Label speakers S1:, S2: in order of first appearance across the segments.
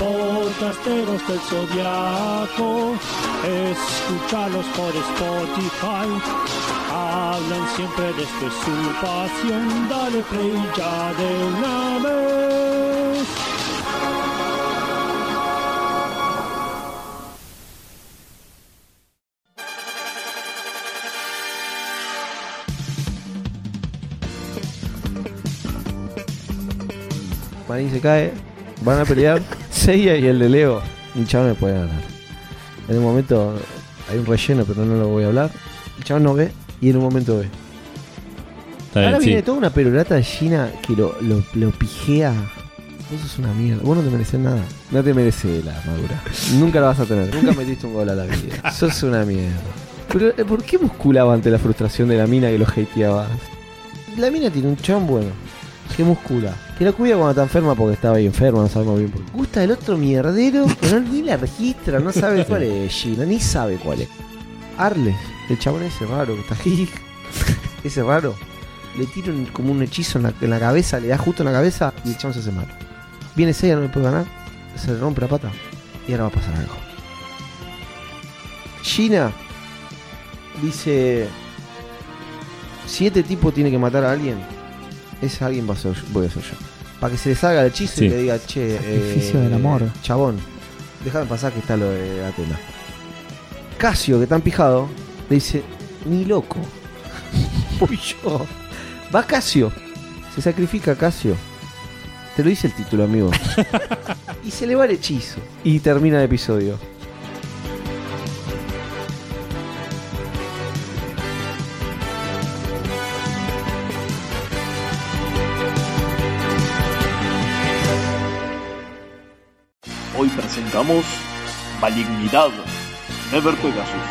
S1: Podcasteros del Zodiaco, escúchalos por Spotify. Hablan siempre desde su pasión, dale play ya de una vez.
S2: Marín se cae, van a pelear Seiya y el de Leo. Y el chabón le puede ganar. En un momento hay un relleno, pero no lo voy a hablar. El chabón no ve y en un momento ve.
S3: Está bien,
S2: Ahora
S3: sí.
S2: viene toda una perorata de Gina que lo, lo, lo pijea. Vos sos una mierda. Vos no te mereces nada. No te mereces la armadura. Nunca la vas a tener. Nunca metiste un gol a la vida. sos una mierda. Pero, eh, ¿por qué musculaba ante la frustración de la mina que lo hateaba? La mina tiene un chabón bueno. Que muscula. Que la cuida cuando está enferma porque estaba ahí enferma, no sabemos bien por qué. Gusta del otro mierdero que no ni la registra, no sabe cuál es Gina, ni sabe cuál es. Arles, el chabón ese raro que está aquí. Ese raro le tira un- como un hechizo en la, en la cabeza, le da justo en la cabeza y el chabón se hace mal. Viene Seiya, no le puede ganar, se le rompe la pata y ahora va a pasar algo. Gina dice: Si este tipo tiene que matar a alguien, ese alguien va a ser, voy a ser yo. Para que se le salga el hechizo
S3: Sí.
S2: y le diga: Che, eh,
S4: Sacrificio del amor.
S2: Chabón, déjame pasar que está lo de Atena. Casio, que está empijado, le dice: Ni loco, voy yo. Va Casio. Se sacrifica Casio. Te lo dice el título, amigo. y se le va el hechizo. Y termina el episodio.
S5: Hoy presentamos Malignidad, Never Pegasus.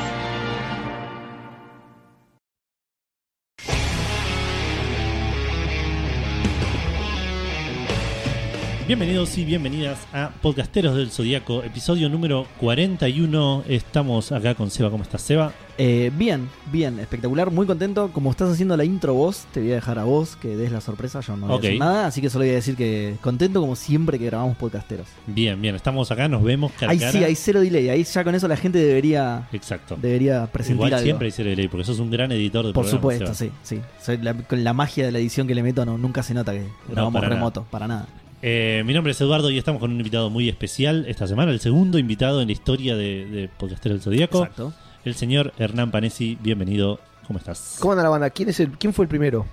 S1: Bienvenidos y bienvenidas a Podcasteros del Zodiaco, episodio número 41. Estamos acá con Seba. ¿Cómo estás, Seba?
S4: Eh, bien, bien, espectacular, muy contento. Como estás haciendo la intro vos, te voy a dejar a vos que des la sorpresa. Yo no voy
S1: Ok.
S4: a decir nada, así que solo voy a decir que contento como siempre que grabamos podcasteros.
S1: Bien, bien. Estamos acá, nos vemos. cara a
S4: Ahí
S1: cara.
S4: sí, hay cero delay. Ahí ya con eso la gente debería,
S1: Exacto.
S4: debería presentar
S1: Igual
S4: algo.
S1: siempre hice delay porque sos un gran editor de
S4: Por
S1: programas,
S4: supuesto,
S1: Seba.
S4: sí, sí. Soy la- con la magia de la edición que le meto, no, nunca se nota que grabamos
S1: para nada.
S4: remoto, para nada.
S1: Eh, mi nombre es Eduardo y estamos con un invitado muy especial esta semana, el segundo invitado en la historia de, de Podcastero del Zodíaco,
S4: Exacto.
S1: el señor Hernán Panesi. Bienvenido, ¿cómo estás?
S2: ¿Cómo anda la banda? ¿Quién, es el, ¿Quién fue el primero?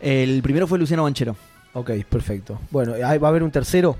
S4: El primero fue Luciano Banchero.
S2: Ok, perfecto. Bueno, ¿ah, ¿va a haber un tercero?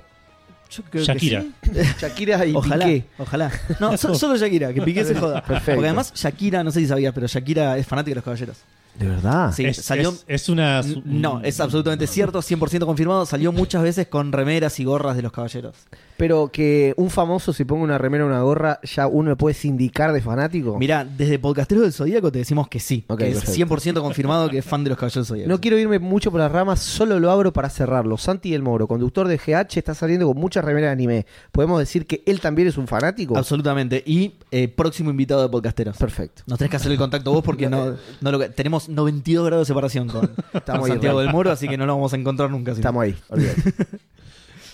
S4: Yo creo que
S1: Shakira.
S4: sí.
S2: Shakira y
S4: Ojalá,
S2: Piqué.
S4: ojalá. No, so- solo Shakira, que Piqué se joda.
S2: Perfecto.
S4: Porque además Shakira, no sé si sabías, pero Shakira es fanática de los caballeros.
S2: ¿De verdad?
S4: Sí,
S1: es,
S4: salió.
S1: es- es una...
S4: N- No, es
S1: Mm.
S4: absolutamente cierto, 100% confirmado. Salió muchas veces con remeras y gorras de los caballeros.
S2: Pero que un famoso se ponga una remera o una gorra, ¿ya uno le puede sindicar de fanático?
S4: Mirá, desde Podcastero del Zodíaco te decimos que sí.
S2: Ok,
S4: que
S2: perfecto.
S4: es 100% confirmado que es fan de los caballeros zodíacos.
S2: No quiero irme mucho por las ramas, solo lo abro para cerrarlo. Santi del Moro, conductor de GH, está saliendo con muchas remeras de anime. ¿Podemos decir que él también es un fanático?
S4: Absolutamente. Y eh, próximo invitado de Podcasteros.
S2: Perfecto.
S4: Nos tenés que hacer el contacto vos porque no, no lo- tenemos 92 grados de separación con, con
S2: Estamos ahí,
S4: Santiago
S2: Rey.
S4: del Moro, así que no lo vamos a encontrar nunca. si no.
S2: Estamos ahí, olvídate.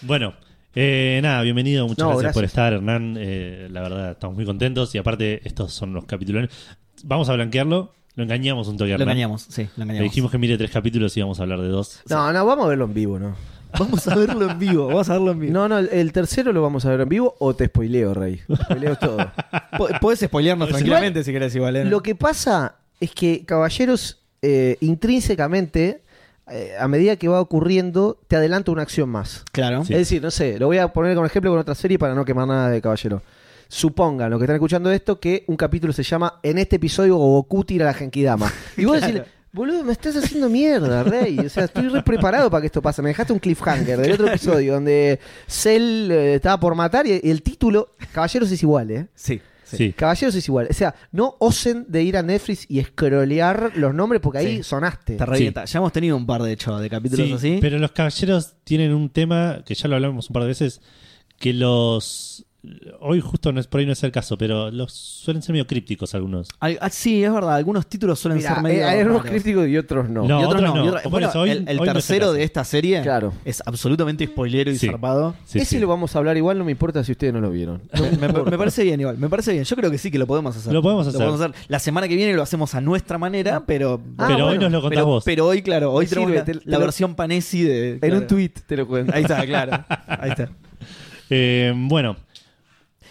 S1: Bueno, eh, nada, bienvenido, muchas
S2: No,
S1: gracias, por
S2: gracias.
S1: estar, Hernán. Eh, la verdad, estamos muy contentos y aparte estos son los capítulos... Vamos a blanquearlo, lo engañamos un toque,
S4: Lo
S1: Hernán.
S4: engañamos, sí, lo
S1: Le
S4: engañamos.
S1: dijimos que mire tres capítulos y íbamos a hablar de dos.
S2: No, no, vamos a verlo en vivo, ¿no?
S4: Vamos a verlo en vivo, vamos a verlo en vivo.
S2: No, no, el- el tercero lo vamos a ver en vivo o te spoileo, Rey. Te spoileo todo.
S4: Po- Podés spoilearnos tranquilamente si querés igual. ¿eh?
S2: Lo que pasa es que Caballeros eh, intrínsecamente, eh, a medida que va ocurriendo, te adelanta una acción más.
S4: Claro.
S1: Sí.
S2: Es decir, no sé, lo voy a poner como ejemplo con otra serie para no quemar nada de Caballero. Supongan, los que están escuchando esto, que un capítulo se llama En este episodio Goku tira a la Genkidama. Y vos decís, boludo, me estás haciendo mierda, Rey. O sea, estoy re preparado para que esto pase. Me dejaste un cliffhanger del otro episodio donde Cell eh, estaba por matar y el título Caballeros es igual, ¿eh?
S4: Sí.
S1: Sí.
S2: Caballeros es igual. O sea, no osen de ir a Netflix y escrolear los nombres porque ahí
S4: Sí.
S2: sonaste.
S4: Está re
S1: Sí.
S4: bien, está- Ya hemos tenido un par, de hecho, de capítulos
S1: Sí,
S4: así.
S1: Pero los caballeros tienen un tema que ya lo hablamos un par de veces, que los hoy justo no es por ahí no es el caso, pero los suelen ser medio crípticos algunos.
S4: Al- ah, sí, es verdad. Algunos títulos suelen
S2: Mirá,
S4: ser medio.
S2: eh, hay unos
S4: raros.
S2: críticos y otros no.
S1: No.
S4: y otros no. y
S1: no.
S4: otros-
S1: Por
S4: bueno,
S1: eso, hoy-
S4: el, el
S1: hoy no es el
S4: tercero
S1: caso.
S4: de esta serie
S2: Claro.
S4: es absolutamente spoilero y
S1: Sí.
S4: zarpado.
S1: Sí,
S2: Ese
S1: sí.
S2: lo vamos a hablar igual, no me importa si ustedes no lo vieron.
S4: Me, me- me parece bien igual, me parece bien. Yo creo que sí que lo podemos hacer.
S1: Lo podemos hacer.
S4: La semana que viene lo hacemos a nuestra manera, pero...
S2: Ah,
S1: pero hoy
S2: bueno,
S1: nos lo contás
S4: pero,
S1: vos.
S4: pero hoy, claro, hoy
S2: Me
S4: tenemos
S2: sirve,
S4: la,
S2: te-
S4: la
S2: te lo-
S4: versión Panesi de... claro.
S2: En un tweet te lo cuento.
S4: Ahí está, claro. Ahí está.
S1: Eh, bueno.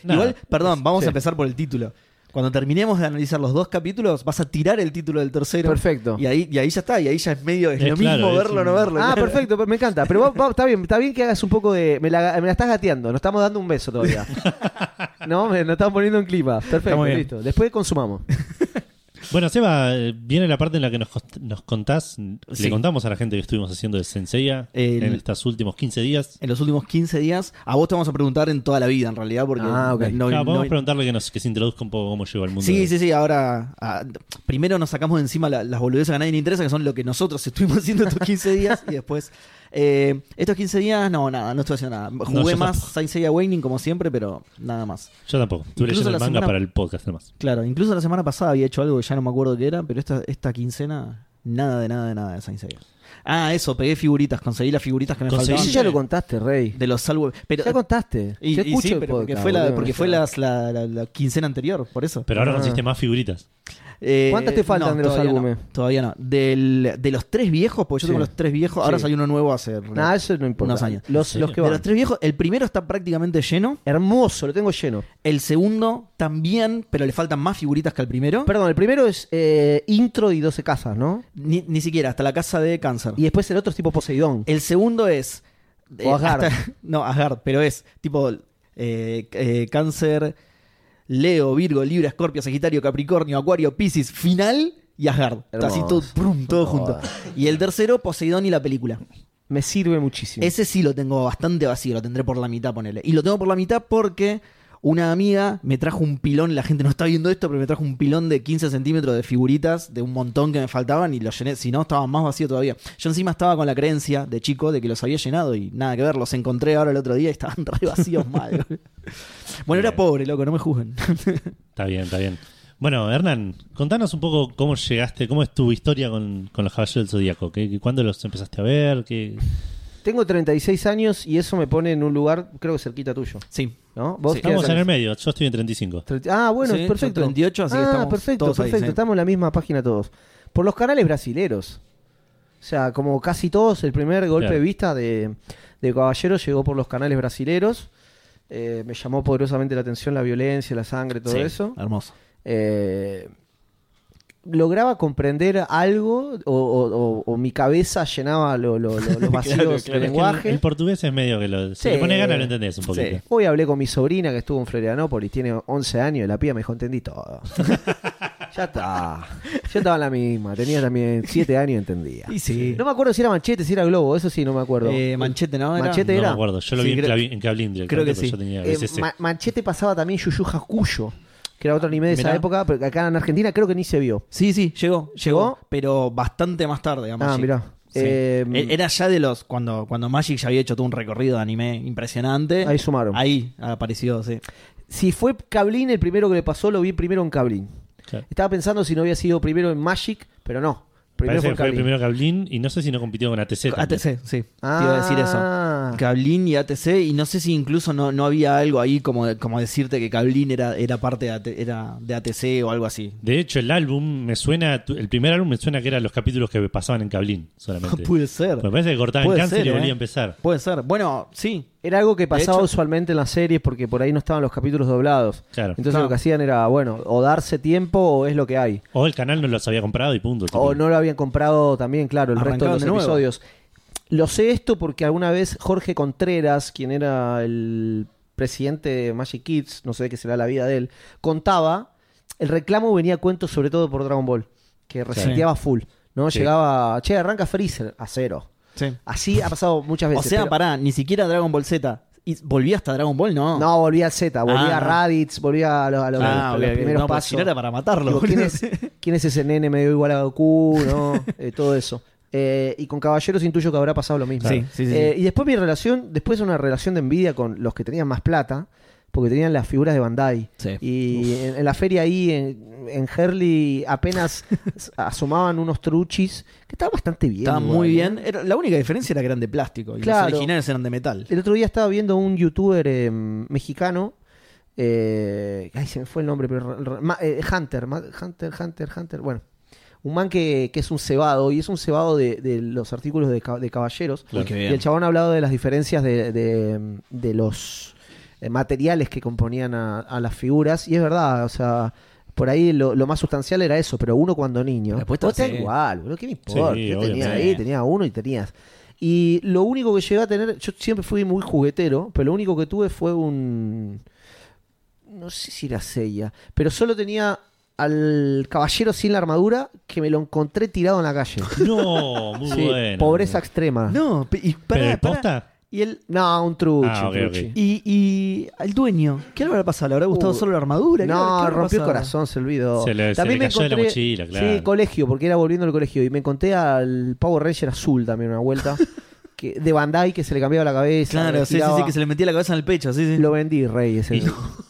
S1: Nada.
S4: Igual, perdón, vamos
S2: Sí.
S4: a empezar por el título. Cuando terminemos de analizar los dos capítulos, vas a tirar el título del tercero.
S2: Perfecto.
S4: Y ahí, y ahí ya está, y ahí ya es medio... Es
S1: Es
S4: lo
S1: claro,
S4: mismo
S1: es
S4: verlo o no
S1: un-
S4: verlo.
S2: Ah,
S4: claro.
S2: perfecto, me encanta. Pero vos- vos- está bien, está bien que hagas un poco de. Me la, me la estás gateando, nos estamos dando un beso todavía. no, me, nos estamos poniendo en clima. Perfecto,
S4: Estamos bien.
S2: listo. Después consumamos.
S1: Bueno, Seba, eh, viene la parte en la que nos, cost- nos contás,
S4: Sí.
S1: le contamos a la gente que estuvimos haciendo de Senseiya
S4: El-
S1: en estos últimos 15 días.
S4: En los últimos 15 días, a vos te vamos a preguntar en toda la vida, en realidad, porque
S2: Ah, ok.
S4: no,
S1: Claro,
S4: no-
S1: podemos preguntarle que, nos, que se introduzca un poco cómo llegó al mundo.
S4: Sí,
S1: de-
S4: sí, sí, ahora ah, primero nos sacamos de encima la- las boludeces que a nadie le interesa, que son lo que nosotros estuvimos haciendo estos 15 días y después... eh, estos 15 días, no, nada, no estoy haciendo nada. Jugué
S1: yo
S4: más
S1: tampoco.
S4: Saint Seiya Awakening como siempre, pero nada más.
S1: Yo tampoco. Estuve
S4: Incluso
S1: leyendo
S4: la
S1: el manga
S4: semana-
S1: para el podcast además.
S4: Claro, incluso la semana pasada había hecho algo que ya no me acuerdo qué era, pero esta, esta quincena, nada de nada de nada de Saint Seiya. Ah, eso, pegué figuritas, conseguí las figuritas que me
S1: Conseguí-
S2: Eso
S4: faltaban
S2: ya lo contaste, Rey.
S4: de los salvo... Pero,
S2: Ya contaste.
S4: y,
S2: Yo
S4: y
S2: escucho
S4: sí,
S2: el
S4: pero porque
S2: podcast,
S4: fue, la,
S2: boludo,
S4: porque
S2: o
S4: fue
S2: sea.
S4: las- la, la- la quincena anterior, por eso.
S1: Pero ahora
S2: Ah.
S1: consiste más figuritas.
S4: Eh,
S2: ¿Cuántas te faltan de los
S4: todavía
S2: álbumes?
S4: no, todavía no. Del- de los tres viejos, porque yo
S2: Sí.
S4: tengo los tres viejos, ahora
S2: Sí.
S4: salió uno nuevo hace. re-
S2: Nah, eso no importa.
S4: Unos años.
S2: Los,
S1: ¿En serio?
S2: los que
S4: de los
S2: van.
S4: tres viejos, el primero está prácticamente lleno,
S2: Hermoso, lo tengo lleno.
S4: el segundo también, pero le faltan más figuritas que al primero.
S2: Perdón, el primero es eh, intro y 12 casas, ¿no?
S4: ni, ni siquiera, hasta la casa de cáncer.
S2: Y después el otro es tipo Poseidón.
S4: El segundo es. eh,
S2: O Asgard.
S4: no, Asgard, pero es tipo eh, eh, Cáncer, Leo, Virgo, Libra, Escorpio, Sagitario, Capricornio, Acuario, Piscis, final y Asgard. Está así todo,
S2: Hermoso.
S4: prum, todo
S2: No,
S4: junto.
S2: va.
S4: Y el tercero, Poseidón y la película.
S2: Me sirve muchísimo.
S4: Ese sí lo tengo bastante vacío, lo tendré por la mitad, ponele. Y lo tengo por la mitad porque una amiga me trajo un pilón, la gente no está viendo esto, pero me trajo un pilón de 15 centímetros de figuritas, de un montón que me faltaban y lo llené. Si no, estaba más vacío todavía. Yo encima estaba con la creencia de chico de que los había llenado y nada que ver, los encontré ahora el otro día y estaban re vacíos mal. bueno, era
S1: Bien.
S4: pobre, loco, no me juzguen.
S1: Está bien, está bien. Bueno, Hernán, contanos un poco cómo llegaste, cómo es tu historia con, con los Caballeros del Zodíaco. ¿Qué, qué- cuándo los empezaste a ver? ¿Qué-
S2: Tengo 36 años y eso me pone en un lugar, creo que cerquita tuyo.
S4: sí.
S2: ¿No? ¿Vos
S4: Sí.
S2: qué edad
S1: Estamos en el
S2: tenés?
S1: medio, yo estoy en 35.
S2: Tre- Ah, bueno,
S4: Sí, yo
S2: perfecto.
S4: 38, así que
S2: ah,
S4: estamos
S2: perfecto,
S4: todos ahí,
S2: perfecto.
S4: sí.
S2: Estamos en la misma página todos. Por los canales brasileros. O sea, como casi todos, el primer golpe
S1: Claro.
S2: de vista de, de Caballero llegó por los canales brasileros. Eh, me llamó poderosamente la atención la violencia, la sangre, todo
S4: Sí,
S2: eso.
S4: Hermoso.
S2: Eh, lograba comprender algo o, o- o- o mi cabeza llenaba lo- lo- lo- los vacíos del
S4: Claro, claro.
S1: Es que
S2: lenguaje.
S1: El, el portugués es medio que lo, si
S2: Sí.
S1: le pones ganas lo entendés un poquito.
S4: Sí.
S2: Hoy hablé con mi sobrina que estuvo en Florianópolis, tiene 11 años, y la pía me dijo, entendí todo. ya está. Yo estaba en la misma, tenía también 7 años y entendía.
S4: Y sí.
S2: No me acuerdo si era manchete, si era globo, eso sí, no me acuerdo.
S4: Eh, manchete, ¿no? Era-
S2: Manchete.
S1: No me
S2: era?
S1: acuerdo, yo lo
S4: Sí,
S1: vi en,
S4: creo-
S1: Clavi- en Cablín directamente,
S4: creo que
S1: porque
S2: sí.
S1: yo tenía
S2: Eh,
S1: VCC.
S2: Ma- manchete pasaba también Yuyu Hakuyo, que era otro anime de esa
S4: Mirá.
S2: época, pero que acá en Argentina creo que ni se vio.
S4: Sí, sí, llegó,
S2: ¿Llegó?
S4: llegó, pero bastante más tarde, digamos.
S2: Ah,
S4: sí.
S2: mirá.
S4: Sí.
S2: Eh,
S4: E- Era ya de los. Cuando, cuando Magic ya había hecho todo un recorrido de anime impresionante.
S2: Ahí sumaron.
S4: Ahí apareció, sí.
S2: Si fue Cablín el primero que le pasó, lo vi primero en Cablín.
S1: Claro.
S2: Estaba pensando si no había sido primero en Magic, pero no. Primero
S1: Parece que
S2: fue en
S1: fue el
S2: Cablín.
S1: primero Cablín y no sé si no compitió con ATC. también.
S4: ATC, sí.
S2: Ah.
S4: Te iba a decir eso. Cablin y ATC, y no sé si incluso no, no había algo ahí como, de- como decirte que Cablin era, era parte de, AT era de ATC o algo así.
S1: De hecho, el álbum me suena, tu- el primer álbum me suena que eran los capítulos que pasaban en Cablín solamente.
S4: Puede ser.
S1: me parece que cortaban
S4: Puede
S1: cáncer
S4: ser,
S1: y
S4: ¿eh?
S1: volvía a empezar.
S4: Puede ser. Bueno, sí.
S2: Era algo que pasaba
S4: hecho-
S2: usualmente en las series porque por ahí no estaban los capítulos doblados.
S1: Claro.
S2: Entonces
S4: Claro.
S2: lo que hacían era, bueno, o darse tiempo o es lo que hay.
S1: O el canal no los había comprado y punto. tipo.
S2: O Oh, no lo habían comprado también, claro, el resto de
S4: Arrancaban
S2: los
S4: de nuevo.
S2: episodios. Lo sé esto porque alguna vez Jorge Contreras, quien era el presidente de Magic Kids, no sé qué será la vida de él, contaba, el reclamo venía a cuento sobre todo por Dragon Ball, que reseteaba full. No
S1: Sí.
S2: llegaba, che, arranca Freezer a cero.
S4: sí.
S2: Así ha pasado muchas
S4: O
S2: veces.
S4: sea,
S2: pero-
S4: pará, ni siquiera Dragon Ball Z. y volví hasta Dragon Ball, no.
S2: No, volví al Z, volví
S4: Ah.
S2: a Raditz, volví a, lo- a lo-
S4: Ah,
S2: a
S4: ok,
S2: los
S4: ok.
S2: primeros
S4: No, pues, si
S2: pasos.
S4: no era para matarlo.
S2: Digo,
S4: boludo.
S2: ¿quién, es, quién es ese nene medio igual a Goku? ¿no? Eh, todo eso. Eh, y con Caballeros intuyo que habrá pasado lo mismo.
S4: Sí, sí, sí, sí.
S2: Eh, Y después mi relación, después una relación de envidia con los que tenían más plata, porque tenían las figuras de Bandai.
S4: Sí.
S2: Y en, en la feria ahí, en, en Herley, apenas as- asomaban unos truchis, que estaba bastante bien.
S4: Estaba
S2: igual,
S4: muy
S2: ¿eh?
S4: bien. Era- la única diferencia era que eran de plástico y
S2: Claro.
S4: los originales eran de metal.
S2: El otro día estaba viendo un youtuber eh, mexicano. eh, ay, se me fue el nombre, pero. re- re- ma- eh, Hunter, ma- Hunter, Hunter, Hunter. Bueno, un man que, que es un cebado y es un cebado de, de los artículos de, ca- de caballeros.
S1: Claro. Uy, qué
S2: Y el chabón ha hablado de las diferencias de, de- de los eh, materiales que componían a, a las figuras. Y es verdad, o sea. Por ahí lo, lo más sustancial era eso, pero uno cuando niño.
S4: La puesta,
S2: vos te da
S4: sí.
S2: igual, boludo, ¿qué me importa?
S1: Sí,
S2: Yo
S1: obviamente.
S2: tenía ahí, tenía uno y tenías. Y lo único que llegué a tener, yo siempre fui muy juguetero, pero lo único que tuve fue un. No sé si era sella, pero solo tenía al caballero sin la armadura que me lo encontré tirado en la calle.
S1: No, muy
S2: Sí,
S1: Uh, bueno.
S2: pobreza extrema.
S4: No, pe- y pará,
S1: ¿Pero de
S4: pará.
S1: posta?
S4: Y el,
S2: No, un truchi.
S1: Ah, ok,
S2: un truchi.
S1: ok.
S4: y, y el dueño, ¿qué le habrá pasado? ¿Le habrá gustado
S2: Uh,
S4: solo la armadura? ¿Qué- qué
S2: No,
S4: habrá
S2: rompió el
S4: pasado?
S2: corazón, se olvidó.
S1: Se le- se le cayó de la mochila, claro.
S2: Sí, colegio, porque era volviendo al colegio. Y me encontré al Power Ranger azul también una vuelta. que, de Bandai que se le cambiaba la cabeza.
S4: Claro,
S2: le
S4: sí, sí,
S2: tiraba.
S4: sí, que se le metía la cabeza en el pecho, sí, sí.
S2: Lo vendí, Rey, ese.
S1: Hi-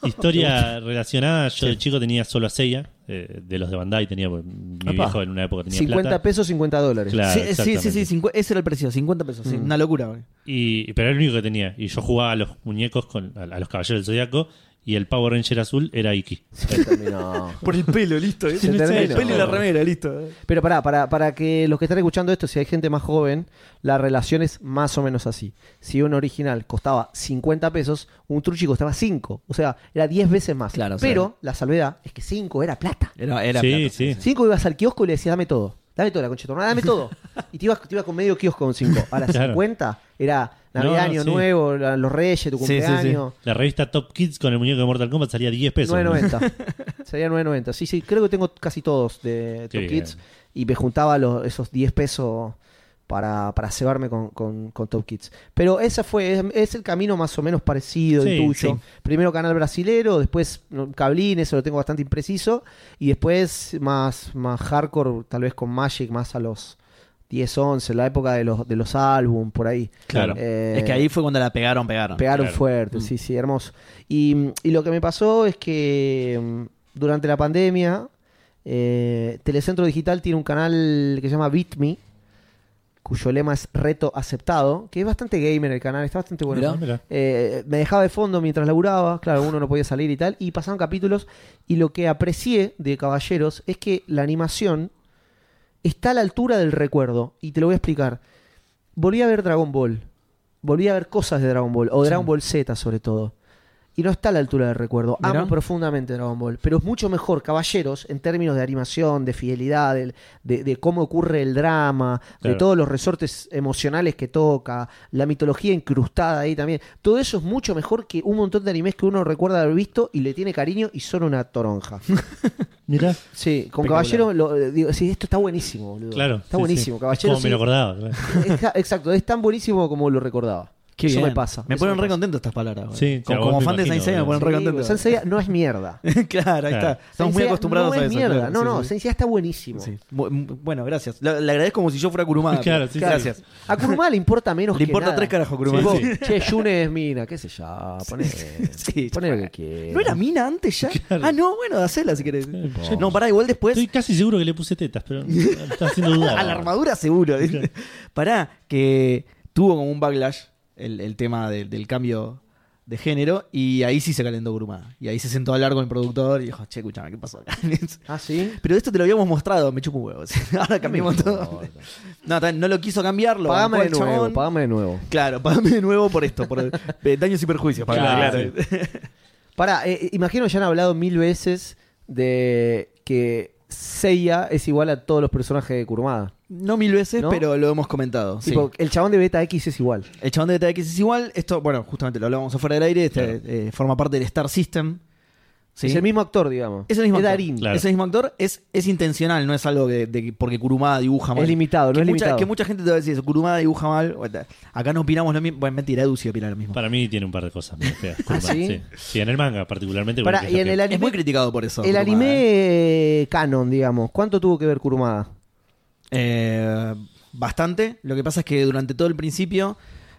S1: eh, Historia relacionada, yo de chico tenía solo a Seiya, eh, de los de Bandai tenía, porque mi
S4: Apa.
S1: viejo en una época tenía
S2: 50
S1: plata.
S2: pesos, 50 dólares.
S1: Claro,
S4: sí, sí, sí, sí,
S1: exactamente.
S4: cincu- ese era el precio, 50 pesos,
S2: Mm.
S4: sí, una locura. güey.
S1: Y, pero era el único que tenía. Y yo jugaba a los muñecos, con, a, a los caballeros del zodiaco. Y el Power Ranger azul era Iki.
S2: Se terminó.
S4: Por el pelo, listo. ¿eh?
S2: Se termina.
S4: el pelo y la remera, listo.
S2: Pero pará, para, para que los que están escuchando esto, si hay gente más joven, la relación es más o menos así. Si un original costaba 50 pesos, un truchi costaba 5. O sea, era 10 veces más.
S4: Claro,
S2: Pero
S4: claro.
S2: la salvedad es que 5 era plata.
S4: Era, era
S1: sí,
S4: plata,
S1: sí.
S2: 5 ibas al kiosco y le decías, dame todo. Dame todo, la conchetornada, dame todo. Y te ibas, te ibas con medio kiosco con 5. Ahora
S1: Claro.
S2: 50 era Navidad,
S1: No, no,
S2: Año
S1: sí.
S2: Nuevo, la- los Reyes, tu
S4: Sí, sí, sí.
S2: cumpleaños.
S1: La revista Top Kids con el muñeco de Mortal Kombat salía 10 pesos. ¿no?
S2: 9.90. Sería 9.90. Sí, sí, creo que tengo casi todos de
S1: Qué
S2: Top
S1: bien.
S2: Kids. Y me juntaba los, esos 10 pesos para, para cebarme con, con, con Top Kids. Pero ese fue, es, es el camino más o menos parecido el
S1: Sí,
S2: tuyo.
S1: sí.
S2: Primero canal brasilero, después no, cablín, eso lo tengo bastante impreciso. Y después más, más hardcore, tal vez con Magic, más a los 10, 11, la época de los, de los álbum, por ahí.
S1: Claro.
S2: Eh,
S4: Es que ahí fue cuando la pegaron, pegaron.
S2: Pegaron
S1: Claro.
S2: fuerte, sí, sí, hermoso. Y, y lo que me pasó es que mm, durante la pandemia, eh, Telecentro Digital tiene un canal que se llama Beat Me, cuyo lema es Reto Aceptado, que es bastante gamer el canal, está bastante bueno.
S1: Mirá, mirá.
S2: Eh, me dejaba de fondo mientras laburaba, claro, uno no podía salir y tal, y pasaban capítulos, y lo que aprecié de Caballeros es que la animación está a la altura del recuerdo, y te lo voy a explicar. Volví a ver Dragon Ball, volví a ver cosas de Dragon Ball, o Dragon Ball Z sobre todo. Y no está a la altura del recuerdo. Amo
S4: Mirá.
S2: profundamente Dragon Ball. Pero es mucho mejor, caballeros, en términos de animación, de fidelidad, del- de, de cómo ocurre el drama,
S1: Claro.
S2: de todos los resortes emocionales que toca, la mitología incrustada ahí también. Todo eso es mucho mejor que un montón de animes que uno recuerda haber visto y le tiene cariño y son una toronja.
S1: Mirá.
S2: Sí, con
S4: Espectacular.
S2: Caballero lo, eh, digo, sí, esto está buenísimo, boludo.
S1: Claro. sí,
S2: Está buenísimo,
S1: sí.
S2: Caballero.
S1: Como me lo
S2: sí.
S1: acordaba. claro.
S2: Está- exacto, es tan buenísimo como lo recordaba.
S4: Qué
S2: eso
S4: bien.
S2: me pasa.
S4: Me
S2: eso
S4: ponen re
S2: pasa.
S4: contento estas palabras. güey.
S1: Sí, sí,
S4: como
S1: a vos
S4: como
S1: me
S4: fan de Saint
S1: imagino,
S4: Seiya me ponen re
S2: Sí,
S4: contento.
S2: Saint Seiya no es mierda.
S4: claro, ahí
S1: Claro.
S4: está. Estamos muy
S2: Saint Seiya
S4: acostumbrados
S2: no
S4: a
S2: es
S4: eso.
S2: mierda.
S4: claro.
S2: No,
S4: Sí,
S2: no,
S4: sí.
S2: Saint Seiya está buenísimo.
S4: Sí. Bu- mu- Bueno, gracias. La- Le agradezco como si yo fuera Kurumada.
S1: Claro,
S4: pero-
S1: sí, sí.
S4: gracias.
S2: A Kurumada le importa menos
S4: Le
S2: que
S4: importa
S2: nada.
S4: tres carajos,
S1: Sí,
S4: Kurumada.
S1: sí.
S2: Che, Yune es mina, qué sé yo. Poné,
S4: Sí,
S2: poné lo que quieras.
S4: ¿No era mina antes ya?
S1: Claro.
S4: Ah, no, bueno, hacela si querés.
S1: Yo-
S4: No, pará, igual después.
S1: Estoy casi seguro que le puse tetas, pero me está haciendo dudar.
S4: A la armadura seguro.
S1: Claro.
S4: Pará, que tuvo como un backlash el, el tema del- del cambio de género y ahí sí se calentó Kurumada. Y ahí se sentó a hablar con el productor y dijo, che, escúchame, ¿qué pasó acá?
S2: Ah, sí.
S4: Pero esto te lo habíamos mostrado, me chupo huevos. Ahora cambiamos todo. No, ta- no lo quiso cambiarlo.
S2: Pagame
S4: bancó
S2: de
S4: al
S2: nuevo,
S4: chabón.
S2: pagame de nuevo.
S4: Claro, pagame de nuevo por esto, por eh, daños y perjuicios. pagame.
S1: Claro.
S2: Pará, eh, imagino que ya han hablado mil veces de que Seiya es igual a todos los personajes de Kurumada.
S4: No mil veces,
S2: ¿No?
S4: pero lo hemos comentado. sí.
S2: Tipo, el chabón de Beta X es igual.
S4: El chabón de BTX es igual. Esto, bueno, justamente lo hablábamos afuera del aire. Este, eh, forma parte del Star System. ¿sí?
S2: Es el mismo actor, digamos.
S4: Es el mismo
S2: Es
S4: actor.
S2: Darín.
S1: Claro.
S4: Es el mismo actor, es, es intencional, no es algo que de que- porque Kurumada dibuja mal.
S2: Es limitado, no
S4: que,
S2: es
S4: mucha,
S2: limitado.
S4: que mucha gente te va a decir eso, Kurumada dibuja mal. bueno, Acá no opinamos lo mismo. Bueno, mentira, Edu sí opina lo mismo.
S1: Para mí tiene un par de cosas muy feas. Kurumada,
S2: sí?
S1: Sí. Sí, en el manga particularmente.
S2: Pará,
S1: creo que
S2: y
S1: es
S2: en
S1: lo
S2: el
S1: que-
S4: es muy
S2: anime,
S4: criticado por eso.
S2: el
S4: Kurumada, ¿eh?
S2: anime canon, digamos. ¿Cuánto tuvo que ver Kurumada?
S4: Eh, bastante. Lo que pasa es que durante todo el principio.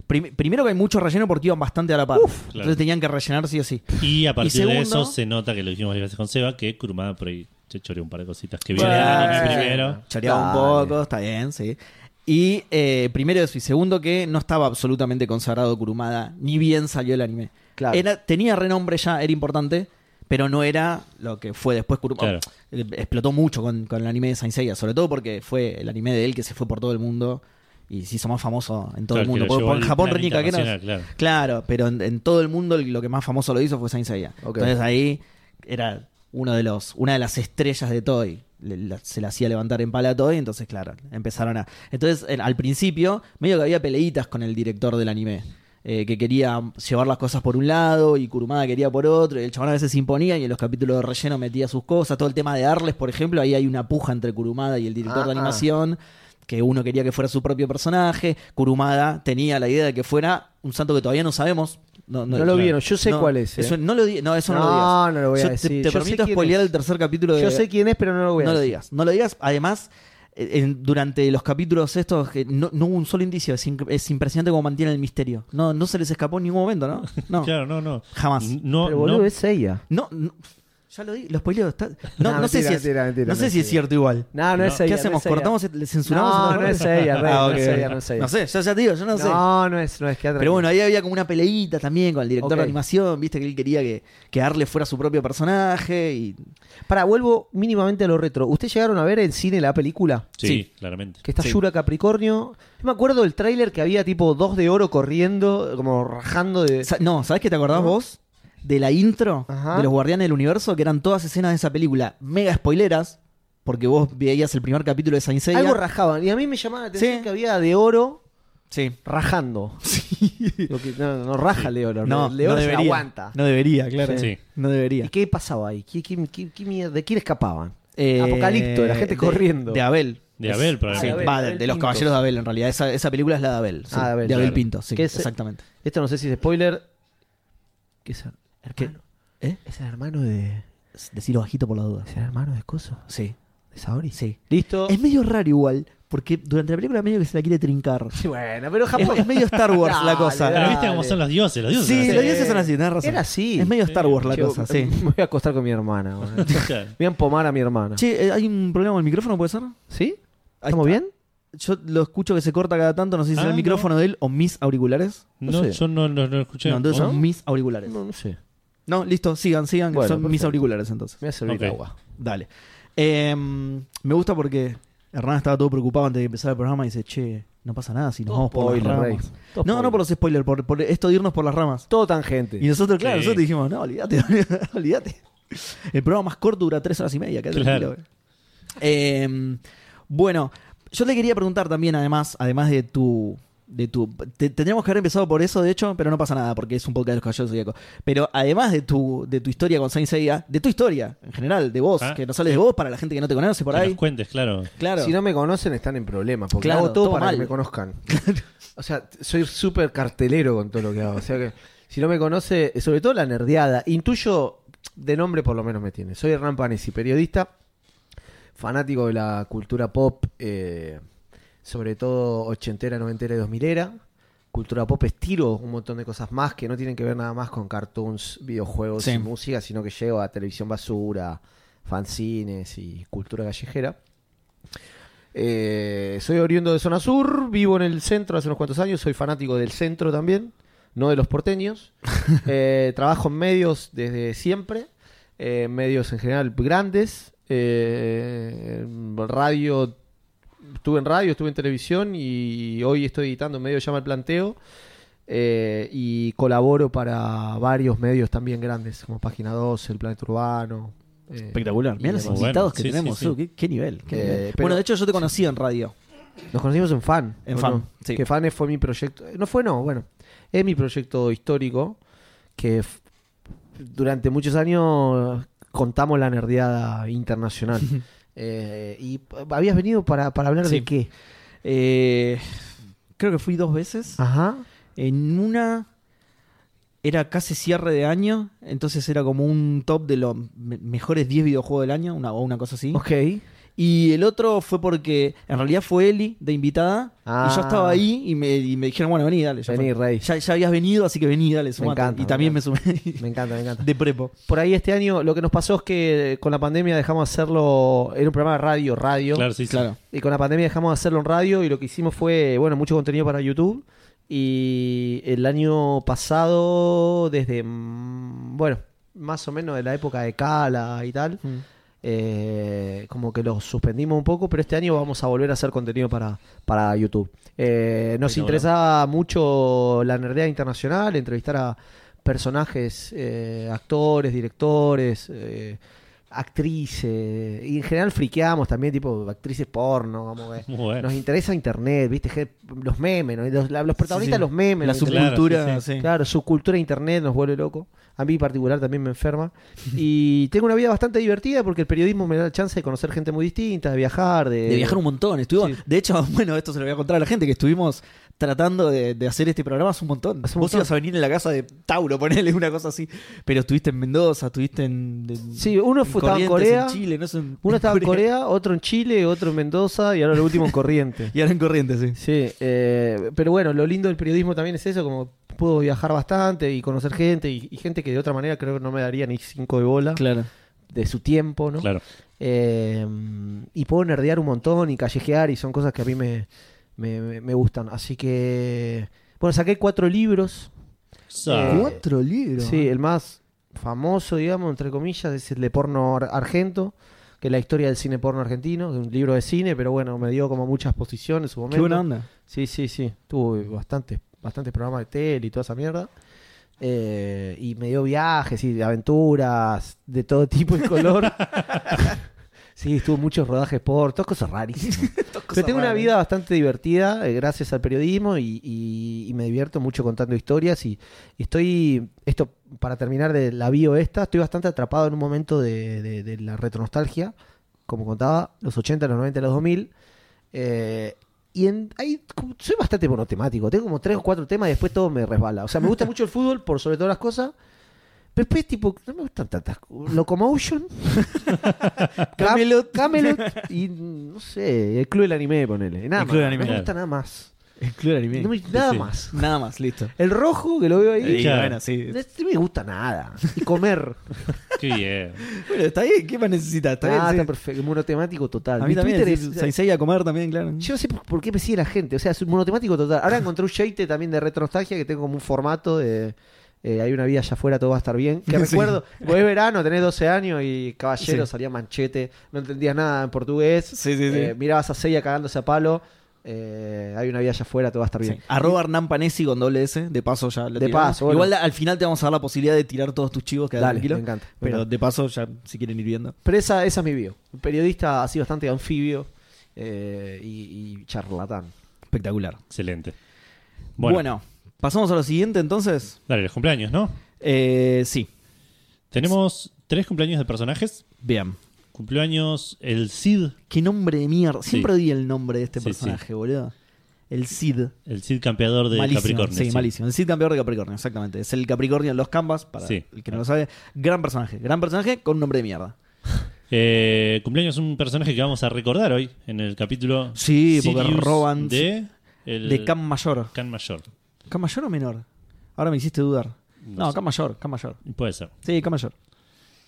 S4: prim- primero que hay mucho relleno porque iban bastante a la par. Entonces
S1: Claro.
S4: tenían que rellenar sí o sí.
S1: Y a partir de
S4: segundo-
S1: eso se nota que lo dijimos varias veces con Seba, que Kurumada por ahí se choreó un par de cositas que vio en el
S4: Bueno,
S1: anime
S4: sí.
S1: primero.
S4: Choreaba
S2: Dale.
S4: un poco, está bien, sí. Y eh, primero eso, y segundo que no estaba absolutamente consagrado Kurumada, ni bien salió el anime.
S2: Claro.
S4: Era- tenía renombre ya, era importante, pero no era lo que fue después Kurumada.
S1: Claro.
S4: Eh, Explotó mucho con, con el anime de Saint Seiya, sobre todo porque fue el anime de él que se fue por todo el mundo y se hizo más famoso en todo
S1: Claro,
S4: el mundo.
S1: que lo
S4: Por-
S1: llevó
S4: por- en
S1: al
S4: Japón,
S1: plan
S4: Renika, que era.
S1: internacional, claro.
S4: Claro, pero en, en todo el mundo lo que más famoso lo hizo fue Saint Seiya.
S2: Ok.
S4: Entonces ahí era uno de los, una de las estrellas de Toy. Le- la- se la hacía levantar en pala a Toy, entonces claro, empezaron a... Entonces en- al principio medio que había peleitas con el director del anime. eh, que quería llevar las cosas por un lado y Kurumada quería por otro, y el chabón a veces se imponía y en los capítulos de relleno metía sus cosas, todo el tema de Arles, por ejemplo, ahí hay una puja entre Kurumada y el director
S2: Ah,
S4: de
S2: ah.
S4: animación, que uno quería que fuera su propio personaje, Kurumada tenía la idea de que fuera un santo que todavía no sabemos. No,
S2: No lo vieron, yo sé cuál es, eh.
S4: eso no, lo di- no, eso no, lo
S2: No,
S4: digas.
S2: no lo voy a
S4: Yo
S2: decir.
S4: Te, te
S2: Yo sé
S4: permito
S2: quién
S4: spoilear
S2: es.
S4: el tercer capítulo de.
S2: Yo sé quién es, pero no lo voy a
S4: no lo
S2: decir.
S4: digas. No lo digas. Además, eh, en- durante los capítulos estos, que no, no hubo un solo indicio. Es, inc- es impresionante cómo mantienen el misterio. No, no se les escapó en ningún momento, ¿no? No.
S1: Claro, Mm. no, no.
S4: Jamás.
S1: No,
S2: pero boludo,
S1: no,
S2: es ella.
S4: No, no. Ya lo di, lo spoileo. está- No,
S2: No,
S4: no
S2: mentira,
S4: sé si es.
S2: mentira, mentira,
S4: no sé si
S2: mentira.
S4: es cierto igual.
S2: No, no,
S1: No.
S2: es ella.
S4: ¿Qué
S2: no
S4: hacemos?
S2: es ella.
S4: ¿Cortamos? ¿Le censuramos?
S2: No,
S4: otra
S2: no
S4: vez?
S2: es ella, Rey,
S4: Ah,
S2: no es
S4: ok.
S2: ella, no es ella.
S4: No sé, ya, ya te digo, yo no, sé.
S2: No, no es, no es. quédate
S4: Pero bueno,
S2: tranquilo.
S4: ahí había como una peleita también con el director
S2: Ok.
S4: de animación, viste que él quería que, que Arle fuera su propio personaje y
S2: Pará, vuelvo mínimamente a lo retro. ¿Ustedes llegaron a ver en cine la película?
S1: sí,
S4: sí.
S1: claramente.
S2: Que está
S4: Sí.
S2: Yura Capricornio. Yo me acuerdo del tráiler que había tipo dos de oro corriendo, como rajando de...
S4: Sa- No, ¿sabés qué te acordás vos? De la intro
S2: Ajá.
S4: de los Guardianes del Universo, que eran todas escenas de esa película, mega spoileras, porque vos veías el primer capítulo de Saint Seiya.
S2: Algo rajaban. Y a mí me llamaba la atención
S4: Sí.
S2: que había de oro
S4: Sí.
S2: rajando. Lo que- no, no raja el de oro.
S4: No,
S2: el de oro
S4: no
S2: se
S4: debería.
S2: aguanta.
S4: No debería, claro.
S1: Sí.
S4: No
S2: ¿Y
S4: debería.
S2: qué pasaba ahí? ¿Qué, qué- qué- qué mierda- ¿De quién escapaban?
S4: Eh,
S2: Apocalipto, de la gente
S4: de-
S2: corriendo.
S4: De Abel.
S1: De
S4: Es-
S1: Abel,
S4: sí,
S1: probablemente.
S2: Abel,
S4: va, de,
S2: Abel
S4: de los
S2: Pinto.
S4: Caballeros de Abel, en realidad. Esa, esa película es la de Abel. sí,
S2: Ah, de
S4: de
S2: Abel,
S4: Abel,
S2: claro.
S4: Pinto, sí,
S2: Que es-
S4: exactamente.
S2: Esto no sé si es spoiler. ¿Qué es? ¿Hermano?
S4: ¿Eh?
S2: ¿Es el hermano de...
S4: Decirlo bajito por las dudas.
S2: ¿Es el hermano de Coso?
S4: Sí.
S2: ¿De Saori?
S4: Sí.
S2: Listo.
S4: Es medio raro igual, porque durante la película medio que se la quiere trincar.
S2: Sí, bueno, pero
S4: Es,
S2: Japón...
S4: es medio Star Wars la
S2: Dale,
S4: cosa.
S1: Pero viste
S2: dale.
S1: cómo son los dioses, los dioses.
S4: Sí,
S1: son
S4: los
S1: así. eh,
S4: dioses son así, tenés razón.
S2: Era así.
S4: Es medio Star Wars la
S2: Che,
S4: cosa, sí.
S2: Me voy a acostar con mi hermana. boludo.
S1: Claro.
S2: Voy a empomar a mi hermana.
S4: Che, eh, ¿hay un problema con el micrófono, puede ser?
S2: ¿Sí?
S4: Ahí
S2: ¿Estamos
S4: está.
S2: bien?
S4: Yo lo escucho que se corta cada tanto, no sé si es
S1: Ah,
S4: el
S1: no.
S4: micrófono de él o mis auriculares.
S1: No,
S2: sé.
S1: yo no, no, no lo escuché.
S4: No, entonces
S1: ¿Vos?
S4: son mis auriculares.
S2: No, no sé.
S4: No, listo, sigan, sigan, que
S2: Bueno,
S4: son mis
S2: perfecto.
S4: auriculares entonces.
S2: Me voy a servir
S1: Ok.
S2: agua.
S4: Dale. Eh, me gusta porque Hernán estaba todo preocupado antes de empezar el programa y dice, che, no pasa nada si nos
S2: Todo
S4: vamos por las
S2: spoiler,
S4: ramas.
S2: Rey. Todo
S4: no, no
S2: spoiler.
S4: por los spoilers, por, por esto de irnos por las ramas.
S2: Todo tangente.
S4: Y nosotros, claro,
S1: Sí.
S4: nosotros dijimos, no, olvídate, olvídate. El programa más corto dura tres horas y media, quédate
S1: Claro.
S4: tranquilo, eh. Eh, bueno, yo te quería preguntar también, además, además de tu. De tu te- tendríamos que haber empezado por eso, de hecho, pero no pasa nada, porque es un podcast de los caballeros zodíacos. Pero además de tu, de tu historia con Saint Seiya, de tu historia en general, de vos,
S1: Ah.
S4: que no sales de vos para la gente que no te conoce por
S1: Que
S4: ahí.
S1: nos cuentes, claro.
S4: Claro.
S2: Si
S4: Si
S2: no me conocen, están en problemas. Porque
S4: Claro,
S2: hago todo,
S4: todo
S2: para
S4: mal.
S2: que me conozcan. o sea, t- soy súper cartelero con todo lo que hago. O sea que si no me conoce, sobre todo la nerdeada, intuyo, de nombre por lo menos me tiene. Soy Hernán Panesi, periodista, fanático de la cultura pop, eh, sobre todo ochentera, noventera y dos milera. Cultura pop estiro un montón de cosas más que no tienen que ver nada más con cartoons, videojuegos
S4: Sí.
S2: y música, sino que llego a televisión basura, fanzines y cultura callejera. Eh, soy oriundo de zona sur, vivo en el centro hace unos cuantos años, soy fanático del centro también, no de los porteños. Eh, trabajo en medios desde siempre, eh, medios en general grandes, eh, radio, estuve en radio, estuve en televisión y hoy estoy editando un medio que se llama El Planteo. eh, y colaboro para varios medios también grandes, como Página 2, El Planeta Urbano. eh,
S4: Espectacular. Mirá
S2: y
S4: los
S2: demás.
S1: bueno,
S4: invitados que
S1: sí, sí,
S4: tenemos,
S1: sí.
S4: uh, qué, qué nivel. qué
S2: Eh,
S4: nivel.
S2: pero-
S4: bueno, de hecho, yo te conocí en radio.
S2: Nos conocimos en Fan.
S4: En
S2: ¿o
S4: Fan,
S2: no?
S4: sí.
S2: Que Fan fue mi proyecto. eh, No fue, no, bueno. Es mi proyecto histórico que f- durante muchos años contamos la nerdeada internacional. Eh, y p- habías venido para, para hablar
S4: Sí.
S2: de qué.
S4: Eh, creo que fui dos veces.
S2: Ajá.
S4: En una era casi cierre de año, entonces era como un top de los me- mejores 10 videojuegos del año, una, o una cosa así.
S2: Ok.
S4: Y el otro fue porque en realidad fue Eli de invitada
S2: Ah.
S4: y yo estaba ahí y me, y me dijeron, bueno, vení, dale. Ya,
S2: Vení,
S4: fue.
S2: Rey.
S4: ya, ya habías venido, así que vení, dale, sumate.
S2: encanta,
S4: y
S2: me
S4: también me,
S2: encanta.
S4: sumé
S2: Me encanta, me encanta.
S4: de prepo.
S2: Por ahí este año lo que nos pasó es que con la pandemia dejamos de hacerlo. Era un programa de radio, radio.
S1: Claro, sí, sí.
S4: Claro.
S2: Y con la pandemia dejamos de hacerlo en radio y lo que hicimos fue, bueno, mucho contenido para YouTube. Y el año pasado, desde, mm, bueno, más o menos de la época de Cala y tal, eh, como que lo suspendimos un poco, pero este año vamos a volver a hacer contenido para, para YouTube. Eh, nos
S1: Ay, cabrón.
S2: interesaba mucho la nerdea internacional, entrevistar a personajes, eh, actores, directores, eh, actrices, y en general friqueamos también, tipo actrices porno, como que
S1: Muy bueno.
S2: nos interesa internet, viste, Ge- los memes, ¿no? los, la- los protagonistas de los
S4: sí.
S2: memes.
S4: La
S2: nos interesa.
S4: subcultura,
S1: Claro,
S4: sí.
S2: Claro, su cultura de internet nos vuelve loco. A mí en particular también me enferma. Y tengo una vida bastante divertida porque el periodismo me da la chance de conocer gente muy distinta, de viajar, de...
S4: De viajar un montón, estuvimos.
S2: sí.
S4: De hecho, bueno, esto se lo voy a contar a la gente, que estuvimos tratando de, de hacer este programa hace un montón.
S2: Hace un
S4: Vos
S2: montón.
S4: ibas a venir en la casa de Tauro, ponele una cosa así. Pero estuviste en Mendoza, estuviste en. en-
S2: Sí, uno fue- estaba en
S4: Corrientes,
S2: Corea.
S4: En Chile, no sé, en-
S2: Uno estaba en Corea, otro en Chile, otro en Mendoza y ahora el último en Corrientes.
S4: Y ahora en Corrientes, sí.
S2: Sí, eh, pero bueno, lo lindo del periodismo también es eso, como puedo viajar bastante y conocer gente y, y gente que de otra manera creo que no me daría ni cinco de bola
S4: Claro.
S2: de su tiempo, ¿no?
S1: Claro.
S2: Eh, y puedo nerdear un montón y callejear y son cosas que a mí me, me- me- me gustan. Así que, bueno, saqué cuatro libros.
S1: Sa-
S2: Eh,
S4: Cuatro libros.
S2: Sí, el más famoso, digamos, entre comillas, es el de porno ar- argento, que es la historia del cine porno argentino, que es un libro de cine, pero bueno, me dio como muchas posiciones en su momento.
S4: Qué buena onda.
S2: Sí, sí, sí. Tuve bastantes, bastantes programas de tele y toda esa mierda. Eh, y me dio viajes y aventuras de todo tipo y color. sí, estuvo muchos rodajes por, todas cosas rarísimas. Pero tengo una vida bastante divertida eh, gracias al periodismo y, y- y me divierto mucho contando historias y, y estoy, esto para terminar de la bio esta, estoy bastante atrapado en un momento de, de- de la retronostalgia, como contaba, los 80, los 90, los 2000. eh, y en, ahí como- soy bastante monotemático, tengo como tres o cuatro temas y después todo me resbala. O sea, me gusta mucho el fútbol por sobre todas las cosas. Pero después, tipo, no me gustan tantas. co- Locomotion. Camelot. Camelot. Y, no sé, el club del anime, ponele. Nada
S4: El Club
S2: más.
S4: del Anime.
S2: No me gusta nada más.
S4: El ¿eh? club del anime.
S2: No me- nada
S1: Sí.
S2: más.
S4: Nada más, listo.
S2: El rojo, que lo veo ahí.
S4: Y
S1: claro.
S4: bueno, sí.
S2: No me gusta nada. Y comer.
S1: Qué bien.
S4: Bueno, está bien. ¿Qué más necesitas? Está bien,
S2: ah,
S4: sí.
S2: está perfecto. Monotemático total.
S4: A mí
S2: Mi
S4: también.
S2: Twitter
S4: sí,
S2: es-
S4: Saisei a comer también, claro.
S2: Yo no sé por, por qué me sigue la gente. O sea, es un monotemático total. Ahora encontré un shite también de retronostalgia que tengo como un formato de. eh, hay una vida allá afuera, todo va a estar bien. Que
S4: Sí.
S2: recuerdo, vos es verano, tenés 12 años y caballero
S4: Sí.
S2: salía manchete, no entendías nada en portugués.
S4: Sí, sí, sí.
S2: Eh, mirabas a Seiya cagándose a palo. eh, hay una vida allá afuera, todo va a estar bien.
S4: Sí. Arroba Hernán Panesi con doble S. De paso ya. lo
S2: De
S4: tiramos.
S2: paso, bueno.
S4: Igual al final te vamos a dar la posibilidad de tirar todos tus chivos, quedate
S2: Dale,
S4: tranquilo.
S2: me encanta. me
S4: Pero
S2: encanta.
S4: de paso ya, si quieren ir viendo.
S2: Pero esa, esa es mi bio. Un periodista así bastante anfibio eh, y, y charlatán.
S4: Espectacular.
S1: Excelente. Bueno,
S4: Bueno. pasamos a lo siguiente entonces.
S1: dale, los cumpleaños, ¿no?
S4: Eh, sí,
S1: Tenemos tres cumpleaños de personajes.
S4: bien.
S1: Cumpleaños el Cid,
S4: Qué nombre de mierda.
S1: Sí.
S4: Siempre di el nombre de este
S1: Sí,
S4: personaje, boludo. El Cid.
S1: el Cid campeador de
S4: malísimo.
S1: Capricornio.
S4: sí, malísimo. El Cid campeador de Capricornio, exactamente. Es el Capricornio en los Canvas, para
S1: Sí.
S4: el que no lo sabe. Gran personaje, gran personaje con un nombre de mierda.
S1: Eh, cumpleaños un personaje que vamos a recordar hoy en el capítulo.
S4: Sí, porque
S1: Sirius
S4: roban-
S1: de el
S4: De Can Mayor.
S1: Can Mayor.
S4: ¿Can Mayor o menor? Ahora me hiciste dudar.
S1: No
S4: No,
S1: sé.
S4: Can Mayor, Can Mayor.
S1: Puede ser.
S4: Sí, Can Mayor.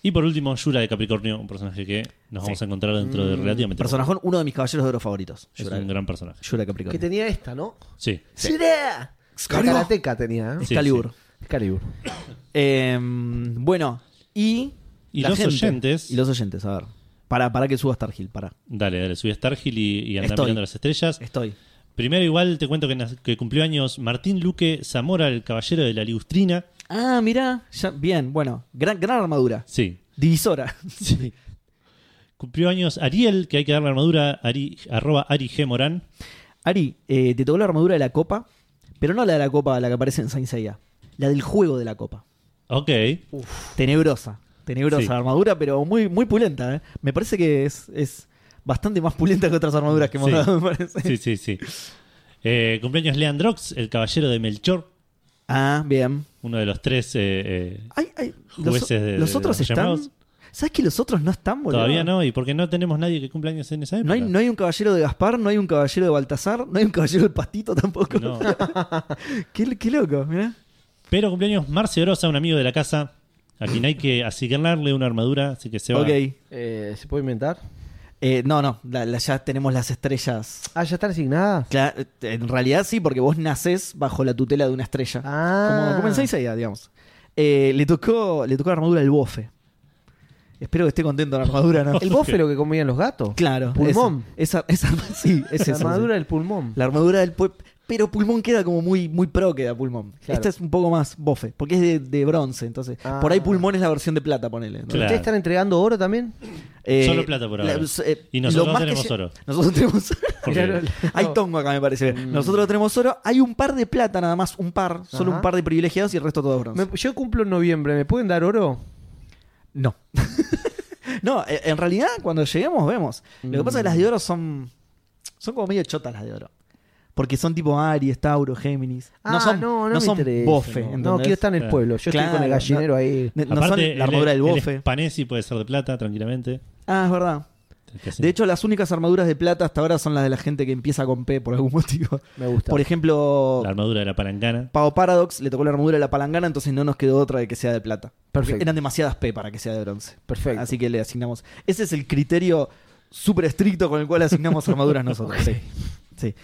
S1: Y por último, Yura de Capricornio, un personaje que nos vamos a encontrar dentro de relativamente. poco.
S4: Personajón, uno de mis caballeros de oro favoritos.
S1: Es
S4: Mm, Yura,
S1: un gran personaje.
S4: Yura Capricornio.
S2: Que tenía esta, ¿no?
S1: Sí.
S2: Sí. La
S4: Excalibur.
S2: Karateka tenía, ¿eh?
S1: Sí,
S4: Excalibur.
S1: sí.
S2: Excalibur.
S4: Eh, bueno, y.
S1: Y
S4: la
S1: los oyentes.
S4: Y los oyentes, a ver. Para, para que suba Starhill, para.
S1: Dale, dale, subí a Stargill y, y andá
S4: Estoy.
S1: mirando las estrellas.
S4: Estoy.
S1: Primero, igual te cuento que, nas- que cumplió años Martín Luque Zamora, el caballero de la Ligustrina.
S4: Ah, mirá. Ya, bien, bueno. Gran, gran armadura.
S1: Sí.
S4: Divisora.
S1: sí. Cumplió años Ariel, que hay que darle armadura, Ari, arroba Ari G. Morán.
S4: Ari, eh, te tocó la armadura de la copa, pero no la de la copa, la que aparece en Saint Seiya. La del juego de la copa.
S1: Ok.
S4: Tenebrosa. tenebrosa
S1: Sí.
S4: la armadura, pero muy, muy pulenta. ¿eh? Me parece que es, es bastante más pulenta que otras armaduras que hemos
S1: Sí.
S4: dado, me parece.
S1: Sí, sí, sí. Eh, cumpleaños Leandrox, el caballero de Melchor,
S4: Ah, bien.
S1: uno de los tres. eh, eh,
S4: Ay, ay, los,
S1: Jueces de-
S4: los
S1: de-
S4: otros
S1: de
S4: están.
S1: llamados.
S4: ¿Sabes que los otros no están, boludo?
S1: todavía no, eh, y porque no tenemos nadie que cumpla años en esa época.
S4: No hay, no hay un caballero de Gaspar, no hay un caballero de Baltasar, no hay un caballero del Pastito tampoco.
S1: No.
S4: qué, qué loco, mirá.
S1: Pero cumpleaños Marcio Grosa, un amigo de la casa, a quien hay que asignarle una armadura, así que se va.
S4: Ok.
S6: Eh, ¿Se puede inventar?
S4: Eh, no, no, la- la- ya tenemos las estrellas.
S2: Ah, ya están asignadas.
S4: Cla- en realidad sí, porque vos nacés bajo la tutela de una estrella.
S2: Ah.
S4: Como, como en Seiya, digamos. Eh, le, tocó, le tocó la armadura el bofe. Espero que esté contento la armadura, ¿no?
S2: El bofe lo que comían los gatos.
S4: claro.
S2: Pulmón.
S4: Esa, esa, esa- sí, es
S2: la
S4: eso, sí.
S2: armadura del pulmón.
S4: La armadura del pue- Pero pulmón queda como muy, muy pro, queda pulmón.
S2: Claro.
S4: Esta es un poco más bofe, porque es de, de bronce, entonces.
S2: Ah.
S4: Por ahí pulmón es la versión de plata, ponele. ¿no?
S1: Claro.
S2: ¿Ustedes están entregando oro también?
S4: Eh,
S1: Solo plata por ahora.
S4: eh,
S1: Y nosotros
S4: lo más que
S1: tenemos
S4: lle-
S1: oro.
S4: Nosotros tenemos oro.
S1: Porque-
S2: Mirá, no-
S4: Hay tongo acá, me parece. Nosotros tenemos oro. Hay un par de plata nada más, un par. Solo
S2: Ajá.
S4: un par de privilegiados y el resto todo bronce.
S2: Me- yo cumplo en noviembre, ¿me pueden dar oro?
S4: No. no, eh, en realidad, cuando lleguemos, vemos. Lo que pasa es que las de oro son. Son como medio chotas las de oro. Porque son tipo Aries, Tauro, Géminis.
S2: Ah,
S4: no son,
S2: no, no me
S4: son
S2: interesa,
S4: bofe.
S2: no. No,
S4: ¿entendés?
S2: quiero estar en el
S1: Claro.
S2: pueblo. Yo estoy con el
S4: Claro,
S2: gallinero
S4: no.
S2: ahí.
S4: No son
S1: Aparte,
S4: la armadura
S1: el-
S4: del bofe.
S1: El Spanesi puede ser de plata tranquilamente.
S4: Ah, es verdad. De hecho, las únicas armaduras de plata hasta ahora son las de la gente que empieza con P por algún motivo.
S2: Me gusta.
S4: Por ejemplo,
S1: la armadura de la palangana.
S4: Pau Paradox le tocó la armadura de la palangana, entonces no nos quedó otra de que sea de plata. Porque
S2: Perfecto.
S4: Eran demasiadas P para que sea de bronce.
S2: Perfecto.
S4: Así que le asignamos. Ese es el criterio súper estricto con el cual asignamos armaduras nosotros. Sí. Sí.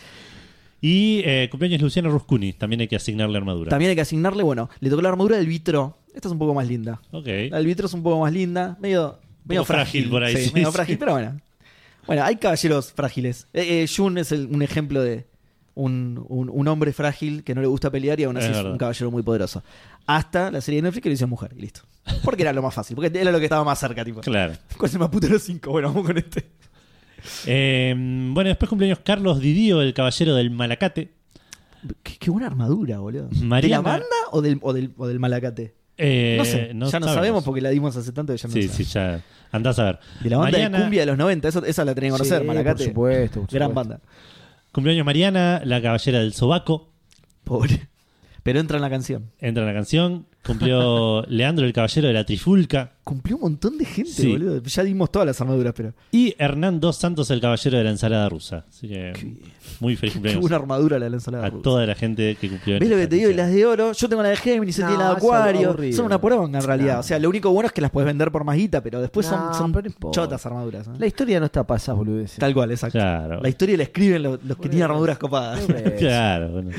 S1: Y eh, cumpleaños Luciano Ruscuni, también hay que asignarle armadura.
S4: También hay que asignarle, bueno, le tocó la armadura del vitro. Esta es un poco más linda. La
S1: Ok.
S4: del vitro es un poco más linda, medio, medio
S1: frágil
S4: frágil.
S1: por ahí, sí,
S4: medio
S1: sí.
S4: frágil, pero bueno. Bueno, hay caballeros frágiles. Eh, eh, Jun es el- un ejemplo de un, un- un hombre frágil que no le gusta pelear y aún así
S1: Es
S4: es,
S1: verdad.
S4: un caballero muy poderoso. Hasta la serie de Netflix que lo hizo mujer y listo. Porque era lo más fácil, porque era lo que estaba más cerca, tipo.
S1: Claro.
S4: ¿Cuál es el más puto de los cinco? Bueno, vamos con este.
S1: Eh, bueno, después cumpleaños Carlos Didio, el caballero del Malacate.
S4: Qué, qué buena armadura, boludo. ¿De
S1: Mariana-
S4: la banda o del, o del, o del malacate?
S1: Eh,
S4: no sé, ya no sabemos porque la dimos hace tanto que ya no
S1: Sí,
S4: sabemos.
S1: sí, ya. Andás a ver.
S4: De la banda
S1: Mariana-
S4: de cumbia de los 90, eso- esa la tenía que conocer,
S2: Sí,
S4: malacate.
S2: Por supuesto. por
S4: Gran
S2: supuesto.
S4: banda.
S1: Cumpleaños Mariana, la caballera del sobaco.
S4: Pobre. Pero entra en la canción.
S1: Entra en la canción. Cumplió Leandro, el caballero de la trifulca.
S4: Cumplió un montón de gente,
S1: Sí.
S4: boludo. Ya dimos todas las armaduras, pero.
S1: Y Hernán Dos Santos, el caballero de la ensalada rusa. Así que muy feliz
S4: Qué
S1: cumpleaños
S4: buena armadura la lanzó la
S1: a toda la gente que cumplió. en
S4: ¿Ves lo que
S1: esta
S4: te digo? Y
S1: fecha.
S4: las de oro, yo tengo la de Géminis, él
S2: No,
S4: tiene la de
S2: es
S4: Acuario.
S2: aburrido.
S4: Son una poronga en realidad. O sea, lo único bueno es que las puedes vender por más guita, pero después son,
S2: No,
S4: son
S2: pero no importa.
S4: chotas armaduras. ¿eh?
S2: La historia no está pasada, boludeces.
S4: Tal cual, exacto.
S1: Claro.
S4: La historia la escriben los, los que tienen armaduras copadas.
S1: Claro, bueno.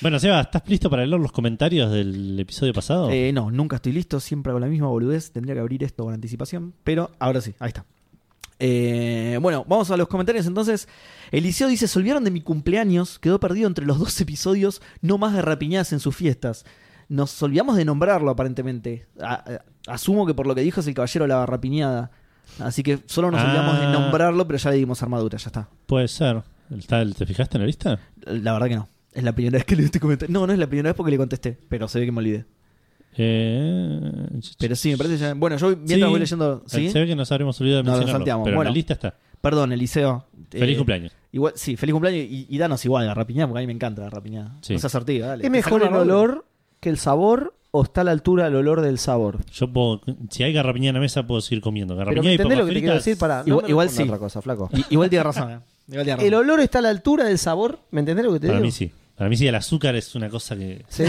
S1: bueno, Seba, ¿estás listo para leer los comentarios del episodio pasado?
S4: Eh, no, nunca estoy listo, siempre con la misma boludez. Tendría que abrir esto con anticipación, pero ahora sí, ahí está. Eh, bueno, vamos a los comentarios entonces. Eliseo dice: Se olvidaron de mi cumpleaños, quedó perdido entre los dos episodios, no más de rapiñadas en sus fiestas. Nos olvidamos de nombrarlo aparentemente. A- a- asumo que por lo que dijo es el caballero de la rapiñada. Así que solo nos olvidamos de
S1: Ah.
S4: nombrarlo, pero ya le dimos armadura, ya está.
S1: Puede ser. ¿Está- ¿Te fijaste en la lista?
S4: La verdad que no. Es la primera vez que le este comentario. No, no es la primera vez porque le contesté, pero se ve que me olvidé.
S1: Eh,
S4: Pero sí, me parece ya. Bueno, yo mientras
S1: Sí.
S4: voy leyendo. ¿sí?
S1: Se ve que nos habremos olvidado de
S4: No, nos
S1: mencionarlo,
S4: salteamos.
S1: pero
S4: Bueno.
S1: la lista está.
S4: Perdón, Eliseo. Eh,
S1: Feliz cumpleaños.
S4: Igual, sí, feliz cumpleaños y, y danos igual la rapiñada, porque a mí me encanta la rapiñada.
S1: Sí.
S4: No seas sortida,
S2: ¿Es
S4: dale. Te
S2: mejor
S4: saco
S2: el
S4: una rola.
S2: olor que el sabor o está a la altura del olor del sabor?
S1: Yo puedo, si hay garrapiñada en la mesa, puedo seguir comiendo.
S2: Pero
S1: Garrapiñada
S2: ¿me
S1: y
S2: entendés
S1: papas
S2: lo que te quiero
S1: fritas.
S2: decir? Pará, no
S4: Igual-
S2: me
S4: igual
S2: respondas
S4: sí.
S2: otra cosa, flaco.
S4: I- igual tiene razón, eh. Igual tiene razón.
S2: ¿El olor está a la altura del sabor? ¿Me entendés lo que te
S1: Para
S2: digo?
S1: mí sí. Para mí sí, el azúcar es una cosa que.
S2: ¿Sí?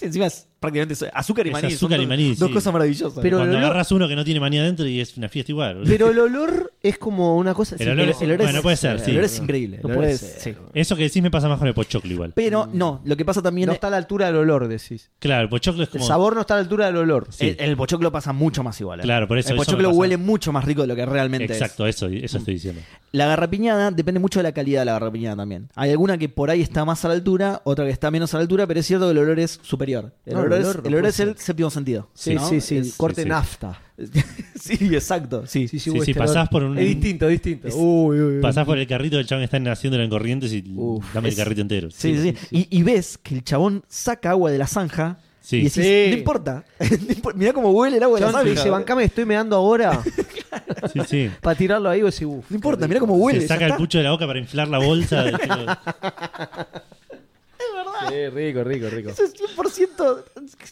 S4: Encima es prácticamente eso, azúcar y
S1: Es
S4: maní. son
S1: azúcar y
S4: dos-
S1: maní,
S4: Dos
S1: sí.
S4: cosas maravillosas.
S2: Pero- el
S1: cuando
S2: olor-
S1: agarras uno que no tiene manía adentro y es una fiesta igual. boludo.
S2: Pero el olor es como una cosa...
S1: El olor es- bueno, puede ser,
S4: el
S1: sí.
S4: olor es increíble. el
S2: No
S4: olor
S2: puede
S4: es-
S2: ser.
S4: sí.
S1: Eso que decís me pasa más con el pochoclo igual.
S4: Pero no, lo que pasa también
S2: No
S4: es-
S2: está a la altura del olor, decís.
S1: Claro, el pochoclo es
S2: El
S1: como.
S2: sabor no está a la altura del olor.
S1: Sí.
S4: el, el pochoclo pasa mucho más igual. eh.
S1: Claro, por eso-
S4: El
S1: eso
S4: pochoclo
S1: me pasa.
S4: huele mucho más rico de lo que realmente es.
S1: Exacto, eso, eso estoy diciendo.
S4: La garrapiñada depende mucho de la calidad de la garrapiñada también. Hay alguna que por ahí está más a la altura, otra que está menos a la altura, pero es cierto que el olor es superior. El
S2: No, el
S4: olor, es,
S2: olor no
S4: el, olor
S2: puede
S4: es el
S2: ser.
S4: séptimo sentido.
S2: Sí,
S4: ¿no?
S2: sí, sí.
S4: Es-
S1: sí,
S2: corte
S1: sí.
S2: nafta.
S4: sí, exacto. Sí.
S1: Sí, sí,
S2: este
S1: pasás
S2: olor-
S1: por un-
S2: Es distinto, es distinto. Uh, Uy, uy, uy.
S1: Pasás por el carrito del chabón que están haciéndolo en corrientes y
S2: Uf,
S1: dame el
S4: es-
S1: carrito entero.
S4: Sí, sí, sí. Y, y ves que el chabón saca agua de la zanja
S1: Sí.
S4: Y decís,
S6: Sí.
S4: no importa. No impo- Mirá cómo huele el agua de la
S2: John
S4: sal.
S2: dice, bancame, estoy meando ahora
S1: Sí, sí.
S2: para tirarlo ahí. Vos decís, uff.
S4: No importa, mirá cómo huele.
S1: Se
S4: ya
S1: saca el
S4: está.
S1: pucho de la boca para inflar la bolsa. del tipo-
S6: Sí, rico, rico, rico.
S4: Eso es 100%.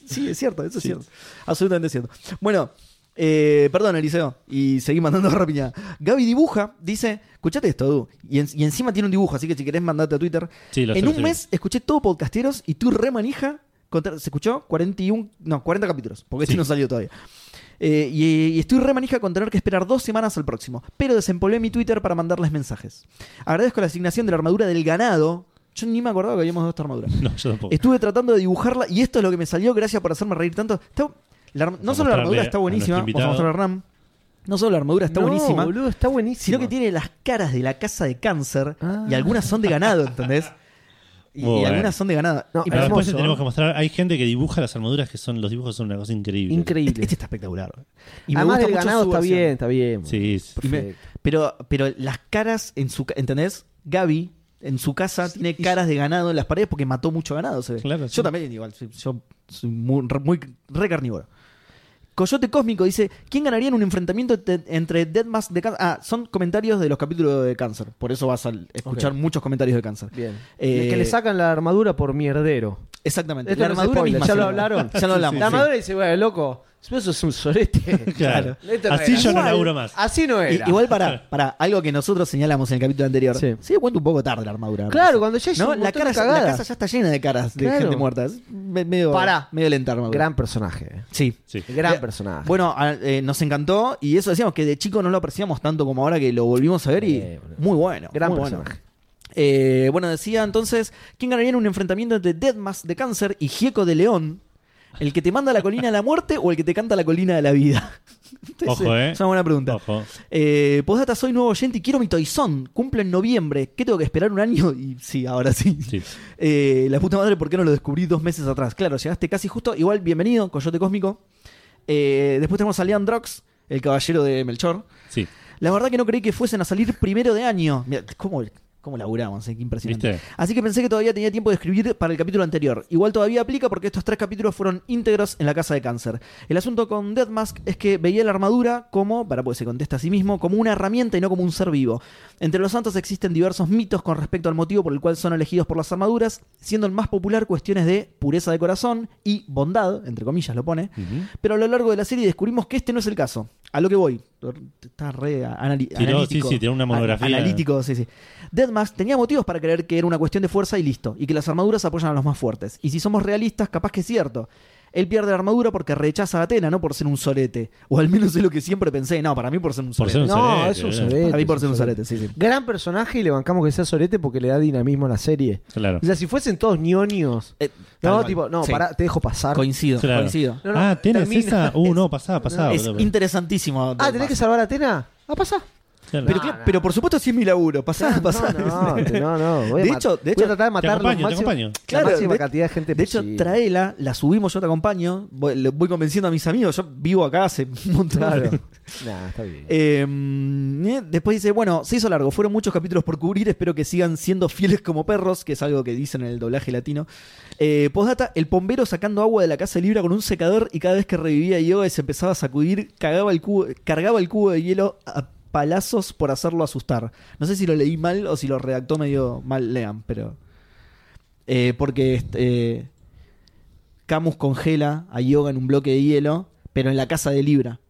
S4: Sí, es cierto, eso es cierto. Absolutamente cierto. Bueno, eh, perdón, Eliseo, y seguí mandando rapiña. Gaby dibuja, dice, escuchate esto, Edu, y, en- y encima tiene un dibujo, así que si querés mandate a Twitter.
S1: Sí, lo
S4: en
S1: sé,
S4: un
S1: sí.
S4: mes escuché todo podcasteros y tú re manija. contra- ¿Se escuchó? 41, no, 40 capítulos, porque este no salió todavía. Eh, y, y estoy re manija con tener que esperar dos semanas al próximo. Pero desempolvé mi Twitter para mandarles mensajes. Agradezco la asignación de la armadura del ganado. Yo ni me acordaba que habíamos dado esta armadura.
S1: No, yo tampoco.
S4: Estuve tratando de dibujarla y esto es lo que me salió. Gracias por hacerme reír tanto. Está- la arm- no
S1: a
S4: solo la armadura
S1: mostrarle
S4: está
S1: a
S4: buenísima,
S1: nuestro
S4: vamos a mostrar a
S1: invitado.
S4: Hernán. No solo la armadura está
S2: no,
S4: buenísima,
S2: boludo, está buenísimo.
S4: sino que tiene las caras de la casa de cáncer
S2: Ah.
S4: y algunas son de ganado, ¿entendés? Y,
S1: Muy
S4: y
S1: bueno.
S4: algunas son de
S2: No,
S4: ganado. Y
S1: Ahora,
S4: para-
S1: después
S2: hermoso,
S1: te tenemos
S2: ¿eh?
S1: que mostrar. Hay gente que dibuja las armaduras que son. Los dibujos son una cosa increíble.
S2: Increíble.
S4: este está espectacular. Y me
S2: Además,
S4: gusta
S2: el
S4: mucho
S2: ganado
S4: su
S2: está
S4: versión.
S2: bien, está bien.
S1: Sí, sí.
S4: Y me-
S2: Perfecto.
S4: pero, pero las caras en su ca- ¿entendés? Gaby en su casa tiene caras de ganado en las paredes porque mató mucho ganado. se ve.
S1: Claro,
S4: yo
S1: sí.
S4: también igual, sí, yo soy muy, re- muy re carnívoro. Coyote Cósmico dice, ¿quién ganaría en un enfrentamiento te- entre Deadmask de Cáncer? Ah, son comentarios de los capítulos de Cáncer, por eso vas a l- escuchar
S2: Ok.
S4: muchos comentarios de Cáncer.
S2: Bien.
S4: Eh,
S2: Es que le sacan la armadura por mierdero.
S4: Exactamente.
S2: Esto no es spoiler,
S4: misma
S2: ya
S4: se
S2: lo
S4: la-
S2: hablaron.
S4: Ya lo
S2: la
S4: hablamos. sí.
S2: armadura dice, bueno, loco, eso es un sorete.
S1: Claro.
S2: Esto no
S1: Así
S2: era.
S1: yo no
S2: Igual,
S1: laburo más.
S2: Así no
S4: I-
S2: era.
S4: igual para, para algo que nosotros señalamos en el capítulo anterior.
S2: Sí.
S4: Se dio cuenta un poco tarde la armadura. me
S2: Claro,
S4: parece.
S2: cuando ya hizo
S4: ¿No?
S2: un
S4: la,
S2: montón de
S4: cara, la
S2: cagadas.
S4: casa ya está llena de caras de
S2: Claro.
S4: gente muerta. Es me- medio,
S2: Pará.
S4: medio lenta la armadura.
S2: Gran personaje.
S4: Sí.
S1: Sí.
S2: Gran
S4: Eh,
S2: personaje.
S4: Bueno, a- eh, nos encantó y eso decíamos que de chico no lo apreciamos tanto como ahora que lo volvimos a ver y
S2: Eh, boludo.
S4: muy bueno.
S2: Gran
S4: muy bueno.
S2: personaje.
S4: Eh, bueno, decía entonces, ¿quién ganaría en un enfrentamiento entre Deadmask de Cáncer y Gieco de León? ¿El que te manda a la colina de la muerte o el que te canta la colina de la vida? Entonces,
S1: Ojo, eh.
S4: Es una buena pregunta.
S1: Ojo.
S4: Eh, postdata, soy nuevo oyente y quiero mi Toyson. Cumple en noviembre. ¿Qué tengo que esperar un año? Y sí, ahora sí.
S1: Sí.
S4: Eh, la puta madre, ¿por qué no lo descubrí dos meses atrás? Claro, llegaste casi justo. Igual, bienvenido, Coyote Cósmico. Eh, después tenemos a Leandrox, el caballero de Melchor.
S1: Sí.
S4: La verdad que no creí que fuesen a salir primero de año. Mira, ¿cómo, cómo laburamos? eh? Qué impresionante.
S1: ¿Viste?
S4: Así que pensé que todavía tenía tiempo de escribir para el capítulo anterior. Igual todavía aplica porque estos tres capítulos fueron íntegros en la casa de cáncer. El asunto con Deathmask es que veía la armadura como, para pues se contesta a sí mismo, como una herramienta y no como un ser vivo. Entre los santos existen diversos mitos con respecto al motivo por el cual son elegidos por las armaduras, siendo el más popular cuestiones de pureza de corazón y bondad, entre comillas lo pone,
S1: Ujú.
S4: pero a lo largo de la serie descubrimos que este no es el caso. A lo que voy. Está re anali-
S1: Tiró,
S4: analítico.
S1: sí, sí, tiró una monografía.
S4: An- analítico, sí, sí. Deadmask tenía motivos para creer que era una cuestión de fuerza y listo. Y que las armaduras apoyan a los más fuertes. Y si somos realistas, capaz que es cierto. Él pierde la armadura porque rechaza a Atena, no por ser un solete. O al menos es lo que siempre pensé. No, para mí por ser un
S1: Por
S4: solete.
S1: ser un
S2: No,
S1: sorete,
S2: es un
S1: ¿verdad?
S2: sorete.
S4: Para mí por ser un
S2: es un
S4: solete, sí, sí.
S2: Gran personaje y le bancamos que sea sorete porque le da dinamismo a la serie.
S1: Claro.
S2: O sea, si fuesen todos ñoños.
S4: Eh, tal
S2: No,
S4: cual.
S2: tipo, no,
S4: Sí.
S2: pará, te dejo pasar.
S4: Coincido,
S1: Claro.
S4: coincido.
S2: No, no,
S1: ah, ¿tienes
S2: termina.
S1: esa? Uh, no, pasá, pasá.
S4: Es
S1: boludo.
S4: interesantísimo.
S2: ah, ¿tenés
S4: Deadmask.
S2: que salvar a Atena? Ah, pasá.
S1: Claro.
S4: Pero,
S2: No,
S4: claro,
S2: no.
S4: pero por supuesto sí es mi laburo. Pasá, pasá.
S2: No, no, te- no, no. Voy a
S4: De
S2: mat-
S4: hecho- de
S2: voy a
S4: hecho,
S2: tratar de matar los
S1: acompaño, te
S2: máximos-
S1: acompaño.
S2: la
S4: Claro,
S2: máxima
S4: de-
S2: cantidad de gente
S4: De hecho,
S2: posible.
S4: traela, la subimos, yo te acompaño, voy, le voy convenciendo a mis amigos, yo vivo acá hace un montón de
S2: Claro.
S4: años.
S2: nah, está bien.
S4: Eh, eh, después dice, bueno, se hizo largo, fueron muchos capítulos por cubrir, espero que sigan siendo fieles como perros, que es algo que dicen en el doblaje latino. Eh, postdata, el bombero sacando agua de la casa libra con un secador y cada vez que revivía Yoga y se empezaba a sacudir, cagaba el cubo, cargaba el cubo de hielo a palazos por hacerlo asustar. No sé si lo leí mal o si lo redactó medio mal, lean, pero... Eh, porque este, eh, Camus congela a Yoga en un bloque de hielo, pero en la casa de Libra.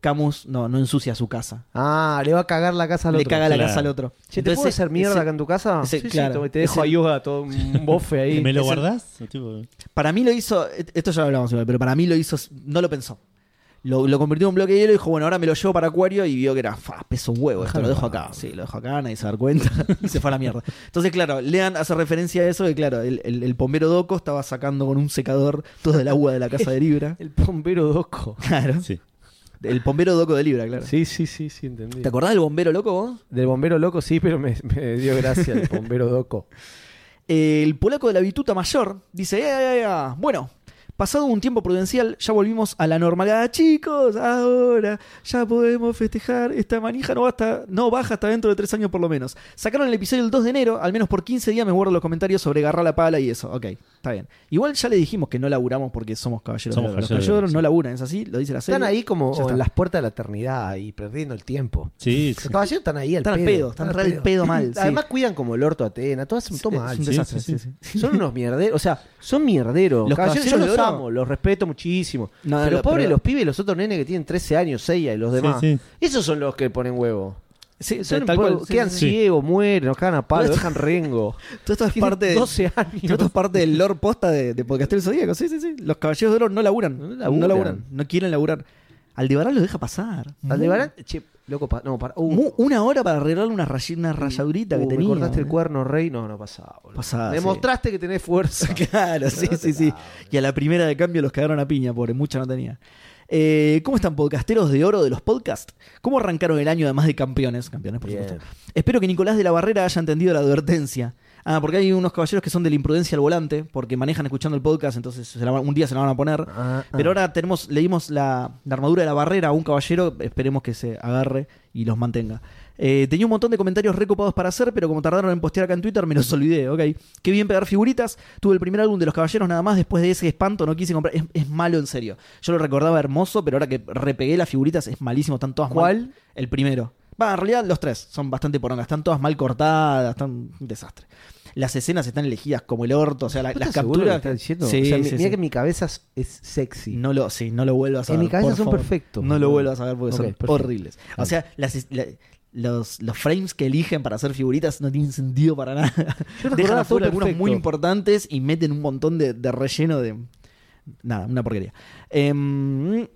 S4: Camus no, no ensucia su casa.
S2: Ah, le va a cagar la casa al
S4: Le
S2: otro.
S4: caga la
S1: Claro.
S4: casa al otro.
S2: Che, ¿te
S4: Entonces,
S2: puedo hacer mierda
S4: ese-
S2: acá en tu casa?
S4: ese-
S2: sí, sí,
S4: claro.
S2: te- te dejo
S4: Ese-
S2: a Yoga todo un bofe ahí.
S1: ¿Me lo
S2: Ese-
S1: guardás? Tipo,
S4: para mí lo hizo, e-, esto ya lo hablamos igual, pero para mí lo hizo, no lo pensó. Lo, lo convirtió en un bloque de hielo y dijo, bueno, ahora me lo llevo para Acuario y vio que era, fa, peso un huevo, esto lo dejo acá. Sí, lo dejo acá, nadie se va a dar cuenta y se fue a la mierda. Entonces, claro, Lean hace referencia a eso, que claro, el, el, el bombero Doco estaba sacando con un secador todo el agua de la casa de Libra.
S2: El bombero doco.
S4: Claro.
S1: sí.
S4: El bombero Doco de Libra, claro.
S2: Sí, sí, sí, sí, entendí.
S4: ¿Te acordás del bombero loco vos?
S2: Del bombero loco sí, pero me, me dio gracia el bombero doco.
S4: El polaco de la bituta mayor dice, "Eh, eh, eh, bueno, pasado un tiempo prudencial ya volvimos a la normalidad, chicos, ahora ya podemos festejar, esta manija no, va hasta- no baja hasta dentro de tres años por lo menos. Sacaron el episodio el 2 de enero, al menos por 15 días me guardo los comentarios sobre agarrar la pala y eso, ok. está bien. Igual ya le dijimos que no laburamos porque somos caballeros.
S1: Somos
S4: del Oro.
S1: caballeros
S4: los caballeros
S1: del Oro,
S4: no
S1: sí.
S4: laburan, es así, lo dice la serie.
S2: Están ahí como
S4: Ya está.
S2: en las puertas de la eternidad y perdiendo el tiempo.
S1: Sí,
S2: Los caballeros están ahí al
S4: Están al
S2: pedo.
S4: pedo, están re al pedo mal, sí.
S2: Además cuidan como el orto a Atena, todo hacen todo
S4: Es
S2: mal.
S4: un
S1: sí,
S4: desastre,
S1: sí,
S4: sí, sí.
S2: Son unos mierderos, o sea, son mierderos.
S4: Los
S2: Los caballeros, yo
S4: Caballeros
S2: los
S4: de Oro-
S2: amo, los respeto muchísimo.
S4: No, no,
S2: pero
S4: no,
S2: pobre
S4: pero-
S2: los pibes y los otros nenes que tienen 13 años, 6 y los demás.
S1: sí.
S2: Esos son los que ponen huevo.
S4: Sí,
S2: Son
S4: tal
S2: po-
S4: cual, sí,
S2: quedan
S4: sí, sí.
S2: ciegos, mueren, los cagan a palo,
S4: Todo-
S2: dejan rengo.
S4: Todo esto es
S2: Tienen
S4: parte de-
S2: 12 años.
S4: todo esto es parte del lore posta de, de Podcastero Zodíaco. Sí, sí, sí. Los caballeros de oro no laburan. No
S2: No
S4: laburan.
S2: laburan.
S4: No, quieren laburar. Aldebarán lo deja pasar.
S2: Aldebarán, che, loco, pa- no, para. uh,
S4: Mu- Una hora para arreglar una, rayi- una rayadurita
S2: uh,
S4: que
S2: me
S4: tenía.
S2: cortaste el cuerno, rey. No, no pasaba, boludo.
S4: Pasaba, sí.
S2: Demostraste que tenés fuerza.
S4: Claro, sí, sí, sí. Y a la primera de cambio los cagaron a piña, pobre, mucha no tenía. Eh, ¿Cómo están podcasteros de oro de los podcasts? ¿Cómo arrancaron el año además de campeones? Campeones, por
S2: Bien.
S4: supuesto. Espero que Nicolás de la Barrera haya entendido la advertencia. Ah, porque hay unos caballeros que son de la imprudencia al volante, porque manejan escuchando el podcast, entonces se la van- un día se la van a poner.
S2: Ah, ah.
S4: Pero ahora tenemos, le dimos la, la armadura de la barrera a un caballero, esperemos que se agarre y los mantenga. Eh, tenía un montón de comentarios recopados para hacer, pero como tardaron en postear acá en Twitter, me los olvidé, ok. Qué bien pegar figuritas. Tuve el primer álbum de los caballeros nada más, después de ese espanto no quise comprar. Es, es malo en serio. Yo lo recordaba hermoso, pero ahora que repegué las figuritas es malísimo, están todas mal.
S2: ¿Cuál?
S4: El primero. Va, en realidad los tres son bastante porongas, están todas mal cortadas, están un desastre. Las escenas están elegidas como el orto, o sea, la-
S2: ¿Vos
S4: las
S2: estás seguro de lo
S4: capturas.
S2: que estás diciendo?
S4: Sí,
S2: O sea, mi-
S4: sí,
S2: mira
S4: sí.
S2: que mi cabeza es- es sexy.
S4: No lo, sí, no lo vuelvas a
S2: En
S4: ver.
S2: mi cabeza
S4: por
S2: son
S4: favor.
S2: perfectos.
S4: No lo vuelvas a ver porque
S2: Ok,
S4: son
S2: perfecto.
S4: horribles. O sea, las, es- la- los, los frames que eligen para hacer figuritas no tienen sentido para nada. Dejan
S2: recordaba
S4: afuera
S2: todo
S4: algunos muy
S2: perfecto.
S4: importantes y meten un montón de, de relleno de. Nada, una porquería. Em,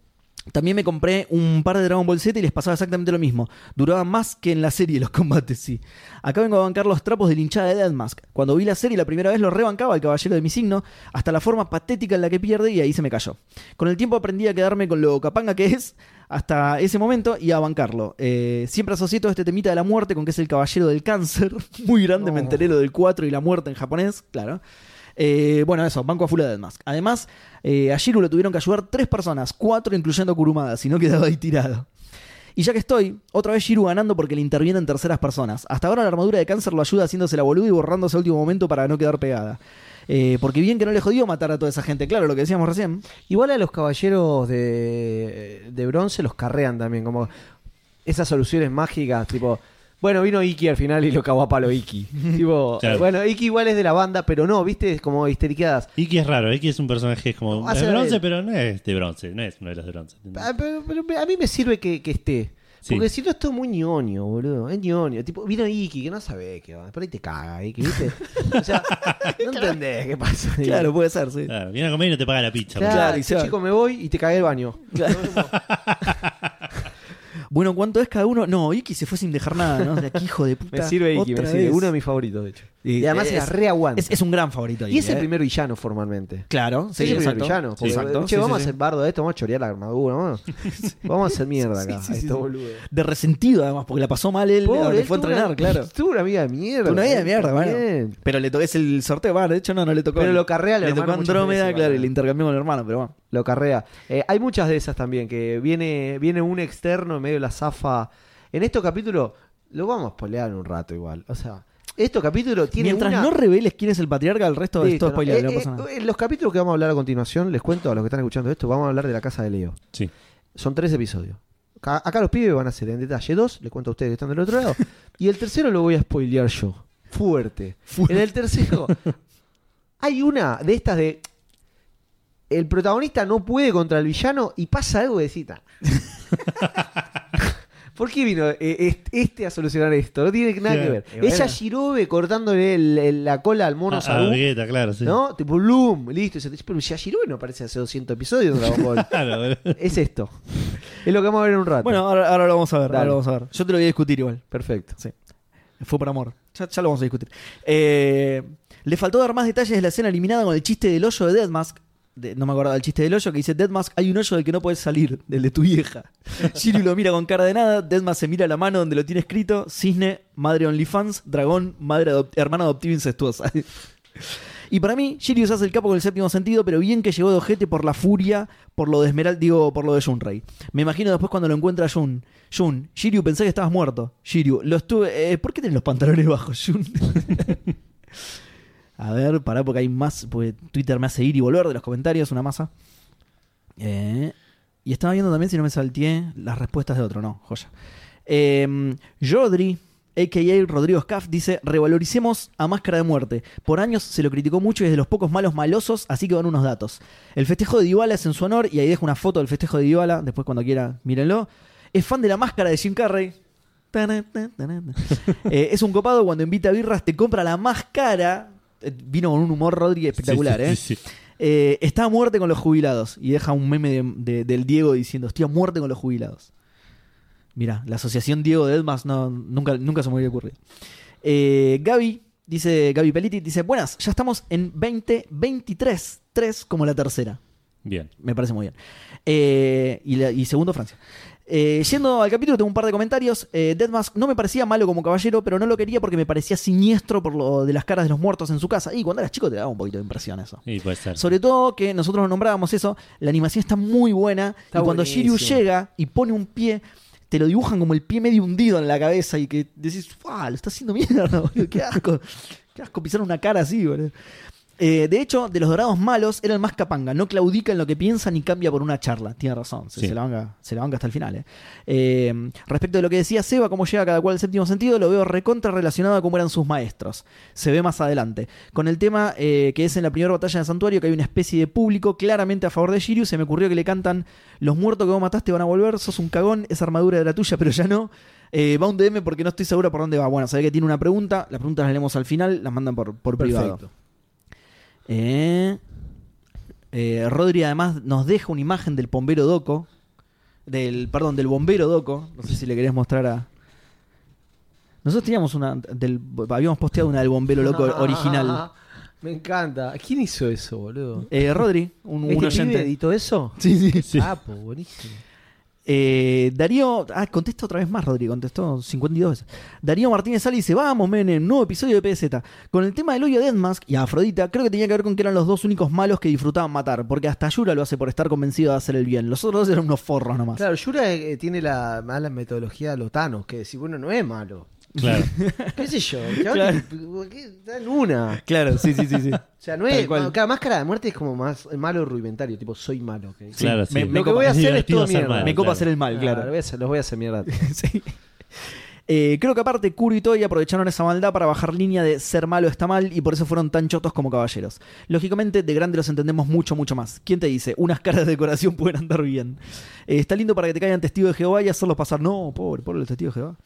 S4: también me compré un par de Dragon Ball Z y les pasaba exactamente lo mismo. Duraba más que en la serie los combates, sí. Acá vengo a bancar los trapos de linchada de Deadmask. Cuando vi la serie la primera vez lo rebancaba el caballero de mi signo, hasta la forma patética en la que pierde y ahí se me cayó. Con el tiempo aprendí a quedarme con lo capanga que es hasta ese momento y a bancarlo. Eh, siempre asocio todo este temita de la muerte con que es el caballero del cáncer. Muy grande, me
S2: No.
S4: enteré lo del 4 y la muerte en japonés, claro. Eh, bueno, eso, banco a full de Deadmask. Además, eh, a Shiru lo tuvieron que ayudar tres personas, cuatro incluyendo a Kurumada, si no quedaba ahí tirado. Y ya que estoy, otra vez Shiru ganando porque le intervienen terceras personas. Hasta ahora la armadura de cáncer lo ayuda haciéndose la boluda y borrándose a último momento para no quedar pegada. Eh, porque bien que no le jodió matar a toda esa gente, claro, lo que decíamos recién.
S2: Igual a los caballeros de, de bronce los carrean también, como esas soluciones mágicas, tipo, bueno, vino Iki al final y lo cagó a palo Iki. tipo,
S1: Claro.
S2: bueno, Iki igual es de la banda, pero no, viste, es como histeriqueadas.
S1: Iki es raro, Iki es un personaje es como
S2: No,
S1: es
S2: hace la
S1: bronce,
S2: de-
S1: pero no es de bronce, no es uno de los de bronce. ¿entendés?
S2: Ah, pero, pero a mí me sirve que, que esté.
S1: Sí.
S2: Porque si no es todo muy ñoño, boludo. Es ñoño. Tipo, vino Iki, que no sabe qué va. Por ahí te caga, Iki, ¿viste? O sea, no entendés qué pasa.
S4: Claro, puede ser, sí.
S1: Claro, viene a comer y no te paga la pizza.
S2: Claro,
S4: Claro,
S1: boludo.
S4: y
S2: che,
S4: se va.
S2: chico, me voy y te cagué el baño.
S4: Bueno, ¿cuánto es cada uno? No, Iki se fue sin dejar nada, ¿no? O sea, qué hijo de puta.
S2: Me sirve Iki,
S4: Otra
S2: me sirve.
S4: vez.
S2: Uno de mis favoritos, de hecho.
S4: Y
S2: Y, además
S4: es-
S2: se la reaguanta.
S4: Es, es un gran favorito.
S2: Y
S4: Iki,
S2: es el
S4: ¿eh?
S2: primer villano formalmente.
S4: Claro, sí,
S2: es el primer
S4: exacto.
S2: villano. porque,
S4: Exacto,
S2: Che,
S4: sí,
S2: vamos
S4: sí,
S2: a
S4: sí.
S2: hacer bardo de esto, vamos a chorear la armadura, vamos. vamos a hacer mierda acá.
S4: Sí, sí,
S2: a
S4: sí,
S2: estos
S4: sí.
S2: boludos.
S4: De resentido, además, porque la pasó mal él,
S2: Pobre,
S4: le
S2: él
S4: fue a
S2: tuvo
S4: entrenar,
S2: una-
S4: claro.
S2: Tuvo una vida de mierda.
S4: Una vida de mierda, bueno.
S2: Bien.
S4: Pero le tocó, es el sorteo, va, de hecho no, no le tocó.
S2: Pero lo carrea al
S4: Le tocó
S2: hermano muchas
S4: Andrómeda,
S2: veces,
S4: claro,
S2: va.
S4: y le intercambió con el hermano, pero bueno.
S2: Lo carrea. Eh, hay muchas de esas también, que viene, viene un externo en medio de la zafa. En estos capítulos, lo vamos a polear un rato igual. O sea, estos capítulos tienen
S4: Mientras
S2: una-
S4: no reveles quién es el patriarca, el resto es
S2: Listo,
S4: todo
S2: no.
S4: spoiler,
S2: Eh,
S4: no
S2: eh,
S4: pasa nada.
S2: en los capítulos que vamos a hablar a continuación, les cuento a los que están escuchando esto, vamos a hablar de la casa de Leo.
S1: Sí.
S2: Son tres episodios. Ca- Acá los pibes van a ser en detalle dos, les cuento a ustedes que están del otro lado. Y el tercero lo voy a spoilear yo. Fuerte. En el tercero hay una de estas de... El protagonista no puede contra el villano y pasa algo de cita. ¿Por qué vino eh, est- este a solucionar esto? No tiene nada que
S1: Claro.
S2: ver.
S4: Y bueno.
S2: Ella Jirobe cortándole el- el- la cola al mono
S1: Ah,
S2: Sabu.
S1: ah, Vegeta, claro, sí.
S2: ¿No? Tipo, bloom, listo. Y se te dice, pero Yashiro no aparece hace 200 episodios de Dragon Ball.
S1: Claro, boludo.
S2: es esto. Es lo que vamos a ver en un rato.
S4: Bueno, ahora, ahora lo vamos a ver,
S2: eh,
S4: ahora
S2: Dale.
S4: lo vamos a ver. Yo te lo voy a discutir igual.
S2: perfecto.
S4: Fue por amor. Ya, ya lo vamos a discutir. Eh, le faltó dar más detalles de la escena eliminada con el chiste del hoyo de Deadmask. De- no me acuerdo del chiste del hoyo que dice Deadmask, hay un hoyo del que no puedes salir, del de tu vieja. Shiryu lo mira con cara de nada, Deadmask se mira la mano donde lo tiene escrito, cisne, madre OnlyFans, dragón, madre adop- hermana adoptiva incestuosa. Y para mí, Shiryu se hace el capo con el séptimo sentido, pero bien que llegó de ojete por la furia, por lo de Esmeral, digo, por lo de Junrei. Me imagino después cuando lo encuentra Jun. Jun, Shiryu, pensé que estabas muerto. Shiryu, lo estuve. eh, ¿Por qué tenés los pantalones bajos, Jun? A ver, pará, porque hay más. Porque Twitter me hace ir y volver de los comentarios, una masa. Eh, y estaba viendo también, si no me salteé, las respuestas de otro, no, joya. Eh, Jodri, a.k.a. Rodrigo Scaff, dice: Revaloricemos a Máscara de Muerte. Por años se lo criticó mucho y es de los pocos malos malosos, así que van unos datos. El festejo de Dybala es en su honor, y ahí dejo una foto del festejo de Dybala, después cuando quiera, mírenlo. Es fan de la máscara de Jim Carrey. Taná, taná, taná. Eh, es un copado cuando invita a birras, te compra la máscara. Eh, Vino con un humor, Rodri, espectacular, ¿eh?
S1: Sí, sí, sí.
S4: Eh, está a muerte con los jubilados. Y deja un meme de- de- del Diego diciendo, estoy a muerte con los jubilados. Mira, la asociación Diego de Edmas no, nunca, nunca se me hubiera ocurrido. Eh, Gaby, dice, Gaby Peliti, dice, buenas, ya estamos en 20, 23, 3 como la tercera.
S1: Bien.
S4: Me parece muy bien. Eh, y, la- y segundo, Francia. Eh, yendo al capítulo, tengo un par de comentarios. Eh, Deathmask no me parecía malo como caballero, pero no lo quería porque me parecía siniestro por lo de las caras de los muertos en su casa. Y cuando eras chico te daba un poquito de impresión eso.
S1: Y puede ser.
S4: Sobre todo que nosotros lo nombrábamos eso, la animación está muy buena.
S2: Está
S4: y cuando
S2: buenísimo.
S4: Shiryu llega y pone un pie, te lo dibujan como el pie medio hundido en la cabeza y que decís, ¡ah! Lo está haciendo mierda, boludo, qué asco. Qué asco pisar una cara así, boludo. Eh, de hecho, de los dorados malos era el más capanga. No claudica en lo que piensa ni cambia por una charla. Tiene razón. Se,
S1: Sí.
S4: se la banca, se la banca hasta el final. eh. Eh, respecto de lo que decía Seba, cómo llega cada cual al séptimo sentido, lo veo recontra relacionado a cómo eran sus maestros. Se ve más adelante. Con el tema eh, que es en la primera batalla de santuario, que hay una especie de público claramente a favor de Shiryu, se me ocurrió que le cantan: Los muertos que vos mataste van a volver, sos un cagón, esa armadura era tuya, pero ya no. Eh, va un DM porque no estoy segura por dónde va. Bueno, sabe que tiene una pregunta. Las preguntas las leemos al final, las mandan por, por privado.
S6: Perfecto.
S4: Eh, eh, Rodri además nos deja una imagen del bombero Doco. Del, perdón, del bombero Doco. No sé si le querés mostrar a. Nosotros teníamos una. Del, habíamos posteado una del bombero loco
S6: Ah,
S2: Ah,
S4: original.
S6: Me encanta. ¿Quién hizo eso, boludo?
S4: Eh, Rodri, un, un
S2: ¿Este
S4: oyente.
S2: pibe editó eso?
S4: Sí, sí.
S1: Sí.
S6: Capo, Ah, pues, buenísimo.
S4: Eh, Darío. Ah, contesta otra vez más, Rodri. Contestó 52 veces. Darío Martínez Sali dice: Vamos, Menem, nuevo episodio de PZ. Con el tema del hoyo de Deathmask y a Afrodita, creo que tenía que ver con que eran los dos únicos malos que disfrutaban matar. Porque hasta Yura lo hace por estar convencido de hacer el bien. Los otros dos eran unos forros nomás.
S6: Claro, Yura eh, tiene la mala metodología de Lotano, que decir, bueno, no es malo.
S1: Claro.
S6: ¿Qué sé yo? chaval, que- Está en una.
S4: Claro, sí, sí, sí. sí.
S6: O sea, no
S4: Tal
S6: es.
S4: cual.
S6: ma- Cada máscara de muerte es como más eh, malo rudimentario, tipo, soy malo. ¿ok?
S4: Sí,
S1: Claro, sí.
S4: me- me
S6: Lo que
S4: copa.
S6: voy a
S1: Es
S6: hacer es
S1: divertido
S6: todo
S1: hacer
S6: mierda.
S1: mal.
S4: me copa
S1: claro.
S4: hacer el mal,
S6: Ah,
S4: claro.
S6: voy a hacer- los voy a hacer mierda.
S4: Sí. Eh, creo que aparte Kuro y Toy aprovecharon esa maldad para bajar línea de ser malo está mal y por eso fueron tan chotos como caballeros. Lógicamente, de grande los entendemos mucho, mucho más. ¿Quién te dice? Unas caras de decoración pueden andar bien. Eh, está lindo para que te caigan testigos de Jehová y hacerlos pasar. No, pobre, pobre los testigos de Jehová.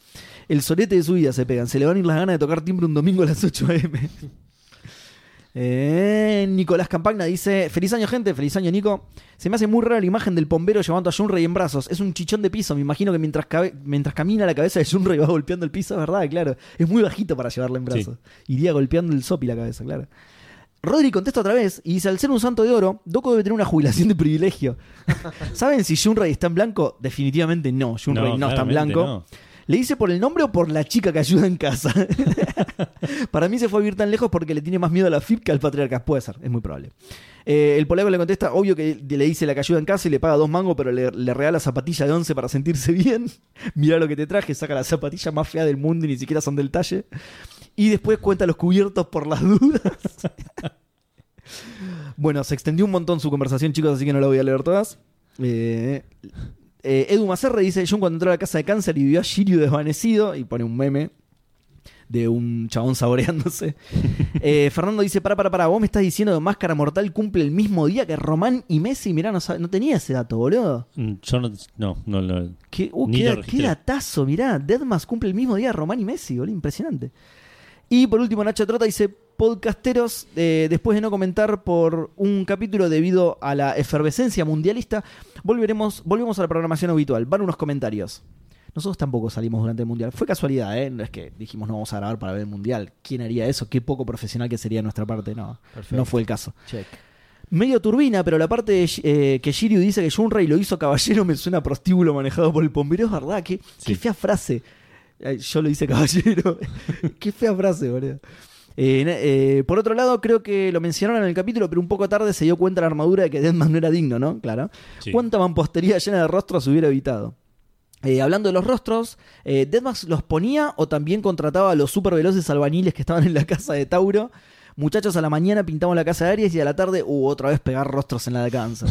S4: El solete de su vida se pegan. Se le van a ir las ganas de tocar timbre un domingo a las 8 a.m. Eh, Nicolás Campagna dice: Feliz año, gente. Feliz año, Nico. Se me hace muy rara la imagen del bombero llevando a Junrey en brazos. Es un chichón de piso. Me imagino que mientras, cabe- mientras camina la cabeza de Junrey va golpeando el piso, ¿verdad? Claro. Es muy bajito para llevarla en brazos. Iría golpeando el sopi la cabeza, claro. Rodri contesta otra vez y dice: Al ser un santo de oro, Doco debe tener una jubilación de privilegio. ¿Saben si Junrey está en blanco? Definitivamente no. Junrey no, está en
S1: claramente
S4: blanco.
S1: no.
S4: ¿Le hice por el nombre o por la chica que ayuda en casa? Para mí se fue a vivir tan lejos porque le tiene más miedo a la FIP que al patriarca. Puede ser, es muy probable. Eh, el polaco le contesta, obvio que le dice la que ayuda en casa y le paga dos mangos, pero le, le regala zapatilla de once para sentirse bien. Mirá lo que te traje, saca la zapatilla más fea del mundo y ni siquiera son del talle. Y después cuenta los cubiertos por las dudas. bueno, se extendió un montón su conversación, chicos, así que no la voy a leer todas. Eh, eh, Edu Macerre dice: John cuando entró a la casa de cáncer y vio a Shiryu desvanecido, y pone un meme de un chabón saboreándose. Eh, Fernando dice: Para, para, para, vos me estás diciendo que Máscara Mortal cumple el mismo día que Román y Messi. Mirá, no, sab- no tenía ese dato, boludo.
S1: Mm, Yo no, no, no, lo-
S4: Qué, uh,
S1: Ni
S4: qué
S1: lo
S4: da-
S1: registré.
S4: qué datazo, mirá. Deadmas cumple el mismo día de Román y Messi, boludo. Impresionante. Y por último, Nacho Trota dice: Podcasteros, eh, después de no comentar por un capítulo debido a la efervescencia mundialista, volveremos, volvemos a la programación habitual. Van unos comentarios. Nosotros tampoco salimos durante el mundial. Fue casualidad, ¿eh? No es que dijimos no vamos a grabar para ver el mundial. ¿Quién haría eso? Qué poco profesional que sería de nuestra parte. No,
S6: Perfecto.
S4: no fue el caso.
S6: Check.
S4: Medio turbina, pero la parte de, eh, que Shiryu dice que Junrei lo hizo caballero me suena a prostíbulo manejado por el bombero. Es verdad, qué, qué fea frase. Ay, Yo lo hice caballero. qué fea frase, boludo. Eh, na- eh, por otro lado, creo que lo mencionaron en el capítulo, pero un poco tarde se dio cuenta la armadura de que Deadman no era digno, ¿no? Claro.
S1: Sí.
S4: ¿Cuánta mampostería llena de rostros hubiera evitado? Eh, hablando de los rostros, eh, Deadmax los ponía o también contrataba a los superveloces albañiles que estaban en la casa de Tauro Muchachos, a la mañana pintamos la casa de Aries y a la tarde, uh, otra vez pegar rostros en la de cáncer.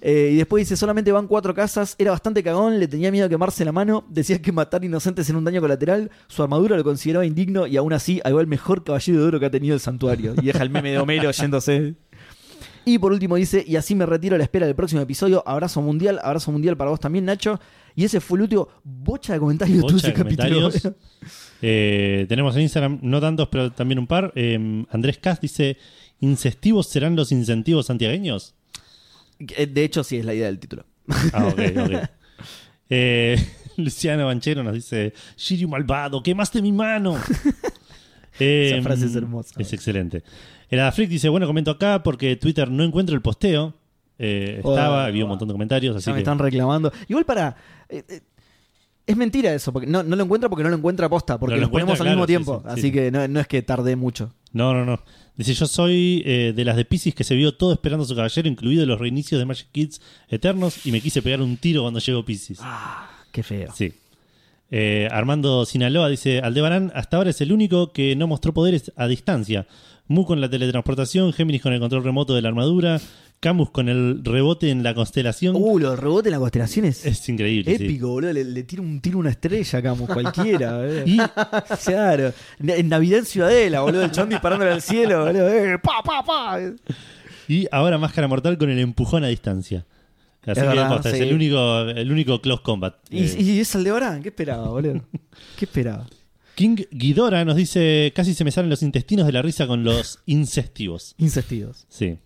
S4: Eh, y después dice, solamente van cuatro casas, era bastante cagón, le tenía miedo a quemarse la mano, decía que matar inocentes en un daño colateral, su armadura lo consideraba indigno y aún así ahí va el mejor caballero de oro que ha tenido el santuario. Y deja el meme de Homero yéndose. Y por último dice, y así me retiro a la espera del próximo episodio, abrazo mundial, abrazo mundial para vos también, Nacho. Y ese fue el último bocha de comentarios de todo
S1: Bocha de
S4: ese capítulo.
S1: comentarios. Eh, tenemos en Instagram, no tantos, pero también un par. Eh, Andrés Cas dice: ¿Incestivos serán los incentivos santiagueños?
S4: Eh, De hecho, sí es la idea del título.
S1: Ah, ok, ok. Eh, Luciano Banchero nos dice: Shiryu malvado, quemaste mi mano. Eh,
S4: Esa frase es hermosa.
S1: Es excelente. El Adafric dice: Bueno, comento acá porque Twitter no encuentra el posteo. Eh,
S4: Oh,
S1: estaba, había un montón de comentarios, así
S4: Ya me
S1: que.
S4: están reclamando. Igual para. eh, eh, es mentira eso, porque no, no lo encuentra porque no lo encuentra posta, porque
S1: No lo
S4: los ponemos al
S1: encuentra,
S4: mismo
S1: claro,
S4: tiempo.
S1: sí, sí,
S4: así
S1: sí.
S4: que no, no es que tardé mucho.
S1: No, no, no. Dice, yo soy eh, de las de Pisces que se vio todo esperando a su caballero, incluido los reinicios de Magic Kids Eternos, y me quise pegar un tiro cuando llegó Pisces.
S4: Qué feo.
S1: Sí. Eh, Armando Sinaloa dice, Aldebarán hasta ahora es el único que no mostró poderes a distancia. Mu con la teletransportación, Géminis con el control remoto de la armadura, Camus con el rebote en la constelación.
S4: Uh, los rebotes en la constelación es
S1: es increíble. sí.
S4: épico, boludo. Le, le tira un tiro a una estrella, Camus, cualquiera. eh. claro. Na- En Navidad en Ciudadela, boludo. El chon disparándole al cielo, boludo. eh, pa, pa, pa.
S1: Y ahora Máscara Mortal con el empujón a distancia. Así
S4: Es
S1: que
S4: verdad,
S1: posta, es
S4: sí.
S1: el único, el único close combat.
S4: Y,
S1: Eh,
S4: y es Aldebarán, ¿qué esperaba, boludo? ¿Qué esperaba?
S1: King Guidora nos dice, casi se me salen los intestinos de la risa con los incestivos.
S4: Incestidos.
S1: Sí.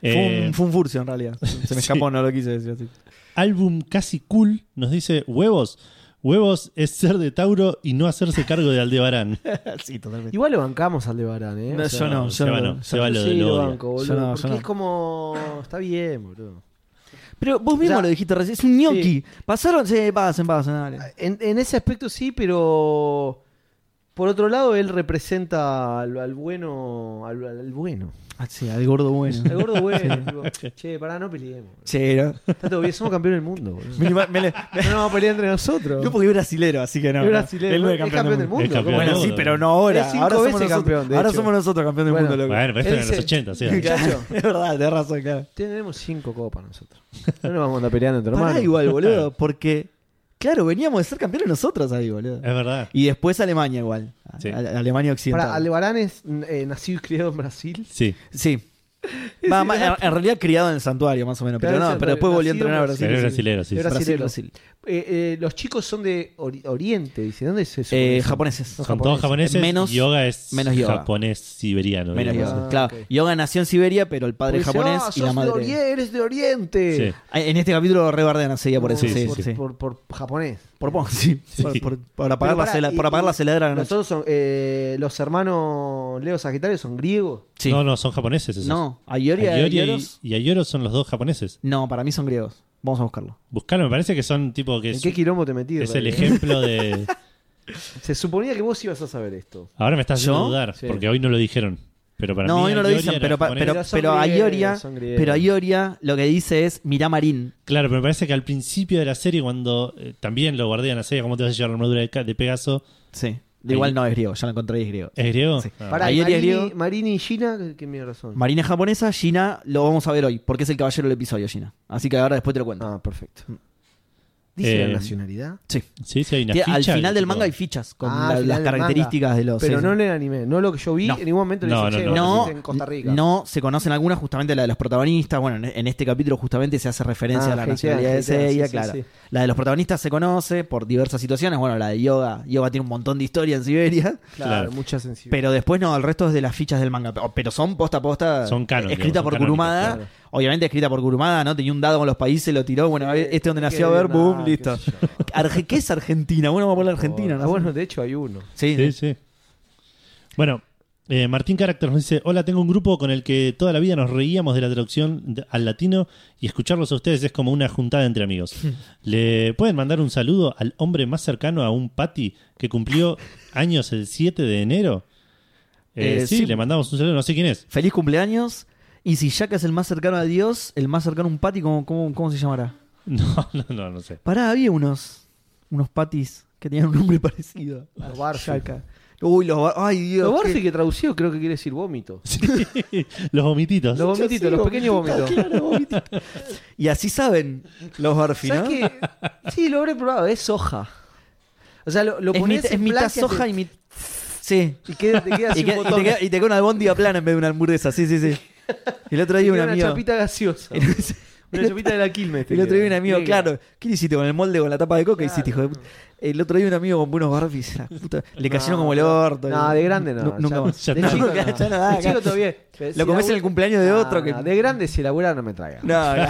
S4: Fue,
S1: Eh,
S4: un, fue un furcio, en realidad. Se me
S1: Sí.
S4: escapó, no lo quise decir así.
S1: álbum casi cool nos dice, huevos, huevos es ser de Tauro y no hacerse cargo de Aldebarán.
S4: sí, totalmente.
S2: Igual lo bancamos al de Barán, ¿eh?
S4: No, yo no, yo
S1: Seba
S4: no,
S1: no,
S4: yo
S1: Seba
S2: yo
S1: lo-
S2: sí
S1: lo
S2: lo
S1: odia.
S2: banco, boludo.
S4: Yo no, yo
S2: porque
S4: no.
S2: es como. Está bien, boludo.
S4: Pero vos mismo
S2: O sea,
S4: lo dijiste recién, es un gnocchi.
S2: sí.
S4: Pasaron, sí, pasen, pasen, dale.
S2: En, en ese aspecto sí, pero. Por otro lado, él representa al, al bueno. Al, al bueno.
S4: Ah, sí, al gordo bueno.
S2: Al gordo bueno. tipo, che, pará, no peleemos. boludo.
S4: Sí, ¿no?
S2: Está todo bien, somos campeones del mundo, boludo.
S4: Minima- me le-
S2: No nos vamos a pelear entre nosotros.
S4: no, porque es brasilero, así que no.
S2: Es
S4: no.
S2: brasilero,
S4: Él no es
S2: es
S4: campeón, del mundo.
S1: Es campeón
S4: Bueno,
S1: del
S4: sí,
S1: mundo.
S4: pero no ahora.
S2: Es cinco
S4: ahora somos
S2: veces
S4: nosotros,
S2: campeón, de
S4: ahora
S2: hecho.
S4: somos nosotros campeón del
S2: Bueno,
S4: mundo, loco.
S1: Bueno, pero esto
S2: Él
S1: era en los
S2: dice-
S1: 80, o sea.
S4: Claro, es verdad, tenés razón, claro.
S2: Tenemos cinco copas nosotros. No nos vamos a andar peleando entre
S4: Pará
S2: hermanos.
S4: igual, boludo,
S1: Claro.
S4: porque. Claro, veníamos de ser campeones nosotros ahí, boludo.
S1: Es verdad.
S4: Y después Alemania igual. A-
S1: Sí.
S4: a- Alemania Occidental.
S2: Pará, Aldebarán es eh, nacido y criado en Brasil.
S1: Sí.
S4: Sí. Va, ma- en, en realidad criado en el santuario, más o menos. Pero
S2: Claro,
S4: no,
S2: el
S4: pero después volvió a
S2: santuario.
S4: entrenar a
S2: Nacido
S4: Brasil.
S1: Pero es
S4: sí.
S1: brasilero, sí.
S2: Es
S4: Brasil,
S2: brasilero.
S4: Brasil.
S2: Eh, eh, los chicos son de ori- Oriente, dice. ¿Dónde es eso?
S4: Eh, japoneses.
S1: Son todos japoneses.
S4: Menos-
S1: yoga es
S4: menos yoga.
S1: japonés siberiano.
S4: Menos
S1: digamos.
S4: yoga.
S2: Ah,
S4: Claro,
S2: ok.
S4: yoga nació en Siberia, pero el
S2: Pues
S4: padre es japonés y la
S2: "Ah, De
S4: madre.
S2: Oriente, eres de Oriente.
S1: Sí.
S4: En este capítulo rebardean a Seiya por eso.
S1: Sí,
S4: Sí,
S1: sí,
S4: sí,
S1: sí.
S2: Por, por japonés.
S4: Por pon- sí.
S1: Sí.
S4: Por, por- por apagar
S2: Pero
S4: la
S2: pará,
S4: cela-
S2: y-
S4: por apagar
S2: y
S4: la celadera de la noche.
S2: Nosotros son, eh, los hermanos Leo Sagitario son griegos.
S4: Sí.
S1: No, no, son japoneses esos.
S4: No, Ayori,
S1: Ayori y-
S4: Ayoros-
S1: y Ayoros son los dos japoneses.
S4: No, para mí son griegos. Vamos a buscarlo.
S1: Buscalo, me parece que son tipo que
S2: ¿En
S1: es,
S2: qué quilombo te metiste?
S1: es el ejemplo de...
S2: Se suponía que vos ibas a saber esto.
S1: Ahora me estás haciendo
S4: ¿Yo?
S1: dudar,
S2: Sí.
S1: porque hoy no lo dijeron. Pero para mí
S4: No, hoy no lo
S1: Ayori
S4: dicen,
S1: era
S4: pero, pa-
S1: japonés.
S4: pero,
S2: Pero son
S4: pero
S2: griegos,
S4: Ayoria,
S2: son griegos.
S4: pero Ayoria lo que dice es Mirá Marín.
S1: Claro, pero me parece que al principio de la serie, cuando eh, también lo guardían la serie, ¿cómo te vas a llevar la armadura de, Ca- de Pegaso?
S4: Sí. Igual no es griego, ya lo encontré y es griego.
S1: ¿Es griego?
S4: Sí.
S1: Ah.
S2: Pará,
S4: Ayer
S2: Marini,
S4: y griego.
S2: Marini y Gina, ¿qué- ¿qué mierda son?
S4: Marina es japonesa, Gina lo vamos a ver hoy, porque es el caballero del episodio, Gina. Así que ahora después te lo cuento.
S2: ah, perfecto.
S4: Mm.
S2: ¿Dice
S1: Eh,
S2: la nacionalidad?
S4: Sí.
S1: Sí, sí, hay una
S4: Tiene-
S1: ficha.
S4: al final
S1: que
S4: del
S1: tipo-
S4: manga hay fichas con
S2: Ah,
S4: la-
S2: al final
S4: las
S2: del
S4: características de los.
S2: Pero
S4: sí,
S2: no
S4: sí.
S2: en el anime, no lo que yo vi.
S4: No.
S2: En ningún momento le
S1: No,
S2: dicen,
S1: no,
S2: "Che,
S1: no.
S2: vos
S4: no,
S2: naciste en Costa Rica. Ah,
S4: no se conocen algunas, justamente la de los protagonistas. Bueno, en- en este capítulo justamente se hace referencia
S2: Ah,
S4: a la
S2: hatean,
S4: nacionalidad de
S2: hatean, sí,
S4: Seiya,
S2: sí,
S4: claro.
S2: sí.
S4: La de los protagonistas se conoce por diversas situaciones. Bueno, la de Yoga, Yoga tiene un montón de historia en Siberia.
S2: Claro,
S1: Claro.
S2: mucha sensibilidad.
S4: Pero después no, el resto es de las fichas del manga. Pero- Pero son posta a posta.
S1: Son canon,
S4: Escrita
S1: digamos, son
S4: por
S1: canónicas,
S4: Kurumada.
S2: claro.
S4: Obviamente escrita por Kurumada, ¿no? Tenía un dado con los países, lo tiró. Bueno, a ver, este donde nació, a ver, boom, listo. Arge- ¿Qué es Argentina? Bueno, vamos a poner Argentina,
S2: Ah,
S4: ¿no?
S2: bueno, de hecho hay uno.
S4: Sí,
S1: Sí, sí. Bueno, eh, Martín Caracter nos dice: Hola, tengo un grupo con el que toda la vida nos reíamos de la traducción de- al latino y escucharlos a ustedes es como una juntada entre amigos. ¿Le pueden mandar un saludo al hombre más cercano a un Patty que cumplió años el 7 de enero? Eh,
S4: Eh,
S1: sí,
S4: sí.
S1: le mandamos un saludo, no sé quién es.
S4: Feliz cumpleaños. Y si Jack es el más cercano a Dios, el más cercano a un pati, ¿cómo, cómo, cómo se llamará?
S1: No, no, no, no sé.
S4: Pará, había unos, unos patis que tenían un nombre parecido.
S2: Los Barfield.
S4: Jack. Uy, los bar- Ay, Dios.
S2: Lo
S4: qué-
S2: barfi que traducido creo que quiere decir vómito.
S1: Sí, los vomititos.
S2: Los vomititos, los pequeños vómitos.
S4: Y así saben los barfi, ¿no?
S2: ¿Sabes qué? Sí, lo habré probado, es soja. O sea, lo, lo
S4: es,
S2: pones
S4: mitad,
S2: en
S4: es mitad
S2: planchas
S4: soja y mitad. Sí.
S2: y queda, te queda así
S4: Y,
S2: un
S4: que- y
S2: botón.
S4: te queda, y te queda una albóndiga plana en vez de una hamburguesa. Sí, sí, sí. Y el otro
S2: Te
S4: día
S2: queda
S4: un
S2: una
S4: amigo.
S2: chapita gaseosa.
S4: el
S2: una chapita de la Quilmes. te
S4: el otro
S2: queda.
S4: día un amigo,
S2: Negra.
S4: claro. ¿Qué le hiciste con el molde, con la tapa de coca?
S2: Claro,
S4: hiciste, hijo de puta? El otro día un amigo compró unos barfis. la puta, Le
S2: No,
S4: cayeron como el
S2: no.
S4: orto.
S2: No, de grande no.
S4: nunca
S2: ya-
S4: más.
S1: Ya
S2: de
S1: está.
S2: chico, no.
S4: Ya no da,
S2: De
S4: acá.
S2: chico todavía. Pero si
S4: Lo comés en
S2: laburo-
S4: el cumpleaños de
S2: No,
S4: otro que.
S2: no, De grande, si labura no me traiga.
S4: No, no.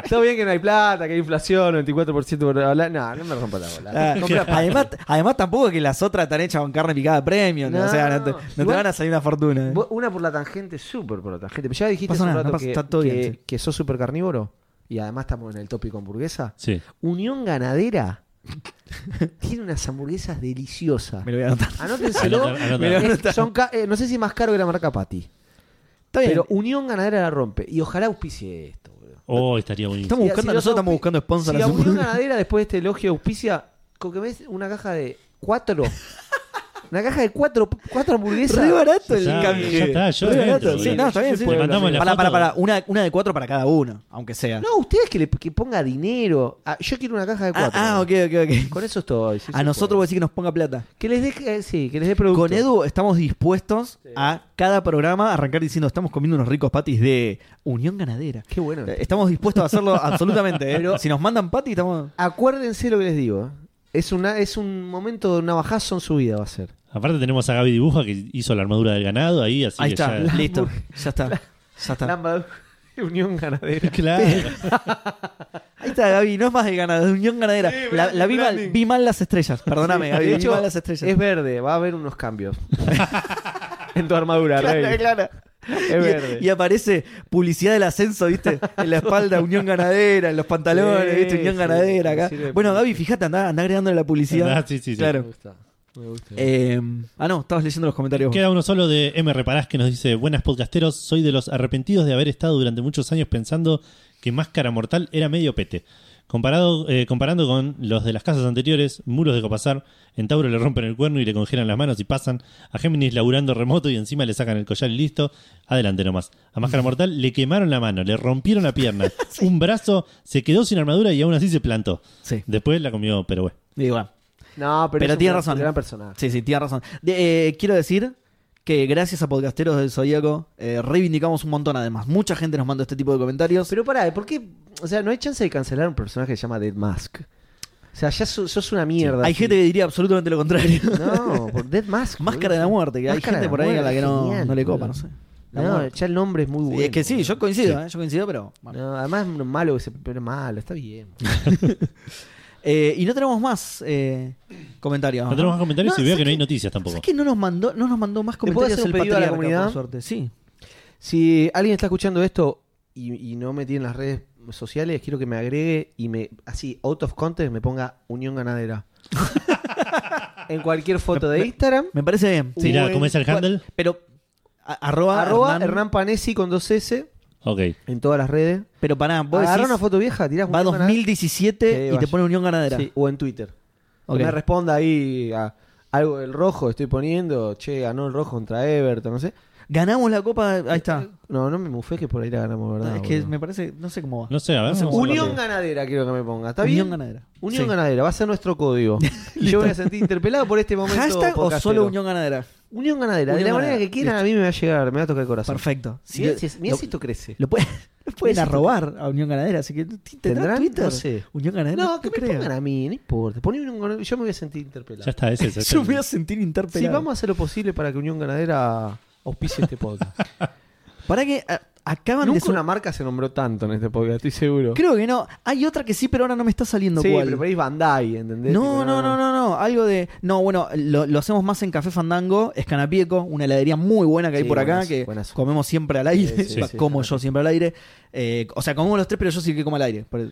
S2: Está bien que no hay plata, que hay inflación, 94% por hablar. No, no me rompa la bola.
S4: Ah, además, además tampoco que las otras están hechas con carne picada premium. ¿no?
S2: No,
S4: o sea, no te, no te
S2: igual-
S4: van a salir una fortuna. ¿eh?
S2: Vos- Una por la tangente, súper por la tangente. Pero ya dijiste hace
S4: Pasa
S2: un
S4: nada,
S2: rato
S4: no pasa-
S2: que,
S4: está todo
S2: que-
S4: bien, sí.
S2: que sos súper carnívoro y además estamos en el tópico hamburguesa.
S1: Sí.
S2: Unión Ganadera tiene unas hamburguesas deliciosas.
S4: Me lo voy a anotar.
S2: Anótenselo.
S1: Anota, anota.
S4: Me lo voy a anotar.
S2: Eh, son ca- eh, no sé si más caro que la marca Pati.
S4: Está bien.
S2: Pero Unión Ganadera la rompe. Y ojalá auspicie esto, boludo.
S1: Oh, estaría buenísimo.
S4: Estamos
S2: Si-
S4: buscando,
S2: si los
S4: nosotros
S2: auspi-
S4: estamos buscando sponsors.
S2: Si
S4: a
S2: la
S4: su-
S2: Unión Ganadera después de este elogio auspicia, con que me des una caja de cuatro. Una caja de cuatro, cuatro hamburguesas.
S4: Re barato el
S1: Ya,
S4: cambio.
S1: ya está, yo
S4: Re
S1: entro,
S4: barato. Sí,
S1: boludo.
S4: no, está bien. Sí,
S1: Le mandamos la
S4: para,
S1: foto.
S4: para, para. Una, una de cuatro para cada uno, aunque sea.
S2: No, ustedes que le que ponga dinero. Ah, yo quiero una caja de
S4: ah,
S2: cuatro.
S4: ah, ok, ok, ok.
S2: Con eso estoy. sí,
S4: A
S2: sí,
S4: nosotros
S2: puedo.
S4: voy a decir que nos ponga plata.
S2: Que les deje, eh, sí, que les dé producto.
S4: Con Edu estamos dispuestos a cada programa arrancar diciendo estamos comiendo unos ricos patis de Unión Ganadera.
S2: Qué bueno.
S4: Eh, Estamos dispuestos a hacerlo absolutamente. ¿eh? si nos mandan patis, estamos...
S2: Acuérdense lo que les digo. ¿eh? Es, una, es un momento de navajazo en su vida, va a ser.
S1: Aparte tenemos a Gaby Dibuja que hizo la armadura del ganado ahí, así
S4: Ahí
S1: que
S4: está,
S1: ya...
S4: listo. Ya está. Ya está.
S2: Lamba- Unión Ganadera.
S1: Claro.
S4: Ahí está, Gaby. No es más de ganadero, de Unión Ganadera. la la vi, mal, vi mal las estrellas. Perdóname, Gaby.
S2: De
S4: vi
S2: hecho,
S4: mal las estrellas.
S2: es verde, va a haber unos cambios. en tu armadura, Rey. Es
S4: Y-
S2: verde.
S4: Y, aparece publicidad del ascenso, ¿viste? En la espalda, Unión Ganadera, en los pantalones,
S2: Sí,
S4: ¿viste? Unión
S2: sí,
S4: Ganadera acá.
S2: sirve de
S4: Bueno,
S2: publicidad.
S4: Gaby, fíjate, anda, anda agregando la publicidad.
S1: Ah, sí, sí, sí.
S4: Claro.
S2: Me gusta. Me gusta.
S4: Eh, ah, no, estabas leyendo los comentarios.
S1: Queda uno solo de M. Reparás que nos dice: Buenas podcasteros, soy de los arrepentidos de haber estado durante muchos años pensando que Máscara Mortal era medio pete. Comparado, eh, comparando con los de las casas anteriores, muros de copasar, en Tauro le rompen el cuerno y le congelan las manos y pasan, a Géminis laburando remoto y encima le sacan el collar y listo, adelante nomás. A Máscara Mortal le quemaron la mano, le rompieron la pierna, un brazo, se quedó sin armadura y aún así se plantó.
S4: Sí,
S1: Después la comió, pero bueno.
S4: digo, bueno.
S2: No, pero,
S4: Pero
S2: es un
S4: tiene
S2: gran-
S4: razón.
S2: Gran personaje.
S4: Sí, sí, tienes razón. De- eh, quiero decir que gracias a Podcasteros del Zodíaco eh, reivindicamos un montón además. Mucha gente nos mandó este tipo de comentarios.
S2: Pero pará, ¿por qué? O sea, no hay chance de cancelar un personaje que se llama Dead Mask. O sea, ya so- sos una mierda.
S4: Hay
S2: así.
S4: gente que diría absolutamente lo contrario.
S2: No, por Dead Mask.
S4: Máscara
S2: boludo.
S4: de la muerte, que hay
S2: Máscara de
S4: gente
S2: la
S4: por ahí a la
S2: muerte,
S4: que no,
S2: genial,
S4: no le copa,
S2: boludo.
S4: no sé. La
S2: No,
S4: muerte.
S2: ya el nombre es muy
S4: Sí,
S2: bueno.
S4: es que sí,
S2: boludo.
S4: yo coincido, ¿eh? yo coincido, pero... bueno.
S2: No, además, es malo que se pero es malo, está bien.
S4: Eh, y no tenemos más eh, comentarios.
S1: No tenemos más comentarios y veo que no hay
S4: ¿sabes
S1: noticias
S4: qué?
S1: tampoco.
S4: ¿Sabes que no nos mandó, no nos mandó más
S2: ¿Le puedo
S4: comentarios
S2: hacer un
S4: el
S2: pedido a la
S4: patriarca,
S2: comunidad?
S4: por suerte? Sí.
S2: Si alguien está escuchando esto y, y no me tiene en las redes sociales, quiero que me agregue y me, así, out of context, me ponga Unión Ganadera. en cualquier foto de Instagram.
S4: Me parece bien.
S1: Sí, ya, ¿cómo es el handle?
S4: Pero a- arroba,
S2: Arroba
S4: Hernán-
S2: Hernán Panesi con dos S
S1: Ok.
S2: en todas las redes.
S4: Pero pará, vos
S2: Agarra
S4: decís,
S2: una foto vieja, tirás
S4: va
S2: Unión Ganadera.
S4: 2017
S2: Sí,
S4: y te
S2: vaya.
S4: pone Unión Ganadera.
S2: Sí, o en Twitter.
S4: Ok.
S2: Que me responda ahí a algo del rojo, estoy poniendo, che, ganó el rojo contra Everton, no sé.
S4: Ganamos la copa, ahí está.
S2: No, no me mufé que por ahí la ganamos, ¿verdad?
S4: es que
S2: boludo?
S4: me parece, Ah. no sé cómo va.
S1: No sé, a ver.
S4: No,
S1: hacemos un
S2: Unión
S1: partido.
S2: Ganadera quiero que me ponga, ¿está
S4: Unión
S2: bien?
S4: Ganadera.
S2: Unión
S4: Sí.
S2: Ganadera, va a ser nuestro código. y yo voy a sentir interpelado por este momento.
S4: ¿Hashtag o
S2: podcastero.
S4: solo Unión Ganadera?
S2: Unión Ganadera, de
S4: Unión
S2: la manera que
S4: Ganadera,
S2: quieran, a mí me va a llegar, me va a tocar el corazón.
S4: Perfecto. Si
S2: Mirá
S4: lo-
S2: si, es- mirá
S4: lo-
S2: si esto crece.
S4: Lo pueden, lo pueden
S2: Mirá si-
S4: arrobar a Unión Ganadera, así que tendrán
S2: ¿Tendrán?
S4: Twitter.
S2: No sé.
S4: Unión Ganadera.
S2: No, que me
S4: creo.
S2: pongan a mí, no importa. Poné Unión Ganadera, yo me voy a sentir interpelado.
S1: Ya está, ese es ese.
S4: Yo me voy a sentir interpelado.
S2: Sí, vamos a hacer lo posible para que Unión Ganadera auspicie este podcast.
S4: Para que a- acaban de
S2: Nunca
S4: su-
S2: una marca se nombró tanto en este podcast, estoy seguro.
S4: Creo que no. Hay otra que sí, pero ahora no me está saliendo
S2: sí,
S4: cuál.
S2: pero veis Bandai, ¿entendés?
S4: No, no, no, no, no. Algo de. No, bueno, lo, lo hacemos más en Café Fandango, Escanapieco, una heladería muy buena que hay
S2: Sí,
S4: por acá,
S2: buenazo,
S4: que
S2: buenazo.
S4: comemos siempre al aire.
S2: Sí, sí,
S4: Va,
S2: sí,
S4: como
S2: Escanapieco.
S4: yo siempre al aire. Eh, o sea, comemos los tres, pero yo sí que como al aire. Por-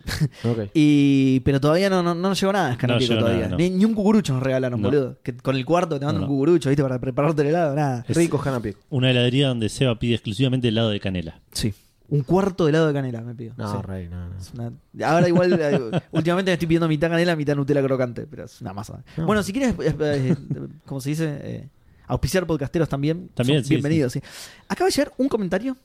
S2: Ok.
S4: y, pero todavía no, no, no nos llegó nada a Escanapieco
S1: No llegó
S4: todavía.
S1: nada, no.
S4: Ni, ni un cucurucho nos regalaron,
S1: No.
S4: boludo. Que con el cuarto te mandan
S1: No,
S4: un
S1: no.
S4: cucurucho, ¿viste? Para prepararte el helado, nada.
S1: Es-
S2: Rico Hanapico.
S1: Una heladería donde Seba pide exclusivamente helado de canela.
S4: Sí. Un cuarto de helado de canela me pido.
S2: No,
S4: Sí.
S2: rey, no, no.
S4: Es una- Ahora igual, eh, últimamente me estoy
S1: Ah,
S4: pidiendo mitad canela, mitad Nutella crocante, pero es una masa. Bueno, si quieres, eh, eh, ¿cómo se dice? Eh, Auspiciar podcasteros también.
S1: También,
S4: Son
S1: sí,
S4: Bienvenidos, sí. Acaba de llegar un comentario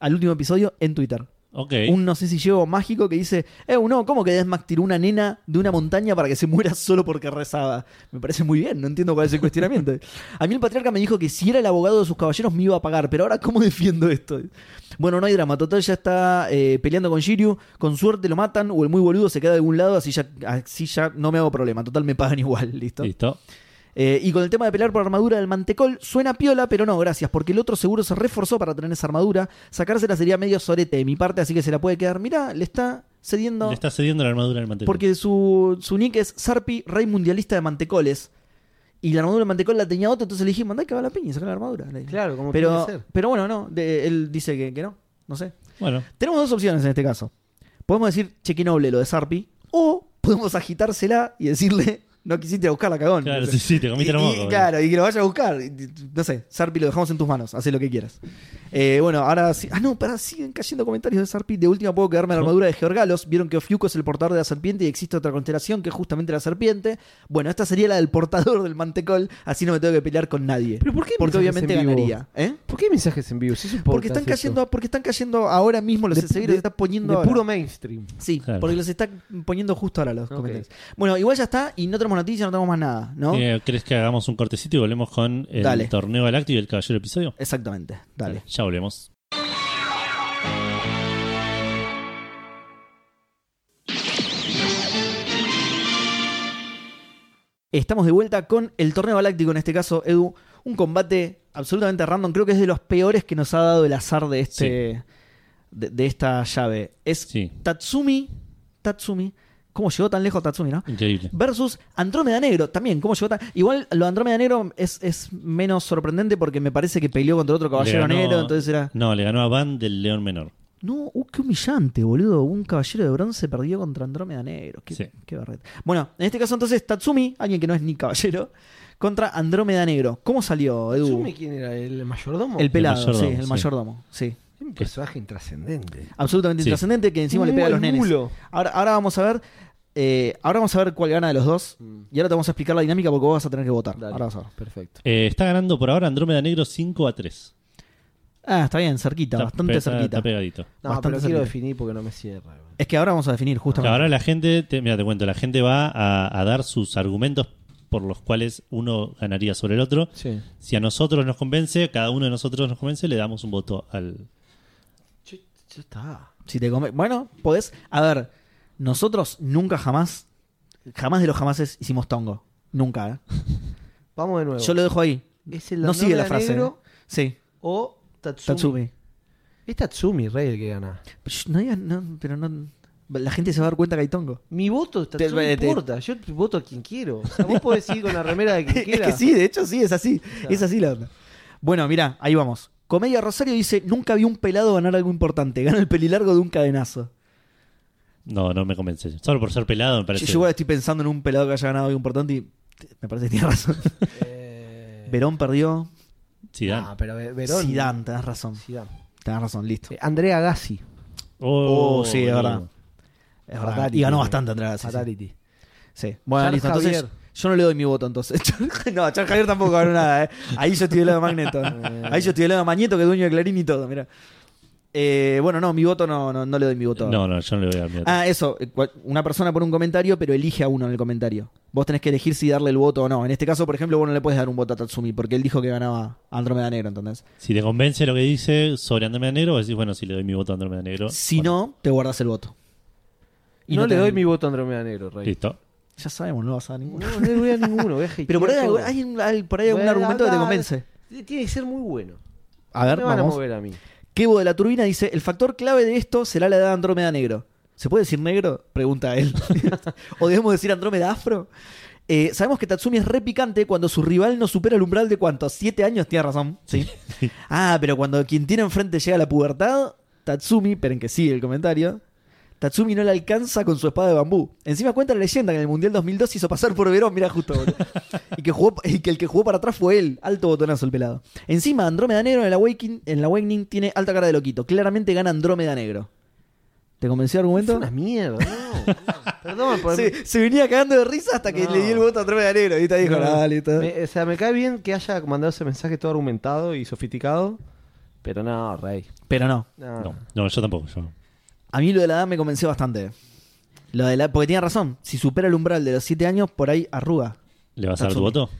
S4: al último episodio en Twitter.
S1: Ok.
S4: Un no sé si llevo mágico que dice, eh, no, ¿cómo que Desmac tiró una nena de una montaña para que se muera solo porque rezaba? Me parece muy bien, no entiendo cuál es el cuestionamiento. A mí el patriarca me dijo que si era el abogado de sus caballeros me iba a pagar, pero ahora ¿cómo defiendo esto? Bueno, no hay drama, total ya está eh, peleando con Shiryu, con suerte lo matan o el muy boludo se queda de algún lado, así ya, así ya no me hago problema, total me pagan igual, listo.
S1: Listo.
S4: Eh, y con el tema de pelear por armadura del mantecol, suena piola, pero no, gracias, porque el otro seguro se reforzó para tener esa armadura. Sacársela sería medio sorete de mi parte, así que se la puede quedar. Mirá, le está cediendo.
S1: Le está cediendo la armadura al mantecón.
S4: porque su, su nick es Sarpi, rey mundialista de mantecoles. Y la armadura del mantecol la tenía otro, entonces le dije, mandá que va la piña y saca la armadura. Le dije.
S2: Claro, como
S4: pero,
S2: tiene que ser.
S4: pero bueno, no, de- él dice que, que no, no sé.
S1: Bueno,
S4: Tenemos dos opciones en este caso. Podemos decir cheque noble lo de Sarpi, o podemos agitársela y decirle, no quisiste ir a buscarla, cagón.
S1: claro,
S4: No sé.
S1: sí, sí, te
S4: Y-
S1: comiste
S4: y-
S1: los mocos. boludo.
S4: claro, y que lo vaya a buscar. Y- No sé, Sarpi lo dejamos en tus manos, haz lo que quieras. Eh, bueno, ahora sí. Ah, no, pará, siguen cayendo comentarios de Sarpi. De última puedo quedarme en la armadura de Georgalos. Vieron que Ofiuco es el portador de la serpiente y existe otra constelación que es justamente la serpiente. Bueno, esta sería la del portador del mantecol, así no me tengo que pelear con nadie.
S2: ¿Pero por qué
S4: Porque
S2: mensajes
S4: obviamente
S2: en vivo?
S4: ganaría, ¿eh?
S6: ¿Por qué hay mensajes en vivo? Si es un
S4: Porque
S6: podcast
S4: están
S6: esto.
S4: cayendo, porque están cayendo ahora mismo los
S6: De-
S4: seguidores
S6: de-
S4: se están poniendo
S6: de
S4: ahora.
S6: puro mainstream.
S4: Sí,
S1: Claro.
S4: porque los están poniendo justo ahora los
S6: Ok.
S4: comentarios. Bueno, igual ya está y no tenemos noticias, no tenemos más nada, ¿no?
S1: Eh, ¿Crees que hagamos un cortecito y volvemos con el
S4: Dale.
S1: torneo galáctico y el caballero episodio?
S4: Exactamente. Dale.
S1: Ya volvemos.
S4: Estamos de vuelta con el torneo galáctico, en este caso, Edu. Un combate absolutamente random. Creo que es de los peores que nos ha dado el azar de este. De, de esta llave. Es
S1: Sí.
S4: Tatsumi. Tatsumi. ¿Cómo llegó tan lejos Tatsumi, no?
S1: Increíble.
S4: Versus Andrómeda Negro, también, ¿cómo llegó tan... Igual lo de Andrómeda Negro es, es menos sorprendente porque me parece que peleó contra otro caballero
S1: Le ganó-
S4: negro, entonces era...
S1: No, le ganó a Van del León Menor.
S4: No, uh, qué humillante, boludo. Un caballero de bronce perdió contra Andrómeda Negro. Qué,
S1: Sí.
S4: qué barrete. Bueno, en este caso entonces Tatsumi, alguien que no es ni caballero, contra Andrómeda Negro. ¿Cómo salió, Edu?
S6: ¿Asume quién era? ¿El mayordomo?
S4: El pelado, sí,
S1: mayordomo,
S4: el
S1: sí.
S4: mayordomo. Sí.
S6: Un personaje intrascendente.
S4: Absolutamente
S1: Sí.
S4: intrascendente que encima le pega a los
S6: Muy
S4: nenes.
S6: mulo.
S4: Ahora, ahora vamos a ver. eh, ahora vamos a ver cuál gana de los dos. Y ahora te vamos a explicar la dinámica porque vos vas a tener que votar.
S6: Mm. Dale.
S4: Ahora vas a ver.
S6: Perfecto.
S1: Eh, está ganando por ahora Andrómeda Negro 5 a 3.
S4: Ah, está bien, cerquita, bastante
S1: pe-
S4: cerquita.
S1: Está pegadito.
S6: No,
S4: Bastante
S6: pero
S4: cerquita.
S6: quiero definir porque no me cierra. güey.
S4: Es que ahora vamos a definir justamente.
S1: Ahora la gente, te, mira, te cuento, la gente va a, a dar sus argumentos por los cuales uno ganaría sobre el otro.
S6: Sí.
S1: Si a nosotros nos convence, cada uno de nosotros nos convence, le damos un voto al.
S6: Ya está.
S4: Si te come- Bueno, podés. A ver, nosotros nunca jamás, jamás de los jamases hicimos tongo. Nunca, ¿eh?
S2: Vamos de nuevo.
S4: Yo lo dejo ahí.
S2: ¿Es el
S4: No sigue la
S2: Andrómeda
S4: frase.
S2: negro
S4: ¿eh? Sí,
S2: o Tatsumi?
S4: Tatsumi.
S6: Es Tatsumi, rey, el que gana.
S4: Shh, No digas, no, pero no. La gente se va a dar cuenta que hay tongo.
S2: Mi voto es Tatsumi,
S4: Te-
S2: no
S4: te-
S2: importa. Yo voto a quien quiero. O sea, vos podés ir con la remera de quien
S4: es
S2: quiera.
S4: que sí, de hecho sí, es así.
S2: Claro.
S4: Es así la verdad. Bueno, mira, ahí vamos. Comedia Rosario dice: Nunca vi un pelado ganar algo importante. Gana el pelilargo de un cadenazo.
S1: No, no me convence. Solo por ser pelado, me parece.
S4: Yo, yo igual estoy pensando en un pelado que haya ganado algo importante y t- me parece que tiene razón.
S6: Eh,
S4: Verón perdió.
S1: Zidane.
S6: Ah, pero Ve- Verón.
S4: Sidán, tenés razón.
S6: Zidane.
S4: Tenés razón, listo.
S6: Eh, Andrea Gassi.
S4: Oh, sí, es verdad.
S1: boludo.
S4: Es verdad.
S6: Fatality.
S4: Y ganó bastante
S2: Ah,
S4: Andrés. Sí, sí.
S6: Fatality.
S4: Sí. Bueno,
S6: Charles
S4: listo. Entonces,
S6: Javier.
S4: yo no le doy mi voto entonces. no, Charles Javier tampoco ganó nada, ¿eh? Ahí yo estoy del lado de Magneto. Ahí yo estoy del lado de Magneto, que es dueño de Clarín y todo, mira. Eh, bueno, no, mi voto no, no, no le doy mi voto.
S1: No, no, yo no le voy a dar miedo.
S4: Ah, eso. eh, cual- Una persona pone un comentario, pero elige a uno en el comentario. Vos tenés que elegir si darle el voto o no. En este caso, por ejemplo, vos no le puedes dar un voto a Tatsumi porque él dijo que ganaba a Andrómeda Negro, ¿entendés?
S1: Si te convence lo que dice sobre Andrómeda Negro, vos decís, bueno, si le doy mi voto a Andrómeda Negro.
S4: Si
S1: bueno,
S4: no, te guardas el voto. Y
S6: no,
S4: no
S6: le
S4: te-
S6: doy mi voto a Andromeda Negro, Rey.
S1: Listo.
S4: Ya sabemos, no vas a dar ninguno.
S2: No, no le voy a ninguno. Voy a hatear
S4: Pero por ahí,
S2: todo.
S4: hay, un- hay- por ahí algún
S2: Bueno,
S4: argumento que te
S2: anda,
S4: convence.
S2: Tiene que ser muy bueno.
S4: A ver,
S2: no me van a
S4: vamos.
S2: mover a mí.
S4: Kevo de la Turbina dice: El factor clave de esto será la edad de Andrómeda Negro. ¿Se puede decir negro? Pregunta él. ¿O debemos decir Andrómeda Afro? Eh, sabemos que Tatsumi es re picante cuando su rival no supera el umbral de cuánto? ¿Siete años? Tiene razón. Sí. ah, pero cuando quien tiene enfrente llega a la pubertad, Tatsumi, pero en que sigue el comentario. Tatsumi no le alcanza con su espada de bambú. Encima cuenta la leyenda que en el Mundial 2002 hizo pasar por Verón, mira justo, boludo. y, que jugó, y que el que jugó para atrás fue él. Alto botonazo el pelado. Encima, Andrómeda Negro en el Awakening, en el Awakening tiene alta cara de loquito. Claramente gana Andrómeda Negro. ¿Te convenció
S2: Es
S4: el argumento?
S2: una mierda. No, no, Perdón, por
S4: Se, se venía cagando de risa hasta que
S2: No.
S4: le di el voto a Trome Galero. Y te dijo,
S2: No.
S4: "Ah, listo".
S2: Me- o sea, me cae bien que haya mandado ese mensaje todo argumentado y sofisticado, pero no, rey.
S4: Pero no.
S2: No.
S1: No, no, yo tampoco. yo no.
S4: A mí lo de la edad me convenció bastante. Lo de la, porque tenía razón. Si supera el umbral de los 7 años, por ahí arruga.
S1: ¿Le vas a dar tu
S4: Tatsumi.
S1: voto?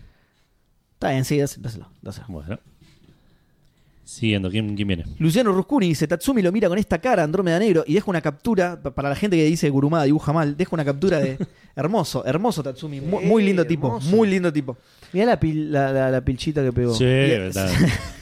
S4: Está bien, sí, dáselo, dáselo, dáselo.
S1: Bueno. Siguiendo, ¿quién, quién viene?
S4: Luciano Ruscuni dice, Tatsumi lo mira con esta cara, Andrómeda Negro, y deja una captura, pa- para la gente que dice Gurumada dibuja mal, deja una captura de hermoso, hermoso Tatsumi, muy, muy lindo
S2: Sí,
S4: tipo,
S2: hermoso.
S4: muy lindo tipo.
S2: Mirá la, pil- la, la- la pilchita que pegó.
S1: Sí, verdad.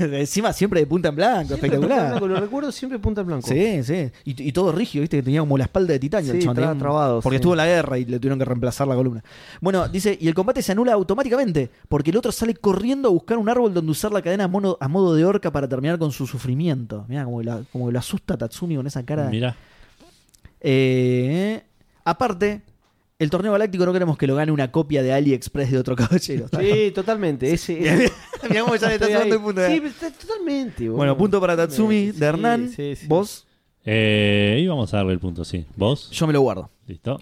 S4: Encima siempre de punta en blanco,
S2: Siempre punta
S4: espectacular.
S2: blanco, Lo recuerdo siempre punta en blanco.
S4: Sí, sí. Y, y todo rígido, viste, que tenía como la espalda de titanio.
S2: Sí,
S4: el chabón,
S2: estaba
S4: tenía un-
S2: trabado,
S4: Porque
S2: sí.
S4: estuvo en la guerra y le tuvieron que reemplazar la columna. Bueno, dice, y el combate se anula automáticamente, porque el otro sale corriendo a buscar un árbol donde usar la cadena a, mono- a modo de orca para terminar con su sufrimiento. Mira, como, la- como lo asusta a Tatsumi con esa cara.
S1: Mirá.
S4: Eh, aparte, el torneo galáctico no queremos que lo gane una copia de AliExpress de otro caballero.
S2: Sí, totalmente. Ese, ese-
S4: Mirá cómo ya le está
S2: estoy
S4: sumando
S2: ahí.
S4: el punto, eh.
S2: Sí, pero está- totalmente.
S4: Bueno,
S2: boludo.
S4: punto para
S2: Sí,
S4: Tatsumi, de Hernán.
S2: sí, sí.
S4: Vos,
S1: Eh, y vamos a darle el punto, sí. ¿Vos?
S4: yo me lo guardo.
S1: ¿Listo?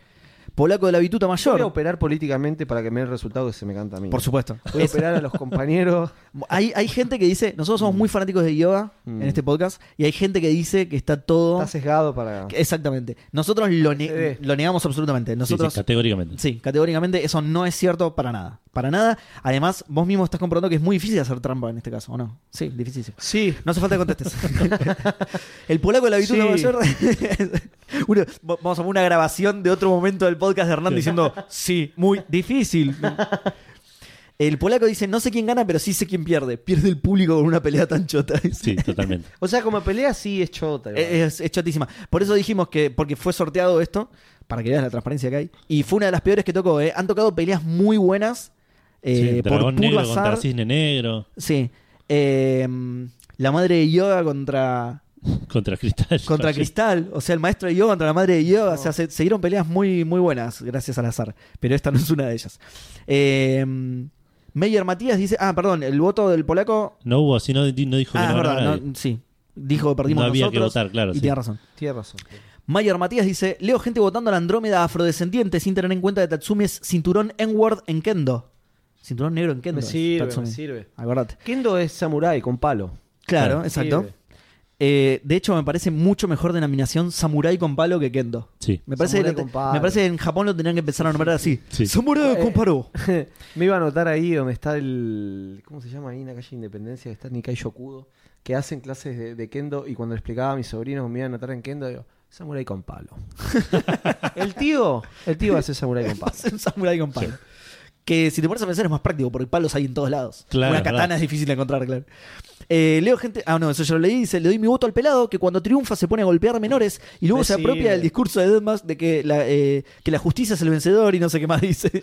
S4: Polaco de la Vituta
S2: Yo voy a
S4: Mayor.
S2: operar políticamente para que me dé el resultado que se me canta a mí.
S4: Por supuesto.
S2: Voy a operar a los compañeros.
S4: Hay, hay gente que dice, nosotros somos muy fanáticos de yoga
S2: Mm.
S4: en este podcast, y hay gente que dice que está todo...
S2: Está sesgado para.
S4: Exactamente. Nosotros lo, ne-
S2: Sí.
S4: lo negamos absolutamente.
S1: Sí,
S4: Nosotros...
S1: sí, categóricamente.
S4: Sí, categóricamente eso no es cierto para nada. Para nada. Además, vos mismo estás comprobando que es muy difícil hacer trampa en este caso, ¿o no? Sí, dificilísimo.
S2: Sí.
S4: No hace falta que contestes. el polaco de la habitud
S2: Sí.
S4: mayor. Uno- va- vamos a poner una grabación de otro momento del podcast de Hernán
S1: Sí.
S4: diciendo, sí, muy difícil. El polaco dice, no sé quién gana, pero sí sé quién pierde. Pierde el público con una pelea tan chota.
S1: Sí, totalmente.
S2: O sea, como pelea sí es chota. igual.
S4: Es, es chotísima. Por eso dijimos que, porque fue sorteado esto, para que veas la transparencia que hay. Y fue una de las peores que tocó, ¿eh? Han tocado peleas muy buenas. eh,
S1: Sí,
S4: por
S1: dragón
S4: puro
S1: negro
S4: azar.
S1: contra cisne negro,
S4: Sí. Eh, la madre de yoga contra,
S1: contra cristal.
S4: contra Cristal. O sea, el maestro de yoga contra la madre de yoga. O
S1: Oh.
S4: sea, se, se dieron peleas muy, muy buenas, gracias al azar. Pero esta no es una de ellas. Eh, Meyer Matías dice. Ah, perdón, el voto del polaco.
S1: No hubo, si no, di- no dijo
S4: Ah,
S1: que
S4: es
S1: no, ganó
S4: verdad,
S1: nadie.
S4: no- sí. Dijo que perdimos
S1: No había que
S4: nosotros
S1: votar, claro,
S4: Y
S1: sí.
S4: tiene razón.
S2: Tienes razón.
S4: Mayer Matías dice: Leo gente votando a la Andrómeda afrodescendiente sin tener en cuenta que Tatsumi es cinturón N-word en Kendo. Cinturón negro en Kendo.
S2: Me
S4: es
S2: sirve,
S4: Tatsumi.
S2: me sirve.
S4: Acordate.
S2: Kendo es samurái con palo.
S4: Claro,
S1: Claro.
S4: exacto.
S2: Sirve.
S4: Eh, de hecho, me parece mucho mejor denominación samurái con palo que Kendo.
S1: Sí.
S4: Me parece,
S2: Samurái
S4: que lo
S2: con
S4: te-
S2: palo.
S4: me parece que en Japón lo tenían que empezar a nombrar así.
S1: Sí.
S4: Samurai
S2: Eh.
S4: con palo.
S2: Me iba a anotar ahí donde está el. ¿Cómo se llama ahí en la calle Independencia? Que está Nikai Yokudo. Que hacen clases de, de kendo. Y cuando le explicaba a mis sobrinos, me iba a anotar en kendo. Digo, samurai con palo. el tío. El tío hace samurai con palo.
S4: Pasa un samurái con palo. Que si te pones a pensar es más práctico porque palos hay en todos lados.
S1: Claro,
S4: Una
S1: es
S4: katana
S1: verdad.
S4: es difícil de encontrar, claro. Eh, leo gente. Ah, no, eso ya lo leí. Dice: Le doy mi voto al pelado que cuando triunfa se pone a golpear menores y luego
S2: Me
S4: se apropia
S2: sirve.
S4: del discurso de Deadmask de que la, eh, que la justicia es el vencedor y no sé qué más dice.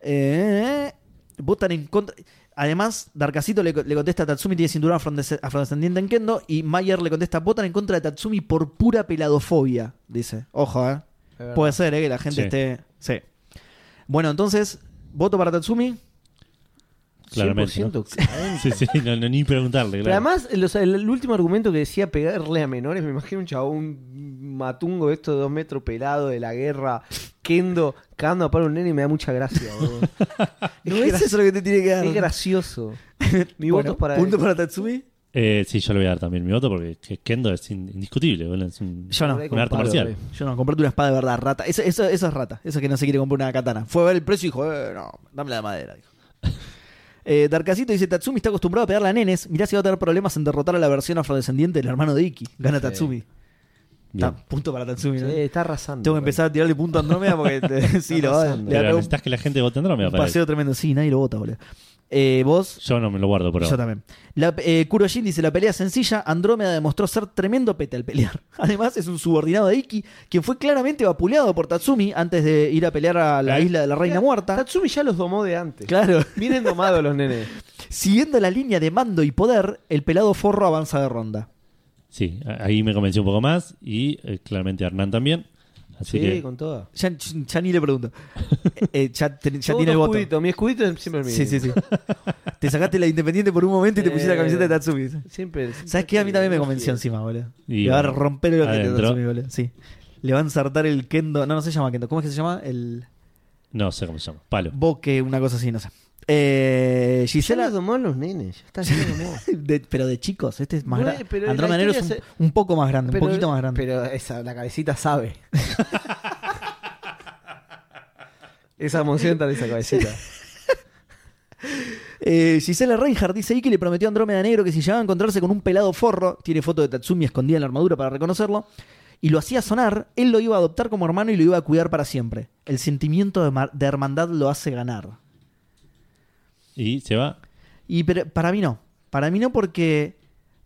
S4: Eh, votan en contra. Además, Darkacito le, co- le contesta a Tatsumi tiene cinturón afrodesc- afrodescendiente en Kendo y Mayer le contesta votan en contra de Tatsumi por pura peladofobia. Dice: Ojo, eh. Puede
S1: Pues,
S4: ser, ¿eh? Que la gente
S1: Sí.
S4: esté. Sí. Bueno, entonces, voto para Tatsumi.
S1: Claramente. ¿no?
S2: 100%.
S1: Sí, sí, no, no, ni preguntarle.
S2: Pero
S1: claro.
S2: además, el, o sea, el- el último argumento que decía pegarle a menores, me imagino un chabón un matungo de estos dos metros pelado de la guerra, kendo, cagando a palo a un nene y me da mucha gracia. boludo.
S4: No, eso es lo que te tiene que dar.
S2: es gracioso. Mi
S4: Bueno,
S2: voto es para
S4: Punto
S2: él.
S4: para Tatsumi.
S1: Eh, sí, yo le voy a dar también mi voto porque que Kendo es in- indiscutible. boludo, es un-
S4: Yo no.
S2: Samurai
S1: un
S2: con
S1: arte
S2: palo,
S1: marcial.
S2: rey.
S4: Yo no, comprarte una espada de verdad, rata. Eso, eso, eso es rata. Eso es que no se quiere comprar una katana. Fue a ver el precio y dijo, eh, no, dame la de madera. Dijo. Eh, Darkacito dice: Tatsumi está acostumbrado a pegarle a nenes. Mirá si va a tener problemas en derrotar a la versión afrodescendiente del hermano de Iki. Gana Tatsumi.
S1: Bien.
S4: Ta- punto para Tatsumi. ¿no?
S2: Sí, está arrasando.
S4: Tengo que
S2: rey.
S4: empezar a tirarle punto a Andrómeda porque te- sí, lo va. le va a
S1: Pero
S4: pegar un-
S1: necesitas que la gente vote Andrómeda
S4: Un
S1: para
S4: paseo tremendo, sí, nadie lo vota, boludo. Eh, vos,
S1: Yo no me lo guardo por
S4: yo
S1: ahora.
S4: también. La, eh, Kurojin dice: La pelea sencilla, Andrómeda demostró ser tremendo pete al pelear. Además, es un subordinado de Iki, quien fue claramente vapuleado por Tatsumi antes de ir a pelear a la
S1: Ah,
S4: isla de la Reina Muerta.
S2: Tatsumi ya los domó de antes.
S4: Claro.
S2: Vienen domados los nenes.
S4: Siguiendo la línea de mando y poder, el pelado forro avanza de ronda.
S1: Sí, a- ahí me convenció un poco más y eh, claramente Hernán también. Así
S2: Sí,
S1: que
S2: con toda.
S4: Ya, ya ni le pregunto. Eh, ya ten- ya
S2: Yo
S4: tiene el
S2: voto
S4: voto.
S2: escudito. Mi escudito es siempre el mismo.
S4: Sí, sí, sí. te sacaste la independiente por un momento y te pusiste la
S2: Eh.
S4: camiseta de Tatsumi.
S2: Siempre, siempre
S4: ¿Sabes qué? A mí también me
S2: fiel.
S4: convenció encima, boludo.
S1: Y
S4: Y va a
S1: bueno,
S4: romper el ojete
S1: adentro.
S4: Tatsumi, boludo. Sí. le va a ensartar el kendo. No, no se llama kendo. ¿Cómo es que se llama? El
S1: No sé cómo se llama. Palo.
S4: boque, una cosa así, no sé. Eh,
S2: Se la
S4: Gisela,
S2: tomó a los nenes. Ya está, ya lo domó.
S4: de- pero de chicos, este es más
S2: Güey,
S4: grande.
S2: pero la
S4: Andromedario es un,
S2: historia
S4: un poco más grande,
S2: Pero-
S4: un poquito más grande.
S2: Pero esa, la cabecita sabe. esa emoción está en esa cabecita.
S4: Eh, Gisela Reinhardt dice ahí que le prometió a Andrómeda Negro que si llegaba a encontrarse con un pelado forro, tiene foto de Tatsumi escondida en la armadura para reconocerlo, y lo hacía sonar, él lo iba a adoptar como hermano y lo iba a cuidar para siempre. El sentimiento de, mar- de hermandad lo hace ganar.
S1: Y se va.
S4: Y pero, para mí no. Para mí no porque.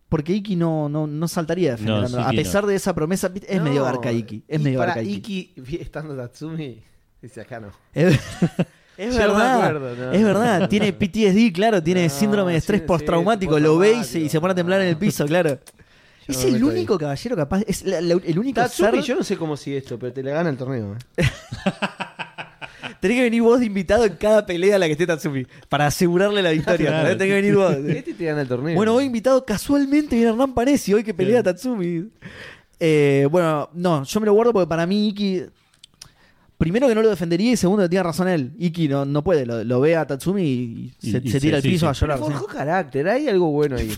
S4: Porque Iki no, no, no saltaría a defender
S1: No,
S4: a Andrómeda.
S1: Iki
S4: A
S1: no.
S4: pesar de esa promesa, es
S2: No,
S4: medio barca Iki. Es
S2: y
S4: medio
S2: para
S4: barca Iki.
S2: Iki, vi- estando Tatsumi, dice acá no.
S4: Es, es
S2: Yo no me
S4: verdad.
S2: acuerdo, no.
S4: Es verdad. Tiene PTSD, claro. Tiene
S2: No,
S4: síndrome de estrés
S2: sí, sí,
S4: postraumático. lo ve y se, y se pone a temblar en el piso, claro.
S2: Yo
S4: es
S2: no me
S4: el
S2: meto ahí.
S4: único caballero capaz. Es la- la- el único
S2: Tatsumi,
S4: ser-
S2: yo no sé cómo sigue esto, pero te la gana el torneo. ¿eh?
S4: Tenés que venir vos de invitado en cada pelea a la que esté Tatsumi. Para asegurarle la victoria.
S1: Claro.
S4: Tenés que venir vos.
S2: Este te gana el torneo.
S4: Bueno, hoy invitado casualmente viene Hernán Panesi, hoy que pelea Tatsumi. Eh, bueno, no, yo me lo guardo porque para mí Iki. Primero que no lo defendería y segundo que tiene razón él. Iki no, no puede, lo, lo ve a Tatsumi y, y se,
S1: Y- y
S4: se
S1: se-
S4: tira al
S1: sí,
S4: piso
S1: sí.
S4: a llorar.
S2: forjó
S4: sí.
S2: carácter, hay algo bueno ahí.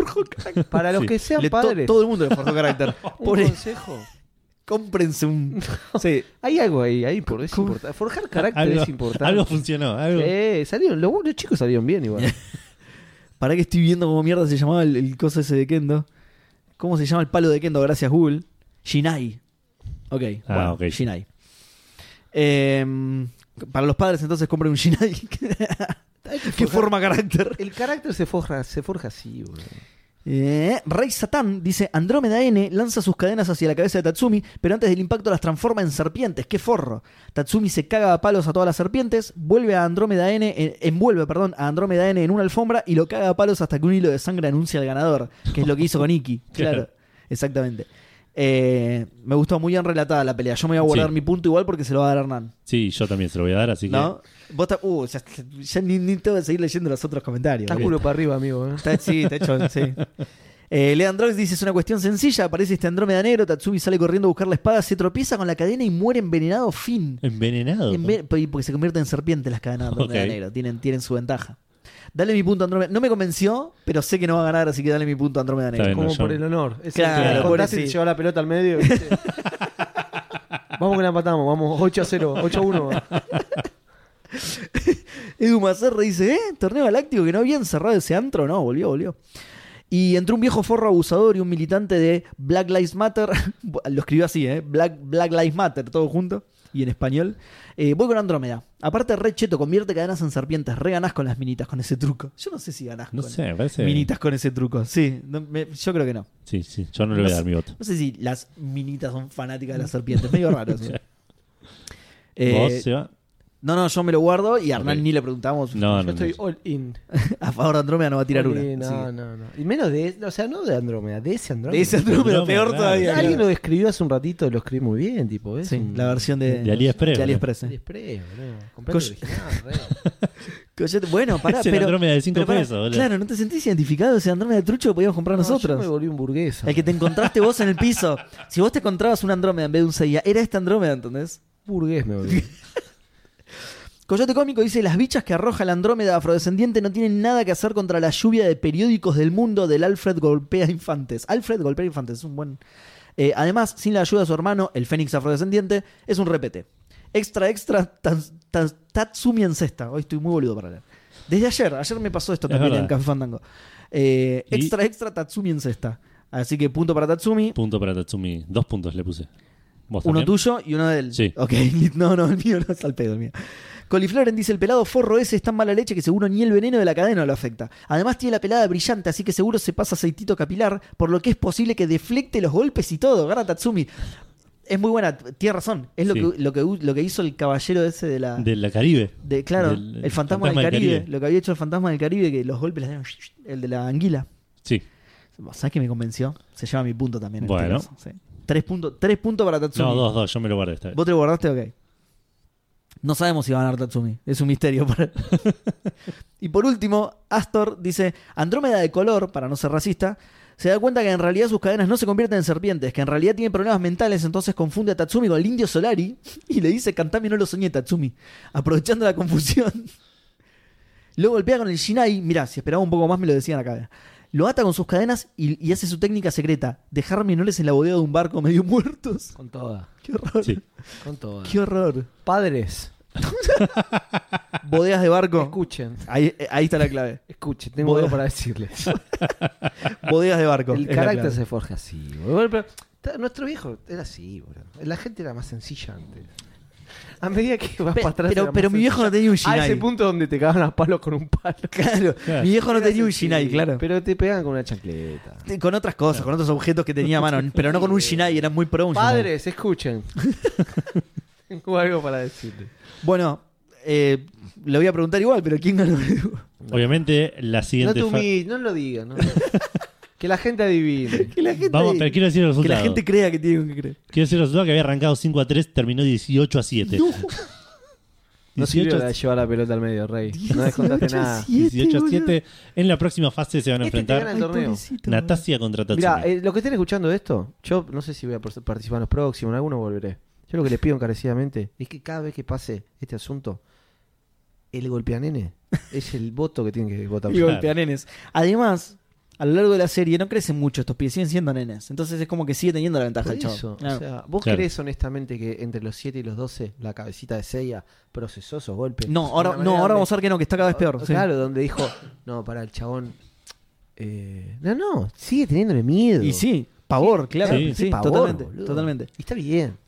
S2: Para los
S1: Sí.
S2: que sean
S4: Le- to-
S2: padres,
S4: todo el mundo le forjó carácter.
S2: un
S4: Pobre,
S2: consejo.
S4: cómprense un. Sí.
S2: Hay algo ahí, ahí por, es importante. Forjar carácter
S1: Algo,
S2: es importante.
S1: algo funcionó. Algo.
S2: Eh, salieron, los, los chicos salieron bien igual.
S4: Para que estoy viendo cómo mierda se llamaba el, el coso ese de Kendo. ¿Cómo se llama el palo de Kendo? Gracias, Google. Shinai. Ok.
S1: Ah,
S4: bueno,
S1: ok.
S4: Shinai. Eh, para los padres, entonces compren un Shinai. que forma carácter.
S2: El carácter se forja, se forja así, boludo.
S4: Eh, Rey Satán dice: Andrómeda N lanza sus cadenas hacia la cabeza de Tatsumi, pero antes del impacto las transforma en serpientes. ¡Qué forro! Tatsumi se caga a palos a todas las serpientes, vuelve a Andrómeda N, en- envuelve perdón, a Andrómeda N en una alfombra y lo caga a palos hasta que un hilo de sangre anuncia al ganador, que es lo que hizo con Iki. Claro,
S1: Claro.
S4: exactamente. Eh, me gustó muy bien relatada la pelea. Yo me voy a guardar
S1: Sí.
S4: mi punto igual porque se lo va a dar Hernán.
S1: Sí, yo también se lo voy a dar, así que.
S4: ¿No? Vos ta- uh, ya, ya ni, ni tengo que seguir leyendo los otros comentarios.
S2: Estás
S4: boludo.
S2: culo para arriba, amigo. ¿eh?
S4: Está, sí, está hecho, sí. Eh, Leandrox dice, es una cuestión sencilla, aparece este Andrómeda negro, Tatsumi sale corriendo a buscar la espada, se tropieza con la cadena y muere envenenado, fin.
S1: Envenenado.
S4: Enve- po- y porque se convierte en serpiente las cadenas de Andrómeda
S1: Ok.
S4: negro, tienen, tienen su ventaja. Dale mi punto a Andrómeda. No me convenció, pero sé que no va a ganar, así que dale mi punto a Andrómeda
S1: Está
S4: negro.
S1: Bueno,
S2: Como
S1: yo-
S2: por el honor. Es
S4: Claro,
S2: el que
S1: por
S2: contaste y
S4: sí.
S2: te llevó la pelota al medio. ¿viste? vamos que la empatamos, vamos 8 a 0, 8 a 1.
S4: Edu Macerre dice, ¿eh? Torneo Galáctico que no había encerrado ese antro. No, volvió, volvió. Y entre un viejo forro abusador y un militante de Black Lives Matter, lo escribió así, ¿eh? Black, Black Lives Matter, todo junto y en español. Eh, voy con Andrómeda. Aparte, re cheto, convierte cadenas en serpientes. Re ganás con las minitas con ese truco. Yo no sé si ganás
S1: No
S4: con
S1: sé, me parece.
S4: minitas con ese truco. Sí, no, me- yo creo que no.
S1: Sí, sí, yo no le voy a dar mi voto.
S4: No sé si las minitas son fanáticas de las serpientes. Medio raro. eso.
S1: ¿Vos
S4: Eh,
S1: se va?
S4: no, no, yo me lo guardo y a Hernán
S1: Ok.
S4: ni le preguntamos.
S1: No,
S2: Yo
S1: no. no.
S2: estoy all in.
S4: A favor de Andrómeda no va a tirar
S2: All
S4: una.
S2: in,
S4: así
S2: No,
S4: que-
S2: no, no. Y menos de, o sea, no de Andrómeda, de ese Andrómeda.
S4: De ese Andrómeda,
S1: Andrómeda,
S4: peor
S1: claro.
S4: todavía.
S2: Alguien lo describió hace un ratito, lo escribí muy bien, tipo. Es
S4: Sí,
S2: un-
S4: la versión de,
S1: De AliExpress,
S4: de
S1: ¿no?
S4: AliExpress, eh.
S2: Aliexpress, boludo. Comprate
S4: Coy-
S2: original, re.
S4: Coyote- Bueno, pará,
S1: Es el
S4: pero.
S1: Andrómeda de cinco
S4: pero pará,
S1: pesos, boludo.
S4: Claro, ¿no te sentís identificado? Ese Andrómeda de trucho lo podíamos comprar
S2: No,
S4: nosotros.
S2: Yo me volví un burgués.
S4: El que te encontraste vos en el piso. Si vos te encontrabas un Andrómeda en vez de un Seiya, era este Andrómeda, ¿entendés?
S2: Burgués me volví.
S4: Coyote Cómico dice: Las bichas que arroja el Andrómeda afrodescendiente no tienen nada que hacer contra la lluvia de periódicos del mundo del Alfred Golpea Infantes. Alfred Golpea Infantes es un buen. Eh, además, sin la ayuda de su hermano, el Fénix afrodescendiente, es un repete. Extra, extra, tan- tan- Tatsumi en cesta. Hoy estoy muy boludo para leer. Desde ayer, ayer me pasó esto
S1: Es
S4: también
S1: verdad.
S4: en Café Fandango. Eh,
S1: Y-
S4: Extra, extra, Tatsumi en cesta. Así que punto para Tatsumi,
S1: Punto para Tatsumi. Dos puntos le puse. ¿Vos
S4: uno
S1: también?
S4: tuyo y uno de él.
S1: Sí.
S4: Ok, no, no, el mío no es al pedo, el mío. Colifloren dice, el pelado forro ese es tan mala leche que seguro ni el veneno de la cadena lo afecta. Además tiene la pelada brillante, así que seguro se pasa aceitito capilar, por lo que es posible que deflecte los golpes y todo. Gana Tatsumi. Es muy buena, tiene razón. Es lo,
S1: Sí.
S4: que, lo, que, lo que hizo el caballero ese de la...
S1: De la Caribe.
S4: de- claro,
S1: del-
S4: el fantasma, del, Caribe, Lo que había hecho el fantasma del Caribe, que los golpes le hacían... El de la anguila.
S1: Sí.
S4: ¿Sabes qué me convenció? Se lleva mi punto también. en este
S1: Bueno.
S4: caso, sí. Tres puntos tres puntos para Tatsumi.
S1: No, dos, dos. Yo me lo guardé esta vez.
S4: ¿Vos te lo guardaste? Ok. No sabemos si va a ganar Tatsumi. Es un misterio. para- y por último, Astor dice: Andrómeda de color, para no ser racista, se da cuenta que en realidad sus cadenas no se convierten en serpientes, que en realidad tiene problemas mentales, entonces confunde a Tatsumi con el indio Solari y le dice, cantame no lo soñé Tatsumi, aprovechando la confusión. Lo golpea con el Shinai, mirá, si esperaba un poco más me lo decían acá. Lo ata con sus cadenas y, y hace su técnica secreta, dejar menores en la bodega de un barco medio muertos.
S6: Con toda.
S4: Qué horror,
S1: Sí.
S6: Con toda.
S4: qué horror.
S2: Padres,
S4: Bodegas de barco.
S2: escuchen.
S4: Ahí, eh, ahí está la clave.
S2: Escuchen, tengo
S4: Voy a-
S2: algo para decirles.
S4: Bodegas de barco.
S2: El
S4: es la
S2: carácter
S4: clave.
S2: se forja así, boludo. Pero, ta- nuestro viejo era así, boludo. La gente era más sencilla antes. A medida que vas
S4: Pe-
S2: para atrás.
S4: pero-
S2: era más
S4: pero mi viejo no tenía
S2: A
S4: un
S2: ese
S4: Shinai.
S2: punto donde te cagaban a palos con un palo.
S4: Claro,
S1: Claro.
S4: mi viejo no
S2: Era
S4: tenía un
S2: sencillo,
S4: Shinai, claro.
S2: Pero te pegaban con una chancleta.
S4: Te- Con otras cosas, con otros objetos que tenía a mano, pero no con un Shinai, era muy pro un Shinai.
S2: Padres, escuchen. tengo algo para decirles.
S4: Bueno, eh, le voy a preguntar igual, pero ¿quién ganó?
S1: Obviamente, la
S2: No
S1: siguiente.
S2: te
S1: fa-
S2: humilles, no lo digas. no lo digas. que la gente adivine.
S4: que la gente,
S1: Vamos, pero quiero decir el
S4: que
S1: resultado.
S4: la gente crea que tiene que creer.
S1: Quiero decir el resultado que había arrancado 5 a 3, terminó 18 a 7.
S2: No
S1: 18
S2: sirvió
S1: a
S2: de llevar la pelota al medio, Rey. No descontaste nada.
S1: 18 a 7. En la próxima fase se van a
S2: Este te gana
S1: enfrentar
S2: el torneo.
S1: Natasia contra Tatsumi.
S2: Mira, eh, los que estén escuchando esto, yo no sé si voy a par- participar en los próximos, en alguno volveré. Yo lo que les pido encarecidamente es que cada vez que pase este asunto, el golpeanene es el voto que tienen que votar.
S4: Y
S1: Claro.
S4: golpea nenes. Además, a lo largo de la serie no crecen mucho estos pies, siguen siendo nenes. Entonces es como que sigue teniendo la ventaja
S2: Por
S4: el
S2: eso,
S4: chavo. Claro.
S2: o sea, ¿vos
S1: Claro.
S2: crees honestamente que entre los 7 y los 12 la cabecita de Seiya procesó esos golpes?
S4: no, ahora, no, ahora vamos a ver que no, que está cada vez peor. sí.
S2: Claro, donde dijo, no, para el chabón. eh, no, no, sigue teniéndole miedo.
S4: Y sí, pavor, claro.
S1: Sí.
S4: Sí,
S2: Qué pavor,
S4: totalmente.
S2: boludo.
S4: totalmente.
S2: Y está bien.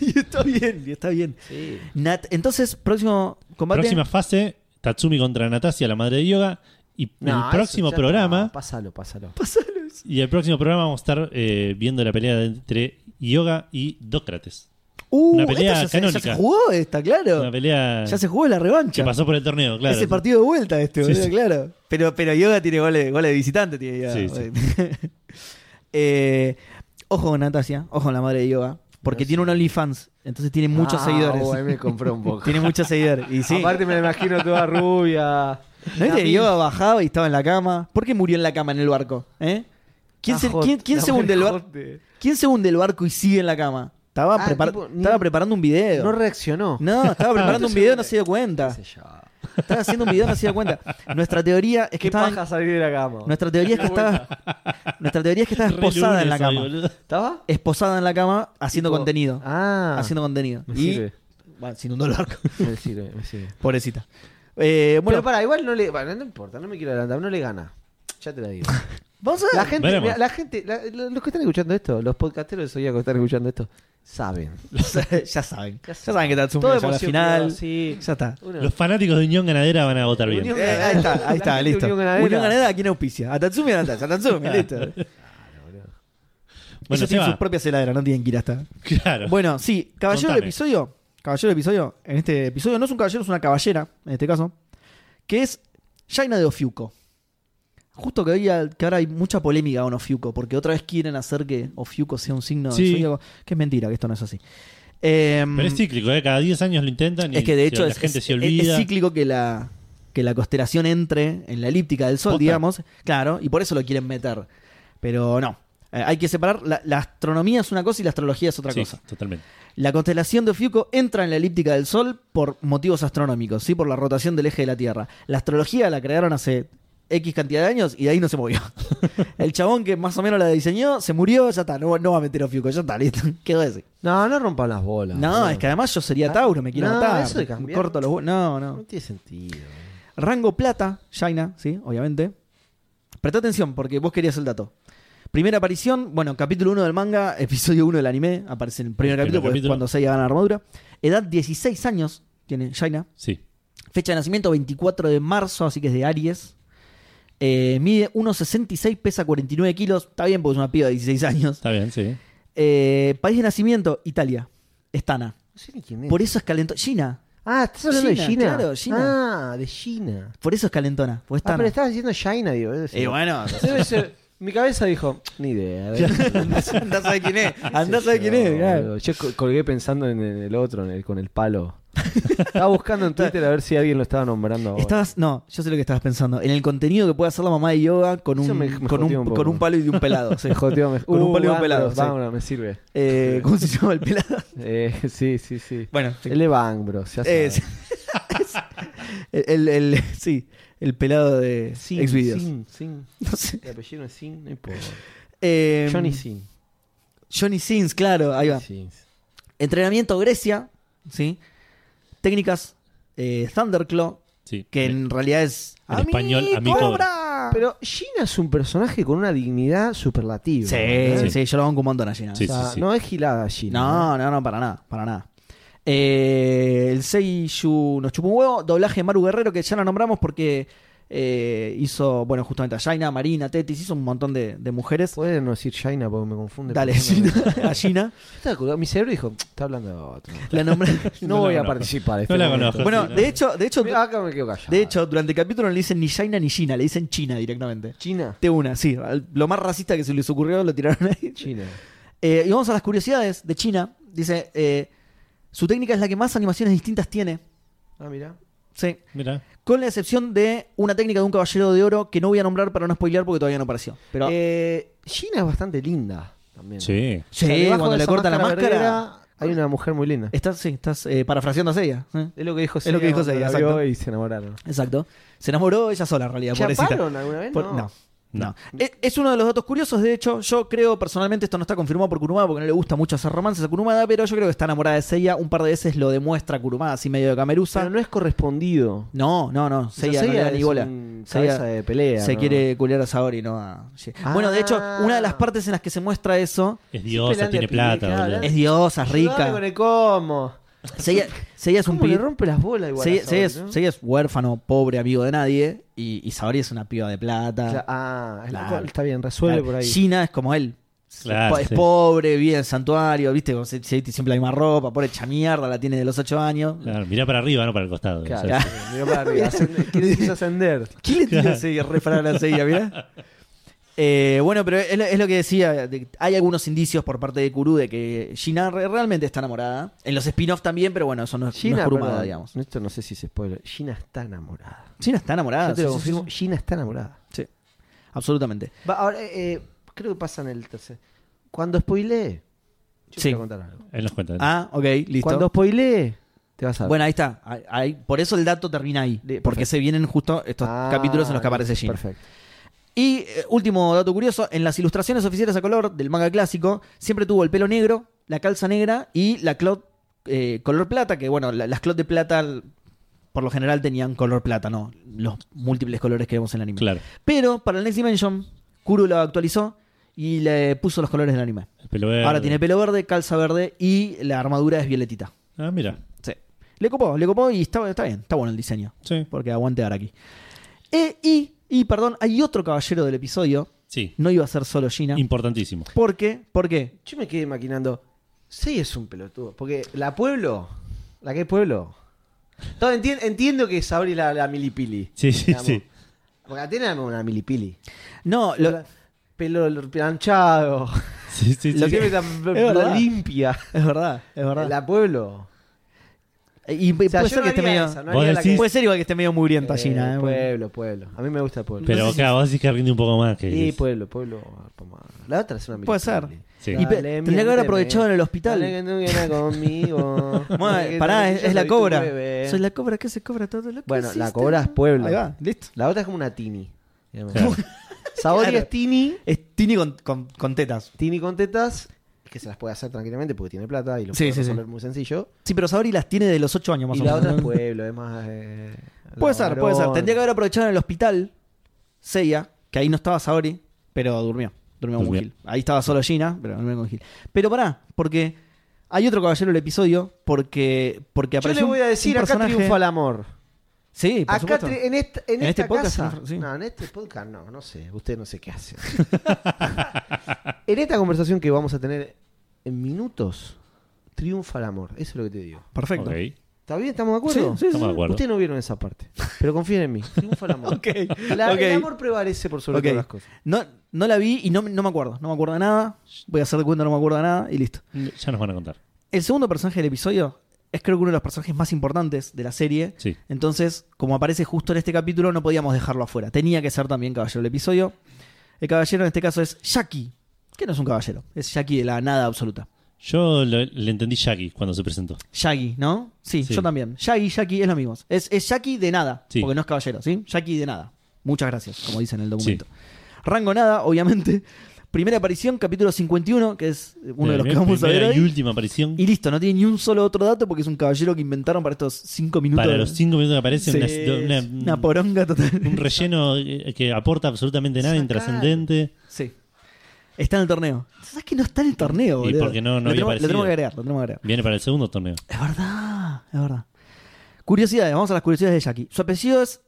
S4: y está bien, y está bien.
S2: Sí.
S4: Nat, entonces, próximo combate.
S1: Próxima fase, Tatsumi contra Natasia, la madre de yoga. Y el próximo programa,
S2: pásalo, pásalo.
S1: y el próximo programa vamos a estar eh, viendo la pelea entre Yoga y Dócrates.
S4: Uh,
S1: Una pelea
S4: esta ya se-
S1: canónica.
S4: Ya se jugó esta, claro.
S1: Una pelea
S4: Ya se jugó la revancha.
S1: que pasó por el torneo, claro.
S4: Es el partido de vuelta este,
S1: Sí,
S4: boludo,
S1: sí.
S4: claro. Pero, pero Yoga tiene goles, goles de visitante, tiene Yoga.
S1: Sí, sí.
S4: Eh, ojo con Natasia, ojo con la madre de Yoga. Porque
S2: No
S4: tiene
S2: sé.
S4: un OnlyFans, entonces tiene muchos
S2: Ah,
S4: seguidores.
S2: oh, ahí me compró un poco.
S4: tiene muchos seguidores. Y sí.
S2: Aparte me la imagino toda rubia.
S4: ¿No viste que Yoga bajaba y estaba en la cama? ¿Por qué murió en la cama en el barco? ¿Eh?
S2: Ah,
S4: ¿Quién, se, quién- quién se hunde el bar- quién se hunde el barco y sigue en la cama? Estaba,
S2: Ah,
S4: prepar-
S2: tipo, ni-
S4: estaba preparando un video.
S2: No reaccionó.
S4: No, estaba preparando un video y no se dio
S2: Qué
S4: cuenta.
S2: sé yo.
S4: Estaba haciendo un video y no se dio cuenta. Nuestra teoría es que
S2: Qué
S4: estaba.
S2: paja salir de la cama.
S4: Nuestra teoría es que estaba. Nuestra teoría es que estaba
S1: Re
S4: esposada en la
S1: lunes hoy,
S4: cama.
S1: boludo.
S2: ¿Estaba?
S4: Esposada en la cama haciendo
S2: Tipo,
S4: contenido.
S2: Ah.
S4: Haciendo contenido.
S2: Me
S4: Y.
S2: sirve.
S4: Bueno, sin un dolor.
S2: Me sirve, me sirve.
S4: Pobrecita. Eh, bueno,
S2: Pero para, igual no le. bueno, no importa, no me quiero adelantar, no le gana. Ya te la digo.
S4: vamos a ver.
S2: La gente,
S1: Veremos.
S2: mira, la gente la- la- los que están escuchando esto, los podcasteros de Zodíaco que están escuchando esto, saben.
S4: ya saben. Ya saben que está
S2: Todo
S4: Tsumi ya la
S2: emoción,
S4: final.
S2: cuidado, sí.
S4: Ya está.
S2: Uno-
S1: Los fanáticos de Unión Ganadera van a votar bien.
S2: Unión-
S4: Eh, ahí está, ahí
S2: La
S4: está,
S2: gente
S4: listo.
S2: Unión Ganadera.
S4: Unión Ganadera, ¿a quién auspicia? A Tatsumi y a Natalia. A Tatsumi, listo.
S1: Bueno,
S4: Ellos tienen
S1: Seba,
S4: sus propias heladeras, no tienen que ir hasta.
S1: claro.
S4: Bueno, sí, caballero del
S1: Contame.
S4: episodio. Caballero del episodio, en este episodio no es un caballero, es una caballera, en este caso, que es Jaina de Ofiuco. Justo que, había, que ahora hay mucha polémica con Ofiuco, porque otra vez quieren hacer que Ofiuco sea un signo del
S1: Sí.
S4: zodíaco, que es mentira, que esto no es así. Em,
S1: Pero es cíclico, ¿eh? cada 10 años lo intentan y
S4: es que de hecho
S1: la
S4: es,
S1: gente
S4: es-
S1: se
S4: es-
S1: olvida.
S4: es cíclico que la, que la constelación entre en la elíptica del sol,
S1: Posta.
S4: digamos. Claro, y por eso lo quieren meter. Pero no. Eh, hay que separar. La, la astronomía es una cosa y la astrología es otra
S1: Sí,
S4: cosa.
S1: totalmente.
S4: La constelación de Ofiuco entra en la elíptica del Sol por motivos astronómicos, ¿sí? por la rotación del eje de la Tierra. La astrología la crearon hace X cantidad de años y de ahí no se movió. El chabón que más o menos la diseñó se murió, ya está, no, no va a meter Ofiuco, ya está, listo. Quedó así.
S2: No, no rompan las bolas.
S4: No,
S2: boludo.
S4: es que además yo sería Tauro, me quiero
S2: No,
S4: matar.
S2: eso de cambiar.
S4: Corto los hue- No, no.
S2: No tiene sentido.
S4: Rango plata, Shaina, sí, obviamente. Presta atención porque vos querías el dato. Primera aparición, bueno, capítulo 1 del manga, episodio 1 del anime, aparece en el primer
S1: El primer
S4: capítulo, porque es
S1: capítulo.
S4: cuando Seiya gana la armadura. Edad 16 años tiene Shaina.
S1: Sí.
S4: Fecha de nacimiento 24 de marzo, así que es de Aries. Eh, mide 1,66, pesa 49 kilos. Está bien porque es una piba de 16 años.
S1: Está bien, sí.
S4: Eh, país de nacimiento, Italia. Estana.
S2: No sé ni quién es.
S4: Por eso es calentón. China.
S2: Ah, ¿estás hablando de
S4: Gina,
S2: China?
S4: claro, Gina.
S2: Ah, de China.
S4: Por eso es calentona. Porque es
S2: Ah, pero
S4: Tana.
S2: estabas diciendo China, digo. es decir,
S4: Y bueno,
S2: Debe ser,
S7: Mi cabeza dijo,
S2: Ni idea. ¿eh?
S4: Andá a saber quién es. Andá a
S2: Sí,
S4: saber quién es.
S2: no,
S4: claro.
S2: boludo. Yo co- colgué pensando en el otro, en el- con el palo. Estaba buscando en Twitter a ver si alguien lo estaba nombrando. ahora.
S4: Estabas, no, yo sé lo que estabas pensando. En el contenido que puede hacer la mamá de yoga con
S2: Eso
S4: un,
S2: me- me
S4: con un,
S2: jodió un poco.
S4: con un palo y de un pelado. sí.
S2: Se joteó me- Uh,
S4: Con un palo y un
S2: vámonos,
S4: pelado, sí.
S2: vámonos, me sirve.
S4: Eh, ¿Cómo se llama el pelado?
S2: Eh, sí, sí, sí.
S4: Bueno, sí.
S2: El Evan, bro. Ya
S4: Eh,
S2: sabes.
S4: el, el- el- sí, el pelado de
S2: Sin,
S4: Xvideos.
S2: Sin, Sin.
S4: No sé.
S2: El apellido es Sin, no importa.
S4: Eh,
S2: Johnny Sin.
S4: Johnny Sins, claro, ahí va.
S2: Sin.
S4: Entrenamiento Grecia, ¿sí? Técnicas eh, Thunderclaw,
S1: Sí.
S4: que
S1: Eh,
S4: en realidad es...
S1: En español,
S4: ¡A mí
S1: amigo.
S4: cobra!
S7: pero Gina es un personaje con una dignidad superlativa.
S4: Sí,
S7: ¿eh?
S4: sí, yo lo banco un montón a Gina.
S1: Sí,
S7: O sea,
S1: sí, sí.
S7: No es gilada Gina.
S4: No, no, no, para nada, para nada. Eh, el Seiyu nos chupó un huevo. Doblaje de Maru Guerrero, que ya la nombramos porque eh, hizo, bueno, justamente a Jaina, Marina, Tetis, hizo un montón de, de mujeres.
S2: Pueden no decir Shaina porque me confunde.
S4: Dale,
S2: profundamente.
S4: Gina, a Gina.
S2: Estaba colgado. Mi cerebro dijo, está hablando de otro.
S4: La nombré.
S2: No,
S1: la
S2: voy a
S1: conozco.
S2: participar.
S1: No la conozco.
S4: Bueno, de hecho, de hecho,
S2: Mira, acá me quedo callado.
S4: de hecho, durante el capítulo no le dicen ni Jaina ni Gina, le dicen China directamente.
S2: China.
S4: Te una, sí. al- Lo más racista que se les ocurrió lo tiraron ahí.
S2: China.
S4: Eh, y vamos a las curiosidades de China. Dice, eh, su técnica es la que más animaciones distintas tiene.
S2: Ah, mira.
S4: Sí.
S1: Mira.
S4: Con la excepción de una técnica de un caballero de oro que no voy a nombrar para no spoilear porque todavía no apareció. Pero.
S2: Eh, Gina es bastante linda también.
S1: Sí.
S4: Sí,
S2: O sea, debajo
S4: cuando
S2: de
S4: le
S2: esa
S4: corta la máscara.
S2: verguera hay una mujer muy linda.
S4: Estás, sí, estás eh, parafraseando a Seiya. ¿eh?
S2: Es lo que dijo
S4: Es lo que dijo
S2: cuando
S4: Seiya,
S2: la vio
S4: exacto.
S2: y se enamoraron.
S4: Exacto. Se enamoró ella sola en realidad, pobrecita.
S2: ¿Chaparon alguna vez?
S4: Por-
S2: no.
S4: no. No. Es, es uno de los datos curiosos, de hecho, yo creo personalmente, esto no está confirmado por Kurumada porque no le gusta mucho hacer romances a Kurumada, pero yo creo que está enamorada de Seiya, un par de veces lo demuestra Kurumada así medio de camerusa.
S2: Pero no es correspondido.
S4: No, no, no, Seiya, no le da ni bola. Seiya-
S2: Cabeza de pelea.
S4: Se
S2: ¿no?
S4: quiere culiar a Saori, no a- sí.
S2: Ah.
S4: Bueno, de hecho, una de las partes en las que se muestra eso
S1: Es diosa,
S2: pelean de
S1: tiene
S2: pibe,
S1: plata,
S2: claro,
S1: boludo.
S4: es diosa, es
S2: Ayudame con
S4: rica.
S2: el cómo.
S4: Seiya, Seiya es un
S2: ¿Cómo le
S4: pibe.
S2: rompe las bolas igual?
S4: Seiya,
S2: a
S4: Seiya
S2: Saori,
S4: es,
S2: ¿no?
S4: Seiya es huérfano, pobre, amigo de nadie. Y, y Saori es una piba de plata.
S2: Cla- Ah, es la-
S4: Claro.
S2: está bien, resuelve
S4: Claro.
S2: por ahí.
S4: Gina es como él. Es
S1: Claro,
S4: po- es
S1: sí.
S4: pobre, vive en el santuario, viste, como se- se- siempre la misma ropa, pobre hecha mierda, la tiene de los 8 años.
S1: Claro, mirá para arriba, no para el costado.
S2: Claro,
S1: O sea,
S2: sí, mirá para arriba. ascende- Quiere descender.
S4: ¿Quién le tira ese refrán a Seiya, mirá? Eh, bueno, pero es, lo- es lo que decía. de- hay algunos indicios por parte de Kuru de que Gina re- realmente está enamorada. En los spin-offs también, pero bueno, eso no, es- no
S2: Gina,
S4: es Kurumada,
S2: perdón,
S4: digamos.
S2: Esto no sé si se spoiler. Gina está enamorada.
S4: Gina está enamorada.
S2: Yo te lo
S4: Ah, sí, sí,
S2: confirmo.
S4: sí,
S2: Gina está enamorada.
S4: sí. absolutamente.
S2: Va, ahora, eh, eh, creo que pasa en el tercer. Cuando spoileé, yo
S4: Sí.
S2: quiero contar algo.
S1: él nos cuenta.
S4: Ah, ok, listo.
S2: Cuando spoileé, te vas a ver.
S4: Bueno, ahí está. Ahí- ahí- por eso el dato termina ahí.
S2: Li-
S4: Porque
S2: perfecto.
S4: se vienen justo estos
S2: Ah,
S4: capítulos en los que aparece Gina.
S2: Perfecto.
S4: Y eh, último dato curioso, en las ilustraciones oficiales a color del manga clásico, siempre tuvo el pelo negro, la calza negra y la clot eh, color plata, que bueno, la- las clot de plata l- por lo general tenían color plata, ¿no? Los múltiples colores que vemos en el anime.
S1: Claro.
S4: Pero para el Next Dimension, Kuro lo actualizó y le puso los colores del anime.
S1: El pelo
S2: Eh.
S1: verde.
S4: Ahora tiene pelo verde, calza verde y la armadura es violetita.
S1: Ah, mira.
S4: Sí. Le copó, le copó y está, está bien, está bueno el diseño.
S1: Sí.
S4: Porque aguante ahora aquí. Eh, y, y, perdón, hay otro caballero del episodio
S1: Sí.
S4: no iba a ser solo Gina.
S1: Importantísimo.
S4: ¿Por qué? ¿Por qué?
S2: Yo me quedé maquinando. Sí, es un pelotudo. Porque la pueblo, la que es pueblo. Todo entien- entiendo que es Sabri la, la milipili.
S1: Sí, sí,
S2: digamos.
S1: sí.
S2: Porque Atena es una milipili.
S4: No, Oh, lo-
S2: Pelo planchado.
S1: Sí, sí, sí.
S2: Lo que
S4: verdad.
S2: limpia.
S4: es verdad, es verdad.
S2: La pueblo.
S4: y y puede,
S2: O sea, yo
S4: ser
S2: no
S4: que esté
S2: haría
S4: medio,
S2: esa, no
S1: Vos
S2: haría la que-
S1: decís-
S4: puede ser igual que esté medio mugrienta
S2: Eh,
S4: Gina. ¿eh?
S2: Pueblo, pueblo. A mí me gusta el pueblo.
S1: Pero
S2: No sé si-
S1: claro, vos decís que rinde un poco más. Que
S2: Sí,
S1: es-
S4: pues,
S2: pueblo, pueblo. pomada. La otra es una
S4: Puede
S2: milipili.
S4: ser.
S1: Sí.
S4: Y pe- tendría que haber
S2: miénteme.
S4: aprovechado en el hospital.
S2: Dale que no viene conmigo.
S4: Bueno,
S2: Que
S4: pará,
S2: yo
S4: es,
S2: soy
S4: es la
S2: tu
S4: cobra.
S2: bebé.
S4: Soy la cobra que se cobra todo lo que
S2: Bueno, la
S4: hiciste.
S2: cobra es pueblo.
S4: Ahí va, listo.
S2: La otra es como una tini. digamos.
S1: Claro.
S2: Saori
S4: Claro.
S2: es tini,
S4: Es Tini con, con- con tetas.
S2: tini con tetas, que se las puede hacer tranquilamente porque tiene plata y lo
S4: Sí,
S2: puede
S4: sí, sí.
S2: resolver muy sencillo.
S4: Sí, pero Saori las tiene de los 8 años más
S2: y
S4: o
S2: la
S4: menos.
S2: otra es pueblo, es más... eh,
S4: Puede ser, puede ser.
S2: varón.
S4: Tendría que haber aprovechado en el hospital Seiya, que ahí no estaba Saori, pero durmió. Durmió con
S1: Durmió.
S4: Gil. Ahí estaba solo Gina, pero durmió con Gil. Pero pará, porque hay otro caballero del episodio, porque, porque
S2: Yo
S4: apareció
S2: le voy a
S4: un-
S2: decir,
S4: un
S2: acá
S4: personaje-
S2: triunfa el amor.
S4: Sí, por
S2: Acá
S4: supuesto.
S2: tri- en, esta, en,
S4: En
S2: esta
S4: este podcast,
S2: casa-
S4: sí.
S2: No, en este podcast no, no sé. Usted no sé qué hace. en esta conversación que vamos a tener en minutos, triunfa el amor. Eso es lo que te digo.
S4: Perfecto.
S1: Ok.
S2: ¿Está bien? ¿Estamos de acuerdo?
S4: Sí, sí,
S1: Estamos de acuerdo.
S2: Ustedes no vieron esa parte. Pero confíen en mí. Triunfa el amor.
S4: Ok,
S2: La-
S4: ok.
S2: El amor prevalece por sobre
S4: Ok.
S2: todas las cosas.
S4: No, no la vi y no, no me acuerdo. No me acuerdo de nada. Voy a hacer de cuenta, no me acuerdo de nada y listo.
S1: Ya nos van a contar.
S4: El segundo personaje del episodio es creo que uno de los personajes más importantes de la serie.
S1: Sí.
S4: Entonces, como aparece justo en este capítulo, no podíamos dejarlo afuera. Tenía que ser también caballero del episodio. El caballero en este caso es Jackie, que no es un caballero. Es Jackie de la nada absoluta.
S1: Yo lo- le entendí Jackie cuando se presentó.
S4: Shaggy, ¿no? Sí,
S1: Sí.
S4: yo también. Shaggy, Jackie es lo mismo. Es, es Jackie de nada,
S1: Sí.
S4: porque no es caballero, ¿sí? Jackie de nada. Muchas gracias, como dice en el documento. Rango nada, obviamente. Primera aparición, capítulo 51, que es uno de los
S1: Eh,
S4: que vamos a ver
S1: primera y
S4: hoy.
S1: última aparición.
S4: Y listo, no tiene ni un solo otro dato porque es un caballero que inventaron para estos cinco minutos.
S1: Para los cinco minutos que aparece,
S4: Sí,
S1: una- una-
S4: es una poronga total.
S1: un relleno eh, que aporta absolutamente nada,
S2: Sacalo.
S1: intrascendente.
S4: Sí. Está en el torneo. ¿Sabes que no está en el torneo,
S1: Y
S4: boludo?
S1: porque no- no
S4: lo,
S1: había
S4: tenemos, lo tenemos
S1: aparecido.
S4: que agregar, lo tenemos que agregar.
S1: Viene para el segundo torneo.
S4: Es verdad, es verdad. Curiosidades, vamos a las curiosidades de Jackie. Su apellido es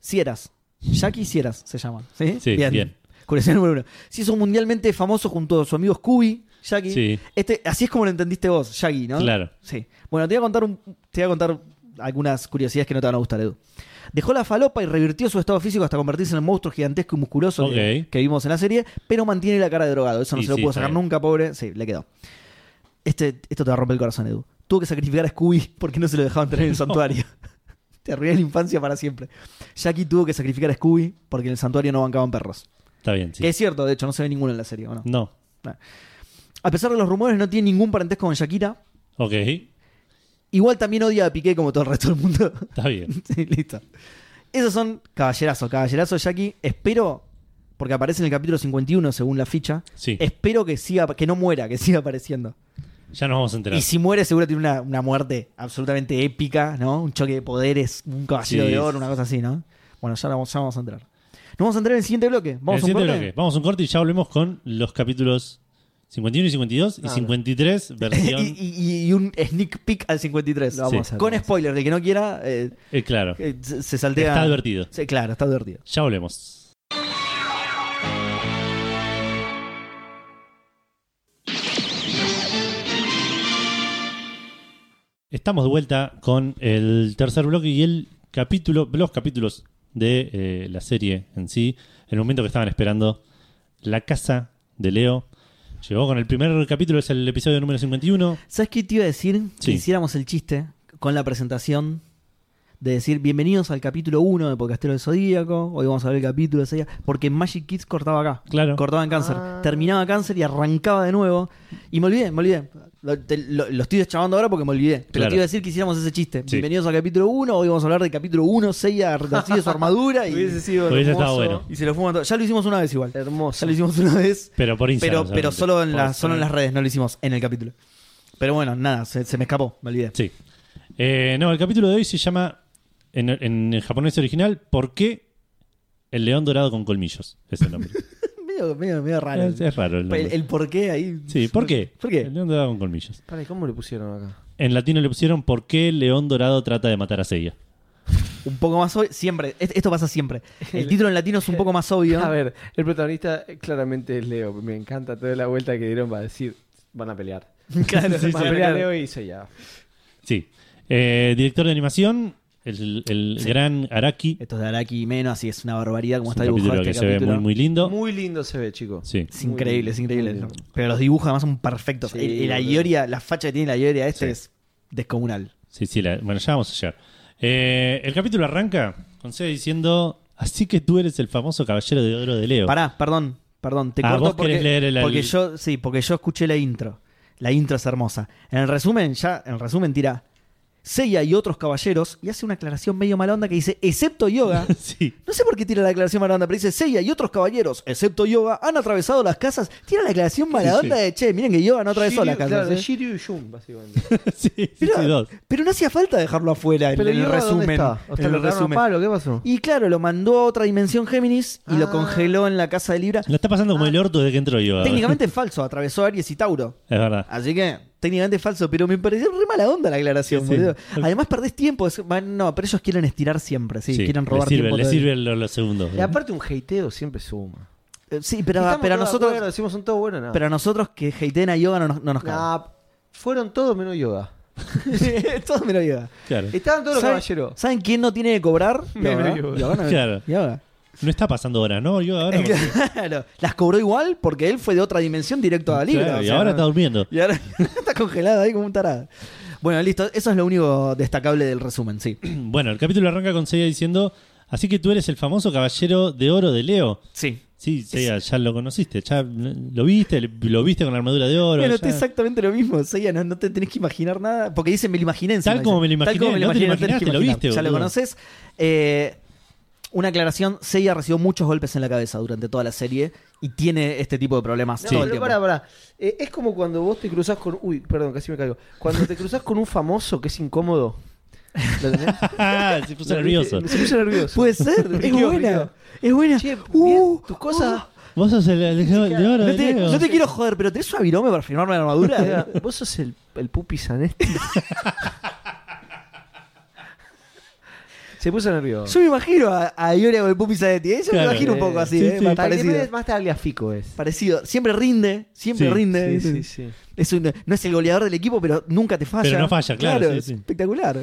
S4: Sieras. Jackie Sieras se llaman. ¿Sí?
S1: Sí, bien.
S4: Curiosidad número uno. Se hizo mundialmente famoso junto a su amigo Scooby, Jackie.
S1: Sí.
S4: Este, así es como lo entendiste vos, Jackie, ¿no?
S1: Claro.
S4: Sí. Bueno, te voy a contar, un- te voy a contar algunas curiosidades que no te van a gustar, Edu. Dejó la falopa y revirtió su estado físico hasta convertirse en el monstruo gigantesco y musculoso que-
S1: Ok.
S4: que, vimos en la serie, pero mantiene la cara de drogado. Eso no
S1: Sí,
S4: se lo
S1: sí,
S4: pudo
S1: está
S4: sacar
S1: bien.
S4: nunca, pobre. Sí, le quedó. Este, esto te va a romper el corazón, Edu. Tuvo que sacrificar a Scooby porque no se lo dejaban tener en el santuario. te arruiné la infancia para siempre. Jackie tuvo que sacrificar a Scooby porque en el santuario no bancaban perros.
S1: Está bien, sí. Mm.
S4: Que es cierto, de hecho, no se ve ninguno en la serie, ¿o no?
S1: No.
S4: A pesar de los rumores, no tiene ningún parentesco con Shakira.
S1: Ok. Está
S4: Igual también odia a Piqué como todo el resto del mundo.
S1: bien.
S4: Sí, listo. Esos son caballerazos, caballerazos, Jackie. Espero, porque aparece en el capítulo 51 según la ficha.
S1: Sí.
S4: Espero que siga, que no muera, que siga apareciendo.
S1: Ya nos vamos a enterar.
S4: Y si muere, seguro tiene una, una muerte absolutamente épica, ¿no? Un choque de poderes, un caballero
S1: Sí.
S4: de oro, una cosa así, ¿no? Bueno, ya, la vamos, ya vamos a entrar. Nos vamos a entrar en el siguiente bloque.
S1: En el
S4: Vamos a un
S1: siguiente
S4: corte?
S1: bloque. Vamos a un corte y ya volvemos con los capítulos 51 y 52 y
S2: Ah,
S1: 53, versión.
S4: y, y- y un sneak peek al 53.
S2: Lo vamos
S1: Sí.
S2: a hacer.
S4: Con spoiler, el que no quiera, eh,
S1: Eh, claro.
S4: eh, se se saltea.
S1: Está advertido.
S4: Sí, claro, está advertido.
S1: Ya volvemos. Estamos de vuelta con el tercer bloque y el capítulo, los capítulos de eh, la serie en sí. En el momento que estaban esperando la casa de Leo. Llegó con el primer capítulo, es el episodio número 51.
S4: ¿Sabes qué te iba a decir? Que
S1: Sí.
S4: hiciéramos el chiste con la presentación de decir bienvenidos al capítulo 1 de Podcastero del Zodíaco. Hoy vamos a ver el capítulo 6. Porque Magic Kids cortaba acá.
S1: Claro.
S4: Cortaba en cáncer.
S2: Ah.
S4: Terminaba cáncer y arrancaba de nuevo. Y me olvidé, me olvidé. Lo, te- lo- lo estoy deschavando ahora porque me olvidé. Pero
S1: Claro.
S4: te iba a decir que hiciéramos ese chiste.
S1: Sí.
S4: Bienvenidos al capítulo 1. Hoy vamos a hablar del capítulo 1. Seiya recibe su armadura
S2: Hubiese
S4: y,
S2: sido
S1: Hubiese
S2: hermoso.
S1: estado bueno.
S4: y se lo fuma todo. Ya lo hicimos una vez igual. Ya
S2: Hermoso.
S4: lo hicimos una vez.
S1: Pero por Instagram.
S4: Pero, pero
S1: solamente.
S4: solo, en
S1: Por
S4: las, solo en
S1: Instagram.
S4: las redes, no lo hicimos en el capítulo. Pero bueno, nada, se, se me escapó, me olvidé.
S1: Sí. Eh, no, el capítulo de hoy se llama, en, en el japonés original, ¿Por qué el león dorado con colmillos? Es el nombre.
S4: medio, medio, medio raro.
S1: es, es raro el
S4: el,
S1: nombre.
S4: el por qué ahí.
S1: Eh, sí, ¿por qué?
S4: ¿Por qué?
S1: El león dorado con colmillos.
S2: Pará, ¿y ¿Cómo le pusieron acá?
S1: En latino le pusieron ¿Por qué el león dorado trata de matar a Seiya?
S4: Un poco más obvio. Siempre, es- esto pasa siempre. El título en latino es un poco más obvio.
S6: A ver, el protagonista eh, claramente es Leo. Me encanta toda la vuelta que dieron para decir, van a pelear.
S4: claro,
S6: van a pelear Leo y soy ya.
S1: Sí. Eh, director de animación, el, el
S4: Sí.
S1: gran Araki.
S4: Esto es de Araki y menos, así es una barbaridad como
S1: Es
S4: está
S1: un
S4: dibujado
S1: capítulo
S4: este
S1: que se ve
S4: capítulo.
S1: muy, muy lindo.
S6: Muy lindo se ve, chico.
S1: Sí.
S4: Es increíble, es increíble.
S6: Muy lindo.
S4: Pero los dibujos además son perfectos.
S6: Sí,
S4: El- el
S6: boludo.
S4: Ayoria, la facha que tiene la Ayoria este
S1: Sí.
S4: es descomunal.
S1: Sí, sí, la- bueno, ya vamos a llegar. Eh, el capítulo arranca con Seiya diciendo, así que tú eres el famoso caballero de oro de Leo.
S4: Pará, perdón, perdón, te
S1: Ah,
S4: corto
S1: vos
S4: porque,
S1: querés leer el-
S4: porque
S1: el-
S4: yo, sí, porque yo escuché la intro. La intro es hermosa. En el resumen, ya, en el resumen tira Seiya y otros caballeros y hace una aclaración medio mala onda que dice, excepto Yoga.
S1: sí.
S4: No sé por qué tira la aclaración mala onda, pero dice Seiya y otros caballeros, excepto Yoga, han atravesado las casas. Tira la aclaración mala
S1: Sí,
S4: onda de, che, miren que Yoga no atravesó
S6: Shiryu-
S4: las casas.
S6: claro, de
S4: ¿eh?".
S6: Shiryu y Jun, básicamente.
S1: sí, sí,
S4: Mirá,
S1: sí, dos.
S4: pero no hacía falta dejarlo afuera en,
S2: Pero
S4: en el
S2: Yoda, ¿dónde
S4: resumen.
S2: está? ¿O
S4: en
S2: está
S4: el
S2: lo agarraron a
S4: resumen.
S2: palo? ¿Qué pasó?
S4: Y claro, lo mandó a otra dimensión Géminis y lo
S2: Ah.
S4: congeló en la casa de Libra.
S1: La está pasando como el orto desde que entró yo.
S4: ah, Técnicamente es falso, atravesó Aries y Tauro.
S1: Es verdad.
S4: Así que técnicamente es falso, pero me pareció re mala onda la aclaración,
S1: Sí, sí.
S4: boludo. Además perdés tiempo. es- bueno, no, pero ellos quieren estirar siempre, sí, quieren robar
S1: le sirve,
S4: tiempo.
S1: Le
S4: todo el-
S1: sirve los, los segundos.
S6: Y aparte un hateo siempre suma.
S4: Eh, Sí, pero,
S6: Estamos
S4: pero a
S6: todos de
S4: nosotros,
S6: acuerdo, decimos son todos buenos, nada.
S4: pero a nosotros que hateen a Yoga no nos, no nos cabe.
S6: Nah, fueron todos menos Yoda.
S4: Todo me lo lleva.
S1: Claro.
S2: Estaban todos los
S4: ¿Sabe-
S2: caballeros.
S4: ¿Saben quién no tiene que cobrar?
S2: Me
S4: Y ahora,
S2: lo llevo.
S4: y ahora,
S1: Claro.
S4: y ahora.
S1: No está pasando ahora, ¿no? Yo ahora.
S4: Claro. Las cobró igual porque él fue de otra dimensión directo a Libra.
S1: Claro,
S4: o
S1: y
S4: sea,
S1: ahora
S4: no-
S1: está durmiendo.
S4: Y ahora está congelado ahí como un tarado. Bueno, listo. Eso es lo único destacable del resumen, sí.
S1: Bueno, el capítulo arranca con Seiya diciendo: Así que tú eres el famoso caballero de oro de Leo.
S4: Sí.
S1: Sí, Seiya, ya lo conociste, ya lo viste, lo viste con la armadura de oro.
S4: Pero
S1: ya-
S4: exactamente lo mismo, Seiya, no, no te tenés que imaginar nada. Porque dice, me lo imaginé. encima,
S1: Tal como
S4: dice.
S1: me lo
S4: Tal como
S1: imaginé,
S4: me
S1: no te lo
S4: imaginé, tenés que
S1: imaginaste, lo
S4: imaginar.
S1: viste,
S4: Ya lo
S1: boludo.
S4: conoces. Eh, una aclaración, Seiya recibió muchos golpes en la cabeza durante toda la serie y tiene este tipo de problemas
S2: No,
S4: todo el
S2: pero
S4: tiempo.
S2: pará, pará. Eh, es como cuando vos te cruzás con. Uy, perdón, casi me caigo. Cuando te cruzás con un famoso que es incómodo. ¿Lo tenés?
S1: Ah, se puso
S2: Lo-
S1: nervioso.
S2: Se puso nervioso.
S4: Puede ser, es
S2: Río,
S4: buena.
S2: río.
S4: Es buena.
S2: Che,
S4: Pues, Uh,
S2: bien, tus cosas.
S1: Vos sos el, el de oro
S4: No
S1: de
S4: te,
S1: Leo.
S4: no te quiero joder, pero ¿tenés un virome para firmarme la
S2: Mira,
S4: armadura? Eh,
S2: ¿eh? Vos sos el, el pupi Zanetti. Se puso nervioso.
S4: Yo me imagino a, a Ioria con el pupi Zanetti, ¿eh? Yo
S1: Claro.
S4: me imagino un poco así,
S1: Sí,
S4: ¿eh?
S1: sí.
S4: Más
S2: Parecido.
S4: parecido.
S2: Es más tagliafico es.
S4: Parecido. Siempre rinde, siempre
S1: Sí,
S4: rinde.
S2: Sí,
S4: ¿viste?
S2: sí, sí.
S4: Es un- no es el goleador del equipo, pero nunca te falla.
S1: Pero no falla, claro, sí,
S4: es
S1: sí.
S4: espectacular.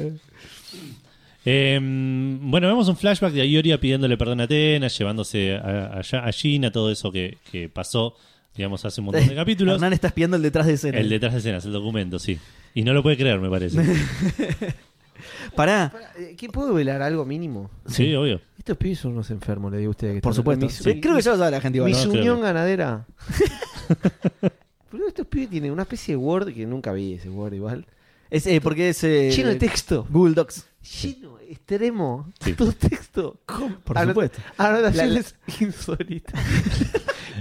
S1: Eh, bueno, vemos un flashback de Ioria pidiéndole perdón a Atenas, llevándose a, a, a Gina, todo eso que, que pasó, digamos, hace un montón de capítulos.
S4: Hernán está espiando el detrás de escena.
S1: El detrás de escenas, el documento, sí. Y no lo puede creer, me parece.
S4: Pará.
S2: Pará, eh, ¿Qué puedo velar algo mínimo?
S1: Sí, obvio.
S2: Estos pibes son unos enfermos, le digo a ustedes. Que
S4: Por
S2: están-
S4: supuesto.
S2: Mis-
S4: Sí, creo que ya lo sabe la gente igual.
S2: Mi
S4: ¿no?
S1: su-
S2: unión
S1: claro.
S2: ganadera. Pero estos pibes tienen una especie de Word que nunca vi ese Word igual.
S4: Es, eh, porque es. eh,
S2: Lleno de texto.
S4: Google Docs.
S2: Lleno, extremo.
S1: Sí.
S2: Todo texto.
S4: Por
S2: Anot-
S4: supuesto.
S2: Anotaciones insólitas.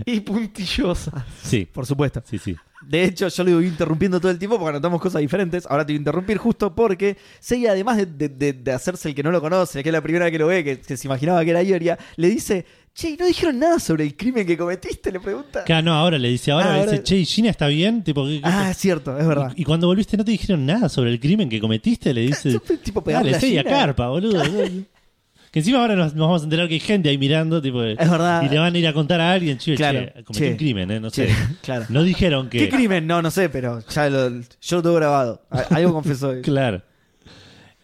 S2: y puntillosas.
S1: Sí,
S4: Por supuesto.
S1: sí, sí.
S4: De hecho, yo lo voy interrumpiendo todo el tiempo porque anotamos cosas diferentes. Ahora te voy a interrumpir justo porque Seiya, además de, de- de- de hacerse el que no lo conoce, que es la primera que lo ve, que, que se imaginaba que era Ioria, le dice: Che, ¿y ¿no dijeron nada sobre el crimen que cometiste? Le pregunta.
S1: Claro, no, ahora le dice, ahora
S4: Ah,
S1: le
S4: ahora-
S1: dice, che, ¿y Gina está bien? Tipo, ¿qué- qué-
S4: Ah, es cierto, es verdad.
S1: y, y cuando volviste no te dijeron nada sobre el crimen que cometiste, le dice.
S4: Siempre, tipo, pegarle
S1: Dale,
S4: a
S1: Seiya,
S4: Gina.
S1: carpa, boludo. que encima ahora nos, nos vamos a enterar que hay gente ahí mirando, tipo.
S4: Es verdad.
S1: Y le van a ir a contar a alguien, chico,
S4: Claro,
S1: che, cometí
S4: che.
S1: un crimen, ¿eh? No
S4: Che,
S1: sé.
S4: claro.
S1: No dijeron que.
S4: ¿Qué crimen? No, no sé, pero ya lo, yo lo tengo grabado. A- Algo confesó. hoy.
S1: Claro.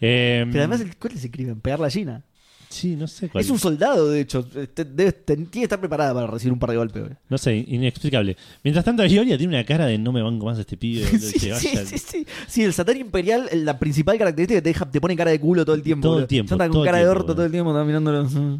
S1: Eh,
S4: Pero además, el- ¿cuál es el crimen? Pegar la gallina.
S1: sí, no sé cuál.
S4: Es un soldado, de hecho. Este, debe- ten- tiene que estar preparada para recibir un par de golpes. boludo.
S1: No sé, inexplicable. Mientras tanto, Ioria tiene una cara de no me banco más a este pibe. boludo,
S4: Sí,
S1: que
S4: sí,
S1: vaya-
S4: sí, sí. Sí, el satán imperial, la principal característica que te, deja, te pone cara de culo todo el tiempo.
S1: Todo el
S4: boludo.
S1: tiempo,
S4: Ya está
S1: todo
S4: con
S1: el
S4: cara de
S1: tiempo,
S4: orto todo el tiempo, está mirándolo.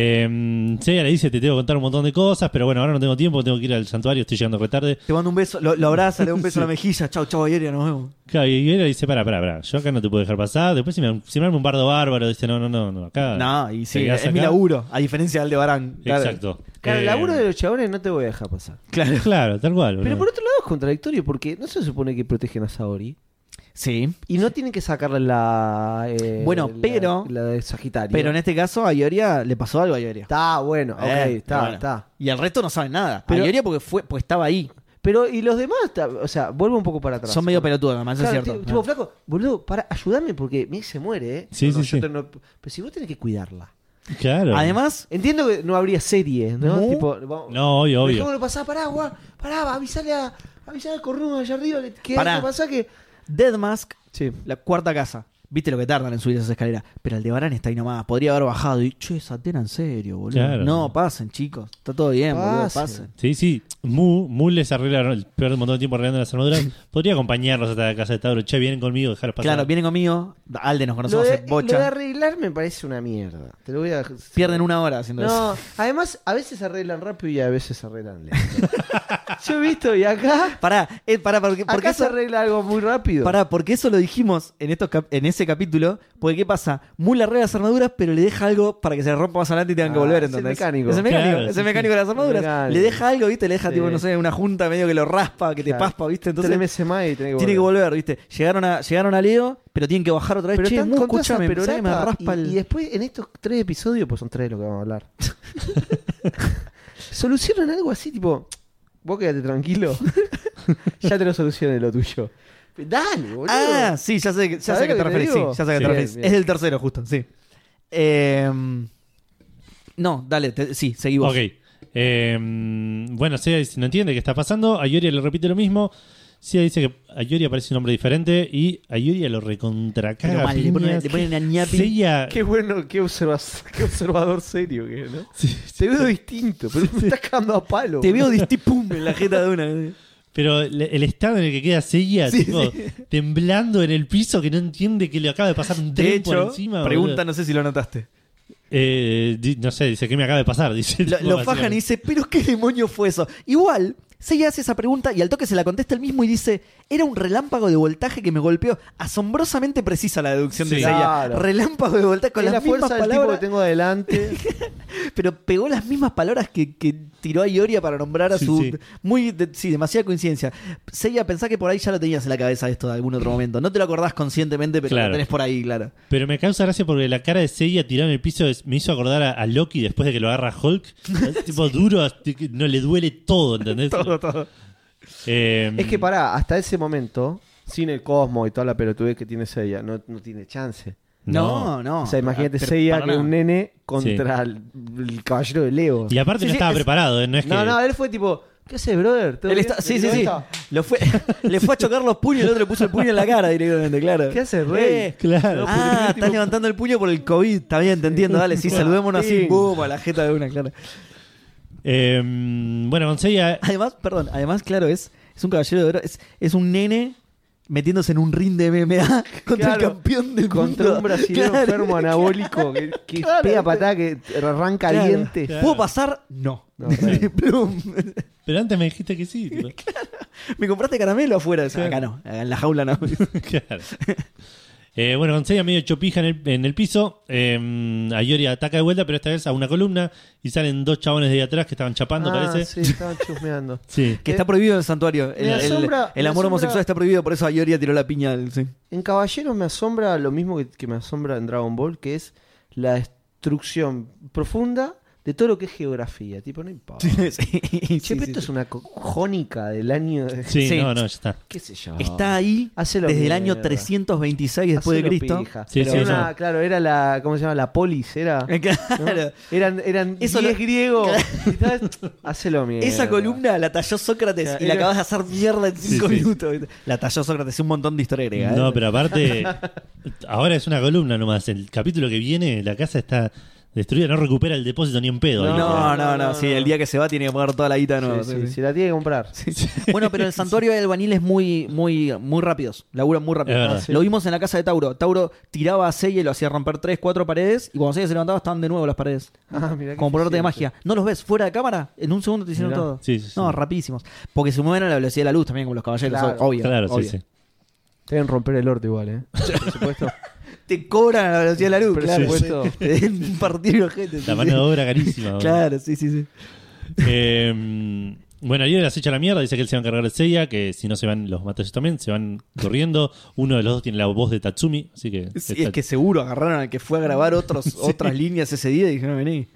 S1: Eh, Seiya le dice, te tengo que contar un montón de cosas, pero bueno, ahora no tengo tiempo, tengo que ir al santuario, estoy llegando retarde.
S4: Te mando un beso, lo, lo abraza, le da un beso a la mejilla. Chau, chau, Ioria, nos vemos.
S1: Claro, y Ioria dice, para, para, para, yo acá no te puedo dejar pasar. Después si me, si me arma un bardo bárbaro, dice, no, no, no, no acá.
S4: No, y sí,
S1: te quedás
S4: es mi
S1: acá".
S4: laburo, a diferencia del de Barán. claro.
S1: Exacto.
S2: Claro, el
S1: Eh,
S2: laburo de los chabones no te voy a dejar pasar.
S4: Claro.
S1: Claro, tal cual.
S2: Pero
S1: boludo.
S2: por otro lado es contradictorio porque no se supone que protegen a Saori.
S4: Sí.
S2: Y no tienen que sacarle la. eh,
S4: Bueno,
S2: la-
S4: pero-
S2: La de Sagitario.
S4: Pero en este caso, a Ioria le pasó algo a Ioria.
S2: Está bueno, Ah, ok,
S4: Eh,
S2: está,
S4: bueno.
S2: está.
S4: Y el resto no saben nada.
S2: Pero-
S4: a Ioria porque, fue, porque estaba ahí.
S2: Pero, ¿y los demás? Ta- O sea, vuelvo un poco para atrás.
S4: Son medio pelotudos, además,
S2: Claro,
S4: es cierto. Ah.
S2: tipo- tipo, flaco, boludo, para, ayúdame porque mi ex se muere, ¿eh?
S1: Sí,
S2: No, no,
S1: sí,
S2: yo
S1: sí.
S2: te no- pero si vos tenés que cuidarla.
S1: Claro.
S4: Además,
S2: Entiendo que no habría serie, ¿no?
S4: No.
S2: Tipo, vamos-
S1: No, obvio, obvio.
S2: Dejémoslo pasar para agua. Pará, avisale a. Avisale al cornudo allá arriba que que
S4: Pará.
S2: algo pasa que.
S4: Dead Mask,
S2: Sí.
S4: la cuarta casa. Viste lo que tardan en subir esas escaleras. Pero el de Barán está ahí nomás. Podría haber bajado y, che, Satena, en serio, boludo.
S1: Claro.
S4: No, pasen, chicos. Está todo bien, boludo.
S2: Pasen.
S4: Pasen.
S1: Sí, sí. Mu, Mu les arreglaron el peor montón de tiempo arreglando las armaduras. Podría acompañarlos hasta la casa de Tauro. Che, vienen conmigo, dejar pasar.
S4: Claro, vienen conmigo. Alde
S2: Lo
S4: nos conocemos
S2: de,
S4: hace
S2: lo de
S4: bocha.
S2: arreglar me parece una mierda. Te lo voy a.
S4: Pierden una hora haciendo eso.
S2: No, además a veces arreglan rápido y a veces arreglan lento. Yo he visto, y acá.
S4: Pará, eh, pará, porque,
S2: Acá
S4: porque
S2: se
S4: eso,
S2: arregla algo muy rápido.
S4: pará, porque eso lo dijimos en, estos cap- en ese capítulo. Porque, ¿qué pasa? Muy larga las armaduras, pero le deja algo para que se rompa más adelante y tengan que
S2: Ah,
S4: volver,
S2: es el
S4: ¿entendés?
S2: mecánico.
S4: Es el mecánico,
S1: Claro,
S4: es
S1: sí,
S4: el mecánico de las armaduras.
S2: mecánico.
S4: Le deja algo, ¿viste? Le deja,
S2: Sí.
S4: tipo, no sé, una junta medio que lo raspa, que te
S2: Claro.
S4: paspa, ¿viste? Entonces,
S2: Tres meses más y tenés que
S4: Tiene que
S2: volver.
S4: volver, ¿viste? Llegaron a, llegaron a Leo, pero tienen que bajar otra vez.
S2: Pero
S4: che,
S2: están
S4: Mu,
S2: con toda esa
S4: escúchame, ¿sabes que me
S2: perorata
S4: raspa
S2: y,
S4: el...
S2: y después en estos tres episodios, pues son tres lo que vamos a hablar. Solucionan algo así, tipo, vos quédate tranquilo. ya te lo solucioné lo tuyo. Dale, boludo.
S4: Ah, sí, ya sé, que- ya
S2: ¿Sabés
S4: sé a qué
S2: lo
S4: te
S2: que te
S4: referís. Sí,
S2: digo?
S4: ya sé a qué te
S1: Sí.
S4: referís.
S2: Bien, bien.
S4: Es del tercero, justo, sí. Em, no, dale, te- sí, seguí vos.
S1: em, Ok. Eh, bueno, Seiya dice, no entiende qué está pasando. A Ioria le repite lo mismo. Sí, dice que a Yuri aparece un hombre diferente y a Yuri lo
S4: Pero
S1: recontracaga.
S4: mal, le ponen, le ponen a ñapi.
S1: Seiya-
S6: Qué bueno, qué, observas- qué observador serio que es, ¿no?
S1: Sí,
S6: Te veo distinto, pero me estás cagando a palo.
S4: Te veo distinto pum en la jeta de una. ¿eh?
S1: Pero le- el estado en el que queda Seiya,
S4: Sí,
S1: tipo, temblando en el piso que no entiende que le acaba de pasar un
S6: De
S1: tren por
S6: hecho,
S1: encima. boludo.
S6: pregunta, no sé si lo notaste.
S1: Eh, di- no sé, dice, ¿qué me acaba de pasar? Dice,
S4: Lo,
S1: tipo,
S4: lo fajan
S1: básicamente.
S4: y dice, pero qué demonio fue eso. Igual, Seiya hace esa pregunta y al toque se la contesta el mismo y dice, era un relámpago de voltaje que me golpeó. Asombrosamente precisa la deducción de
S1: Sí.
S4: Seiya.
S6: Claro.
S4: Relámpago de voltaje con
S2: es la
S4: las mismas
S2: fuerza del tipo que
S4: palabras.
S2: tengo adelante.
S4: Pero pegó las mismas palabras que, que tiró a Ioria para nombrar a
S1: Sí,
S4: su...
S1: sí.
S4: Muy, de- sí, demasiada coincidencia. Seiya, pensá que por ahí ya lo tenías en la cabeza esto de algún otro momento. No te lo acordás conscientemente, pero
S1: Claro.
S4: lo tenés por ahí, claro.
S1: Pero me causa gracia porque la cara de Seiya tirada en el piso es- me hizo acordar a, a Loki después de que lo agarra Hulk. Es tipo duro, hasta que no le duele todo, ¿entendés?
S6: Todo, todo.
S1: Eh,
S2: es que pará, hasta ese momento, sin el cosmo y toda la pelotudez que tiene Seiya, no, no tiene chance.
S4: No, no.
S2: o sea, imagínate
S4: Ah, Pero
S2: Seiya
S4: para
S2: que es un
S4: nada.
S2: nene contra el, el caballero de Leo.
S1: Y aparte
S2: Sí,
S1: no
S2: sí,
S1: estaba
S2: es-
S1: preparado, ¿eh? no es
S2: No,
S1: que.
S2: no, él fue tipo, ¿qué haces, brother? ¿Todo
S4: Él
S2: bien?
S4: está- sí,
S2: ¿Todo
S4: sí,
S2: bien?
S4: sí. Lo fue, le fue a chocar los puños y el otro le puso el puño en la cara directamente, claro.
S2: ¿Qué haces, rey?
S1: Claro.
S4: Ah, estás levantando el puño por el COVID. Está bien, te entiendo. Dale, sí, saludémonos así.
S2: Sí.
S4: Boom, a la jeta de una, claro.
S1: Eh, bueno, con Seiya.
S4: Además, perdón, además, claro, es, es un caballero de oro. Es, es un nene metiéndose en un ring de MMA contra el
S2: Claro,
S4: campeón del
S2: Contra
S4: mundo.
S2: un brasileño
S4: Claro,
S2: enfermo anabólico que, que
S4: Claro,
S2: pega
S4: ¿viste?
S2: patada, que arranca
S4: claro.
S2: dientes.
S4: ¿Puedo pasar? No.
S2: No, claro.
S4: Plum.
S1: Pero antes me dijiste que sí. tipo.
S4: ¿Me compraste caramelo afuera? O sea,
S1: Claro.
S4: Acá no, en la jaula no.
S1: Claro. Eh, bueno, con Seiya medio chopija en el, en el piso. Eh, a Yori ataca de vuelta, pero esta vez a una columna. Y salen dos chabones de atrás que estaban chapando,
S2: Ah,
S1: parece.
S2: Sí, estaban chusmeando.
S1: Sí.
S4: Que está prohibido en el santuario.
S2: Eh, Me
S4: El, el-
S2: asombra-
S4: el
S2: me
S4: amor
S2: asombra-
S4: homosexual está prohibido, por eso Ayoria tiró la piña. del- sí.
S2: En Caballeros me asombra lo mismo que, que me asombra en Dragon Ball, que es la destrucción profunda de todo lo que es geografía. Tipo, no importa.
S4: Sí, sí, sí,
S2: Che, pero
S4: sí,
S2: esto
S4: sí.
S2: es una co- jónica del año.
S1: Sí,
S4: Sí.
S1: no, no, ya está.
S2: ¿Qué sé yo?
S4: Ah. Está ahí
S2: Hacelo
S4: desde el
S2: mierda.
S4: año 326 después de
S2: Hacelo
S4: Cristo.
S2: pija.
S1: Sí,
S2: Pero
S1: sí,
S2: era
S1: no.
S2: una- Claro, era la. ¿Cómo se llama? La polis. Era.
S4: Eh,
S2: ¿no?
S4: Claro.
S2: Eran, eran
S4: Eso
S2: 10
S4: lo-
S2: griegos. Entonces, Hacelo mierda.
S4: Esa columna la talló Sócrates
S2: Claro,
S4: y
S2: era-
S4: la acabas de hacer mierda en 5
S1: sí.
S4: minutos. La talló Sócrates, un montón de historia griega. ¿eh?
S1: No, pero aparte, ahora es una columna nomás. El capítulo que viene, la casa está destruida, no recupera el depósito ni en pedo.
S4: no,
S1: Ahí,
S4: no, no,
S2: no, no,
S4: sí,
S2: no.
S4: el día que se va tiene que pagar toda la guita de
S2: Sí,
S4: nuevo.
S2: sí,
S4: sí, sí.
S2: Se la tiene que comprar.
S4: Bueno, pero en el santuario de albanil es muy, muy, muy rápidos. Laburan muy rápido.
S1: Es verdad.
S4: Ah, sí. Lo vimos en la casa de Tauro. Tauro tiraba a Seiya y lo hacía romper 3, 4 paredes. Y cuando Seiya se levantaba, estaban de nuevo las paredes.
S2: Ah, mirá qué
S4: Como por arte de
S2: eficiente.
S4: magia. No los ves fuera de cámara. En un segundo te hicieron
S2: Mirá.
S4: todo.
S1: Sí, sí, sí.
S4: No, rapidísimos. Porque se mueven a la velocidad de la luz también, como los caballeros.
S2: Claro.
S4: Obvio.
S1: Claro,
S4: obvio.
S1: sí, sí.
S2: Te deben romper el orto igual, ¿eh? Por supuesto.
S4: Te cobran a la velocidad de la luz.
S2: Por
S4: claro,
S2: supuesto.
S4: sí. Te den un partido de ojete, sí,
S1: La mano
S4: sí.
S1: de obra carísima. boludo.
S4: Claro, sí, sí, sí.
S1: Eh, bueno, Ariel las echa a la mierda, dice que él se va a encargar de Seiya, que si no se van, los mata ellos también, se van corriendo. Uno de los dos tiene la voz de Tatsumi, así que...
S4: Sí,
S1: está-
S4: es que seguro agarraron al que fue a grabar otros, otras líneas ese día y dijeron, vení.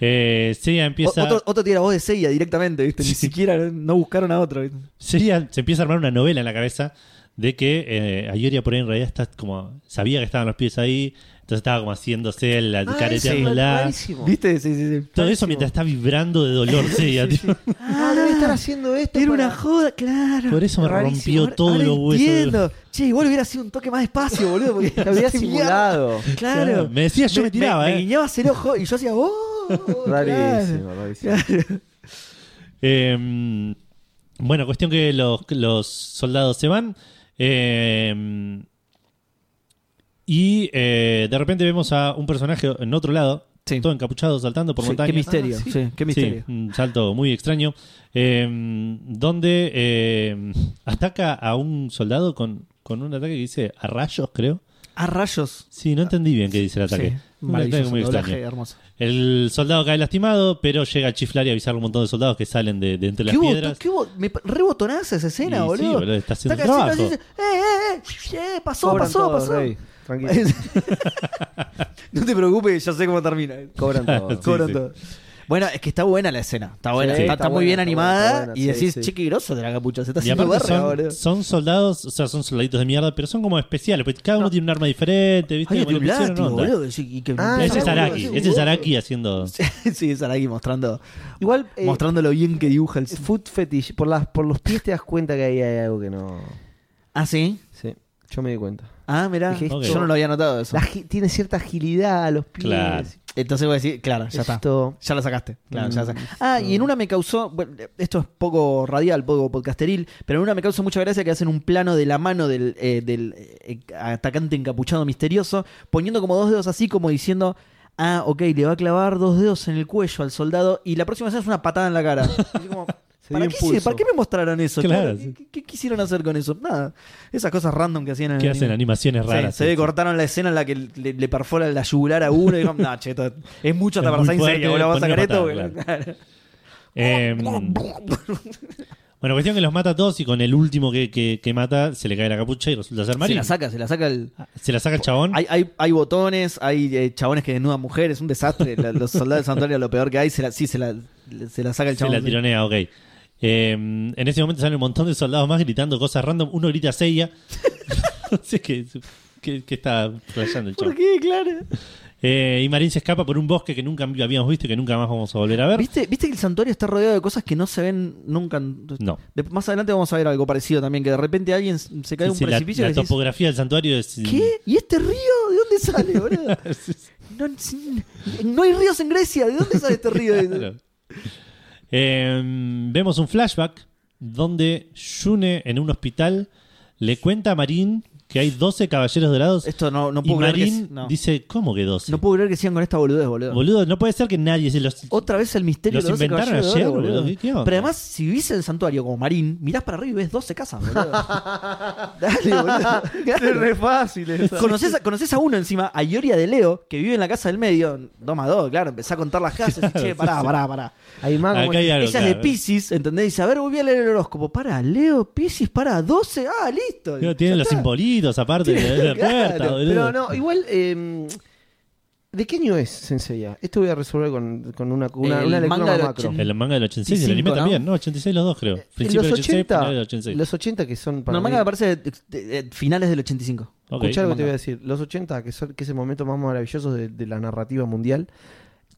S1: Eh, Seiya
S4: O-
S1: empieza...
S4: Otro, otro tiene la voz de Seiya directamente, ¿viste? Ni siquiera no buscaron a otro. ¿viste?
S1: Seiya se empieza a armar una novela en la cabeza de que eh, Ayoria por ahí en realidad está como... Sabía que estaban los pies ahí, entonces estaba como haciéndose la
S2: Ah,
S1: careteándola.
S2: eso es rarísimo.
S4: ¿Viste? Sí, sí, sí.
S1: Todo eso mientras está vibrando de dolor, Seiya, tío.
S2: Ah, debe estar haciendo esto.
S4: Era una
S2: para-
S4: joda, claro.
S1: Por eso me
S4: Rarísimo.
S1: rompió
S4: Ahora-
S1: todo
S4: ahora
S1: los huesos.
S4: entiendo. Che, igual hubiera sido un toque más despacio, boludo. Porque
S2: Te había
S4: Sí,
S2: simulado.
S4: mierda. Claro.
S1: Me decía, yo me tiraba,
S4: me,
S1: eh.
S4: guiñabas el ojo y yo hacía, ¡oh!
S2: Rarísimo, rarísimo.
S4: claro. Claro.
S1: Eh, bueno, cuestión que los, los soldados se van. eh, y eh, de repente vemos a un personaje en otro lado,
S4: Sí.
S1: todo encapuchado, saltando por
S4: Sí,
S1: montaña.
S4: qué misterio, Ah, sí. qué misterio.
S1: Ah, Sí, un salto muy extraño. eh, donde eh, ataca a un soldado con, con un ataque que dice a rayos, creo.
S4: A rayos.
S1: Sí, no entendí bien qué dice el ataque.
S4: Ah, Sí,
S1: Un ataque
S4: maravilloso,
S1: muy
S4: doblaje ah.
S1: extraño.
S4: hermoso.
S1: El soldado cae lastimado, pero llega a chiflar y avisar a un montón de soldados que salen de, de entre las
S4: ¿Qué
S1: piedras.
S4: botón? ¿Qué bo- Me rebotonás esa escena,
S1: Y sí,
S4: boludo.
S1: boludo, está haciendo
S4: Saca
S1: un
S4: el
S1: trabajo.
S4: signo y dice, eh, eh, eh, eh, pasó,
S2: Cobran
S4: pasó,
S2: todo,
S4: pasó.
S2: Rey. Tranquilo.
S4: no te preocupes, ya sé cómo termina.
S2: Cobran todo.
S1: Sí,
S4: Cobran
S1: sí.
S4: todo. Bueno, es que está buena la escena. Está buena.
S2: Sí.
S4: está,
S2: Está
S4: está muy
S2: buena,
S4: bien
S2: está
S4: animada.
S2: buena, está buena,
S4: y
S2: sí,
S4: decís,
S2: sí.
S4: che, qué grosso de la capucha. Se está
S1: Y
S4: haciendo
S1: aparte
S4: verga,
S1: son,
S4: boludo.
S1: son soldados, o sea, son soldaditos de mierda, pero son como especiales, porque cada uno tiene un arma diferente, ¿viste?
S4: Ay,
S1: Bueno,
S4: tiene un
S1: le pusieron
S4: látigo,
S1: onda.
S4: boludo. y que-
S2: Ah,
S1: Ese es
S2: boludo,
S1: Araki, ese es Araki haciendo.
S4: sí, es Araki mostrando,
S2: Igual, eh,
S4: mostrando lo bien que dibuja el...
S2: food fetish, por, las, por los pies te das cuenta que ahí hay algo que no.
S4: Ah, ¿sí?
S2: Sí, yo me di cuenta.
S4: Ah, mirá.
S2: Dije,
S1: Ok.
S4: Yo no lo había notado eso.
S2: La gi- tiene cierta agilidad a los pies.
S1: Claro.
S4: Entonces voy a decir, claro, ya está.
S2: Esto-
S4: Ya la sacaste. Claro,
S2: Mm,
S4: ya la sacaste. Ah, y en una me causó. bueno, esto es poco radial, poco podcasteril, pero en una me causó mucha gracia que hacen un plano de la mano del, eh, del eh, atacante encapuchado misterioso, poniendo como dos dedos así, como diciendo. Ah, ok, le va a clavar dos dedos en el cuello al soldado y la próxima vez es una patada en la cara. Y yo como, ¿para,
S6: dio
S4: qué,
S6: impulso.
S4: se- ¿Para qué me mostraron eso?
S1: Claro,
S4: ¿Qué, qué- qué quisieron hacer con eso? Nada. Esas cosas random que hacían en
S1: Que
S4: el
S1: hacen
S4: anime.
S1: animaciones
S4: Sí,
S1: raras.
S4: se ve
S1: sí.
S4: que cortaron la escena en la que le, le perfora la yugular a uno y dijeron, nah, che, esto es mucho hasta
S1: Es
S4: para
S1: muy
S4: Saint
S1: fuerte,
S4: Seiya, boludo, vas a
S1: ponle
S4: sacar esto.
S1: patada,
S4: boludo.
S1: Eh, bueno, cuestión que los mata a todos y con el último que, que, que mata se le cae la capucha y resulta ser
S4: Se
S1: Marín. Ah,
S4: la saca, se la saca el...
S1: Se la saca el chabón.
S4: Hay, hay, hay botones, hay eh, chabones que desnudan mujeres, un desastre. La- los soldados de santuario lo peor que hay, se la, sí, se la, se la saca el
S1: Se
S4: chabón.
S1: la tironea, ok. Eh, en ese momento salen un montón de soldados más gritando cosas random. Uno grita Seiya. Así que, que, que está flasheando el
S4: ¿Por
S1: chabón.
S4: qué? Claro.
S1: Eh, y Marín se escapa por un bosque que nunca habíamos visto y que nunca más vamos a volver a ver.
S4: ¿Viste, ¿Viste que el santuario está rodeado de cosas que no se ven nunca? en-
S1: No.
S4: De- más adelante vamos a ver algo parecido también, que de repente alguien se cae de un
S1: Sí, sí, la-
S4: precipicio
S1: la,
S4: y decís,
S1: topografía del santuario es.
S4: ¿Qué? ¿Y este río? ¿De dónde sale, boludo? No, no hay ríos en Grecia. ¿De dónde sale este río?
S1: Claro. Eh, vemos un flashback donde Shune en un hospital le cuenta a Marín que hay 12 caballeros dorados.
S4: Esto no, no
S1: y
S4: puedo creer. que
S1: Marín
S4: si- no.
S1: dice, ¿cómo que 12?
S4: No puedo creer que sigan con esta boludez, boludo.
S1: Boludo, no puede ser que nadie se los...
S4: Otra vez el misterio
S1: Los
S4: de los 12
S1: inventaron
S4: caballeros
S1: ayer,
S4: de oro,
S1: boludo. ¿Qué- qué onda?
S4: Pero además, si vivís en el santuario como Marín, mirás para arriba y ves 12 casas, boludo. Dale, boludo.
S2: Es re fácil eso.
S4: Conoces a, conocés a uno encima, a Ioria de Leo, que vive en la casa del medio. 2 más 2, claro. Empezá a contar las casas. y, che, pará, pará, pará.
S2: Hay más como
S1: Acá hay algo,
S4: Ella es de
S1: claro.
S4: Pisces, ¿entendés? Dice, a ver, voy a leer el horóscopo. Para, Leo, Pisces, para, 12. Ah, listo.
S1: Claro, Tienen
S4: Ya
S1: los
S4: está.
S1: simbolitos aparte de la puerta,
S4: claro,
S1: boludo.
S2: Pero no, igual. eh, ¿De qué año es Senseiya? Esto voy a resolver con, con una, con una,
S4: El
S2: una lectura
S4: manga
S2: más
S4: del
S2: macro.
S4: ochen-
S1: El manga del 86 y el
S4: 85,
S1: anime
S4: ¿no? Eh,
S1: también, ¿no? 86 los dos, creo.
S2: En
S1: Principio
S2: los
S1: del 86,
S2: 80,
S1: final del 86.
S2: los 80 que son para
S4: No, el
S2: mí,
S4: manga me parece eh, eh, finales del 85.
S1: Ok.
S2: escuchá lo que te
S4: manga.
S2: voy a decir. Los 80, que son que es el momento más maravilloso de, de la narrativa mundial,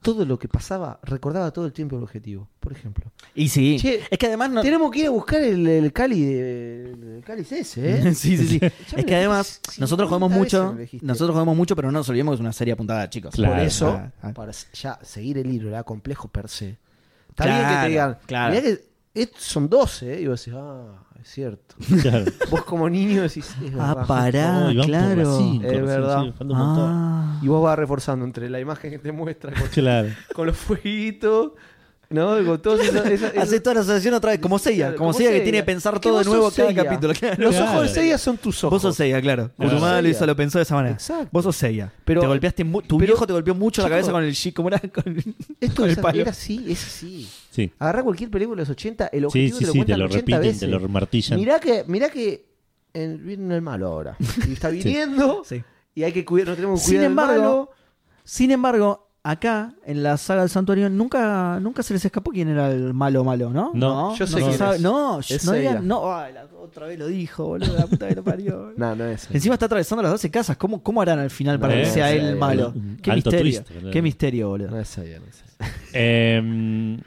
S2: todo lo que pasaba recordaba todo el tiempo el objetivo. Por ejemplo,
S4: Y sí.
S2: Che,
S4: es que además no.
S2: tenemos que ir a buscar el, el Cali de, el Cali ese, ¿eh?
S4: sí, sí, sí.
S2: me
S4: es que
S2: lo
S4: además,
S2: dijiste
S4: nosotros jugamos
S2: 50 veces,
S4: mucho.
S2: me dijiste.
S4: Nosotros jugamos mucho, pero no nos olvidemos que es una serie apuntada a chicos.
S1: Claro.
S2: Por eso,
S4: Ah, ah.
S2: para ya seguir el hilo, era complejo per se. Está bien que
S4: Claro,
S2: te digan,
S4: claro.
S2: mirá que et- son 12, ¿eh? y vos decís, ah, es cierto.
S1: Claro.
S2: Vos como niño decís, es
S4: Ah,
S2: verdad.
S4: pará,
S1: Oh, y van por las
S4: claro.
S1: cinco,
S2: Es
S1: recién,
S2: verdad.
S1: sí, falta un montón.
S4: Ah.
S2: Y vos vas reforzando entre la imagen que te muestra con,
S1: Claro.
S2: con los fueguitos, ¿no? Con todos esos- esos-
S4: Hace
S2: esos-
S4: toda la asociación otra vez, como Seiya,
S2: Claro,
S4: como
S2: como
S4: Seiya que
S2: Seiya.
S4: tiene que pensar
S2: Que
S4: todo de
S2: vos
S4: nuevo
S2: sos
S4: cada
S2: Seiya.
S4: capítulo. claro.
S2: Los
S1: Claro.
S2: ojos de Seiya son tus ojos.
S4: Vos sos Seiya, claro.
S1: Claro.
S4: Kurumada lo
S2: Seiya.
S4: hizo, lo pensó de esa manera.
S2: Exacto.
S4: Vos sos Seiya.
S2: Pero-
S4: te golpeaste mu- tu
S2: pero-
S4: viejo te golpeó mucho la
S2: Chicos,
S4: cabeza con el shit, ¿cómo era? Con-
S2: Esto
S4: con el
S2: es,
S4: palo.
S2: era así, es así.
S1: Sí.
S2: Agarrá cualquier película de los 80, el
S1: Sí, sí,
S2: objetivo te
S1: sí,
S2: lo
S1: te
S2: cuentan
S1: lo
S2: 80
S1: repiten,
S2: veces.
S1: te lo martillan.
S2: Mirá que, mirá que en- viene el malo ahora. Y está viniendo
S4: Sí.
S2: y hay que cuidar, no tenemos que
S4: Sin
S2: cuidar del
S4: embargo,
S2: malo.
S4: Sin embargo, acá, en la saga del santuario, nunca, nunca se les escapó quién era el malo malo, ¿no?
S1: No,
S2: yo sé
S4: se
S2: quién
S4: sabe-
S2: es.
S4: No,
S2: Es
S4: no digan-
S2: ella.
S4: no, ay, la- otra vez lo dijo, boludo, la puta que lo parió.
S2: No, no es.
S4: Encima está atravesando las 12 casas. ¿Cómo, cómo harán al final para
S1: Eh,
S4: que sea
S2: sí,
S4: él el malo?
S1: un
S4: Qué
S1: alto
S4: misterio.
S1: twist, boludo.
S4: Qué misterio, boludo.
S2: No es ella, no es ella.
S1: Eh,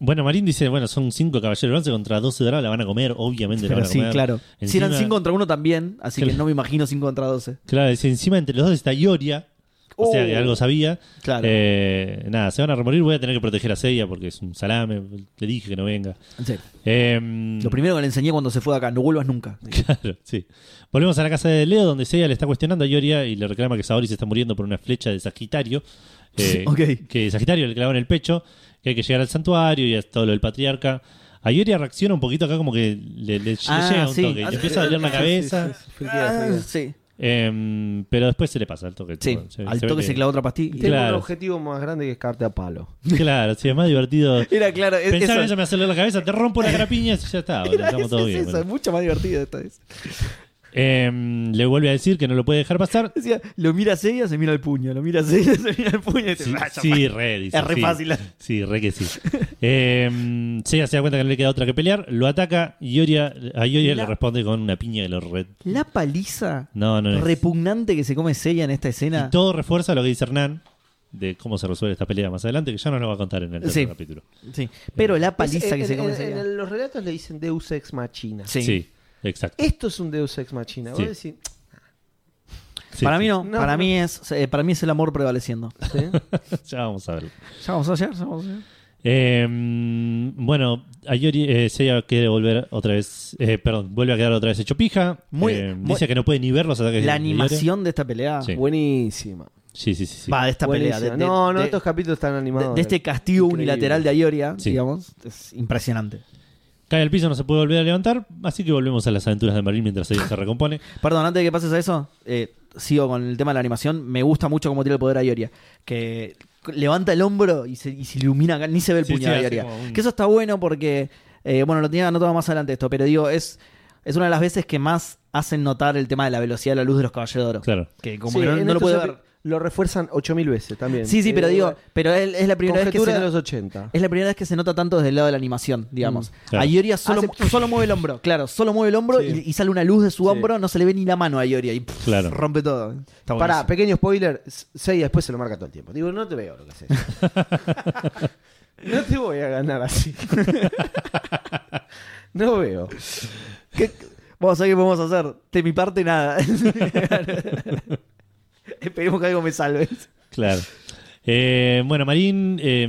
S1: bueno, Marín dice, bueno, son cinco caballeros bronce contra 12 dorados, la van a comer, obviamente la
S4: Pero
S1: van a
S4: sí,
S1: comer.
S4: claro. Si
S1: Encima-
S4: eran 5 contra 1 también, así que
S1: Claro.
S4: no me imagino 5 contra 12.
S1: Claro, dice, encima entre los dos está Ioria, o sea,
S4: Oh.
S1: que algo sabía.
S4: Claro.
S1: Eh, nada, se van a remorir, voy a tener que proteger a Seiya porque es un salame, le dije que no venga.
S4: Sí.
S1: Eh,
S4: Lo primero que le enseñé cuando se fue de acá, no vuelvas nunca.
S2: Mm.
S1: Claro, sí. Volvemos a la casa de Leo, donde Seiya le está cuestionando a Ioria y le reclama que Saori se está muriendo por una flecha de Sagitario. eh,
S4: Ok.
S1: Que Sagitario le clavó en el pecho, que hay que llegar al santuario y es todo lo del patriarca. A Ioria reacciona un poquito acá como que le, le- le
S4: Ah,
S1: llega un
S4: sí.
S1: toque y le empieza a doler la cabeza.
S4: Ah, sí.
S1: Em, pero después se le pasa al toque.
S4: Sí, al toque
S1: ve
S4: se
S1: que-
S4: clavó otra pastilla.
S2: Tengo
S1: Claro.
S2: un objetivo más grande que escarte a palo.
S1: Claro, sí, es más divertido.
S4: Era claro, es-
S1: Pensar
S4: eso-
S1: en eso me hace doler la cabeza, te rompo la grapiña y ya está. bueno,
S4: Era-
S1: estamos
S4: es-
S1: todos
S4: es
S1: bien.
S4: eso,
S1: bueno.
S4: es mucho más divertido esta vez.
S1: Em, le vuelve a decir que no lo puede dejar pasar.
S4: Decía, lo mira seria, se mira el puño, lo mira seria, se mira el puño y te
S1: Sí,
S4: "Ah, ya
S1: sí,
S4: fue".
S1: re, dice,
S4: Es re
S1: sí.
S4: fácil.
S1: Sí, re que sí. Em, Seiya se da cuenta que no le queda otra que pelear, lo ataca y Yoria, a Yoria
S4: La-
S1: le responde con una piña que lo re...
S4: La paliza
S1: No, no es.
S4: repugnante que se come Seiya en esta escena.
S1: Y todo refuerza lo que dice Hernán de cómo se resuelve esta pelea más adelante, que ya nos lo va a contar en el tercer
S4: Sí.
S1: capítulo.
S4: Sí. Pero la paliza
S2: en,
S4: que se
S2: en-
S4: come
S2: en-
S4: Seiya.
S2: en los relatos le dicen Deus Ex Machina.
S4: Sí.
S1: Sí, exacto.
S2: Esto es un Deus Ex Machina. Vos
S1: Sí.
S2: decís,
S1: Sí,
S4: Eh, para
S1: sí.
S4: mí no,
S2: No,
S4: para
S2: no.
S4: mí es eh, para mí es el amor prevaleciendo.
S2: ¿sí?
S1: ya vamos a verlo.
S4: Ya vamos a hacer, ya vamos a hacer.
S1: Eh, bueno, Ayori eh, Seiya quiere volver otra vez. eh, perdón, vuelve a quedar otra vez hecho pija.
S4: Muy-
S1: Eh,
S4: muy-
S1: dice que no puede ni ver los ataques
S4: La
S1: de Midori.
S4: animación de esta pelea.
S1: Sí.
S6: Buenísima.
S1: Sí, sí, sí. sí.
S4: Va, de esta pelea.
S2: Buenísimo.
S4: de- de-
S2: no, no,
S4: de-
S2: estos capítulos están animados.
S4: de, de este castigo
S6: Increíble.
S4: unilateral de Ayoria,
S1: Sí.
S4: digamos, es impresionante.
S1: Cae al piso, no se puede volver a levantar. Así que volvemos a las aventuras de Marín mientras ella se recompone.
S4: Perdón, antes de que pases a eso, eh, sigo con el tema de la animación. Me gusta mucho cómo tiene el poder Ayoria. Que levanta el hombro y se, y se ilumina, acá, ni se ve el
S1: Sí,
S4: puño
S1: sí,
S4: de
S1: hace
S4: Ayoria.
S1: como un-
S4: Que eso está bueno porque, eh, bueno, lo tenía anotado más adelante esto, pero digo, es, es una de las veces que más hacen notar el tema de la velocidad de la luz de los caballeros de Oro.
S1: Claro.
S4: Que
S2: Sí,
S4: como que no,
S2: en
S4: no lo
S2: estos
S4: puede
S2: epi-
S4: ver.
S2: Lo refuerzan 8000 veces también.
S4: Sí, sí,
S2: Eh,
S4: pero digo, pero él- es la primera vez que
S2: conjetura
S4: se
S2: de los 80.
S4: Es la primera vez que se nota tanto desde el lado de la animación, digamos.
S1: Mm, claro.
S4: A Ioria solo,
S2: Hace-
S4: solo mueve el hombro, claro, solo mueve el hombro
S2: Sí.
S4: y, y sale una luz de su hombro, no se le ve ni la mano a Ioria y pff,
S1: Claro.
S4: rompe todo.
S2: Pará,
S4: Está buenísimo.
S2: pequeño spoiler, Seiya después se lo marca todo el tiempo. Digo, no te veo lo que haces. no te voy a ganar así. no veo.
S4: ¿Qué- Vamos a ver qué podemos hacer. De mi parte, nada. Esperemos que algo me salve.
S1: Claro. Eh, bueno, Marín eh,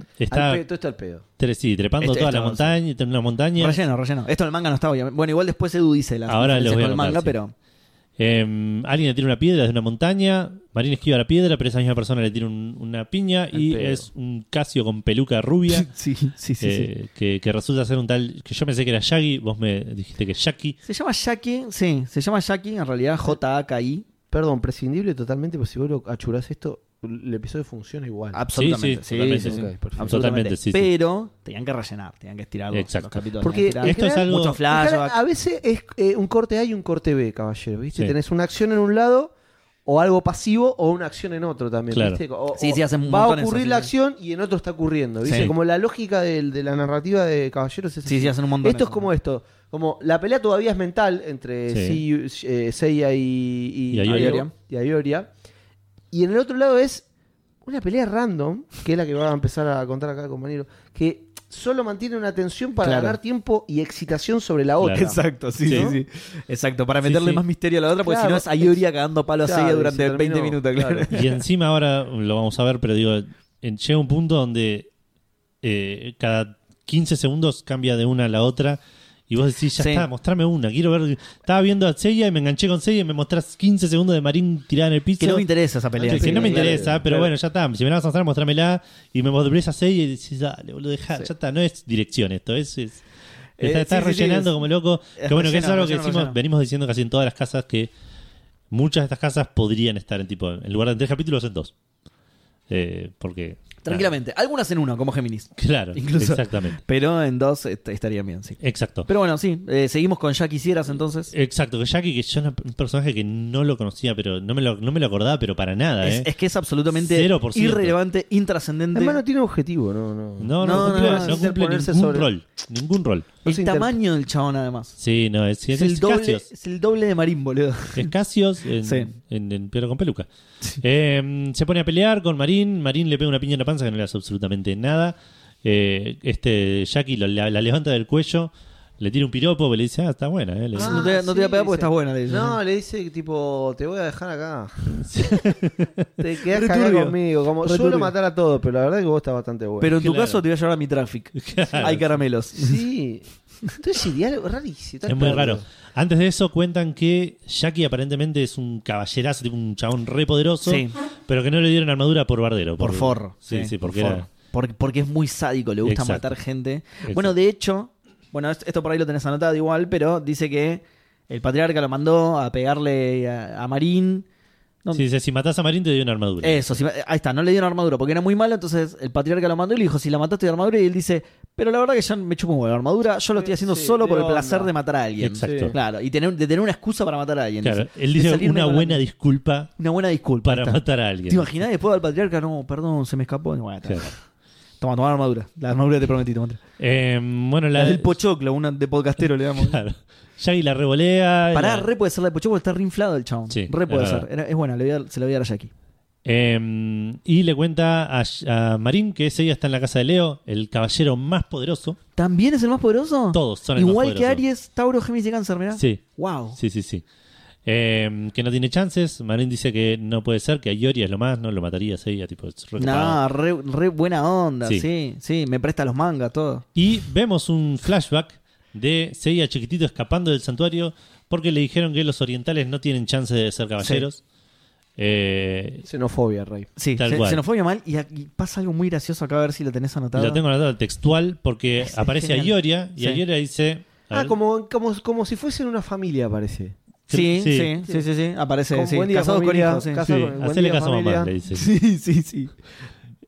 S2: Al
S1: está
S2: pedo, todo está al pedo.
S1: tre- sí, trepando
S4: Este-
S1: toda
S4: esto
S1: la
S4: no
S1: montaña, una montaña.
S4: Relleno, relleno. Esto en el manga no está, obviamente. Bueno, igual después Edu dice las
S1: Ahora les
S4: diferencias
S1: voy a
S4: con
S1: contar,
S4: el manga,
S1: sí.
S4: pero.
S1: Eh, alguien le tira una piedra desde una montaña. Marín esquiva la piedra, pero esa misma persona le tira un- una piña. Y
S6: pedo.
S1: es un Casio con peluca rubia.
S4: Sí, sí, sí. sí.
S1: eh, Que, que resulta ser un tal. Que yo pensé que era Shaggy. Vos me dijiste que es Shaggy.
S4: Se llama Jackie, sí, se llama Jackie, en realidad J-A-K-I.
S2: Perdón, prescindible totalmente, porque si vos lo achurás esto, el episodio funciona igual.
S1: Ah,
S4: Absolutamente.
S1: Sí, sí, totalmente, sí.
S2: Ok, perfecto.
S1: Totalmente, sí, sí.
S4: Pero tenían que rellenar, tenían que estirar los,
S1: Exacto.
S4: los capítulos.
S2: Porque
S4: tenían que
S1: Esto
S4: estirar.
S1: es algo.
S4: mucho
S2: Ojalá-
S4: flashback.
S2: a veces es eh, un corte A y un corte B, caballero. ¿viste?
S1: Sí.
S2: Tenés una acción en un lado, o algo pasivo, o una acción en otro también.
S1: Claro.
S2: ¿viste? O-
S4: Sí,
S2: o
S4: sí, hacen un
S2: Va a
S4: montón eso,
S2: ocurrir
S4: sí,
S2: la
S4: sí.
S2: acción y en otro está ocurriendo. ¿viste?
S1: Sí.
S2: Como la lógica del- de, la narrativa de caballeros es
S4: Sí,
S2: así.
S4: sí, hacen un montón.
S2: Esto es
S4: eso.
S2: como esto. Como la pelea todavía es mental entre
S1: Sí.
S2: Si- eh, Seiya y, y,
S1: Y Ayoria.
S2: y Ayoria. Y en el otro lado es una pelea random, que es la que va a empezar a contar acá el compañero, que solo mantiene una tensión para
S4: Claro.
S2: ganar tiempo y excitación sobre la otra.
S1: Claro.
S4: Exacto, sí,
S1: Sí.
S4: sí, sí. Exacto, para
S1: Sí,
S4: meterle
S1: sí.
S4: más misterio a la otra, porque
S2: Claro.
S4: si no es Ayuria cagando palo a
S2: Claro,
S4: Seiya
S2: y
S4: durante
S2: se
S4: 20
S2: terminó.
S4: minutos, claro.
S2: Claro.
S1: Y encima ahora lo vamos a ver, pero digo, en- llega un punto donde eh, cada 15 segundos cambia de una a la otra. Y vos decís, ya
S4: Sí.
S1: está, mostrame una. Quiero ver. Estaba viendo a Seiya y me enganché con Seiya y me mostrás 15 segundos de Marín tirada en el piso.
S4: Que no me interesa esa pelea.
S1: Que- que no me
S2: claro,
S1: interesa,
S2: claro.
S1: pero bueno, ya está. Si me la vas a mostrar, mostrámela. Y me volvés a Seiya y decís, dale, boludo, dejá.
S4: Sí.
S1: Ya está, no es dirección esto, es. es-
S4: Eh,
S1: está está
S4: sí, sí, sí,
S1: rellenando
S4: es-
S1: como loco.
S4: es
S1: que bueno, que es
S4: relleno,
S1: algo que
S4: relleno,
S1: decimos-
S4: relleno.
S1: venimos diciendo casi en todas las casas que muchas de estas casas podrían estar en tipo, en lugar de en tres capítulos, en dos. Eh, porque.
S4: Tranquilamente, algunas en uno, como Géminis.
S1: Claro,
S4: Incluso.
S1: exactamente.
S4: Pero en dos est- estaría bien, sí.
S1: Exacto.
S4: Pero bueno, sí, eh, seguimos con Ya Quisieras entonces.
S1: Exacto, que Jackie, que yo era un personaje que no lo conocía, pero no me lo, no me lo acordaba, pero para nada,
S4: Es,
S1: ¿eh?
S4: es que es absolutamente
S1: 0%.
S4: irrelevante, intrascendente.
S2: Además no tiene objetivo, no, no.
S1: No, no,
S4: No, no,
S1: cumple,
S4: no,
S1: no
S2: es
S1: cumple
S2: ponerse
S1: ningún
S2: sobre-
S1: rol. Ningún rol.
S2: no
S4: el
S2: se inter-
S4: tamaño del chabón, además.
S1: Sí, no, es,
S4: Es,
S1: es,
S4: el doble,
S1: Casios.
S4: es el doble de Marín, boludo.
S1: Es Casios en,
S4: Sí.
S1: en- en Piedra con Peluca. Eh, se pone a pelear con Marín. Marín le pega una piña en la panza que no le hace absolutamente nada. Eh, este Jackie lo- la, la levanta del cuello, le tira un piropo, que le dice, ah, está buena. eh", le dice.
S4: no te- no te voy a pegar porque
S2: dice.
S4: estás buena, le dice.
S2: No, le dice tipo, te voy a dejar acá.
S1: Sí.
S2: te quedás
S4: Re
S2: acá
S4: turbio.
S2: conmigo. Como
S4: Re
S2: yo
S4: turbio.
S2: lo matar a todos, pero la verdad es que vos estás bastante bueno.
S4: Pero en tu
S1: Claro.
S4: caso te voy a llevar a mi traffic. Hay caramelos.
S2: sí. Entonces ese diálogo es rarísimo. está
S1: Es muy
S2: perdido.
S1: raro. Antes de eso cuentan que Jackie aparentemente es un caballerazo, tipo un chabón re poderoso,
S4: Sí.
S1: pero que no le dieron armadura por bardero.
S4: Por forro.
S1: Sí, sí, porque
S4: por
S1: era-
S4: forro. Por- porque es muy sádico, le gusta
S1: Exacto.
S4: matar gente.
S1: Exacto.
S4: Bueno, de hecho, bueno, es- esto por ahí lo tenés anotado igual, pero dice que el patriarca lo mandó a pegarle a, a Marín. ¿Dónde?
S1: Sí, dice, si matás a Marín te doy una armadura.
S4: Eso, si- ahí está, no le dieron armadura porque era muy malo, entonces el patriarca lo mandó y le dijo, si la mataste de armadura, y él dice, pero la verdad que ya me chupo un huevo la armadura, yo lo estoy haciendo
S6: Sí,
S4: solo
S6: de
S4: por el
S6: onda.
S4: placer de matar a alguien.
S1: Exacto.
S4: Claro, y tener, de tener una excusa para matar a alguien.
S1: Claro,
S4: dice.
S1: él
S4: De
S1: dice
S4: salirme
S1: una
S4: con la-
S1: buena disculpa
S4: una buena disculpa. ahí
S1: para
S4: está.
S1: matar a alguien.
S4: ¿Te imaginas después al patriarca? No, perdón, se me escapó. Y Bueno, está.
S1: Claro.
S4: Toma, toma la armadura. La armadura te prometí, toma.
S1: Eh, bueno,
S4: La,
S1: la,
S4: del pochoclo, una de podcastero le damos.
S1: Claro. Shaggy la revolea.
S4: Pará,
S1: la-
S4: re puede ser la de pochoclo, está reinflado el chabón.
S1: Sí,
S4: re puede
S1: es
S4: ser.
S1: verdad.
S4: Era- es buena, le voy a dar- se la voy a dar a Jackie.
S1: Eh, y le cuenta a, a Marín que ese día está en la casa de Leo, el caballero más poderoso.
S4: ¿También es el más poderoso?
S1: Todos son el más
S4: Igual que
S1: poderoso.
S4: Aries, Tauro, Géminis y Cáncer, mirá.
S1: Sí,
S4: Wow.
S1: sí, sí, sí. Eh, que no tiene chances. Marín dice que no puede ser, que a Iori es lo más, no lo mataría sería tipo es re copado.
S4: No, re, re buena onda,
S1: Sí.
S4: sí. sí, me presta los mangas, todo.
S1: Y vemos un flashback de Seiya chiquitito escapando del santuario porque le dijeron que los orientales no tienen chance de ser caballeros. Eh,
S6: Xenofobia, Rey.
S4: Sí,
S1: Tal
S4: se,
S1: cual.
S4: se nos fue mal y, aquí pasa algo muy gracioso acá, a ver si lo tenés anotado.
S1: lo tengo anotado textual porque
S4: Es
S1: aparece a
S4: genial.
S1: Ioria y
S4: Sí.
S1: a Ioria dice... a
S6: Ah,
S1: ver,
S6: como, como, como si fuesen una familia, parece.
S4: Sí,
S1: Sí.
S4: sí, sí, sí, sí, sí, aparece.
S6: Con
S4: sí.
S6: buen día,
S4: Casados con
S6: familia,
S4: hijos, sí.
S6: casa-
S1: Sí,
S6: Buen día,
S1: hacele caso a mamá,
S6: familia.
S1: le dice.
S4: Sí, sí, sí.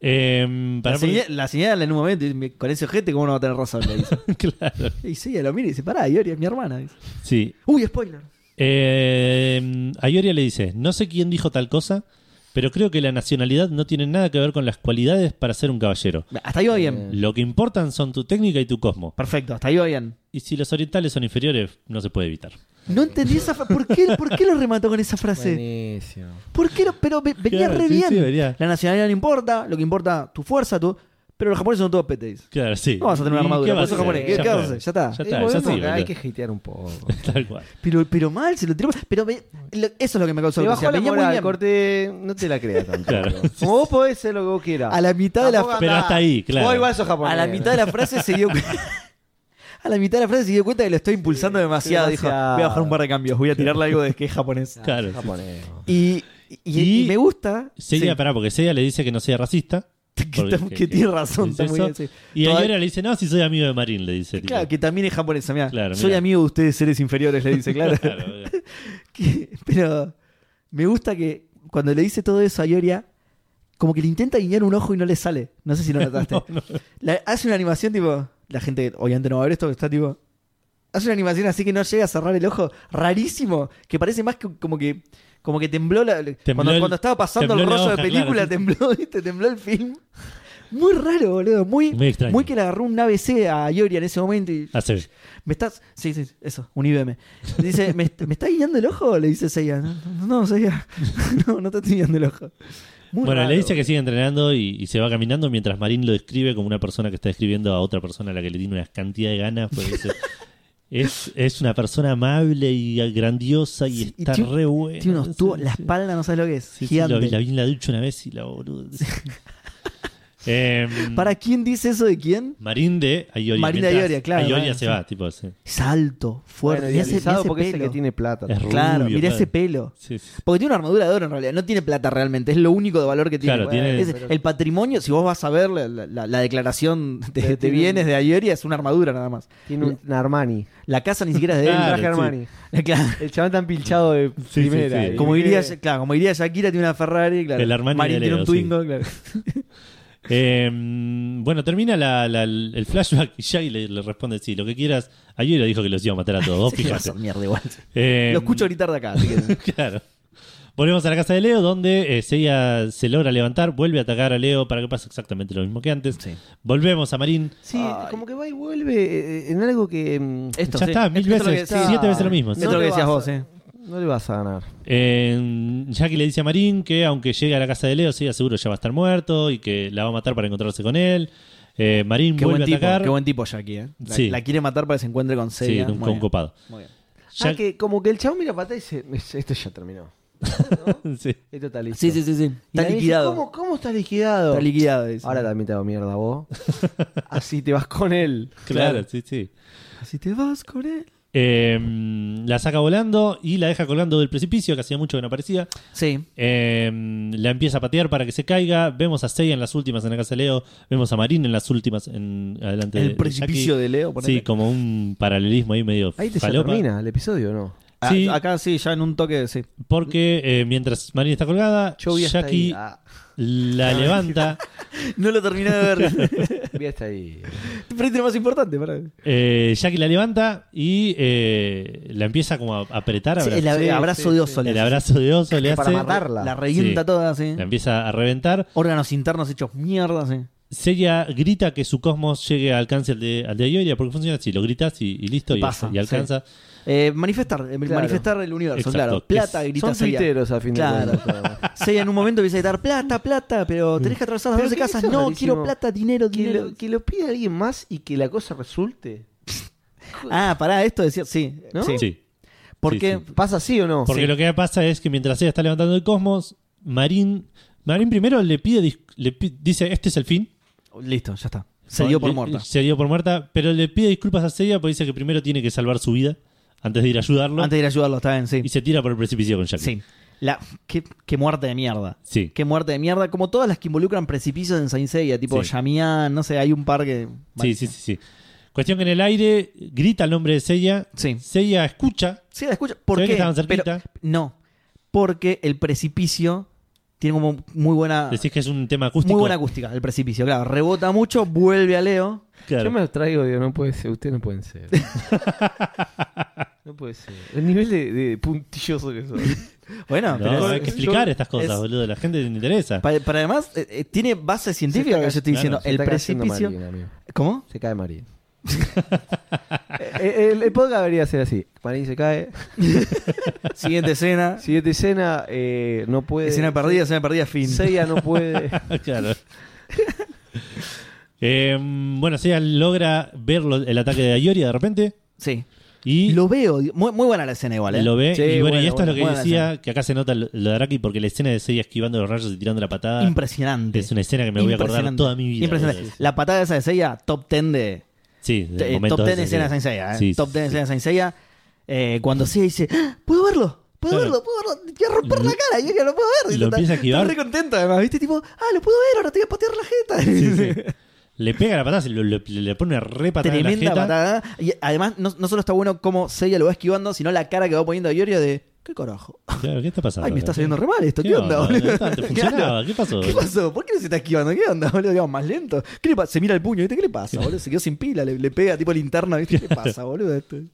S1: Em,
S4: La,
S1: pará, porque-
S4: señal, la señala en un momento y dice, con ese ojete, ¿cómo no va a tener razón? Le dice.
S1: claro.
S4: y sí, lo mira y dice, pará, Ioria es mi hermana. Dice.
S1: Sí.
S4: Uy, spoiler.
S1: Em, a Ioria le dice, no sé quién dijo tal cosa, pero creo que la nacionalidad no tiene nada que ver con las cualidades para ser un caballero.
S4: Hasta ahí va bien.
S1: Lo que importan son tu técnica y tu cosmo.
S4: Perfecto, hasta ahí va bien.
S1: Y si los orientales son inferiores, no se puede evitar.
S4: No entendí esa frase. ¿Por qué, ¿Por qué lo remató con esa frase?
S6: Buenísimo. Eh,
S4: ¿Por qué? no? Pero ve- venía
S1: Claro,
S4: re
S1: sí,
S4: bien.
S1: sí, venía.
S4: La nacionalidad no importa, lo que importa tu fuerza, tu. Pero los japoneses son todos petes.
S1: Claro, sí.
S4: No vas a tener una
S1: ¿Y
S4: armadura,
S1: qué vas
S4: por eso
S1: a hacer?
S4: japonés. ¿Qué-
S1: Ya
S4: qué vas a
S1: fue.
S4: hacer? Ya está.
S1: Ya
S6: Eh,
S1: está, ya
S6: volvemos
S1: sí,
S6: acá, hay
S1: boludo.
S6: que hatear un poco.
S1: Tal cual.
S4: Pero, pero mal se lo tiró. Pero me- lo- eso es lo que me causó
S6: Te bajó
S4: curiosidad.
S6: la
S4: Venía muy
S6: moral,
S4: bien.
S6: corte, no te la creas tanto.
S1: Claro.
S6: boludo. Como vos podés ser lo que vos quieras.
S4: A la mitad de la
S6: Tampoco
S1: Pero
S6: andá-
S1: hasta ahí, claro.
S6: Vos igual sos japonés.
S4: A la mitad de la frase se dio cu- A la mitad de la frase se dio cuenta que lo estoy impulsando demasiado. Dijo,
S6: demasiado.
S4: voy a bajar un par de cambios, voy a tirarle algo de que es japonés.
S1: Claro.
S6: Japonés.
S4: Y, y-
S1: Y-
S4: y me gusta.
S1: Seiya,
S4: Ah, sí,
S1: pará, porque Seiya le dice que no sea racista.
S4: que,
S1: porque-
S4: tam-
S1: que-
S4: que tiene razón,
S1: dice
S4: está muy
S1: eso.
S4: bien, sí.
S1: Y a
S4: Toda-
S1: Ioria le dice, no, si soy amigo de Marín, le dice. tipo.
S4: Claro, que también es japonesa, mirá.
S1: Claro,
S4: Soy
S1: mirá.
S4: amigo de ustedes, seres inferiores, le dice, claro.
S1: Claro,
S4: Que- pero me gusta que cuando le dice todo eso a Ioria, como que le intenta guiñar un ojo y no le sale. No sé si lo notaste. La- hace una animación tipo. La gente obviamente no va a ver esto, pero está tipo. Hace una animación así que no llega a cerrar el ojo. Rarísimo. Que parece más que como que. Como que tembló la. cuando,
S1: el-
S4: cuando estaba pasando el
S1: tembló la
S4: rollo de
S1: hoja,
S4: película,
S1: claro, sí,
S4: tembló, ¿viste? tembló el film. Muy raro, boludo. Muy,
S1: Muy extraño.
S4: que le agarró un ABC a Ioria en ese momento y.
S1: Hace-
S4: Me estás. Sí, sí, eso, un IBM. Dice, ¿me, me está guiando el ojo? Le dice Seiya. No, no, no, Seiya. No, no te estoy guiando el ojo. Muy
S1: Bueno,
S4: raro.
S1: le dice que sigue entrenando y, y se va caminando mientras Marín lo describe como una persona que está describiendo a otra persona a la que le tiene una cantidad de ganas. porque dice, es, es una persona amable y grandiosa y
S4: Sí, y
S1: está
S4: tiene-
S1: re buena.
S4: Tiene unos tubos,
S1: Sí,
S4: la
S1: sí.
S4: espalda no sabes lo que es.
S1: Sí, sí,
S4: gigante.
S1: lo vi- la vi en la ducha una vez y la boludo. Em,
S4: ¿Para quién dice eso de quién?
S1: Marín de Ayoria.
S4: Marín de
S1: Mientras
S4: Ayoria, claro,
S1: Ayoria
S4: claro,
S1: se
S4: sí.
S1: va, tipo. sí.
S4: Es alto, fuerte.
S6: Bueno,
S4: mirá ese, mirá
S6: idealizado
S4: ese
S6: porque es el
S4: pelo.
S6: que tiene plata.
S1: Es rubio,
S4: Claro, mira
S1: claro.
S4: ese pelo.
S1: Sí, sí.
S4: Porque tiene una armadura de oro en realidad. No tiene plata realmente. Es lo único de valor que tiene.
S1: Claro, tiene-
S4: Es- el patrimonio, si vos vas a ver la, la- la declaración de,
S6: Pero
S4: de
S6: tiene-
S4: bienes de Ayoria, es una armadura nada más.
S6: Tiene un Armani.
S4: La casa ni siquiera es de él.
S1: Claro,
S6: Traje Armani.
S4: Claro.
S6: El chabón tan pilchado de
S1: sí,
S6: primera.
S1: sí.
S6: Y
S4: Como
S6: vive-
S4: diría, claro, como diría Shakira, tiene una Ferrari, claro.
S1: El Armani
S4: Marín
S1: de
S4: tiene
S1: Leo,
S4: un Twingo, claro.
S1: Em, bueno, termina la- la- el flashback y Shaggy le, le responde: Sí, lo que quieras. Ayoria dijo que los iba a matar a todos. vos
S4: Sí, va a
S1: Oh, fíjate.
S4: ser mierda igual.
S1: Em,
S4: Lo escucho gritar de acá, así que-
S1: claro. Volvemos a la casa de Leo, donde eh, Seiya se logra levantar, vuelve a atacar a Leo para que pase exactamente lo mismo que antes. Volvemos a Marín.
S6: Sí,
S4: Ay.
S6: como que va y vuelve eh, en algo que. mm,
S4: Esto,
S1: ya
S4: sí.
S1: está, mil
S4: Esto es lo que
S1: veces,
S4: decía-
S1: siete veces lo mismo.
S4: Esto es lo que
S6: No te
S4: decías
S6: vas a-
S4: vos, eh.
S6: No le vas a ganar.
S1: Eh, Jackie le dice a Marín que aunque llegue a la casa de Leo, sí, seguro ya va a estar muerto y que la va a matar para encontrarse con él. Eh, Marín
S4: Qué
S1: vuelve
S4: buen,
S1: a
S4: tipo,
S1: atacar.
S4: qué buen tipo Jackie, eh. La,
S1: Sí.
S4: la quiere matar para que se encuentre con
S1: Sí,
S4: Celia.
S1: de un,
S4: Muy
S1: con un
S4: bien.
S1: copado.
S4: Muy bien.
S6: Ah, que como que el chabón mira para atrás y dice: "Es- Esto ya terminó.
S1: Sí.
S6: Esto está listo.
S4: Sí, sí, sí, sí.
S6: Y la
S4: Está
S6: mina dice,
S4: liquidado.
S6: ¿Cómo, ¿Cómo está liquidado?
S4: Está liquidado. dice.
S6: Ahora también te hago mierda vos. Así te vas con él.
S1: Claro, sí, sí.
S4: Si te vas con él.
S1: Eh, la saca volando y la deja colgando del precipicio, que hacía mucho que no aparecía.
S4: Sí.
S1: Eh, la empieza a patear para que se caiga. Vemos a Seiya en las últimas en la casa de Leo. Vemos a Marín en las últimas en adelante. de-
S4: El
S1: de
S4: precipicio
S1: Jackie.
S4: de Leo,
S1: Sí,
S4: ponele.
S1: como un paralelismo ahí medio.
S6: Ahí te ya
S1: falopa.
S6: termina el episodio, ¿no?
S4: Ah,
S1: Sí.
S4: Acá sí, ya en un toque, sí.
S1: Porque eh, mientras Marín está colgada,
S2: Chovy está
S1: Jackie
S2: ahí. Ah,
S1: la levanta.
S4: No lo terminé de ver.
S6: Vi hasta ahí.
S4: Pero tiene más importante, pará.
S1: eh, Jackie la levanta y eh, la empieza como a apretar.
S4: Sí,
S1: abrazar.
S4: el ab-
S2: Sí,
S4: abrazo
S2: sí,
S4: de
S2: sí.
S4: oso le
S1: El
S4: hace.
S1: abrazo de oso le hace.
S2: para matarla.
S4: La revienta
S1: Sí. Em.
S4: toda, sí.
S1: La empieza a reventar.
S4: Órganos internos hechos mierda, sí.
S1: Sella grita que su cosmos llegue al alcance al de, al de Ioria, porque funciona así: lo gritas y, y listo,
S4: Y
S1: y,
S4: pasa,
S1: y alcanza.
S4: Eh, manifestar, eh,
S2: Claro.
S4: manifestar el universo,
S1: Exacto, que
S4: claro. Plata,
S1: es-
S4: grita
S6: Son
S4: Seiya.
S6: tuiteros a fin
S4: Claro.
S6: de cuentas.
S4: Seiya en un momento empieza a gritar plata, plata,
S1: Mm.
S4: pero tenés que atravesar las
S2: Pero
S4: 12
S2: ¿qué
S4: casas.
S2: hizo,
S4: No,
S2: rarísimo?
S4: quiero plata, dinero,
S2: que,
S4: dinero.
S2: lo, que lo pida alguien más y que la cosa resulte.
S4: Ah, pará, esto decía, sí,
S2: ¿No?
S4: sí.
S1: Sí.
S4: Porque
S1: Sí,
S2: ¿Pasa así o no?
S1: Porque
S4: Sí.
S1: lo que pasa es que mientras ella está levantando el cosmos, Marín, Marín primero le pide, dis- le pi- dice, este es el fin.
S4: listo, ya está. Se dio por
S1: Le-
S4: muerta.
S1: Se dio por muerta, pero le pide disculpas a Celia porque dice que primero tiene que salvar su vida antes de ir a ayudarlo.
S4: Antes de ir a ayudarlo, está bien, sí.
S1: Y se tira por el precipicio con Jackie.
S4: Sí. La, qué, qué muerte de mierda.
S1: Sí.
S4: Qué muerte de mierda. Como todas las que involucran precipicios en Saint Seiya, tipo
S1: Sí.
S4: Yamián, no sé, hay un par que.
S1: Sí, sí, sí, sí. Cuestión que en el aire grita el nombre de Seiya.
S4: Sí.
S1: Seiya escucha.
S4: Sí, la escucho. ¿Por
S1: Se ve
S4: qué?
S1: que estaban
S4: Pero-
S1: cerquita.
S4: no. Porque el precipicio tiene como muy buena.
S1: Decís que es un tema acústico.
S4: Muy buena acústica, el precipicio, claro. Rebota mucho, vuelve a Leo.
S1: Claro.
S6: Yo me lo traigo, digo, no puede ser, ustedes no pueden ser. no puede ser. El nivel de, de puntilloso que son.
S4: Bueno,
S1: No,
S4: Ah, pero-
S1: hay que explicar
S4: yo-
S1: estas cosas,
S4: es-
S1: boludo. La gente le interesa.
S4: Para, para además, eh, eh, tiene base científica
S6: está
S4: lo que yo estoy
S1: cayendo,
S4: diciendo.
S6: Se
S4: el
S6: está cayendo
S4: precipicio.
S6: Marín, amigo.
S4: ¿Cómo?
S6: se cae Marín. Eh, el, el podcast debería ser así. Marín se cae.
S4: Siguiente escena.
S6: Siguiente escena, eh, no puede.
S4: escena perdida, escena perdida, fin.
S6: Seiya no puede.
S1: claro. Eh, bueno, Seiya logra ver lo- el ataque de Ayori de repente.
S4: Sí.
S1: Y
S4: Lo veo. di- Muy, muy buena la escena igual. ¿eh?
S1: Lo ve.
S4: Sí,
S1: y bueno, y esto
S4: buena,
S1: es lo que
S4: buena
S1: decía,
S4: escena.
S1: que acá se nota lo lo de Araki porque la escena de Seiya esquivando los rayos y tirando la patada
S4: Impresionante.
S1: es una escena que me voy a acordar
S4: Impresionante.
S1: toda mi vida.
S4: Impresionante.
S1: boludo.
S4: La patada esa de Seiya, top 10 de.
S1: Sí, de
S4: eh,
S1: momentos
S4: top 10
S1: de
S4: de
S1: ese
S4: escenas de
S1: día.
S4: Seiya. ¿eh?
S1: Sí,
S4: top
S1: sí,
S4: 10 de
S1: sí.
S4: escenas de Seiya. Eh, cuando Seiya dice, "¡Ah! ¡Puedo verlo! ¡Puedo
S1: Claro.
S4: verlo! ¡Puedo verlo! Te voy a romper la cara! ¡Yo ya lo puedo ver!
S1: Lo
S4: está-
S1: empieza a
S4: está
S1: esquivar.
S4: re contento además, ¿viste? Tipo, ¡ah! ¡Lo puedo ver! ¡Ahora te voy a patear la jeta!
S1: Sí, sí. Le pega la patada, se lo- lo- le pone una re patada en la
S4: Tremenda
S1: jeta.
S4: patada. ¿eh? Y además, no, no solo está bueno cómo Seiya lo va esquivando, sino la cara que va poniendo Yorio de. ¿Qué carajo?
S1: Claro, ¿Qué está pasando?
S4: Ay, me está saliendo re mal esto. ¿Qué, onda,
S1: boludo?
S4: boludo?
S1: Antes funcionaba,
S4: Claro.
S1: ¿Qué pasó?
S4: ¿Qué pasó? ¿Por qué no se está esquivando? ¿Qué onda, boludo? Digamos, más lento. ¿Qué le pasa? Se mira el puño, ¿viste? ¿Qué le pasa, boludo? Se quedó sin pila, le, le pega tipo linterna, ¿viste? ¿Qué le pasa, boludo? Este, Esto?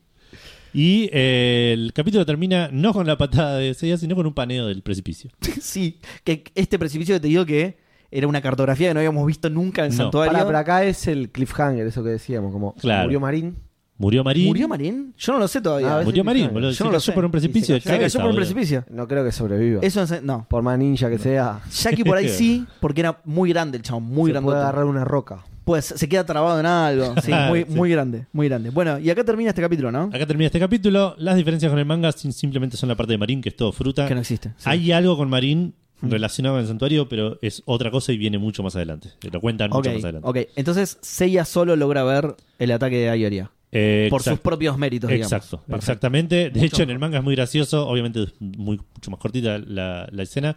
S1: Y eh, el capítulo termina no con la patada de Seiya, sino con un paneo del precipicio.
S4: Sí, que este precipicio que te digo que era una cartografía que no habíamos visto nunca en
S1: No.
S4: Santuario.
S6: Para, para acá es el cliffhanger, eso que decíamos. Como
S1: Claro.
S6: murió Marín.
S1: Murió Marín.
S4: ¿Murió Marín? Yo no lo sé todavía.
S6: Ah,
S1: Murió Marín,
S6: Yo
S1: boludo.
S4: no
S1: Se
S4: lo
S1: cayó
S4: sé.
S1: por un precipicio.
S6: Y
S1: de
S6: se
S4: se cayó
S1: cabeza,
S4: por un
S1: boludo.
S4: precipicio.
S6: No creo que sobreviva.
S4: Eso no sé- no.
S6: Por más ninja que sea,
S4: Jackie por ahí sí, porque era muy grande el chabón, muy
S6: se
S4: grande.
S6: puede agarrar una roca.
S4: Pues se queda trabado en algo. Sí, muy,
S1: Ah, Sí.
S4: muy grande, muy grande. Bueno, y acá termina este capítulo, ¿no?
S1: Acá termina este capítulo. Las diferencias con el manga sin- simplemente son la parte de Marín, que es todo fruta.
S4: Que no existe. sí. Hmm.
S1: Hay algo con Marín relacionado con el santuario, pero es otra cosa y viene mucho más adelante. Te Lo cuentan
S4: Ok,
S1: mucho más adelante.
S4: ok. Entonces Seiya solo logra ver el ataque de Ayoria.
S1: Eh,
S4: Por
S1: exact-
S4: sus propios méritos, digamos.
S1: Exacto,
S4: Perfecto.
S1: exactamente. De
S4: Mucho
S1: hecho, en el manga es muy gracioso. Obviamente es muy, mucho más cortita la, la escena.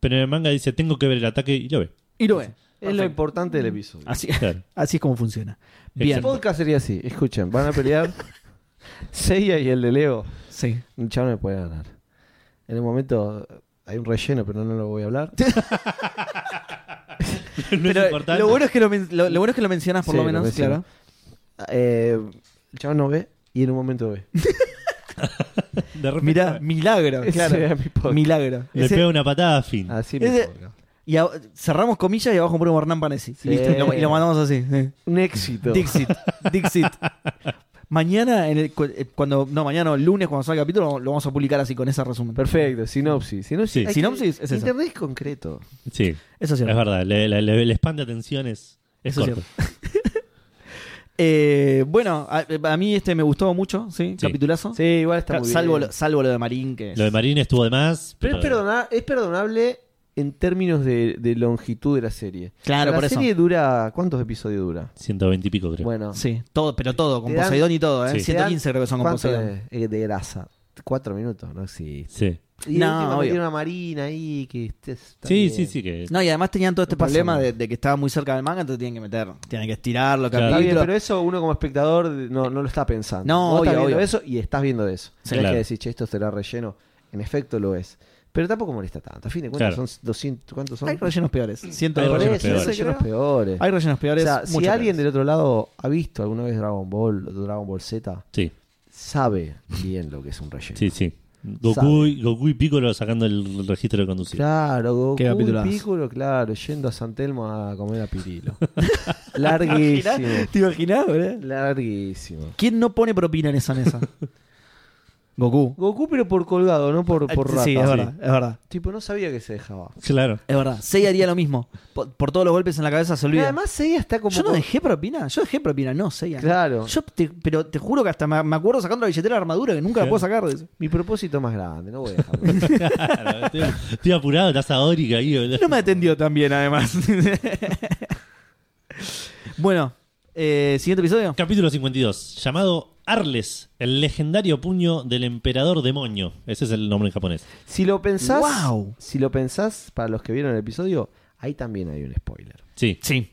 S1: Pero en el manga dice, tengo que ver el ataque y lo ve.
S4: Y lo ve.
S6: Es lo importante del episodio.
S4: Así,
S1: Claro.
S4: así es como funciona. Bien.
S6: El podcast sería así. Escuchen, van a pelear Seiya y el de Leo.
S4: Sí.
S6: Un chavo me puede ganar. En el momento hay un relleno, pero no lo voy a hablar.
S1: no es
S4: Pero
S1: importante.
S4: Lo bueno es que lo, men- lo- lo bueno es que lo mencionas por
S6: Sí,
S4: lo
S6: lo
S4: menos,
S6: menciono.
S4: claro.
S6: Eh, el chavo no ve y en un momento ve.
S1: De repente
S4: Mirá, milagro,
S6: Ese
S4: claro.
S6: era mi podcast.
S4: Milagro.
S1: le
S4: Ese-
S1: pega una patada, fin.
S2: Ah,
S6: Así mi
S4: Ese-
S6: podcast.
S4: y a- cerramos comillas y abajo ponemos Hernán Panesi.
S6: Sí.
S4: Listo, y lo, y lo mandamos así. sí.
S6: Un éxito.
S4: Dixit. Dixit. Mañana, en el, cu- eh, cuando. No, mañana, no, el lunes, cuando salga el capítulo, lo vamos a publicar así con ese resumen.
S6: Perfecto, sinopsis. Sinopsis,
S1: Sí.
S6: hay
S4: Sinopsis
S6: que-
S4: es eso.
S6: Internet es concreto.
S1: Sí,
S4: Eso sí.
S1: es verdad. Le, le, le- le expande atenciones. Es
S4: Eso es
S1: corto.
S4: Eh, bueno, a, a mí este me gustó mucho, ¿sí?
S1: Sí.
S4: Capitulazo.
S6: Sí, igual está
S4: Ca-
S6: muy
S4: salvo,
S6: bien.
S4: lo, salvo lo de Marín, que es-
S1: Lo de Marín estuvo de más.
S6: Pero
S1: Pero,
S6: es, perdona- es perdonable en términos de, de longitud de la serie.
S4: Claro,
S6: la
S4: por eso.
S6: serie dura... ¿Cuántos episodios dura?
S1: 120 y pico, creo.
S6: Bueno,
S4: Sí, todo, pero todo, con
S6: Te dan-
S4: Poseidón y todo, ¿eh?
S6: te
S1: Sí.
S6: dan-
S4: 115 creo que son con
S6: ¿cuánto
S4: Poseidón.
S6: de, eh, de grasa? ¿Cuatro minutos? No, sí.
S1: Sí.
S2: Y
S4: No,
S2: no, última
S4: obvio.
S2: metieron a Marina ahí que este está
S1: Sí,
S2: bien.
S1: sí, sí, que.
S4: No, y además tenían todo este
S2: No pasa
S4: problema
S2: nada.
S4: de, de que estaba muy cerca del manga, entonces tienen que meter, tienen que estirarlo,
S1: Claro.
S2: Está
S4: capítulo.
S2: bien, pero eso uno como espectador no, no lo está pensando.
S4: No,
S2: Vos
S4: obvio,
S2: estás viendo
S4: obvio.
S2: eso y estás viendo eso.
S1: Sí,
S2: no es
S1: claro.
S2: que decís, che, esto será relleno. En efecto lo es. Pero tampoco molesta tanto. A fin de cuentas
S1: Claro.
S2: son 200, ¿cuántos son?
S4: Hay rellenos peores. Siento
S1: Hay
S2: Por
S1: rellenos
S2: eso,
S1: peores.
S2: eso creo. peores.
S4: Hay rellenos
S2: O
S4: peores.
S2: sea, si
S4: mucho
S2: alguien del
S4: peores.
S2: otro lado ha visto alguna vez Dragon Ball o Dragon Ball Z,
S1: Sí,
S2: sabe bien lo que es un relleno.
S1: sí, sí. Goku y, Goku y Piccolo sacando el registro de conducir.
S2: Claro, Goku
S4: ¿Qué
S2: y
S4: capítulo das?
S2: Piccolo, claro, yendo a San Telmo a comer a Pirilo. larguísimo,
S4: ¿Te imaginas, boludo?
S2: larguísimo.
S4: ¿Quién no pone propina en esa mesa? Goku.
S2: Goku pero por colgado, no por, por rata.
S4: Eh, sí, es verdad, es verdad.
S2: Tipo, no sabía que se dejaba.
S1: Claro.
S4: Es verdad. Seiya haría lo mismo. Por, por todos los golpes en la cabeza se
S2: Y
S4: olvida.
S2: además Seiya está como...
S4: Yo no
S2: con-
S4: dejé propina, yo dejé propina, no, Seiya.
S2: Claro.
S4: Yo te- pero te juro que hasta me, me acuerdo sacando la billetera de armadura que nunca la puedo sacar.
S2: Mi propósito más grande, no voy a dejarlo.
S1: Claro, estoy, estoy apurado, estás ahórica ahí. boludo.
S4: No me atendió tan bien, además. bueno, eh, siguiente episodio.
S1: Capítulo 52, llamado Arles, el legendario puño del emperador demonio. Ese es el nombre en japonés.
S2: si lo pensás,
S4: Guau.
S2: si lo pensás, para los que vieron el episodio, ahí también hay un spoiler.
S1: Sí,
S4: Sí,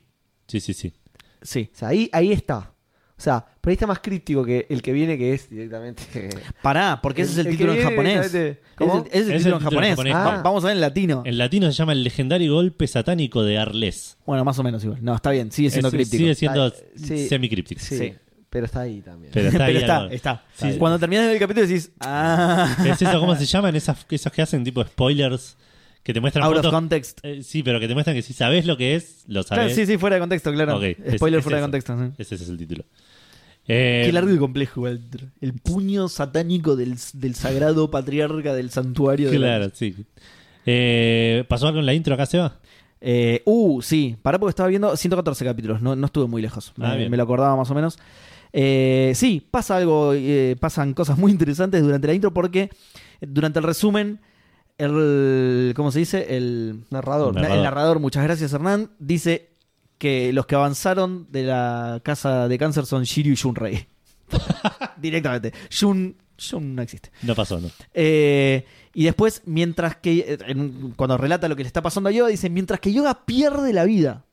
S1: sí, sí, sí.
S4: sí.
S2: O sea, ahí, ahí está. O sea, pero ahí está más críptico que el que viene que es directamente...
S4: Pará, porque ese es el,
S2: El que
S4: título en
S2: viene
S4: japonés. Es este, el,
S2: directamente- ¿Cómo?
S4: es el título en japonés.
S2: Ah.
S4: Va- Vamos a ver en latino.
S1: En latino se llama el legendario golpe satánico de Arles.
S4: Bueno, más o menos igual. No, está bien, sigue siendo
S1: Ese
S4: críptico. eh,
S1: Sigue siendo
S2: Ah, sí.
S1: semicríptico.
S2: Sí,
S4: Sí.
S2: pero está ahí también.
S1: Pero está ahí
S4: Pero está,
S1: algo.
S4: está.
S1: Sí, sí.
S4: Cuando terminas de ver el capítulo decís, ah,
S1: ¿Es eso cómo se llaman? Esas, esos que hacen tipo spoilers que te muestran
S4: out of
S1: fotos-
S4: context.
S1: Eh, sí, pero que te muestran que si sabes lo que es, lo
S4: Claro,
S1: sabes.
S4: sí, sí, fuera de contexto, claro.
S1: Ok, es-
S4: Spoiler
S1: es
S4: fuera
S1: eso.
S4: de contexto. sí.
S1: Ese, ese es el título. Eh,
S4: Qué largo y complejo el, el puño satánico del, del sagrado patriarca del santuario. de la-
S1: Claro, sí. Eh, ¿Pasó algo en la intro acá, Seba?
S4: Eh, uh, sí, pará porque estaba viendo 114 capítulos, no, no estuve muy lejos,
S1: Ah,
S4: me,
S1: bien.
S4: me lo acordaba más o menos. Eh, sí, pasa algo, eh, pasan cosas muy interesantes durante la intro porque eh, durante el resumen, el, ¿cómo se dice? El
S2: Narrador.
S1: No. Narrador.
S4: el narrador, muchas gracias Hernán, dice que los que avanzaron de la casa de cáncer son Shiryu y Shunrei. Directamente, Shun, Shun no existe.
S1: No pasó, ¿no?
S4: Eh, y después, mientras que. eh, en- cuando relata lo que le está pasando a Yoga, dice: mientras que Yoga pierde la vida.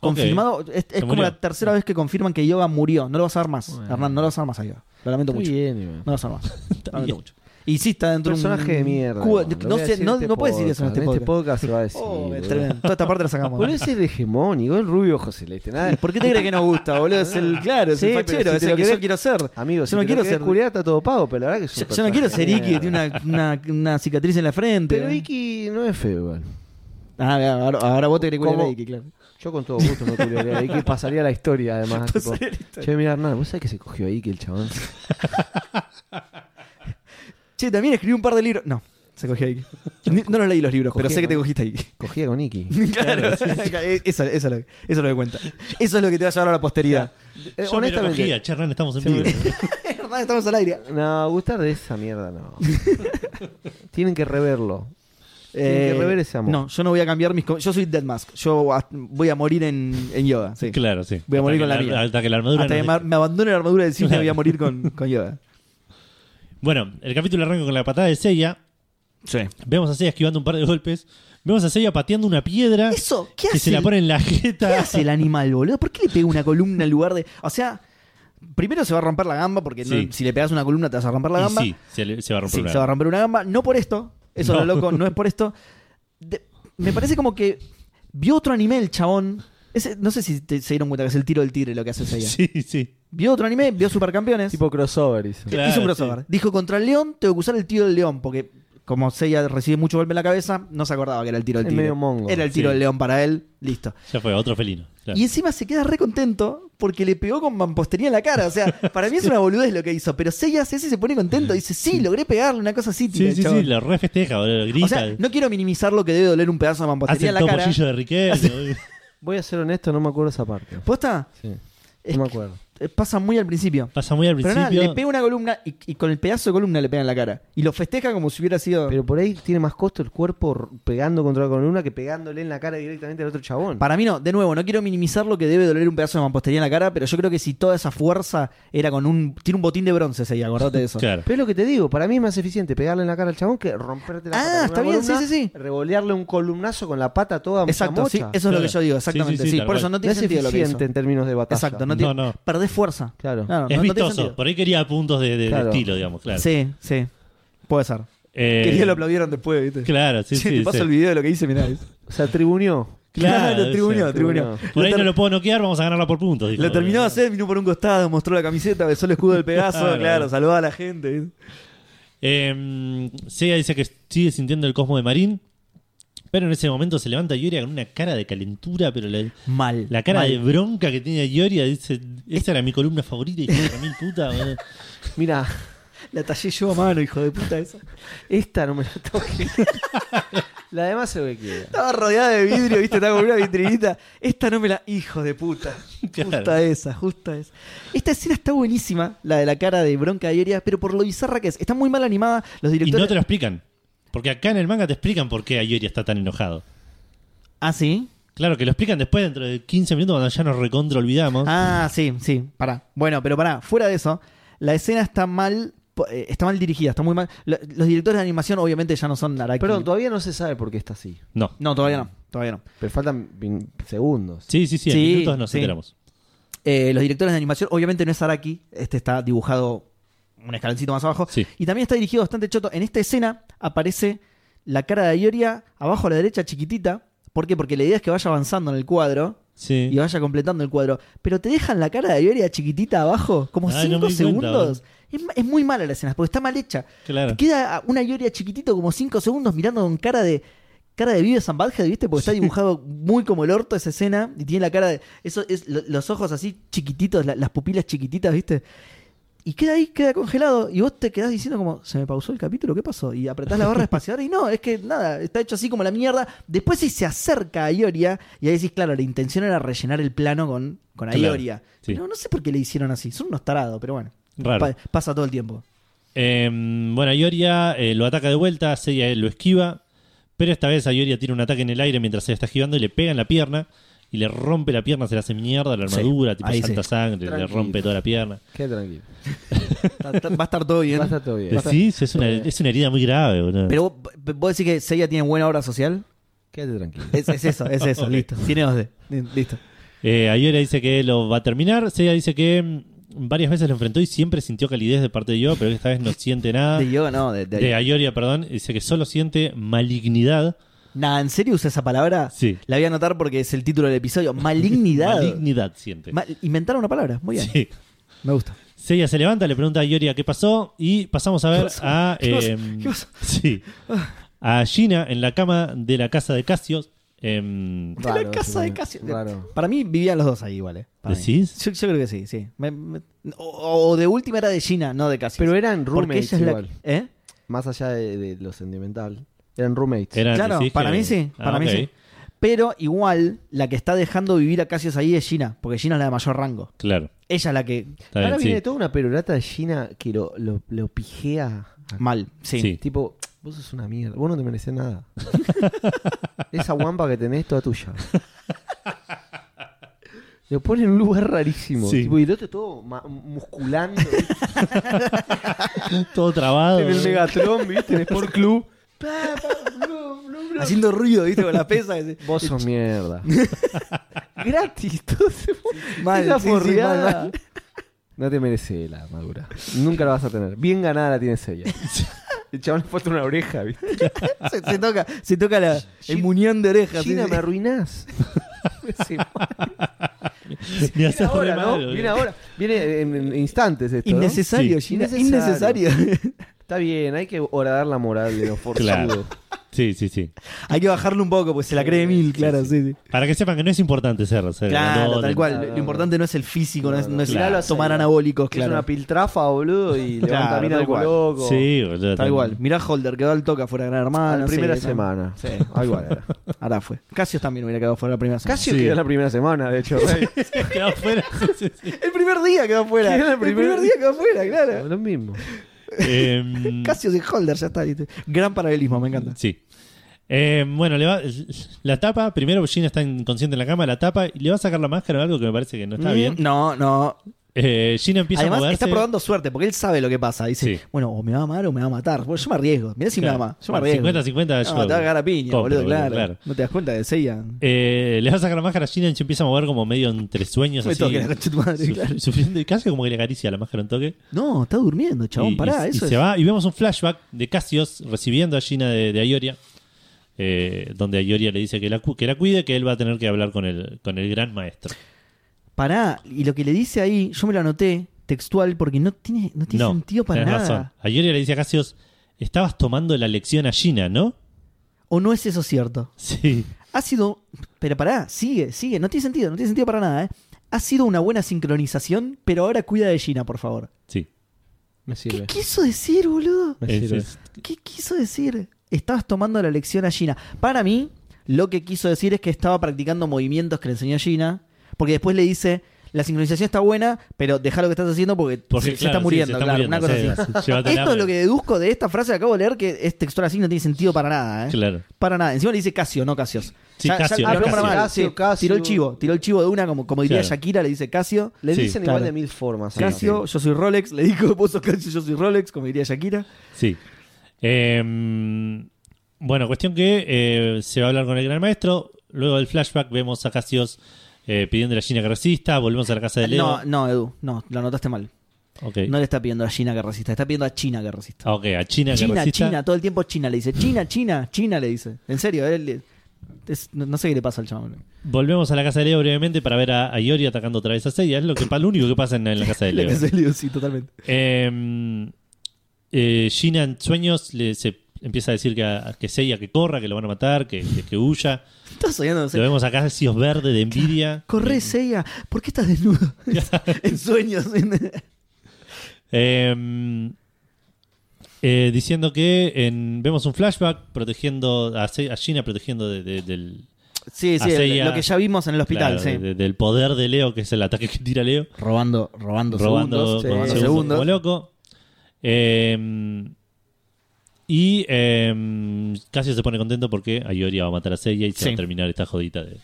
S4: Confirmado, es, es como
S1: murió.
S4: la tercera vez que confirman que Yoga murió. No lo vas a ver más,
S2: Bueno.
S4: Hernán, no lo vas a ver más a Yoga. Lo lamento
S2: Está
S4: mucho.
S2: bien, igual.
S4: No lo vas a ver más. Lo lamento
S1: bien.
S4: mucho. Y sí, está dentro
S2: Personaje
S4: de
S2: de
S4: un.
S2: mierda.
S4: cubo-
S2: Juan, lo
S4: Mm, no
S2: voy a
S4: sé, no,
S2: en este
S4: no puedes decir eso en este podcast.
S2: se va a decir.
S4: Oh, es
S2: boludo.
S4: tremendo. Toda esta parte la sacamos.
S2: Por
S4: ¿no?
S2: eso es hegemónico, el rubio ojos celeste. Nada,
S4: ¿Por qué te crees que nos gusta, boludo? Es el, claro, es
S2: Sí,
S4: el
S2: pero
S4: fachero,
S2: si
S4: es
S2: te
S4: el
S2: lo
S4: que yo
S2: querés-
S4: quiero ser.
S2: Amigo, si
S4: yo no
S2: te lo
S4: quiero
S2: querés
S4: ser.
S2: culiar, está todo pago, pero la verdad que es un
S4: Yo, yo no quiero ser
S2: personaje de
S4: Iki, que tiene
S2: mierda.
S4: una, una, una cicatriz en la frente.
S2: Pero Iki no es feo, igual.
S4: Ah, ahora, ahora vos te querés culiar a
S2: ¿Cómo?
S4: Iki, claro.
S2: Yo con todo gusto no culiaría a Iki, pasaría la historia además. tipo,
S4: Pasaría la historia.
S2: Che, mira, Hernán, ¿vos sabés que se cogió a Iki el chabón?
S4: Che, también escribí un par de libros. No, se cogió ahí. Ni- No los leí los libros, pero
S2: Cogí,
S4: sé que te
S2: ¿no?
S4: cogiste ahí.
S2: Cogía con Iki.
S4: Claro, E- eso, eso es lo que, eso es lo que cuenta. Eso es lo que te va a llevar a la posteridad.
S1: Yo me
S2: Eh,
S1: lo
S2: honestamente,
S1: cogía, che, Hernán, estamos en
S2: Sí,
S1: vivo.
S4: Hernán, Estamos al aire.
S2: no, gustar de esa mierda no. Tienen que reverlo. Tienen que rever ese amor.
S4: No, yo no voy a cambiar mis. com- Yo soy Deadmask. Yo a- voy a morir en, en yoga. sí.
S1: Claro, sí.
S4: Voy a morir
S1: Hasta
S4: con la
S1: que
S4: mía.
S1: Hasta que la armadura.
S4: Hasta que
S1: nos
S4: ma-
S1: deje.
S4: me abandone la armadura del cine,
S1: Claro.
S4: voy a morir con, con yoga.
S1: Bueno, el capítulo arranca con la patada de Seiya.
S4: Sí.
S1: Vemos a Seiya esquivando un par de golpes. Vemos a Seiya pateando una piedra.
S4: Eso, ¿qué
S1: Que
S4: hace?
S1: se la
S4: el-
S1: pone en la
S4: ¿Qué
S1: jeta.
S4: hace el animal, boludo? ¿Por qué le pega una columna en lugar de.? O sea, primero se va a romper la gamba, porque no-
S1: Sí.
S4: si le pegas una columna te vas a romper la
S1: Y
S4: gamba.
S1: sí, se, le- se va a romper
S4: Sí,
S1: una
S4: se va a romper una gamba. No por esto. Eso
S1: No.
S4: lo loco, no es por esto. De- me parece como que vio otro anime el chabón. Ese- no sé si te- se dieron cuenta que es el tiro del tigre lo que hace Seiya.
S1: Sí, sí.
S4: Vio otro anime, vio Supercampeones.
S2: Tipo crossover hizo.
S1: Claro,
S4: hizo un crossover.
S1: sí.
S4: Dijo, contra el león tengo que usar el tiro del león. Porque como Seiya recibe mucho golpe en la cabeza, no se acordaba que era el tiro del
S2: Es
S4: tigre.
S2: medio mongo.
S4: Era el tiro
S1: Sí.
S4: del león para él. Listo.
S1: Ya fue, otro felino. Claro.
S4: Y encima se queda re contento porque le pegó con mampostería en la cara. O sea, para mí es una boludez lo que hizo. Pero Seiya hace eso y se pone contento. Dice, sí, logré pegarle una cosa así. tira
S1: sí,
S4: el
S1: sí,
S4: chabón.
S1: sí, lo re festeja, boludo.
S4: O
S1: Grita.
S4: sea, no quiero minimizar lo que debe doler un pedazo de
S1: hace
S4: mampostería en
S1: el
S4: la cara.
S1: topollillo de Riquelme. boludo.
S2: Voy a ser honesto, no me acuerdo esa parte.
S4: ¿Posta?
S2: Sí,
S4: Es
S2: no me
S4: que-
S2: acuerdo.
S4: eh, pasa muy al principio.
S1: Pasa muy al
S4: Pero
S1: principio.
S4: nada, le pega una columna y, y con el pedazo de columna le pega en la cara. Y lo festeja como si hubiera sido.
S2: Pero por ahí tiene más costo el cuerpo r- pegando contra la columna que pegándole en la cara directamente al otro chabón.
S4: Para mí no, de nuevo, no quiero minimizar lo que debe doler un pedazo de mampostería en la cara, pero yo creo que si toda esa fuerza era con un. Tiene un botín de bronce ese ahí, acordate de eso.
S1: Claro.
S2: Pero es lo que te digo, para mí es más eficiente pegarle en la cara al chabón que romperte la
S4: Ah,
S2: pata con
S4: está
S2: una
S4: bien, sí,
S2: columna,
S4: sí, sí.
S2: Revolearle un columnazo con la pata toda
S4: Exacto, sí,
S2: mocha.
S4: eso es lo que
S1: Claro.
S4: yo digo,
S1: Sí, sí,
S4: exactamente. Sí,
S1: sí, tal
S4: por eso
S1: cual.
S4: no
S2: no
S4: tiene
S2: es
S4: sentido lo que hizo.
S2: eficiente en términos de batalla.
S4: Exacto, no
S1: No,
S4: tiene.
S1: no.
S4: Perdés fuerza.
S2: Claro.
S4: Claro,
S1: es
S4: no- no tiene
S1: vistoso.
S4: sentido.
S1: Por ahí quería puntos de, de- de
S2: Claro.
S1: estilo, digamos, claro.
S4: Sí, sí. Puede ser.
S1: Eh,
S4: Que ya lo aplaudieron después, ¿viste?
S1: Claro, sí,
S4: Sí,
S1: sí.
S4: te paso
S1: sí.
S4: el video de lo que hice, mirá.
S2: Se atribunió.
S1: Claro,
S4: Claro, tribunó,
S1: sí.
S4: tribunó.
S1: Por ahí
S4: ter-
S1: no lo puedo noquear, vamos a ganarla por puntos. dijo.
S4: lo terminó de hacer, vino por un costado, mostró la camiseta, besó el escudo del Pegaso,
S1: Claro.
S4: claro, salvó a la gente. ¿viste?
S1: Eh, Seiya dice que sigue sintiendo el cosmo de Marín. Pero en ese momento se levanta Yoria con una cara de calentura, pero la,
S4: Mal.
S1: la cara
S4: mal.
S1: de bronca que tiene Yoria dice: Esa era mi columna favorita y de mil puta. boludo".
S2: Mira,
S4: La tallé yo a mano, hijo de puta esa.
S2: esta no me la toque. la demás se ve que quiera.
S4: Estaba rodeada de vidrio, viste, estaba con una vitrinita. Esta no me la. Hijo de puta. Justa
S1: Claro.
S4: esa, justa esa. Esta escena está buenísima, la de la cara de bronca de Yoria, pero por lo bizarra que es. Está muy mal animada. Los
S1: Y
S4: directores.
S1: no te lo explican. Porque acá en el manga te explican por qué Ayoria está tan enojado.
S4: Ah, sí.
S1: Claro, que lo explican después, dentro de 15 minutos, cuando ya nos recontra olvidamos.
S4: Ah, sí, sí, pará. Bueno, pero pará, fuera de eso, la escena está mal, po- eh, está mal dirigida, está muy mal. Lo- Los directores de animación obviamente ya no son Naraki.
S2: Perdón, todavía no se sabe por qué está así.
S1: No.
S4: no, todavía no, todavía no.
S2: Pero faltan vin- segundos.
S1: Sí, sí, sí, en
S4: Sí,
S1: minutos nos
S4: sí.
S1: enteramos.
S4: Eh, los directores de animación, obviamente no es Araki, este está dibujado un escaloncito más abajo.
S1: Sí.
S4: Y también está dirigido bastante choto. En esta escena aparece la cara de Ioria abajo a la derecha chiquitita. ¿Por qué? Porque la idea es que vaya avanzando en el cuadro
S1: Sí.
S4: y vaya completando el cuadro. Pero te dejan la cara de Ioria chiquitita abajo, como
S1: Ay, no
S4: 5
S1: me di cuenta,
S4: segundos. es, ma- es muy mala la escena, porque está mal hecha.
S1: Claro.
S4: Te queda una Ioria chiquitito, como 5 segundos, mirando con cara de. Cara de Vive San ¿viste? Porque está dibujado muy como el orto esa escena. Y tiene la cara de. Eso es, lo- los ojos así chiquititos, la- las pupilas chiquititas, ¿viste? Y queda ahí, queda congelado. Y vos te quedás diciendo como, se me pausó el capítulo, ¿qué pasó? Y apretás la barra espaciadora y no, es que nada, está hecho así como la mierda. Después sí se acerca a Ioria y ahí decís, claro, la intención era rellenar el plano con, con
S1: Claro,
S4: Ioria.
S1: sí.
S4: Pero no sé por qué le hicieron así. Son unos tarados, pero bueno.
S1: Raro.
S4: Pa- pasa todo el tiempo.
S1: Eh, bueno, Ayoria eh, lo ataca de vuelta, Seiya eh, lo esquiva, pero esta vez Ayoria tiene un ataque en el aire mientras se está esquivando y le pega en la pierna y le rompe la pierna, se le hace mierda la
S4: Sí,
S1: armadura, tipo
S4: ahí
S1: santa
S4: sí.
S1: sangre, le
S2: Tranquilo.
S1: rompe toda la pierna.
S2: Queda tranquilo.
S4: Ta- ta- Va a estar todo bien.
S2: Va a estar todo bien.
S1: Decís, es una, es una herida muy grave, boludo.
S4: Pero vos, p- vos decís que Seiya tiene buena obra social.
S2: Quédate tranquilo.
S4: Es, es eso, es eso, listo. Tiene 2D. Listo.
S1: Eh, Ayoria dice que lo va a terminar, Seiya dice que mm, varias veces lo enfrentó y siempre sintió calidez de parte de yo, pero que esta vez no siente nada.
S4: De yoga, no, de, de-
S1: Ah. De Ayoria, perdón, dice que solo siente malignidad.
S4: Nah, ¿en serio usa esa palabra?
S1: Sí.
S4: La voy a anotar porque es el título del episodio. Malignidad.
S1: Malignidad siente.
S4: Ma- inventaron una palabra, muy bien.
S1: Sí.
S4: Me gusta.
S1: Seiya se levanta, le pregunta a Yoria qué pasó y pasamos a ver
S4: pasó?
S1: a
S4: ¿Qué pasó?
S1: em,
S4: ¿Qué pasó? Ah.
S1: sí, a Gina en la cama de la casa de Casio. em,
S4: De la
S2: Raro,
S4: casa de
S2: eso
S4: Casio.
S2: también. Raro.
S4: Para mí vivían los dos ahí igual, ¿eh? Para mí.
S1: ¿Decís?
S4: Yo, yo creo que sí, sí. Me- me- o, o de última era de Gina, no de Casio.
S2: Pero eran
S4: Porque
S2: roommates
S4: ella es la-
S2: igual.
S4: ¿Eh?
S2: Más allá de, de lo sentimental. Eran roommates.
S1: eran,
S4: Claro,
S1: decís
S4: para
S1: Ah, que-
S4: mí sí,
S1: Ah,
S4: para mí
S1: ok.
S4: sí. Pero igual, la que está dejando vivir a Cassius ahí es Gina, porque Gina es la de mayor rango.
S1: Claro,
S4: Ella es la que.
S1: está
S2: Ahora
S1: bien,
S2: viene
S1: sí.
S2: toda una perorata de Gina que lo, lo, lo pijea.
S4: Mal, sí.
S1: Sí.
S2: Tipo, vos sos una mierda. Vos no te mereces nada. Esa guampa que tenés, toda tuya. Lo pone en un lugar rarísimo.
S1: Sí.
S2: Tipo, y el otro todo ma- musculando.
S1: Todo trabado.
S2: en el
S1: ¿eh?
S2: Megatron, ¿viste? En Sport Club.
S4: Haciendo ruido, ¿viste? Con la pesa.
S2: Vos sos mierda. Gratis, todo se
S4: Mal,
S2: Esa
S4: sí, sí, mal,
S2: forreada.
S4: mal.
S6: No te merece la armadura.
S2: Nunca la vas a tener. Bien ganada la tienes ella. El chabón le falta una oreja, ¿viste?
S4: se, se toca, se toca la, el muñón de oreja.
S2: Gina, me arruinás. Sí.
S1: Me haces re
S2: ahora, ¿no?
S1: mal, boludo.
S2: Viene ahora. Viene en, en instantes esto. ¿no?
S4: Innecesario,
S2: Sí.
S4: Gina.
S2: Innecesario.
S4: Innecesario.
S2: Está bien, hay que horadar la moral de los forzudos.
S1: Claro. Sí, sí, sí.
S4: Hay que bajarlo un poco, pues se la cree mil, claro, sí, sí.
S1: Para que sepan que no es importante ser. ser
S4: Claro,
S1: grandón,
S4: tal cual.
S2: claro,
S4: Lo
S2: claro.
S4: importante no es el físico, no es, no es
S1: Claro,
S4: tomar
S2: sí.
S4: anabólicos,
S2: Que Es
S4: claro.
S2: una piltrafa, boludo, y levanta
S4: Claro,
S2: mina
S4: tal
S2: de
S4: cual.
S2: loco.
S1: Sí, boludo.
S4: Tal cual. Mirá Holder, quedó al toca fuera de Gran
S2: A
S4: Hermano.
S2: la
S4: sí,
S2: primera
S4: Ah, ¿no?
S2: semana.
S4: Sí.
S2: Ah, igual era.
S4: Ahora fue. Casios también hubiera quedado fuera la primera semana.
S2: Casi quedó en la primera semana, de hecho. Rey.
S1: Quedó fuera. Sí, sí.
S4: El primer día quedó fuera.
S2: Quedó el
S4: El primer,
S2: primer-
S4: día quedó fuera, claro.
S2: Lo mismo.
S1: Em,
S4: Casios y Holder, ya está. ¿viste? Gran paralelismo, me encanta.
S1: Sí. Eh, bueno, le va, la tapa, primero Gina está inconsciente en la cama, la tapa y le va a sacar la máscara o algo que me parece que no está
S4: Mm,
S1: bien.
S4: No, no.
S1: Eh, Gina empieza a
S4: Además,
S1: moverse.
S4: está probando suerte porque él sabe lo que pasa. Dice,
S1: Sí.
S4: bueno, o me va a amar o me va a matar. Bueno, yo me arriesgo. Mirá si
S1: Claro.
S4: me ama. Yo me
S1: Bueno,
S4: arriesgo.
S1: 50-50 yo
S4: No, te va a cagar a piña,
S1: compro,
S4: boludo,
S1: boludo,
S4: claro.
S1: claro.
S4: No te das cuenta de Seiya.
S1: Eh, le va a sacar la máscara a Gina y se empieza a mover como medio entre sueños
S4: Me
S1: así.
S4: toca la concha de tu madre,
S1: suf-
S4: claro.
S1: Sufriendo y casi como que le acaricia la máscara un toque.
S4: No, está durmiendo, chabón.
S1: y,
S4: pará,
S1: y- y
S4: eso
S1: se
S4: es.
S1: va y vemos un flashback de Cassios recibiendo a Gina de, de Ayoria. eh, donde Ayoria le dice que la, cu- que la cuide, que él va a tener que hablar con el, con el gran maestro.
S4: Pará. Y lo que le dice ahí, yo me lo anoté textual porque no tiene, no tiene
S1: no,
S4: sentido para
S1: tenés
S4: nada.
S1: razón. Ayoria le dice a Cassios, estabas tomando la lección a Gina, ¿no?
S4: ¿O no es eso cierto?
S1: Sí.
S4: Ha sido. Pero pará, sigue, sigue. No tiene sentido, no tiene sentido para nada, ¿eh? Ha sido una buena sincronización, pero ahora cuida de Gina, por favor.
S1: Sí.
S6: Me
S4: ¿Qué
S6: sirve.
S4: quiso decir, boludo?
S6: Me
S1: Es-
S6: sirve.
S1: es-
S4: ¿Qué quiso decir? Estabas tomando la lección a Gina. Para mí, lo que quiso decir es que estaba practicando movimientos que le enseñó Gina, porque después le dice, la sincronización está buena, pero deja lo que estás haciendo porque,
S1: porque,
S4: se, se
S1: claro,
S4: está
S1: sí,
S4: muriendo,
S1: se está
S4: claro,
S1: muriendo,
S4: una cosa
S1: sí,
S4: así.
S1: sí, llévatela,
S4: Esto es lo que
S1: porque-
S4: deduzco de esta frase que acabo de leer, que es textual así, no tiene sentido para nada. ¿eh?
S1: Claro.
S4: Para nada. Encima le dice Casio, no Casios.
S1: Sí, Casio,
S4: ah,
S1: no
S4: perdón,
S1: Casio.
S4: para mal,
S2: Casio,
S4: sí,
S2: Casio.
S4: Tiró el chivo, tiró el chivo de una, como, como diría
S1: Claro.
S4: Shakira, le dice Casio.
S2: Le
S1: Sí,
S2: dicen
S4: claro.
S2: igual de mil formas. a
S4: Casio, yo soy Rolex, le dijo, vos sos Casio, yo soy Rolex, como diría Shakira.
S1: Sí. Eh, bueno, cuestión que eh, se va a hablar con el gran maestro. Luego del flashback vemos a Casios eh, pidiendo a Gina que resista. Volvemos a la casa de Leo.
S4: No, no, Edu, no, lo anotaste mal.
S1: ok.
S4: No le está pidiendo a China que resista, está pidiendo a China que resista.
S1: Ah, ok, a China, que
S4: China,
S1: resista.
S4: China, todo el tiempo China le dice, China, China, China le dice. En serio, él es- no, no sé qué le pasa al chabón.
S1: Volvemos a la casa de Leo brevemente para ver a, a Iori atacando otra vez a Seiya. Es lo, que, lo único que pasa en, en la casa de
S4: Le
S1: Leo.
S4: pasa el lío, sí, totalmente.
S1: Eh, eh, Gina en sueños le, se empieza a decir que, a, que Seiya que corra, que lo van a matar, que, que, que huya.
S4: Estás soñando, no sé.
S1: Lo vemos acá, Casios verde de envidia.
S4: Corre, Seiya, ¿por qué estás desnudo? en sueños. en-
S1: Eh, eh, diciendo que en- vemos un flashback protegiendo a, Se- a Gina protegiendo de- de- del,
S4: Sí,
S1: A
S4: sí, el-
S1: Seiya-
S4: lo que ya vimos en el hospital,
S1: claro,
S4: sí.
S1: de- del poder de Leo, que es el ataque que tira Leo,
S4: Robando, robando,
S1: robando,
S4: segundos.
S1: robando
S4: robando
S1: segundos
S4: segundos.
S1: como loco. Eh, y eh, Casio se pone contento porque Ayoria va a matar a Seiya y se
S4: Sí.
S1: va a terminar esta jodita de,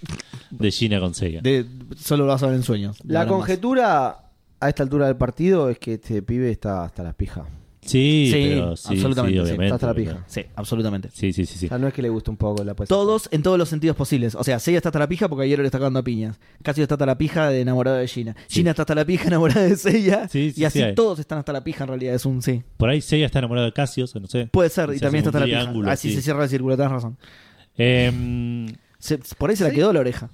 S1: de Gina con Seiya.
S4: De- solo lo vas a ver en sueños.
S2: La
S4: Nada más.
S2: conjetura a esta altura del partido es que este pibe está hasta las pijas.
S1: Sí,
S4: Sí,
S1: pero sí,
S4: absolutamente,
S1: sí,
S4: sí,
S1: obviamente,
S2: hasta la
S1: pero-
S2: pija.
S4: Sí, absolutamente.
S1: Sí, sí, sí, sí.
S2: O sea, no es que le guste un poco la poesía.
S4: Todos en todos los sentidos posibles. O sea, Seiya está hasta la pija porque ayer le está cagando a piñas. Casio está hasta la pija de enamorada de Gina. Gina está hasta la pija enamorada de Seiya.
S1: Sí, sí,
S4: y así
S1: sí hay.
S4: todos están hasta la pija en realidad. Es un sí.
S1: Por ahí Seiya está enamorado de Casio, no sé.
S4: Puede ser.
S1: Se
S4: Y también
S1: hace
S4: está
S1: un
S4: hasta la
S1: triángulo,
S4: pija. Así
S1: sí.
S4: se cierra el círculo. Tienes razón.
S1: Em,
S4: Se- por ahí se la quedó la oreja.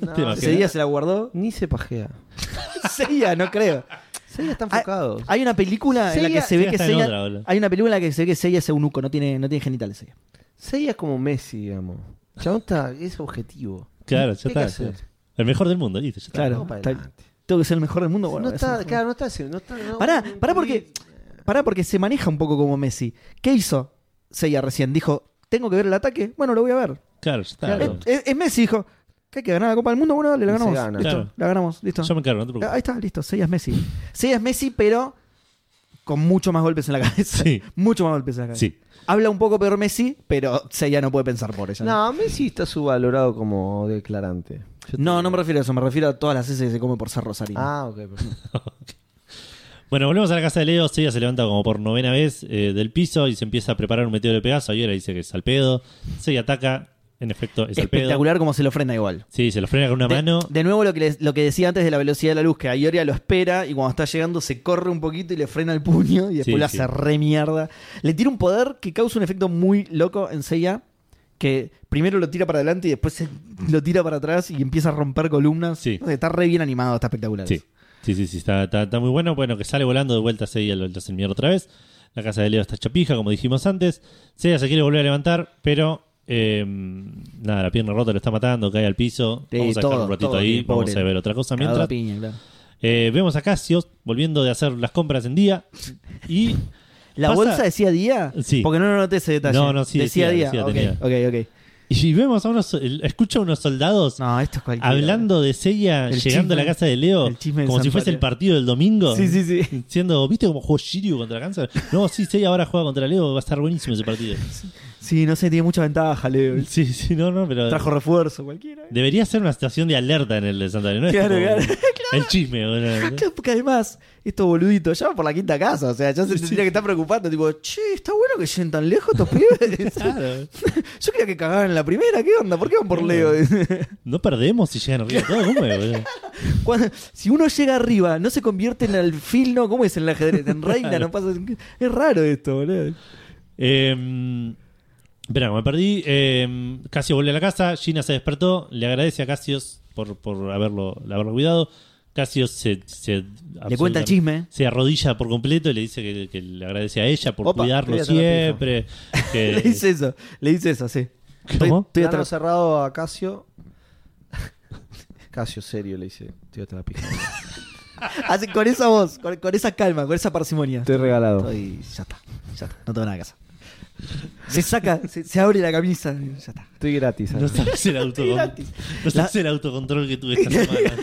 S2: No,
S1: te imaginas.
S4: Ese día se la guardó.
S2: Ni se pajea.
S4: Seiya, no creo.
S2: Seiya está
S4: Ah,
S2: enfocado.
S4: Hay una película en la que
S2: Seiya-
S4: se ve
S1: Seiya
S4: que
S1: está en
S4: Seiya...
S1: otra, boludo.
S4: Hay una película en la que se ve que Seiya es eunuco. No tiene, no tiene genitales Seiya.
S2: Seiya es como Messi, digamos. Chabón está, es objetivo.
S1: Claro,
S2: ¿Qué
S1: ya
S2: hay
S1: está.
S2: que hacer?
S1: ya. El mejor del mundo, listo, ya está.
S4: Claro.
S2: Vamos para
S4: está-
S2: adelante.
S4: Tengo que ser el mejor del mundo. Bueno,
S2: No está,
S4: eso-
S2: claro, no está haciendo. No está, no,
S4: Pará,
S2: no-
S4: pará porque. Pará porque se maneja un poco como Messi. ¿Qué hizo Seiya recién? Dijo, ¿tengo que ver el ataque? Bueno, lo voy a ver.
S1: Claro, ya está.
S4: Es, es- es Messi, dijo, ¿qué hay que ganar la Copa del Mundo? Bueno, dale, la
S2: Y se
S4: ganamos.
S2: gana.
S4: Listo,
S1: Claro.
S4: la ganamos, listo. Ah,
S1: Yo me encargo, no te preocupes.
S4: Ahí está, listo. Seiya es Messi. Seiya es Messi, pero con mucho más golpes en la cabeza.
S1: Sí.
S4: Mucho más golpes en la cabeza.
S1: Sí.
S4: Habla un poco peor Messi, pero Seiya no puede pensar por ella.
S2: No, Messi está subvalorado como declarante. Yo te-
S4: No, no me refiero a eso, me refiero a todas las heces que se come por ser Rosario.
S2: Ah, ok. perfecto.
S1: Bueno, volvemos a la casa de Leo. Seiya se levanta como por novena vez eh, del piso y se empieza a preparar un metido de pedazo. Ayer dice que es al pedo. Seiya ataca. En efecto, es al pedo.
S4: Espectacular como se lo frena igual.
S1: Sí, se lo frena con una
S4: De,
S1: mano.
S4: de nuevo lo que, les- lo que decía antes de la velocidad de la luz, que Ayoria lo espera y cuando está llegando se corre un poquito y le frena el puño y después
S1: Sí,
S4: lo
S1: sí.
S4: hace re mierda. Le tira un poder que causa un efecto muy loco en Seiya, que primero lo tira para adelante y después se- lo tira para atrás y empieza a romper columnas.
S1: Sí.
S4: O sea, está re bien animado, está espectacular.
S1: Sí, sí, sí, sí, está, está- está muy bueno. Bueno, que sale volando de vuelta Seiya, lo lo hace mierda otra vez. La casa de Leo está chapija, como dijimos antes. Seiya se quiere volver a levantar, pero eh, nada, la pierna rota lo está matando, cae al piso.
S4: Sí,
S1: vamos a dejar
S4: todo,
S1: un ratito
S4: todo,
S1: ahí,
S4: sí, pobre.
S1: vamos a ver otra cosa.
S4: Cagado a
S1: Mientras
S4: piña, claro.
S1: eh, vemos a Casios volviendo de hacer las compras en día y
S4: ¿La
S1: Pasa-
S4: bolsa decía día?
S1: Sí.
S4: Porque no, no noté ese detalle.
S1: No, no, sí
S4: Decía,
S1: decía,
S4: día.
S1: decía,
S4: ok, ok, ok.
S1: Y vemos a unos, escucho a unos soldados
S4: No, esto es cualquiera.
S1: hablando de Seiya
S4: El
S1: llegando a la
S4: chisme.
S1: casa de Leo
S4: El chisme de
S1: como
S4: San
S1: si fuese el
S4: Pablo.
S1: partido del domingo.
S4: Sí, sí, sí.
S1: Diciendo, ¿viste cómo jugó Shiryu contra Cáncer? No, sí, Seiya ahora juega contra Leo, va a estar buenísimo ese partido.
S4: Sí, no sé, tiene mucha ventaja, Leo.
S1: Sí, sí, no, no, pero.
S4: Trajo refuerzo, cualquiera.
S1: Debería ser una situación de alerta en el de Santa Fe, ¿no? Es
S4: Claro,
S1: como
S4: claro.
S1: El chisme, bueno.
S4: Claro, Porque además, estos boluditos ya van por la quinta casa, o sea, ya se tendría que estar preocupando, tipo, che, está bueno que lleguen tan lejos estos pibes.
S1: Claro.
S4: Yo creía que cagaban en la primera, ¿qué onda? ¿Por qué van por Leo?
S1: No perdemos si llegan arriba. Todo, ¿cómo es, boludo?
S4: Cuando- si uno llega arriba, no se convierte en alfil, ¿no? ¿Cómo es en el ajedrez? En reina, no pasa. Es raro esto, boludo.
S1: Eh, espera, me perdí. Eh, Casio volvió a la casa. Gina se despertó. Le agradece a Casios por, por haberlo, haberlo cuidado. Casios se, se
S4: Le cuenta el chisme.
S1: Se arrodilla por completo y le dice que, que le agradece a ella por
S4: Opa,
S1: cuidarlo
S4: estoy atrás de la
S1: siempre. que-
S4: Le dice eso, le dice eso, sí. Estoy-
S1: Eh. ¿Cómo?
S4: Estoy,
S2: Plano
S4: atrás.
S2: cerrado a Casio. Casio serio le dice, tío, hasta la pija.
S4: Así, con esa voz, con, con esa calma, con esa parsimonia.
S6: Estoy regalado.
S4: Estoy, ya está, ya está, no tengo nada que hacer. Se saca, se, se abre la camisa, ya está.
S6: Estoy gratis.
S1: No sabes el, autocon-
S4: gratis.
S1: no sabes el autocontrol que tuve esta semana.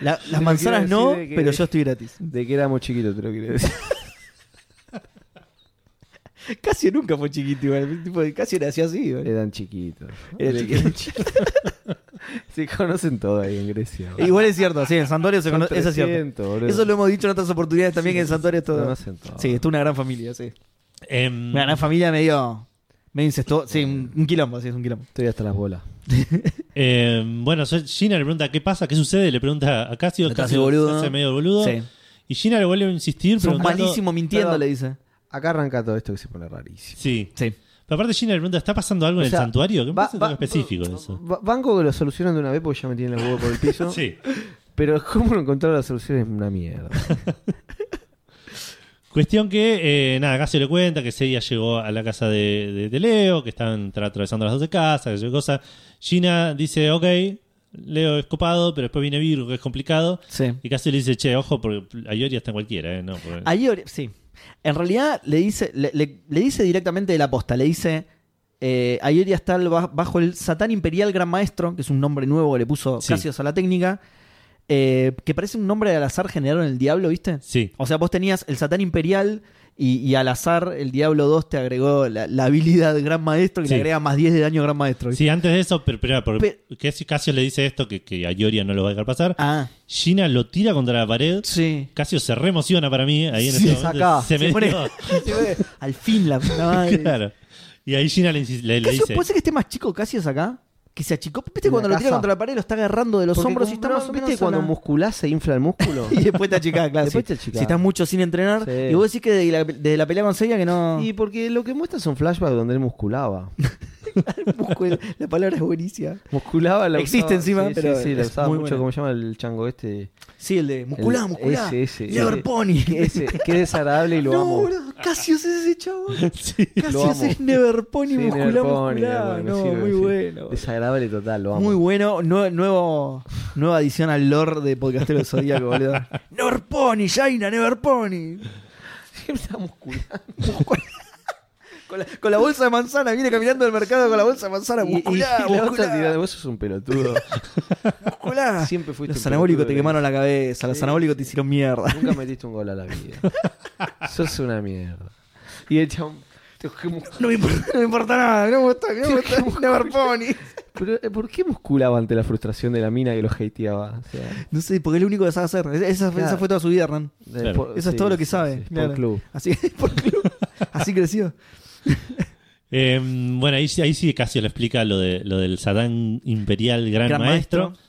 S4: La-
S6: lo
S4: las manzanas
S6: quiero
S4: no,
S6: decir de que-
S4: pero yo estoy gratis.
S6: De que éramos chiquitos, te lo quiero decir.
S4: Casi nunca fue chiquito, igual. tipo, Casi nació así, igual.
S6: Eran chiquitos.
S4: Era
S6: De-
S4: chiquito.
S6: Se conocen todo ahí en Grecia.
S4: E Igual es cierto, sí, en Santorio se
S6: Son
S4: conoce. Eso es cierto.
S6: 300, boludo.
S4: Eso lo hemos dicho en otras oportunidades también,
S6: Sí,
S4: que en Santorio es todo. Mm.
S6: conocen todo.
S4: Sí, es una gran familia, sí.
S1: Em,
S4: Una gran familia medio. medio incestuosa. Sí, un, un quilombo, sí, es un quilombo.
S6: Estoy hasta las bolas.
S1: Eh, bueno, so- Gina le pregunta qué pasa, qué sucede, le pregunta a Casio,
S4: Le
S1: Casio
S4: hace boludo.
S1: se hace medio boludo.
S4: Sí.
S1: Y Gina le vuelve a insistir,
S4: Sos
S1: preguntando-
S4: malísimo mintiendo,
S6: Perdón.
S4: le dice.
S6: Acá arranca todo esto que se pone rarísimo.
S1: Sí.
S4: Sí.
S1: Pero aparte Gina le pregunta, ¿está pasando algo
S2: O
S1: en
S2: sea,
S1: el santuario? ¿Qué
S2: va-
S1: pasa
S2: va-
S1: algo específico de eso?
S2: Ba- banco que lo solucionan de una vez porque ya me tienen los huevos por el piso.
S1: Sí.
S6: Pero cómo encontrar la solución es una mierda.
S1: Cuestión que, eh, nada, Casio le cuenta que ese día llegó a la casa de, de- de Leo, que estaban tra- atravesando las 12 casas, esa cosa. Gina dice, ok, Leo es copado, pero después viene Virgo, que es complicado.
S4: Sí.
S1: Y Casio le dice, che, ojo, porque Ayoria está en cualquiera, ¿eh? No, porque-
S4: A Iori- sí. En realidad le dice, le, le- le dice directamente de la posta, le dice. Eh, Ayoria está al- bajo el Satán Imperial Gran Maestro, que es un nombre nuevo que le puso
S1: Sí.
S4: Casios a la técnica, eh, que parece un nombre al azar generado en el diablo, ¿viste?
S1: Sí.
S4: O sea, vos tenías el Satán Imperial y, y al azar el Diablo 2 te agregó la, la habilidad de Gran Maestro que
S1: Sí.
S4: le agrega más 10 de daño a Gran Maestro. ¿viste?
S1: Sí, antes de eso, pero, pero, pero-
S4: Pe-
S1: que si Casio le dice esto, que, que a Ioria no lo va a dejar pasar,
S4: Ah,
S1: Gina lo tira contra la pared.
S4: sí.
S1: Casio se reemociona para mí. Ahí en
S4: Sí,
S1: ese momento
S4: saca.
S1: se me
S4: Se pone-
S1: dio-
S4: Al fin la puta madre.
S1: Claro. Y ahí Gina le, insi- le- le
S4: Casios,
S1: dice.
S4: ¿Puede ser que esté más chico Casios acá? Que se achicó. ¿Viste
S2: En
S4: cuando
S2: la
S4: lo tira
S2: casa.
S4: contra la pared lo está agarrando de los
S2: Porque
S4: hombros y
S2: como
S4: está
S2: más o menos cuando
S4: a la-
S2: musculás se infla el músculo?
S4: Y después te achicás, claro.
S2: Después
S4: sí.
S2: te achicás.
S4: Si estás mucho sin entrenar.
S2: Sí.
S4: Y vos decís que desde la, desde la pelea con Seiya que no.
S2: y porque lo que muestra son flashbacks donde él musculaba.
S4: Muscul- la palabra es buenísima.
S2: Musculaba la usaba-
S4: Existe encima,
S2: sí,
S4: pero
S2: sí, sí, la
S4: es
S2: usaba
S4: muy
S2: mucho,
S4: buena.
S2: como se llama el chango este.
S4: Sí, el de musculá,
S6: El-
S4: musculá.
S6: ese, ese,
S4: Lever
S6: ese.
S4: Pony.
S6: Qué- ese- qué desagradable y lo
S4: no,
S6: amo.
S4: boludo, Casios es ese chavo.
S1: Sí.
S6: Lo
S4: Casios
S6: amo.
S4: es Never Pony
S6: Sí,
S4: musculá,
S6: Never Pony,
S4: musculá.
S6: Never Pony, me
S4: no,
S6: sirve,
S4: muy
S6: sí.
S4: bueno.
S6: Desagradable total, lo amo.
S4: Muy bueno, nue- nuevo, nueva adición al lore de Podcastero del Zodíaco, boludo. Never Pony, Jaina, Never Pony.
S2: Siempre está musculando.
S4: Con la, con la bolsa de manzana, viene caminando al mercado con la bolsa de manzana,
S2: Y- y-
S4: musculá,
S2: y la otra tirada,
S4: musculá,
S2: vos sos un pelotudo.
S4: musculá.
S6: Siempre fuiste
S4: Los
S6: un
S4: anabólicos
S6: pelotudo
S4: te
S6: de
S4: quemaron la cabeza, los
S6: Sí.
S4: anabólicos te hicieron mierda.
S6: Nunca metiste un gol a la vida. Sos una mierda.
S2: y el chabón. te- qué mus-
S4: No me importa, no me importa nada, no me gusta, no me gusta, Never Pony.
S6: Pero, eh, ¿por qué musculaba ante la frustración de la mina que lo hateaba? O sea, eh,
S4: No sé, porque es lo único que sabe hacer. Esa, esa- esa
S6: Claro.
S4: fue toda su vida, Hernán.
S6: de-
S1: Claro.
S6: por-
S4: Eso es
S6: sí,
S4: todo lo que
S6: sí,
S4: sabe.
S6: sí, por
S4: Claro.
S6: club.
S4: Así, por club. Así creció.
S1: Eh, bueno, ahí, sí- ahí sí Casio le explica lo, de, lo del Satán Imperial Gran,
S4: Gran
S1: Maestro.
S4: Maestro.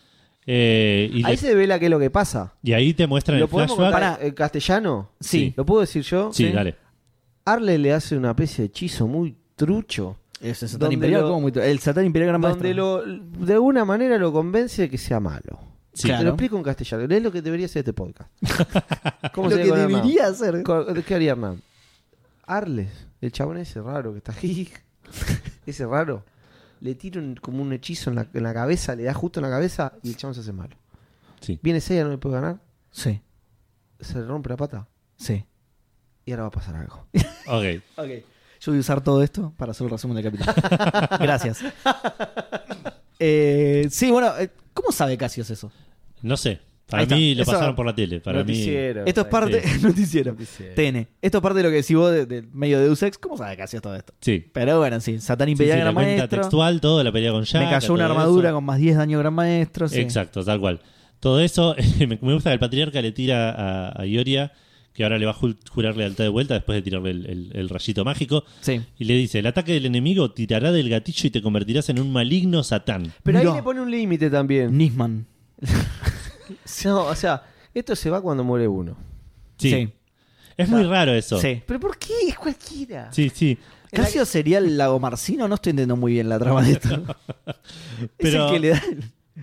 S1: Eh, y,
S2: Ahí
S1: le-
S2: se devela qué es lo que pasa.
S1: y ahí te muestran
S2: ¿Lo
S1: el
S2: podemos
S1: flashback.
S4: Ah,
S2: contar en castellano?
S1: Sí.
S2: ¿Lo puedo decir yo?
S1: Sí, dale.
S2: Arle le hace una especie de hechizo muy trucho.
S4: Ese Satán
S2: Donde
S4: Imperial,
S2: lo-
S4: ¿cómo? El Satán Imperial Gran Maestro.
S2: Donde lo, de alguna manera lo convence de que sea malo.
S1: Sí.
S4: Claro.
S2: Te lo explico en castellano. Es lo que debería hacer este podcast.
S4: Lo
S2: sería
S4: que
S2: con Hernán?
S4: debería hacer.
S2: Co- ¿Qué haría Hernán? Arles, el chabón ese raro que está ahí, ese raro, le tira un- como un hechizo en la, en la cabeza, le da justo en la cabeza y el chabón se hace malo.
S1: Sí.
S2: Viene Seiya, no le puede ganar,
S4: Sí,
S2: se le rompe la pata
S4: sí.
S2: y ahora va a pasar algo.
S1: Ok.
S4: Ok. Yo voy a usar todo esto para hacer el resumen del capítulo. Gracias. Eh, sí, bueno, eh, ¿cómo sabe Casios eso?
S1: No sé. Para
S4: Ahí está.
S1: mí lo
S4: Eso-
S1: pasaron por la tele. Para mí.
S6: Noticiero,
S4: Esto es parte. Noticiero.
S6: Noticiero.
S4: TN. Esto es parte de lo que decís vos de- del medio de Deus Ex. ¿Cómo sabe Casios todo esto?
S1: Sí.
S4: Pero bueno, sí. Satán
S1: Sí, sí,
S4: impedía
S1: la
S4: gran
S1: cuenta
S4: maestro.
S1: textual, todo, la pelea con Jack.
S4: Me cayó una
S1: todo
S4: armadura
S1: eso.
S4: con más 10 daño gran maestro. sí.
S1: Exacto, tal cual. Todo eso, me, me gusta que el patriarca le tira a, a Ioria, que ahora le va a ju- jurar lealtad de vuelta después de tirarle el, el- el rayito mágico,
S4: Sí.
S1: y le dice, el ataque del enemigo tirará del gatillo y te convertirás en un maligno satán.
S2: Pero
S4: Mirá.
S2: ahí le pone un límite también.
S4: Nisman.
S2: No, o sea, esto se va cuando muere uno.
S1: Sí. Es muy raro eso.
S4: Sí.
S2: ¿Pero por qué? Es cualquiera.
S1: sí. sí.
S4: Casio sería el lago marcino, no estoy entendiendo muy bien la trama de esto. es
S1: Pero-
S4: el que le da.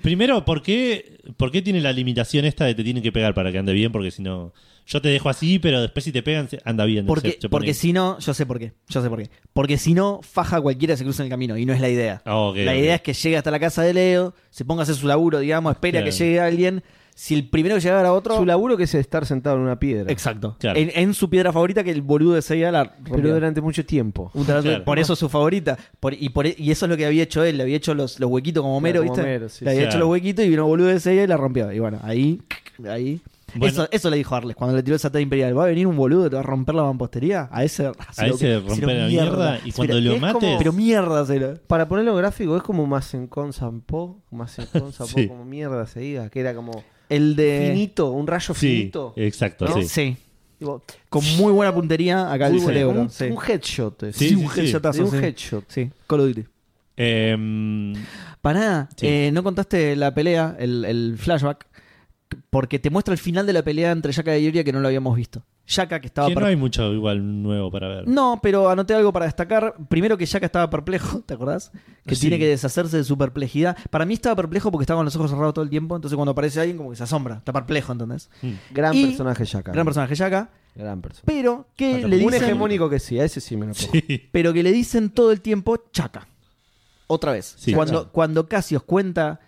S1: Primero, ¿por qué, ¿por qué tiene la limitación esta de te tienen que pegar para que ande bien? Porque si no, yo te dejo así, pero después si te pegan, se- anda bien.
S4: Porque,
S1: Se- se pone-
S4: porque si no, yo sé por qué, yo sé por qué. Porque si no, faja cualquiera se cruza en el camino y no es la idea.
S1: Ah, ok,
S4: la
S1: ok.
S4: idea es que llegue hasta la casa de Leo, se ponga a hacer su laburo, digamos, espera
S1: Claro.
S4: que llegue alguien. Si el primero que llegara otro.
S2: Su laburo que es estar sentado en una piedra.
S4: Exacto.
S1: Claro.
S4: En, en su piedra favorita que el boludo de Seiya la
S2: Pero
S4: rompió.
S2: durante mucho tiempo.
S4: Un trazo-
S1: Claro.
S4: Por eso es su favorita. Por- y, por, e, y eso es lo que había hecho él. Le había hecho los, los huequitos como Homero,
S2: Claro, como
S4: ¿viste?
S2: Homero, sí,
S4: le había
S1: sí.
S4: hecho los huequitos y vino boludo de ese y la rompió. Y bueno, ahí. ahí.
S1: Bueno.
S4: Eso, eso le dijo Arles cuando le tiró el satélite imperial. ¿Va a venir un boludo que te va a romper la mampostería? A ese.
S1: A ese romper la mierda y cuando
S4: Pero-
S1: lo
S2: es como-
S1: mates...
S4: Pero mierda, se lo-
S2: Para ponerlo gráfico, es como más en Sampo, más en
S1: Sí.
S2: como mierda se diga, que era como
S4: El de.
S2: finito, un rayo
S1: Sí, eh,
S2: finito.
S1: exacto,
S4: ¿no?
S1: sí.
S4: Sí.
S2: Digo,
S4: Con muy buena puntería acá
S2: muy
S4: el
S2: bueno,
S4: cerebro.
S2: un,
S4: sí.
S2: un headshot. es.
S1: Sí,
S4: Sí, un headshotazo.
S2: de un
S4: sí.
S2: headshot.
S4: Sí, Call of Duty.
S1: Em,
S4: Pará,
S1: Sí.
S4: eh, no contaste la pelea, el, el flashback, porque te muestra el final de la pelea entre Yaka y Yuria que no lo habíamos visto. Yaka que estaba
S1: que no
S4: per-
S1: hay mucho igual nuevo para ver.
S4: No, pero anoté algo para destacar. Primero que Yaka estaba perplejo, ¿te acordás? Que
S1: Sí.
S4: tiene que deshacerse de su perplejidad. Para mí estaba perplejo porque estaba con los ojos cerrados todo el tiempo, entonces cuando aparece alguien como que se asombra, está perplejo, ¿entendés?
S1: Mm.
S2: Gran
S4: Y-
S2: personaje Shaka.
S4: Gran personaje Yaka,
S2: Gran personaje.
S4: pero que
S1: Falta
S4: le
S1: poco.
S2: Un
S1: dicen-
S2: hegemónico que sí, a ese sí me lo pongo.
S1: Sí.
S4: pero que le dicen todo el tiempo chaca. Otra vez.
S1: Sí.
S4: cuando, cuando Casios cuenta,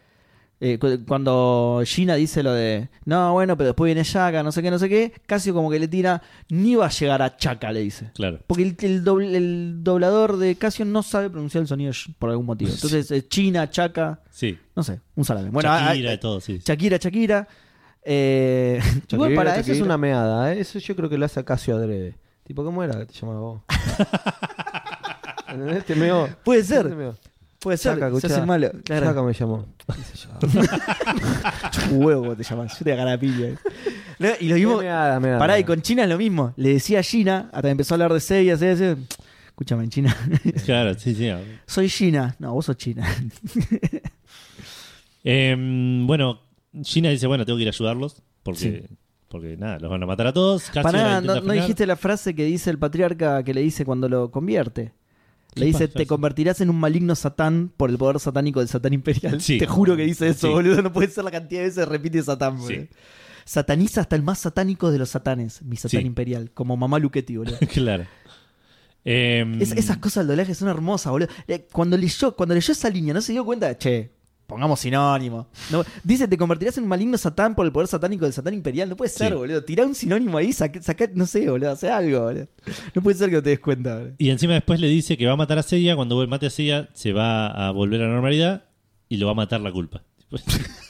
S4: eh, cu- cuando Gina dice lo de, no, bueno, pero después viene Chaca, no sé qué, no sé qué, Casio como que le tira, ni va a llegar a chaca, le dice.
S1: Claro.
S4: Porque el, el doble- el doblador de Casio no sabe pronunciar el sonido sh- por algún motivo. Entonces, eh, China, chaca,
S1: Sí.
S4: no sé, un salame. Bueno, ah,
S1: Shakira
S4: ah,
S1: y todo, sí.
S4: Shakira, Shakira. eh,
S2: Igual
S4: Shakira,
S2: para eso es
S4: Shakira.
S2: una meada, ¿eh? eso yo creo que lo hace a Casio Adrede. Tipo, ¿cómo era que te llamaba vos? ¿Entendés? Te meó.
S4: Puede ser.
S2: Te meó.
S4: Puede ser,
S2: Chaca,
S4: se
S2: escuchá.
S4: hace malo. Claro.
S2: Shaka me llamó. Qué sé yo.
S4: huevo te llamas. Yo te agarré a piña. No, Y lo
S2: Qué
S4: mismo.
S2: meada, meada.
S4: Pará, y con China es lo mismo. Le decía a China, hasta que empezó a hablar de Seiya, Seiya, Seiya. Escúchame, China.
S1: Claro, sí, sí.
S4: Soy China. No, vos sos China.
S1: Em, bueno, Gina dice, bueno, tengo que ir a ayudarlos porque, porque nada, los van a matar a todos. Casi la
S4: Pará,
S1: intenta
S4: no, no
S1: frenar.
S4: dijiste la frase que dice el patriarca que le dice cuando lo convierte. Le
S1: ¿Qué
S4: dice,
S1: pasa?
S4: te convertirás en un maligno satán por el poder satánico del satán imperial.
S1: Sí.
S4: Te juro que dice eso,
S1: Sí.
S4: boludo. No puede ser la cantidad de veces que repite satán,
S1: Sí.
S4: boludo. Sataniza hasta el más satánico de los satanes, mi satán
S1: Sí.
S4: imperial. Como mamá Luquetti, boludo.
S1: claro. Em,
S4: Es- esas cosas del doblaje son hermosas, boludo. Eh, Cuando leyó, cuando leyó esa línea, no se dio cuenta, che, pongamos sinónimo. No, dice, te convertirás en un maligno satán por el poder satánico del satán imperial. No puede ser,
S1: Sí.
S4: boludo. Tirá un sinónimo ahí, saca, saca- no sé, boludo, hace algo, boludo. No puede ser que no te des cuenta, boludo.
S1: Y encima después le dice que va a matar a Seiya. Cuando mate a Seiya, se va a volver a la normalidad y lo va a matar la culpa.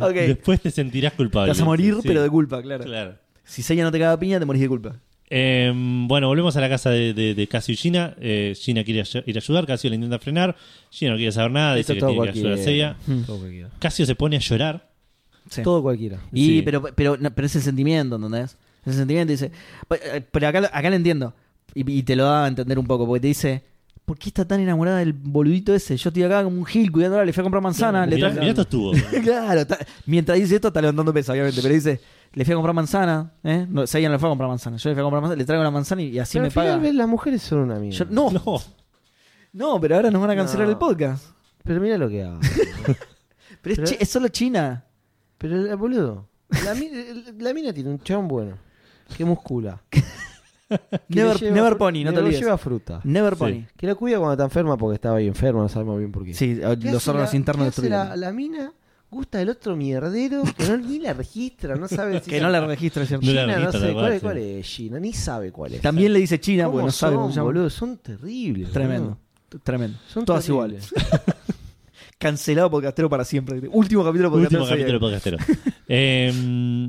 S4: Ok, te
S1: Después te sentirás culpable.
S4: vas a morir,
S1: Sí,
S4: pero de culpa, claro.
S1: Claro.
S4: Si Seiya no te caga piña, te morís de culpa.
S1: Em, bueno, volvemos a la casa de, de, de Casio y Gina. Eh, Gina quiere ay- ir a ayudar, Casio le intenta frenar. Gina no quiere saber nada,
S2: Esto
S1: dice que
S2: todo
S1: tiene que ayudar a
S2: cualquiera.
S1: Seiya.
S2: Todo cualquiera.
S1: Casio se pone a llorar.
S4: Sí.
S2: Todo cualquiera.
S4: Y,
S1: Sí.
S4: pero, pero, no, pero es el sentimiento, ¿entendés? Es el sentimiento, dice. pe- eh, Pero acá, lo- acá lo entiendo. Y, y te lo da a entender un poco, porque te dice. ¿Por qué está tan enamorada del boludito ese? Yo estoy acá como un gil cuidándola, le fui a comprar manzana, Ah, le
S1: mirá,
S4: traje.
S1: mirá estos tubos.
S4: claro, está- mientras dice esto está levantando peso, obviamente, pero dice, le fui a comprar manzana, ¿eh? No, si alguien le fue a comprar manzana, yo le fui a comprar manzana, le traigo la manzana y, y así
S2: Pero
S4: me
S2: al final
S4: paga.
S2: ves, las mujeres son una mierda.
S4: Yo- no, no,
S1: No,
S4: pero ahora nos van a cancelar
S2: No.
S4: el podcast.
S2: Pero mira lo que hago.
S4: Pero es,
S2: Pero-
S4: chi- es solo China.
S2: Pero, eh, boludo, la, mi- la mina tiene un chabón bueno. Que muscula. Que
S4: Never,
S2: le lleva
S4: Never
S2: fru-
S4: Pony, no te
S2: le
S4: olvides.
S2: lleva fruta.
S4: Never
S1: Sí.
S4: Pony.
S2: Que la cuida cuando está enferma porque estaba ahí enferma, no sabemos bien por qué.
S4: Sí,
S2: ¿Qué
S4: los
S2: hace
S4: órganos
S2: la-
S4: internos
S2: qué hace
S4: destruidos.
S2: La, la mina gusta del otro mierdero que no, ni la registra, no sabe si
S4: Que no la registra, ¿cierto?
S1: No la
S2: China, no,
S1: registra,
S2: sé,
S1: tal
S2: ¿cuál,
S1: cual,
S2: es-
S1: sí.
S2: cuál es China? Ni sabe cuál es.
S4: También le dice China,
S2: ¿Cómo
S4: porque no sabe
S2: son,
S4: cómo se llama.
S2: boludo? Son terribles.
S4: Tremendo.
S2: boludo.
S4: Tremendo.
S2: Son
S4: Todas
S2: terribles.
S4: iguales. Cancelado podcastero para siempre. Último capítulo podcastero.
S1: Último capítulo de podcastero. Eh,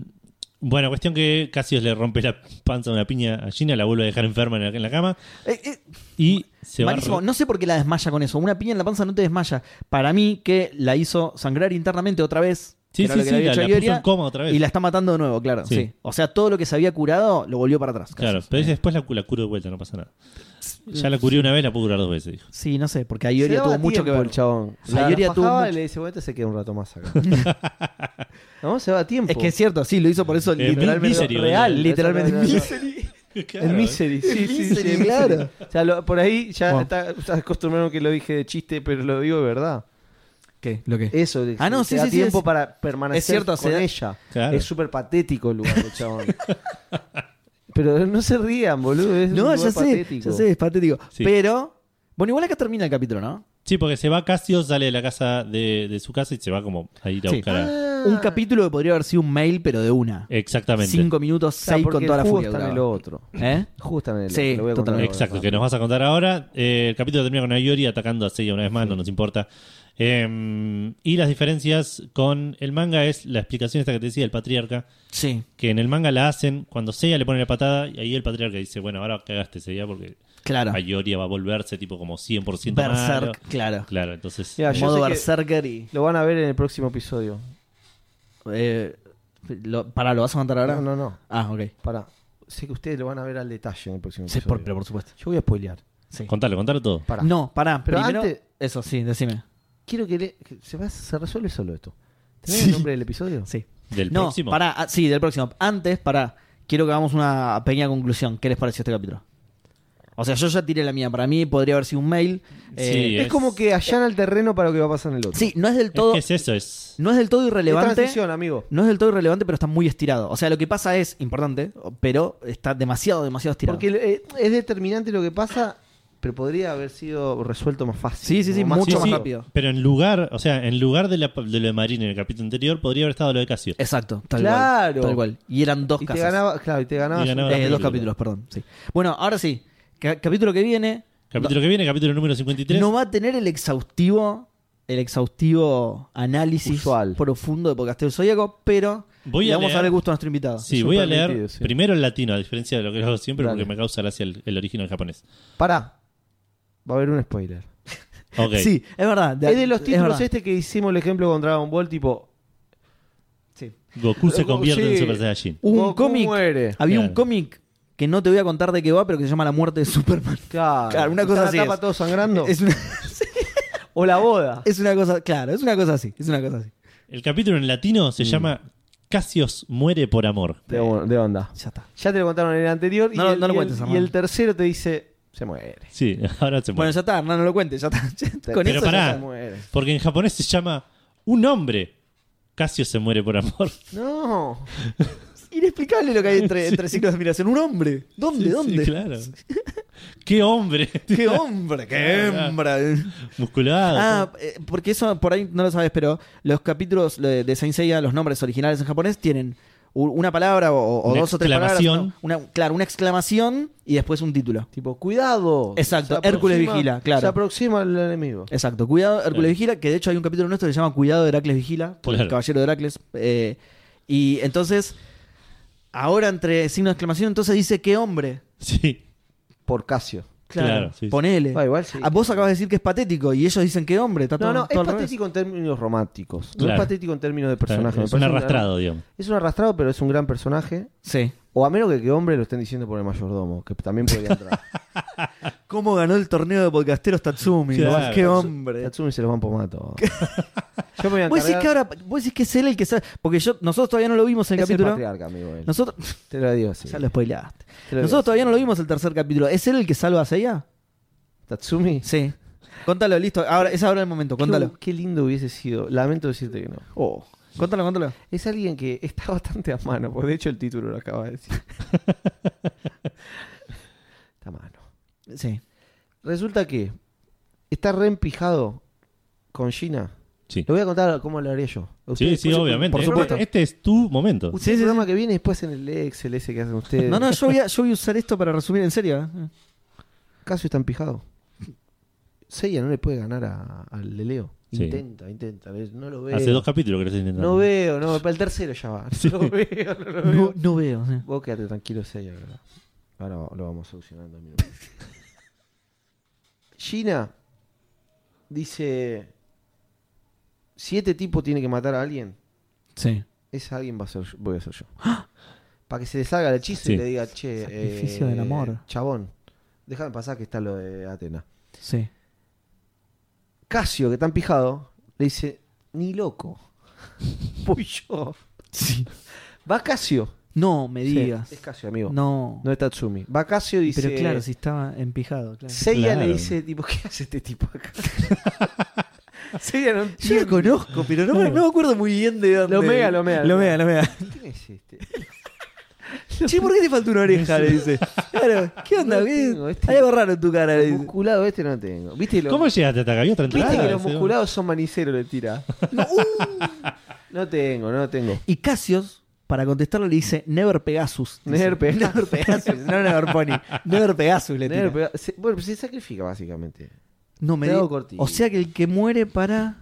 S1: bueno, cuestión que Casios le rompe la panza de una piña a Gina, la vuelve a dejar enferma en la, en la cama
S4: Eh, eh,
S1: y se
S4: malísimo.
S1: va.
S4: No sé por qué la desmaya con eso. Una piña en la panza no te desmaya. Para mí, que la hizo sangrar internamente otra vez. que
S1: Sí,
S4: era
S1: sí,
S4: lo que
S1: sí,
S4: le había
S1: la,
S4: hecho
S1: la
S4: a
S1: puso
S4: Iberia,
S1: en coma otra vez.
S4: Y la está matando de nuevo, claro.
S1: Sí.
S4: Sí. O sea, todo lo que se había curado lo volvió para atrás. casi.
S1: Claro, pero ella después la, cu- la curo de vuelta, no pasa nada. Ya la curé una vez, la puedo curar dos veces, dijo.
S4: Sí, no sé, porque
S2: Se
S4: Ayoria
S2: daba
S4: tuvo mucho que
S2: tiempo
S4: ver.
S2: El chabón.
S4: Sí.
S2: La,
S4: Ayoria
S2: la
S4: tuvo
S2: fajaba
S4: mucho-
S2: y le dice, bueno, este se queda un rato más acá. no, se va a tiempo.
S4: Es que es cierto, sí, lo hizo por eso
S1: Eh,
S4: literalmente.
S1: Misery, boludo.
S4: real, literalmente.
S2: No, no, no, no.
S4: Misery.
S2: El misery, sí,
S4: El
S2: sí,
S4: misery,
S2: sí,
S4: claro.
S2: misery. O sea, lo- por ahí ya
S4: Wow.
S2: está, está acostumbrado que lo dije de chiste, pero lo digo de verdad.
S4: ¿Qué? ¿Lo qué?
S2: Eso, de que
S4: Ah, no,
S2: se
S4: sí,
S2: da
S4: sí, sí,
S2: tiempo
S4: es-
S2: para permanecer
S4: es cierto,
S2: con
S4: se da-
S2: ella.
S1: Claro.
S2: Es súper patético el lugar, del chabón. Pero no se rían, boludo. Es un
S4: No,
S2: lugar
S4: ya sé,
S2: patético.
S4: ya sé, es patético.
S1: Sí.
S4: Pero, bueno, igual acá termina el capítulo, ¿no?
S1: Sí, porque se va Casio, sale de la casa de, de su casa y se va como a ir a
S4: Sí.
S1: buscar a...
S2: Ah,
S4: Un capítulo que podría haber sido un mail, pero de una.
S1: Exactamente.
S4: Cinco minutos,
S2: o sea,
S4: seis con
S2: porque
S4: toda la
S2: justo
S4: furia.
S2: está en el
S4: duraba.
S2: otro.
S4: ¿Eh?
S2: Justo en el
S4: Sí,
S2: otro. lo voy a contar
S4: totalmente.
S2: ahora.
S1: Exacto, que nos vas a contar ahora. Eh, el capítulo termina con Ayori atacando a Seiya una vez más, no nos importa. Eh, y las diferencias con el manga es la explicación esta que te decía el patriarca,
S4: Sí,
S1: que en el manga la hacen cuando Seiya le pone la patada y ahí el patriarca dice, bueno, ahora cagaste Seiya porque
S4: claro.
S1: Ayori va a volverse tipo como 100%
S4: Berserk,
S1: malo.
S4: claro.
S1: Claro, entonces...
S2: Mira, yo sé
S4: Modo
S2: que
S4: Berserker y.
S2: Lo van a ver en el próximo episodio.
S4: Eh, lo, pará, ¿lo vas a contar ahora?
S2: No, no, no.
S4: Ah, ok.
S2: Pará. Sé que ustedes lo van a ver al detalle en el próximo
S4: Sí,
S2: episodio.
S4: por- pero por supuesto.
S2: Yo voy a spoilear.
S4: Sí.
S1: Contalo, contalo todo.
S2: Pará.
S4: No, pará.
S2: Pero
S4: primero,
S2: antes-
S4: Eso, sí, decime.
S2: Quiero que, le- que se, va- se resuelve solo esto. ¿Tenés
S4: Sí.
S2: el nombre del episodio?
S4: Sí.
S1: Del
S4: no,
S1: próximo.
S4: pará. ah, sí, del próximo. Antes, pará. Quiero que hagamos una pequeña conclusión. ¿Qué les pareció este capítulo? O sea, yo ya tiré la mía. Para mí podría haber sido un mail.
S1: Sí,
S4: Eh,
S2: Es, como que allana el terreno para lo que va a pasar en el otro.
S4: sí, no es del todo.
S1: Es que es eso, es...
S4: No es del todo
S2: Es
S4: irrelevante.
S2: transición, amigo.
S4: No es del todo irrelevante, pero está muy estirado. O sea, lo que pasa es importante, pero está demasiado, demasiado estirado.
S2: Porque eh, es determinante lo que pasa, pero podría haber sido resuelto más fácil.
S4: Sí, sí, sí,
S2: como
S4: mucho más
S1: Sí, sí,
S2: corto.
S4: rápido.
S1: Pero en lugar, o sea, en lugar de, la- de lo de Marín en el capítulo anterior, podría haber estado lo de Casio.
S4: Exacto, tal
S2: Claro.
S4: cual. Tal cual. Y eran dos
S2: Y te
S4: casas.
S2: ganaba, claro, y te ganabas
S1: Y
S2: un-
S1: ganaba-
S4: Eh, dos
S1: capítulos.
S4: capítulos, perdón. sí. Bueno, ahora sí. Ca- capítulo que viene.
S1: Capítulo que viene, capítulo número 53.
S4: No va a tener el exhaustivo, el exhaustivo análisis
S2: Usual.
S4: profundo de Podcastero Zodíaco, pero
S1: Voy
S4: le
S1: a
S4: vamos
S1: leer-
S4: a dar el gusto a nuestro invitado.
S1: sí,
S2: es
S1: voy a
S2: súper
S1: leer
S2: divertido, sí.
S1: primero el latino, a diferencia de lo que hago siempre,
S2: Dale.
S1: porque me causa gracia el, el original japonés.
S2: Eh, Pará. Va a haber un spoiler.
S1: Ok.
S4: Sí, es verdad.
S2: es de los títulos
S4: verdad.
S2: este que hicimos el ejemplo con Dragon Ball, tipo.
S4: Sí.
S1: Goku se
S2: Goku,
S1: convierte
S2: sí.
S1: en Super Saiyajin.
S4: Un
S2: Goku
S4: cómic.
S2: muere.
S4: Había un
S1: Claro.
S4: cómic que no te voy a contar de qué va, pero que se llama La muerte de Superman.
S2: Claro,
S4: Claro, una
S2: ¿Está
S4: cosa
S2: la
S4: así
S2: tapa
S4: es.
S2: todo sangrando.
S4: Es una,
S2: O la boda.
S4: es una cosa, claro, es una cosa así, es una cosa así.
S1: El capítulo en latino
S4: Mm.
S1: se llama Casios muere por amor.
S2: De, de onda.
S4: Ya está.
S2: Ya te lo contaron en el anterior.
S4: No,
S2: y
S4: no,
S2: el,
S4: no lo
S2: y el-
S4: cuentes,
S2: Y
S4: hermano.
S2: el tercero te dice: se muere.
S1: Sí, ahora se
S4: Bueno,
S1: muere.
S4: ya está, Hernán, no lo cuentes, ya está. Ya- con
S1: Pero
S4: eso ya
S1: pará.
S2: Se muere.
S1: porque en japonés se llama un hombre. Casio se muere por amor.
S2: No.
S4: está. Inexplicable lo que hay entre, entre signos de admiración. Un hombre. ¿Dónde?
S1: Sí, sí,
S4: ¿Dónde?
S1: claro. ¡Qué hombre!
S4: ¡Qué hombre! ¡Qué hembra!
S1: Musculado.
S4: Ah, eh, porque eso por ahí no lo sabes, pero los capítulos de de Saint Seiya, los nombres originales en japonés, tienen u- una palabra o, o
S1: Una
S4: dos o tres palabras.
S1: exclamación.
S4: ¿no? Una, claro, una exclamación y después un título.
S2: Tipo, cuidado.
S4: Exacto,
S2: Se
S4: Hércules
S2: aproxima-
S4: vigila, claro. Eh,
S2: Se aproxima al enemigo.
S4: Exacto, cuidado, Hércules
S1: Claro.
S4: Vigila, que de hecho hay un capítulo nuestro que se llama Cuidado Heracles Vigila, por el
S1: Claro.
S4: caballero de Heracles. eh, y entonces, ahora entre signos de exclamación, entonces dice qué hombre.
S1: sí.
S2: Por Casio.
S4: Claro,
S1: Claro, sí, sí.
S4: ponele.
S2: Ah, igual sí.
S4: Ah, Vos acabas de decir que es patético y ellos dicen qué hombre. Está
S2: No,
S4: todo-
S2: no, es
S4: todo al revés.
S2: patético en términos románticos. No
S1: Claro.
S2: es patético en términos de personaje.
S1: es
S2: me
S1: un
S2: parece
S1: arrastrado, digamos.
S2: Es un arrastrado, pero es un gran personaje.
S4: Sí.
S2: O a menos que que hombre lo estén diciendo por el mayordomo, que también podría entrar.
S4: ¿Cómo ganó el torneo de podcasteros Tatsumi?
S1: Claro.
S4: Qué hombre.
S2: Tatsumi se los van por mato. Yo me voy a
S4: Vos decís,
S2: encargar-
S4: Pues que ahora, vos decís que es él el que sabe. Porque yo, nosotros todavía no lo vimos en el
S2: Es el
S4: capítulo.
S2: patriarca, amigo. él.
S4: nosotros.
S2: Te lo digo así.
S4: Ya lo spoileaste.
S2: Te lo digo
S4: Nosotros
S2: así.
S4: todavía no lo vimos el tercer capítulo. ¿Es él el que salva a Seiya?
S2: Tatsumi.
S4: Sí. Contalo, listo. Ahora, es ahora el momento, contalo.
S2: Qué, qué lindo hubiese sido. Lamento decirte que no.
S4: Oh. Contalo, contalo.
S2: Es alguien que está bastante a mano, porque de hecho el título lo acaba de decir. la mano.
S4: Sí.
S2: Resulta que está re empijado con Gina.
S1: Sí.
S2: Lo voy a contar cómo lo haría yo.
S1: Sí,
S2: Ustedes-
S1: sí,
S2: por-
S1: obviamente.
S2: Por
S1: Este-
S2: supuesto.
S1: Este, es tu momento.
S2: Usted el programa que viene después en el Excel ese que hacen ustedes.
S4: No, no, yo voy, a, yo voy a usar esto para resumir en serio. ¿eh?
S2: Casio está empijado. Seiya no le puede ganar a- al de Leo.
S1: Sí.
S2: Intenta, intenta. No lo veo.
S1: Hace dos capítulos que lo estás intentando.
S2: No veo, no, para el tercero ya va. No veo, no lo veo.
S4: No, no veo. sí.
S2: Vos quédate tranquilo, Seiya, ¿verdad? Ahora lo vamos solucionando. en minutos. Gina dice: Si este tipo tiene que matar a alguien,
S4: Sí.
S2: ese alguien va a ser, yo- voy a ser yo. ¡Ah! Para que se le salga el hechizo y
S1: Sí.
S2: le diga, che,
S4: Sacrificio
S2: eh,
S4: del amor.
S2: Chabón, déjame pasar que está lo de Atena.
S4: Sí.
S2: Casio, que está empijado, le dice, ni loco. Voy yo.
S4: Sí.
S2: Va Casio.
S4: No me digas.
S2: Es Casio, amigo. No,
S4: No.
S2: es Tatsumi. Va Casio y dice...
S4: Pero claro, si estaba empijado, claro.
S2: Seiya
S1: Claro.
S2: le dice, tipo, ¿qué hace este tipo acá? Seiya no
S4: Yo lo
S2: entiende.
S4: conozco, pero no, me, no me acuerdo muy bien de dónde.
S2: Lo mega, lo mega.
S4: Lo mega, lo mega.
S2: ¿Quién es este?
S4: Che, ¿por qué te falta una oreja? Le dice. Claro, ¿qué onda?
S2: No
S4: ¿Qué-
S2: tengo, este-
S4: Hay algo raro en tu cara. Le dice.
S2: Musculado este no tengo. ¿Viste lo
S1: ¿Cómo llegaste hasta acá? ¿Había otra
S2: Viste
S1: entrada?
S2: que los
S1: Sí.
S2: musculados son maniceros, le tira. No, tengo, no tengo.
S4: Y Casios, para contestarle, le dice Never Pegasus. Dice,
S2: Never Pegasus.
S4: Never Pegasus. No Never Pony. Never Pegasus le tira.
S2: Tener, pero se- bueno, se sacrifica básicamente.
S4: No me
S2: Te hago
S4: di-
S2: cortito.
S4: O sea que el que muere para.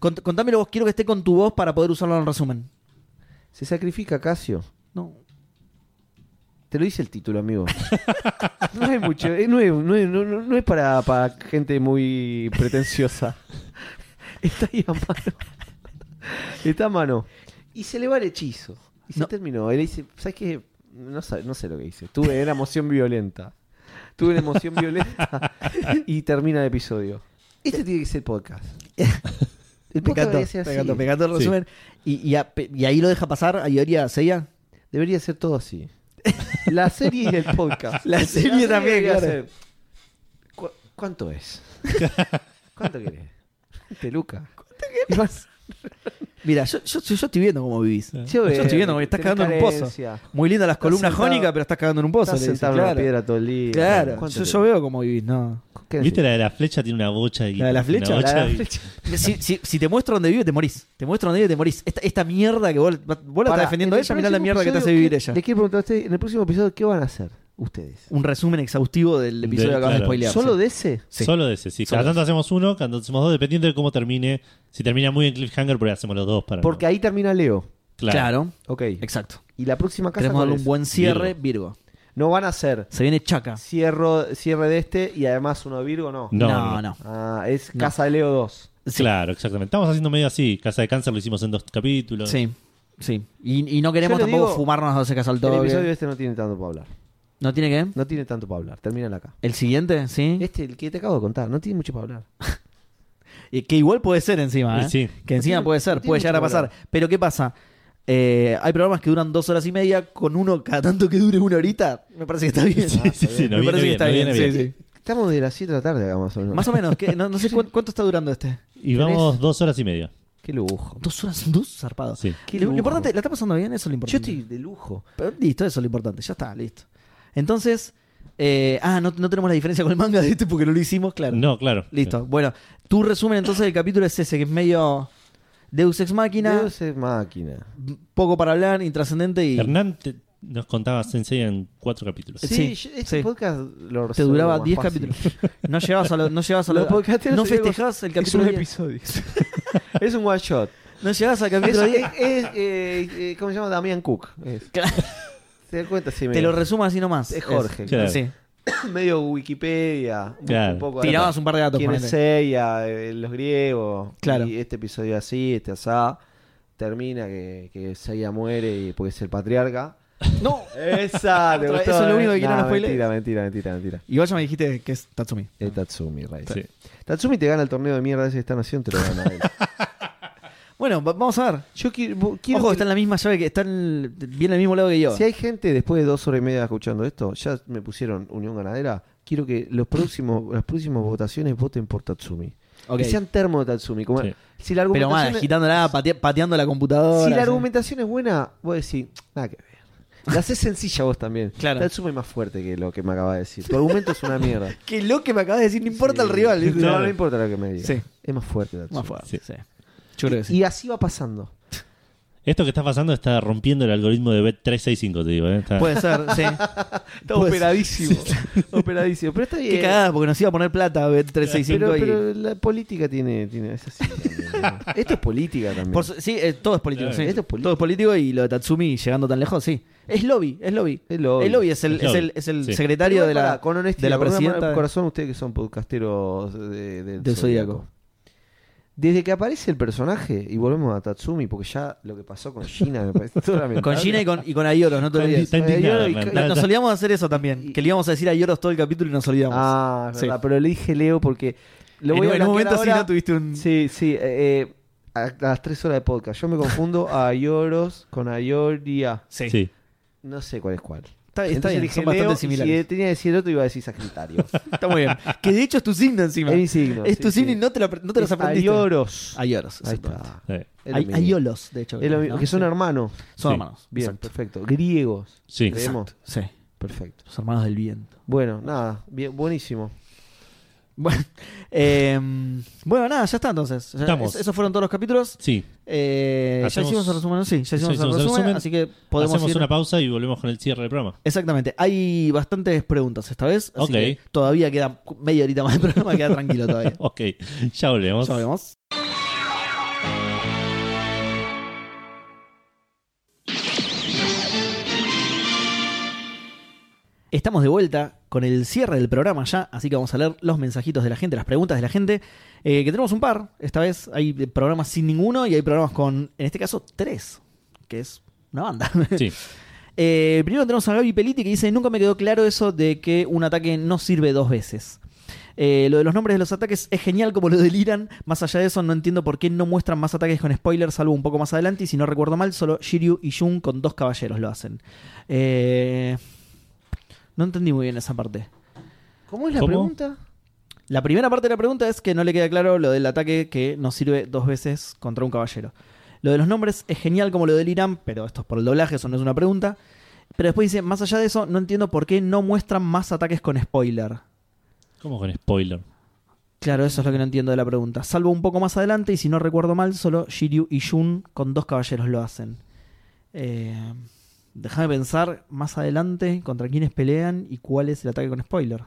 S4: Cont- contámelo vos, quiero que esté con tu voz para poder usarlo en resumen.
S2: Se sacrifica Casio.
S4: No.
S2: Te lo dice el título, amigo. No es mucho, eh, no es, no es- no- no- no es para, para gente muy pretenciosa. Está ahí a mano. Está a mano. Y se le va el hechizo. Y se
S4: No.
S2: terminó. Él dice, ¿sabes qué? No, sa- no sé lo que hice. Tuve una emoción violenta. Tuve una emoción violenta. Y termina el episodio. Este tiene que ser el podcast. El
S4: Me
S2: podcast
S4: encantó,
S2: debería ser
S4: me
S2: así.
S4: encantó, me encantó el resumen. Y, y a- pe- y ahí lo deja pasar a Ioria a Seiya.
S2: Debería ser todo así. La serie y el podcast.
S4: La serie también,
S2: debería
S4: claro.
S2: ser. ¿Cu- ¿Cuánto es? ¿Cuánto querés? Peluca.
S4: Mira, yo, yo, yo- yo estoy viendo cómo vivís.
S1: Sí.
S4: Yo estoy viendo cómo estás cagando en un pozo. Muy lindas las columnas
S2: sentado-
S4: jónicas, pero estás cagando en un pozo.
S2: Estás
S4: le dice,
S2: sentado en
S4: claro,
S2: una piedra todo el día.
S4: claro.
S2: ¿Cuánto
S4: Yo,
S2: te-
S4: yo veo cómo vivís, no.
S2: qué
S1: ¿Viste
S2: haces?
S1: la de la flecha? Tiene una bocha de
S4: ¿La de la
S1: una
S4: flecha?
S1: bocha
S2: La de la
S1: de-
S2: flecha.
S4: Si, si- si te muestro dónde vive, te morís. Te muestro dónde vive, te morís. Esta, esta mierda que vos, vos la
S2: Pará,
S4: estás defendiendo
S2: en el
S4: a ella, mirá la
S2: próximo
S4: mierda que te hace
S2: episodio,
S4: vivir
S2: ¿qué-
S4: ella.
S2: Le quiero preguntar a usted, en el próximo episodio, ¿qué van a hacer ustedes?
S4: Un resumen exhaustivo del
S1: Del-
S4: episodio que acabas de
S1: claro.
S4: spoilear.
S2: ¿Solo
S4: sí.
S2: de ese?
S4: Sí.
S1: Solo de ese, sí.
S4: Solo
S1: Cada tanto hacemos uno, cada tanto hacemos dos, dependiendo de cómo termine. Si termina muy en cliffhanger, pues hacemos los dos para.
S2: Porque ahí termina Leo.
S1: Claro.
S4: Claro,
S2: Ok.
S4: exacto.
S2: Y la próxima casa.
S4: Queremos
S2: cuál
S4: darle
S2: es?
S4: un buen cierre, Virgo.
S2: No van a hacer
S4: Se viene Chaca.
S2: cierro, cierre de este y además uno de Virgo, no.
S1: No,
S4: Ah. no.
S1: no.
S4: no.
S2: Ah, es
S4: No.
S2: Casa de Leo 2.
S4: Sí.
S1: Claro, exactamente. Estamos haciendo medio así. Casa de Cáncer lo hicimos en dos capítulos.
S4: Sí, sí. Y, y no queremos
S2: Yo le
S4: tampoco
S2: digo-
S4: fumarnos 12 casas al
S2: El
S4: toque.
S2: episodio este no tiene tanto para hablar.
S4: ¿No tiene que?
S2: No tiene tanto para hablar. Termínala acá.
S4: ¿El siguiente? ¿Sí?
S2: Este, el que te acabo de contar, no tiene mucho para hablar.
S4: Y Que igual puede ser encima, ¿eh?
S1: Sí.
S4: Que encima
S2: tiene-
S4: puede
S2: no
S4: ser,
S2: tiene
S4: puede llegar a
S2: mucho
S4: pasar. Pero ¿qué pasa? Eh, hay programas que duran dos horas y media, con uno cada tanto que dure una horita. Me parece que está bien.
S1: Sí, sí, sí, nos
S4: Me
S1: viene
S4: parece que
S1: bien,
S4: está
S1: nos
S4: bien.
S1: viene
S4: sí,
S1: bien.
S4: sí.
S2: Estamos de las 7 de la tarde acá más o menos.
S4: Más o menos, que no, no sé cuán- cuánto está durando este.
S1: Y vamos dos horas y media.
S2: Qué lujo.
S4: Dos horas, dos zarpados.
S1: Sí.
S2: Qué
S4: Lo, lo
S2: lujo.
S4: importante, ¿la está pasando bien? Eso es lo
S2: Yo
S4: importante.
S2: estoy de lujo.
S4: Pero listo, eso es lo importante, ya está, listo. Entonces, eh, ah, no, no tenemos la diferencia con el manga de este porque no lo hicimos, claro.
S1: No, claro.
S4: Listo, bueno, tu resumen entonces del capítulo es ese, que es medio Deus Ex Máquina,
S2: Dios es máquina.
S4: poco para hablar, intrascendente y
S1: Hernán te- nos contaba Sensei en cuatro capítulos.
S4: Sí,
S2: Sí, yo- este
S4: sí.
S2: podcast lo
S4: te
S2: resuelvo
S4: duraba
S2: más
S4: 10
S2: fácil.
S4: capítulos. No llegabas a lo, no llegabas a lo-
S2: Los podcasteros
S4: no
S2: tenemos-
S4: festejabas el
S2: Es
S4: capítulo
S2: un
S4: 10.
S2: episodio. es un one shot.
S4: No llegabas al
S2: Es,
S4: capítulo 10.
S2: es- eh, eh, ¿Cómo se llama? Damián Cook. Es.
S4: Claro.
S2: ¿Te das cuenta? Sí,
S4: Te
S2: medio-
S4: lo resumo así nomás.
S2: Es Jorge.
S4: Es-
S1: Claro.
S4: sí.
S2: medio Wikipedia. un-
S1: Claro.
S2: Un poco
S4: Tirabas un par de datos.
S2: quién es
S4: ponele.
S2: Seiya, eh, los griegos.
S4: Claro.
S2: Y este episodio así, este asá. Termina que, que Seiya muere y- porque es el patriarca.
S4: No.
S2: Esa, te
S4: Otra vez,
S2: gustó,
S4: eso es lo
S2: eh?
S4: único que quiero
S2: Nah,
S4: no spoilees.
S2: Mentira, mentira, mentira, mentira.
S4: Igual ya me dijiste que es Tatsumi.
S2: Es Tatsumi, Ray.
S1: Sí.
S2: Tatsumi te gana el torneo de mierda ese que están haciendo, te lo gana él.
S4: Bueno, va- vamos a ver.
S2: Yo quiero, bo- quiero
S4: Ojo,
S2: que-
S4: está en la misma llave que está en el- bien al mismo lado que yo.
S2: Si hay gente después de dos horas y media escuchando esto, ya me pusieron Unión Ganadera, quiero que los próximos, las próximas votaciones voten por Tatsumi.
S4: Ok.
S2: Que sean termo de Tatsumi. como-
S1: Sí.
S2: si la
S4: Pero
S2: argumentación
S4: mal,
S2: es-
S4: ¿eh? agitándola, patea- pateando la computadora.
S2: si la
S4: ¿sí?
S2: argumentación es buena, vos decís, nada que ver.
S6: La
S2: haces sencilla vos también.
S4: Claro.
S6: Tal suma es más fuerte que lo que me acaba de decir. Tu argumento es una mierda.
S4: Que lo que me acabas de decir, no importa
S6: Sí.
S4: el rival. ¿viste?
S6: No, no importa lo que me digas.
S4: Sí.
S6: Es más fuerte Tatsu.
S4: Más fuerte,
S1: Sí.
S4: sí. Yo creo que sí.
S2: Y así va pasando.
S1: Esto que está pasando está rompiendo el algoritmo de Bet365, te digo. ¿eh? Está-
S4: Puede ser, sí.
S6: Está
S4: Pues-
S6: operadísimo. operadísimo. Pero está bien.
S4: Qué cagada, porque nos iba a poner plata Bet365
S6: Eh, Pero,
S4: y-
S6: pero la política tiene, tiene es así también. Esto es política también.
S4: Por su- sí, eh, todo es político.
S1: Claro.
S4: sí.
S6: Esto es político.
S4: Todo es político y lo de Tatsumi llegando tan lejos, sí. Es lobby, es lobby.
S6: Es lobby.
S4: El lobby es el,
S1: Es
S4: es
S1: lobby,
S4: el, es el
S1: sí.
S4: secretario
S6: Igual
S4: de la,
S6: pará, con honestidad,
S4: de la
S6: con una mano
S4: presidenta.
S6: al corazón ustedes que son podcasteros de- del
S4: Del Zodíaco.
S6: Zodíaco. Desde que aparece el personaje, y volvemos a Tatsumi, porque ya lo que pasó con Gina me parece todo lamentable.
S4: Con Gina y con, y con Aioros, no te
S1: está indi-
S4: olvides.
S1: está indignado,
S6: Ay, yo-
S1: Hernán.
S4: Eh, No,
S1: Está-
S4: Nos
S1: está-
S4: olvidamos de hacer eso también. Que le íbamos a decir a Aioros todo el capítulo y nos olvidamos.
S6: Ah, es
S4: Sí.
S6: verdad, pero le dije Leo porque lo
S4: En
S6: voy
S4: un-
S6: a
S4: en
S6: blanquear
S4: un momento sí
S6: ahora.
S4: no tuviste un.
S6: Sí, sí. eh, eh, a, a las tres horas de podcast. Yo me confundo a Ioros con Ayoria.
S4: Sí.
S1: Sí.
S6: No sé cuál es cuál.
S4: Está, está
S6: Entonces
S4: bien,
S6: dije
S4: son bastante
S6: Leo, Y si
S4: similares.
S6: tenía que decir otro, iba a decir Sagitario.
S4: Está muy bien. Que de hecho es tu signo encima.
S6: es mi signo.
S4: es
S6: sí,
S4: tu
S6: sí.
S4: signo y no te, lo, no te los
S6: Es
S4: aprendiste.
S6: Aioros.
S4: Aioros.
S6: Ahí
S4: exactamente.
S6: está.
S1: Eh,
S6: Es lo
S4: Ay-
S6: mismo.
S4: Aiolos, de hecho.
S6: Es lo mismo,
S4: ¿no?
S6: Que son
S4: Sí.
S6: hermanos.
S4: Son
S1: Sí.
S4: hermanos.
S6: Bien,
S4: Exacto.
S6: perfecto. Griegos.
S1: Sí.
S6: Creemos.
S4: Sí.
S6: Perfecto.
S4: Los hermanos del viento.
S6: Bueno, nada. Bien, buenísimo.
S4: Bueno, eh, bueno, nada, ya está entonces. Ya-
S1: Estamos.
S4: es- esos fueron todos los capítulos.
S1: Sí.
S4: Eh,
S1: Hacemos-
S4: ya hicimos el resumen, sí, ya hicimos,
S1: hicimos
S4: el
S1: el
S4: resumen,
S1: resumen.
S4: así que podemos
S1: Hacemos
S4: ir-
S1: una pausa y volvemos con el cierre del programa.
S4: Exactamente, hay bastantes preguntas esta vez, así
S1: Ok.
S4: que todavía queda media horita más de programa, queda tranquilo todavía.
S1: Ok, ya volvemos.
S4: Ya volvemos. Estamos de vuelta con el cierre del programa ya, así que vamos a leer los mensajitos de la gente, las preguntas de la gente, eh, que tenemos un par. Esta vez hay programas sin ninguno y hay programas con, en este caso, tres, que es una banda.
S1: Sí.
S4: Eh, primero tenemos a Gaby Peliti que dice, nunca me quedó claro eso de que un ataque no sirve dos veces. Eh, lo de los nombres de los ataques es genial como lo deliran. Más allá de eso, no entiendo por qué no muestran más ataques con spoilers, salvo un poco más adelante. Y si no recuerdo mal, solo Shiryu y Jun con dos caballeros lo hacen. Eh, no entendí muy bien esa parte.
S2: ¿Cómo es la
S1: ¿Cómo?
S2: pregunta?
S4: La primera parte de la pregunta es que no le queda claro lo del ataque que nos sirve dos veces contra un caballero. Lo de los nombres es genial como lo del Irán, pero esto es por el doblaje, eso no es una pregunta. Pero después dice, más allá de eso, no entiendo por qué no muestran más ataques con spoiler.
S1: ¿Cómo con spoiler?
S4: Claro, eso es lo que no entiendo de la pregunta. Salvo un poco más adelante, y si no recuerdo mal, solo Shiryu y Jun con dos caballeros lo hacen. Eh, Déjame pensar más adelante contra quiénes pelean y cuál es el ataque con spoiler.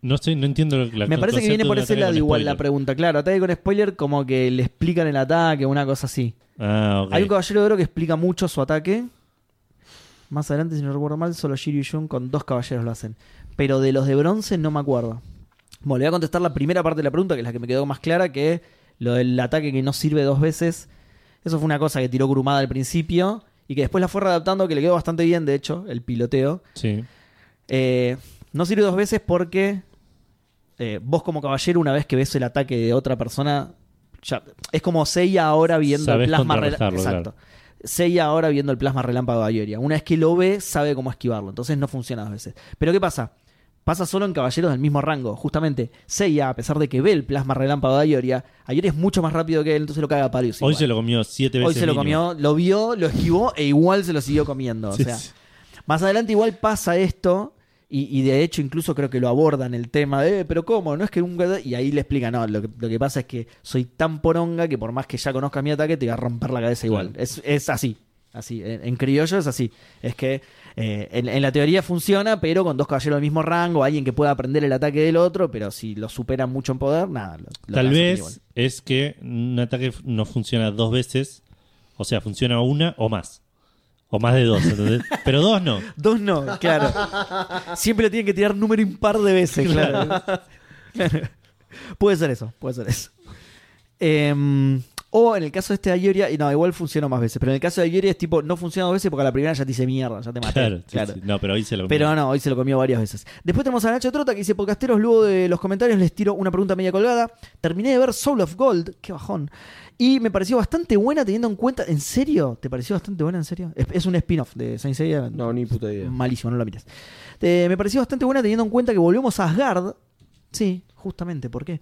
S1: No sé, no entiendo lo- la
S4: Me
S1: el
S4: parece que
S1: concepto
S4: viene
S1: de
S4: por
S1: un
S4: ese
S1: ataque
S4: lado
S1: con
S4: igual la
S1: spoiler.
S4: pregunta. Claro, ataque con spoiler como que le explican el ataque, una cosa así.
S1: Ah, ok.
S4: Hay un caballero de oro que explica mucho su ataque. Más adelante, si no recuerdo mal, solo Shiryu y Jun con dos caballeros lo hacen. Pero de los de bronce no me acuerdo. Bueno, le voy a contestar la primera parte de la pregunta, que es la que me quedó más clara, que es lo del ataque que no sirve dos veces. Eso fue una cosa que tiró Grumada al principio y que después la fue readaptando, que le quedó bastante bien, de hecho, el piloteo.
S1: Sí.
S4: Eh, no sirve dos veces porque eh, vos como caballero, una vez que ves el ataque de otra persona, ya- es como Seiya ahora viendo
S1: Sabés
S4: el plasma
S1: contrarrestarlo,
S4: relámpago. Exacto. Seiya ahora viendo el plasma relámpago de Ayoria. Una vez que lo ve, sabe cómo esquivarlo. Entonces no funciona dos veces. Pero ¿qué pasa? Pasa solo en caballeros del mismo rango. Justamente, Seiya, a pesar de que ve el plasma relámpago de Ayoria, Ayoria es mucho más rápido que él, entonces lo caga a palos
S1: Hoy
S4: igual.
S1: se lo comió siete
S4: Hoy
S1: veces.
S4: se lo
S1: mínimo.
S4: comió, lo vio, lo esquivó e igual se lo siguió comiendo.
S1: Sí,
S4: o sea,
S1: sí.
S4: más adelante igual pasa esto. Y, y de hecho incluso creo que lo abordan el tema de, "Eh, pero ¿cómo? No es que nunca... Y ahí le explica, no, lo que, lo que pasa es que soy tan poronga que por más que ya conozca mi ataque, te voy a romper la cabeza igual. Es, es así, así. En, en criollo es así. Es que eh, en, en la teoría funciona, pero con dos caballeros del mismo rango, alguien que pueda aprender el ataque del otro, pero si lo superan mucho en poder, nada. lo- lo
S1: Tal
S4: cazan
S1: vez
S4: igual.
S1: es que un ataque f- no funciona dos veces. O sea, funciona una o más. O más de dos, ¿entendés? Pero dos no.
S4: Dos no, claro. Siempre lo tienen que tirar número impar de veces, claro. Claro. Puede ser eso, puede ser eso. Em, o en el caso de este de Ayoria, y no, igual funcionó más veces, pero en el caso de Ayoria es tipo, no funciona dos veces porque a la primera ya te hice mierda, ya te maté.
S1: Claro,
S4: Claro,
S1: sí, sí. No, pero hoy se lo comió.
S4: Pero no, hoy se lo comió varias veces. Después tenemos a Nacho Trota que dice, podcasteros, luego de los comentarios les tiro una pregunta media colgada. Terminé de ver Soul of Gold, qué bajón. Y me pareció bastante buena teniendo en cuenta... ¿En serio? ¿Te pareció bastante buena, en serio? Es, es un spin-off de Saint Seiya.
S6: No, ni puta idea.
S4: Malísimo, no la mires. Eh, me pareció bastante buena teniendo en cuenta que volvemos a Asgard. Sí, justamente, ¿por qué?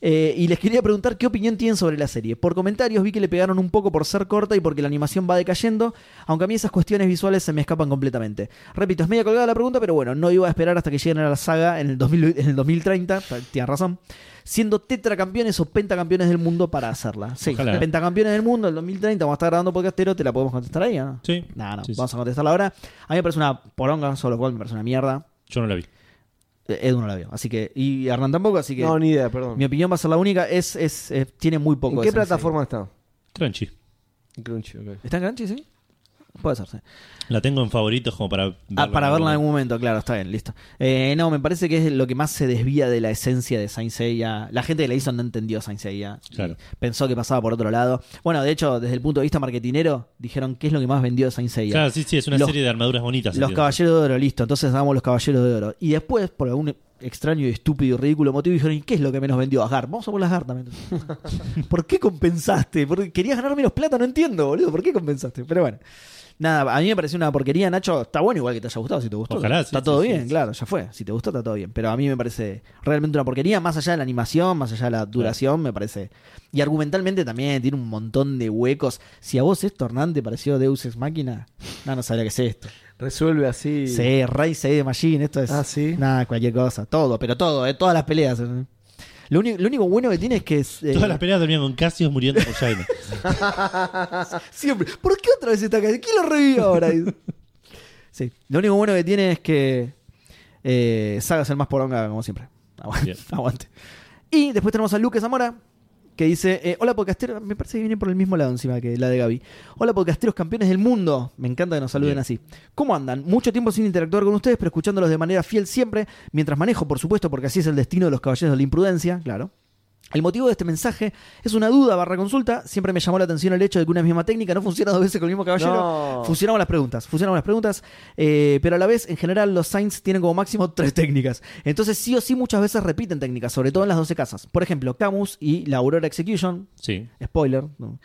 S4: Eh, y les quería preguntar qué opinión tienen sobre la serie. Por comentarios vi que le pegaron un poco por ser corta y porque la animación va decayendo, aunque a mí esas cuestiones visuales se me escapan completamente. Repito, es media colgada la pregunta, pero bueno, no iba a esperar hasta que lleguen a la saga en el, 2000 en el 2030, ta- tienes razón, siendo tetracampeones o pentacampeones del mundo para hacerla. Sí,
S1: Ojalá.
S4: pentacampeones del mundo, el 2030, vamos a estar grabando podcastero, te la podemos contestar ahí, ¿ah? ¿o ¿no?
S1: Sí.
S4: No, no,
S1: Sí, sí.
S4: vamos a contestarla ahora. A mí me parece una poronga, solo cual me parece una mierda.
S1: Yo no la vi.
S4: Eh, Edu no la vio, así que. Y Hernán tampoco, así que.
S6: No, ni idea, perdón.
S4: Mi opinión va a ser la única, es, es, eh, tiene muy
S6: ¿En
S4: poco. de
S6: qué
S4: sentido.
S6: plataforma está?
S1: Crunchy.
S6: Crunchy, ok.
S4: ¿Está en Crunchy, sí? Puede ser, sí.
S1: La tengo en favoritos como para
S4: Ah, para verla en algún momento, claro, está bien, listo. Eh, no, me parece que es lo que más se desvía de la esencia de Saint Seiya. La gente que la hizo no entendió Saint Seiya. y
S1: Claro.
S4: Pensó que pasaba por otro lado. Bueno, de hecho, desde el punto de vista marketinero, dijeron qué es lo que más vendió de Saint Seiya.
S1: Claro, sí, sí, es una
S4: Los-
S1: serie de armaduras bonitas.
S4: Los
S1: entiendo.
S4: caballeros de oro, listo. Entonces damos los caballeros de oro. Y después, por algún extraño y estúpido y ridículo motivo, dijeron: ¿y qué es lo que menos vendió Asgard? Vamos a por Asgard también. ¿Por qué compensaste? ¿Por qué querías ganar menos plata? No entiendo, boludo. ¿Por qué compensaste? Pero bueno. Nada, a mí me pareció una porquería, Nacho. Está bueno igual que te haya gustado, si te gustó.
S1: Ojalá, sí,
S4: Está
S1: sí,
S4: todo
S1: sí,
S4: bien,
S1: sí.
S4: claro, ya fue. Si te gustó, está todo bien. Pero a mí me parece realmente una porquería, más allá de la animación, más allá de la duración, me parece. Y argumentalmente también tiene un montón de huecos. Si a vos esto, Hernán, te pareció Deus Ex Máquina, no, no sabría qué es esto.
S6: Resuelve así.
S4: Sí, Ray de Machine, esto es.
S6: Ah, sí.
S4: Nada, cualquier cosa. Todo, pero todo, eh, todas las peleas. eh. Lo único, lo único bueno que tiene es que es, eh,
S1: Todas las peleas terminan con Cassius muriendo por Jaina.
S4: siempre. ¿Por qué otra vez está acá? ¿Quién lo revivió ahora? sí. Lo único bueno que tiene es que eh, Saga es el más poronga, como siempre. Aguante.
S1: Bien.
S4: aguante. Y después tenemos a Luque Zamora, que dice, eh, hola podcastero, me parece que viene por el mismo lado encima que la de Gaby. Hola podcasteros campeones del mundo, me encanta que nos saluden
S1: Bien.
S4: así. ¿Cómo andan? Mucho tiempo sin interactuar con ustedes, pero escuchándolos de manera fiel siempre, mientras manejo, por supuesto, porque así es el destino de los caballeros de la imprudencia, claro. El motivo de este mensaje es una duda barra consulta. Siempre me llamó la atención el hecho de que una misma técnica no funciona dos veces con el mismo caballero.
S6: No.
S4: Fusionamos las preguntas, fusionamos las preguntas, eh, pero a la vez, en general, los Saints tienen como máximo tres técnicas. Entonces, sí o sí, muchas veces repiten técnicas, sobre todo en las 12 casas. Por ejemplo, Camus y la Aurora Execution,
S1: Sí.
S4: spoiler. ¿no?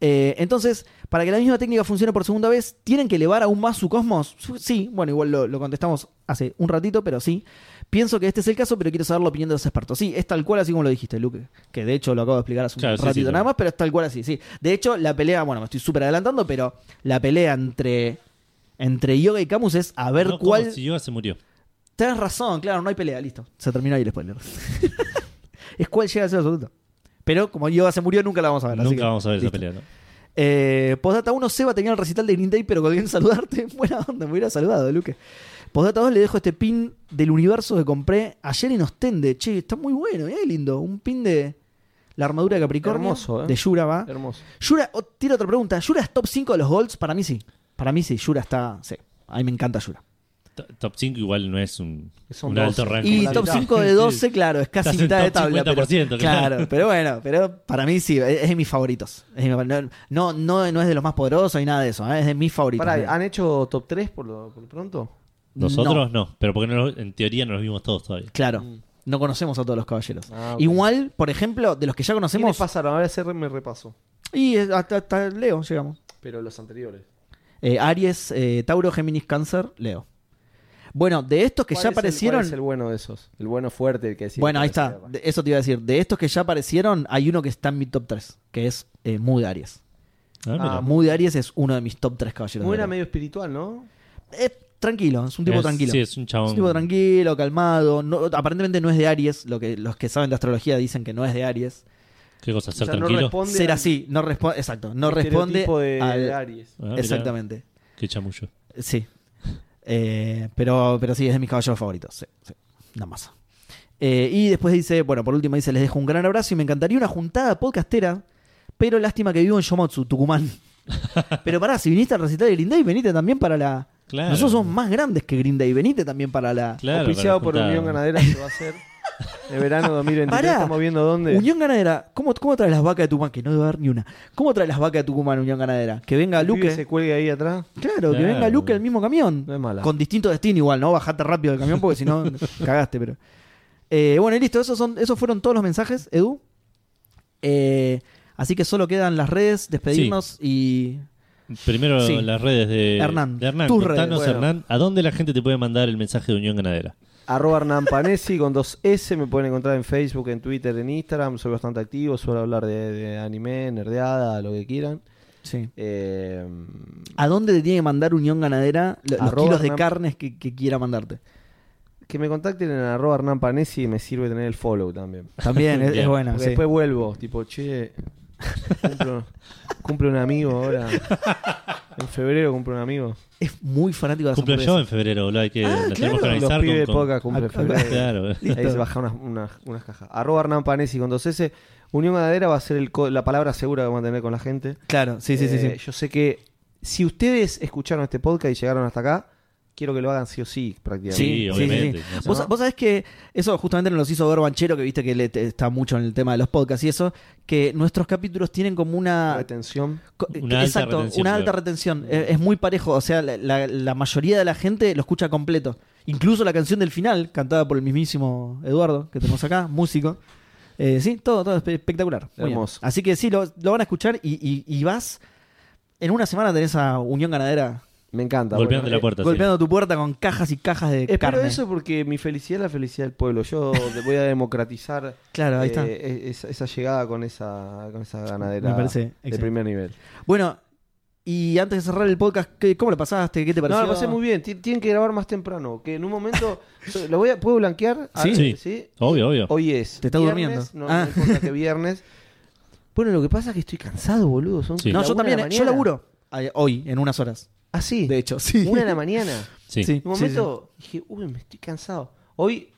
S4: Eh, entonces, para que la misma técnica funcione por segunda vez, ¿tienen que elevar aún más su cosmos? Su- Sí, bueno, igual lo, lo contestamos hace un ratito, pero sí. Pienso que este es el caso, pero quiero saber la opinión de los expertos. Sí, es tal cual así como lo dijiste, Luke, que de hecho lo acabo de explicar hace un
S1: Claro, sí,
S4: ratito
S1: sí,
S4: nada
S1: claro.
S4: más, pero es tal cual así, sí. De hecho, la pelea, bueno, me estoy súper adelantando, pero la pelea entre, entre Yoga y Camus es a ver
S1: No, como
S4: cuál...
S1: Si Yoga se murió.
S4: Tenés razón, claro, no hay pelea, listo. Se terminó ahí el spoiler. es cuál llega a ser absoluto. Pero como Yoga se murió, nunca la vamos a ver. así
S1: Nunca
S4: que-
S1: vamos a ver
S4: listo.
S1: esa pelea, ¿no?
S4: Eh, postdata 1, Seba tenía el recital de Green Day, pero colgué en saludarte. Buena onda, me hubiera saludado, Luque. Postdata 2, le dejo este pin del universo que compré ayer en Ostende. Che, está muy bueno, mirá qué lindo. Un pin de la armadura de Capricornio.
S6: Hermoso, eh.
S4: De Yura, va.
S6: Hermoso.
S4: Yura, oh, tira otra pregunta. ¿Yura es top 5 de los Golds? Para mí sí. Para mí sí, Yura está... Sí, a mí me encanta Yura.
S1: T- Top 5 igual no es un,
S6: Son
S1: un
S6: 12.
S1: alto ranking.
S4: Y
S6: la
S4: top
S6: mitad.
S4: 5 de 12, claro, es casi
S1: Estás en
S4: mitad de
S1: top
S4: tabla. pero-
S1: 50%, claro.
S4: claro, pero bueno, pero para mí sí, es es de mis favoritos. Es de mi- no, no, no, no es de los más poderosos y nada de eso, ¿eh? es de mis favoritos.
S6: Pará, ah,
S4: Mira.
S6: ¿han hecho top 3 por lo, por lo pronto?
S1: Nosotros no. pero porque no, los- en teoría no los vimos todos todavía.
S4: Claro. No conocemos a todos los caballeros.
S6: Mm. Ah, ok.
S4: Igual, por ejemplo, de los que ya
S6: ¿Quiénes
S4: conocemos.
S6: pasaron? Ahora sí me repaso.
S4: Y eh, hasta, hasta Leo llegamos.
S6: Pero los anteriores.
S4: Eh, Aries, eh, Tauro, Géminis, Cáncer, Leo. Bueno, de estos que
S6: ¿Cuál
S4: ya
S6: es el-
S4: aparecieron.
S6: cuál es el bueno de esos? El bueno fuerte, el que decía.
S4: bueno,
S6: que
S4: ahí
S6: parecía
S4: está.
S6: guerra.
S4: De- eso te iba a decir. De estos que ya aparecieron, hay uno que está en mi top 3, que es eh, Mood Aries.
S1: Ah, mira.
S6: Ah,
S4: Mood Aries es uno de mis top 3 caballeros.
S6: Muy
S4: de
S6: era
S4: Leo.
S6: medio espiritual, ¿no?
S4: Eh, tranquilo, es un tipo
S1: Es-
S4: tranquilo.
S1: Sí, es un chabón.
S4: Es un tipo tranquilo, calmado. no- aparentemente no es de Aries. Lo que, los que saben de astrología dicen que no es de Aries.
S1: ¿Qué cosa? ¿Ser
S6: O sea, no
S1: tranquilo?
S6: responde
S4: ser
S6: al
S4: así, no responde, exacto, no responde
S6: estereotipo de,
S4: al-
S6: de Aries.
S1: Ah, mira,
S4: exactamente,
S1: Qué chamullo.
S4: sí, Eh, pero pero sí es de mis caballeros favoritos, sí, sí, una masa. Eh, y después dice, bueno, por último dice les dejo un gran abrazo y me encantaría una juntada podcastera, pero lástima que vivo en Yomotsu, Tucumán. pero pará, si viniste al recital de Green Day, venite también para la.
S1: Claro.
S4: Nosotros somos más grandes que Green Day, venite también para la.
S1: Claro.
S6: Auspiciado
S1: para
S6: por
S1: juntar.
S6: Unión Ganadera se va a hacer el verano 2023.
S4: Pará.
S6: Estamos viendo dónde.
S4: Unión Ganadera, ¿cómo, ¿cómo trae las vacas de Tucumán? Que no debe haber ni una. ¿Cómo trae las vacas de Tucumán, Unión Ganadera? Que venga
S6: El pibe
S4: Luque.
S6: se cuelga ahí atrás.
S4: Claro, que
S1: Claro.
S4: venga Luke en el mismo camión.
S6: No es mala.
S4: Con distinto destino igual, ¿no? Bajate rápido del camión porque si no, cagaste, pero. Eh, bueno, y listo, esos, son, esos fueron todos los mensajes, Edu. Eh, así que solo quedan las redes, despedirnos
S1: Primero
S4: Sí.
S1: las redes de
S4: Hernán,
S1: de Hernán.
S4: tus redes,
S1: Contanos,
S4: bueno.
S1: Hernán, ¿a dónde la gente te puede mandar el mensaje de Unión Ganadera?
S2: Arroba Hernán Panesi con dos S. Me pueden encontrar en Facebook, en Twitter, en Instagram. Soy bastante activo. Suelo hablar de, de anime, nerdeada, lo que quieran.
S4: Sí.
S2: Eh,
S4: ¿A dónde te tiene que mandar Unión Ganadera lo- los
S2: Arroba
S4: kilos de
S2: Hernán-
S4: carnes que, que quiera mandarte?
S2: que me contacten en arroba Hernán Panesi. Me sirve tener el follow también.
S4: También, es,
S1: Bien.
S4: es buena.
S2: Porque
S4: sí.
S2: después vuelvo, tipo, che, cumplo, cumple un amigo ahora. En febrero cumple un amigo.
S4: Es muy fanático de las
S1: Cumplo yo en
S4: hamburguesas.
S1: febrero, boludo, hay que
S4: Ah,
S1: la
S4: claro,
S1: tenemos que
S2: Los
S1: organizar
S2: pibes de
S1: con- con-
S2: poca cumple en
S4: Acá-
S2: febrero.
S1: Claro.
S2: Ahí se baja unas, unas, unas cajas. Arroba Hernán Panesi con dos S. Unión Ganadera va a ser el co- la palabra segura que vamos a tener con la gente.
S4: Claro, sí, sí, sí,
S2: Eh,
S4: sí.
S2: Yo sé que si ustedes escucharon este podcast y llegaron hasta acá, quiero que lo hagan sí o sí, prácticamente.
S1: Sí, obviamente.
S4: sí.
S1: No sé.
S4: ¿Vos, vos sabés que eso justamente nos hizo ver Banchero, que viste que le- te- está mucho en el tema de los podcasts y eso, que nuestros capítulos tienen como una...
S2: Retención.
S4: co-
S1: Una alta
S4: exacto,
S1: retención,
S4: una
S1: claro.
S4: alta retención. Eh, Es, muy parejo, o sea, la, la- la mayoría de la gente lo escucha completo. Incluso la canción del final, cantada por el mismísimo Eduardo, que tenemos acá, músico. Eh, sí, todo, todo espe- espectacular. Muy bien.
S2: Hermoso.
S4: Así que sí, lo, lo van a escuchar y, y- y vas... En una semana tenés a Unión Ganadera
S2: Me encanta.
S1: Golpeando
S2: Bueno,
S1: la puerta. sí.
S4: golpeando tu puerta con cajas y cajas de
S2: Espero
S4: carne.
S2: Eh, eso porque mi felicidad es la felicidad del pueblo. Yo te voy a democratizar
S4: Claro, ahí está.
S2: eh, e- esa, esa llegada con esa, con esa ganadera
S4: Me parece
S2: de
S4: excelente.
S2: primer nivel.
S4: Bueno, y antes de cerrar el podcast, ¿qué- ¿cómo lo pasaste? ¿Qué te pareció?
S2: No, lo pasé muy bien. Ti- Tienen que grabar más temprano. Que en un momento. so- ¿Lo voy a, ¿Puedo blanquear? Ah, A
S1: Sí.
S2: ver,
S1: Sí. Obvio, obvio.
S2: Hoy es.
S4: Te está
S2: viernes,
S4: durmiendo.
S2: No, no
S4: Ah.
S2: importa que viernes. Bueno, lo que pasa es que estoy cansado, boludo. Son
S1: Sí.
S4: No,
S2: la una
S4: yo
S2: de
S4: también,
S2: la
S4: eh, yo
S2: mañana.
S4: laburo eh, hoy, en unas horas.
S2: Ah, sí.
S4: De hecho, sí.
S2: Una de la mañana.
S1: Sí.
S4: Sí.
S2: En un momento dije, uy, me estoy cansado. Hoy,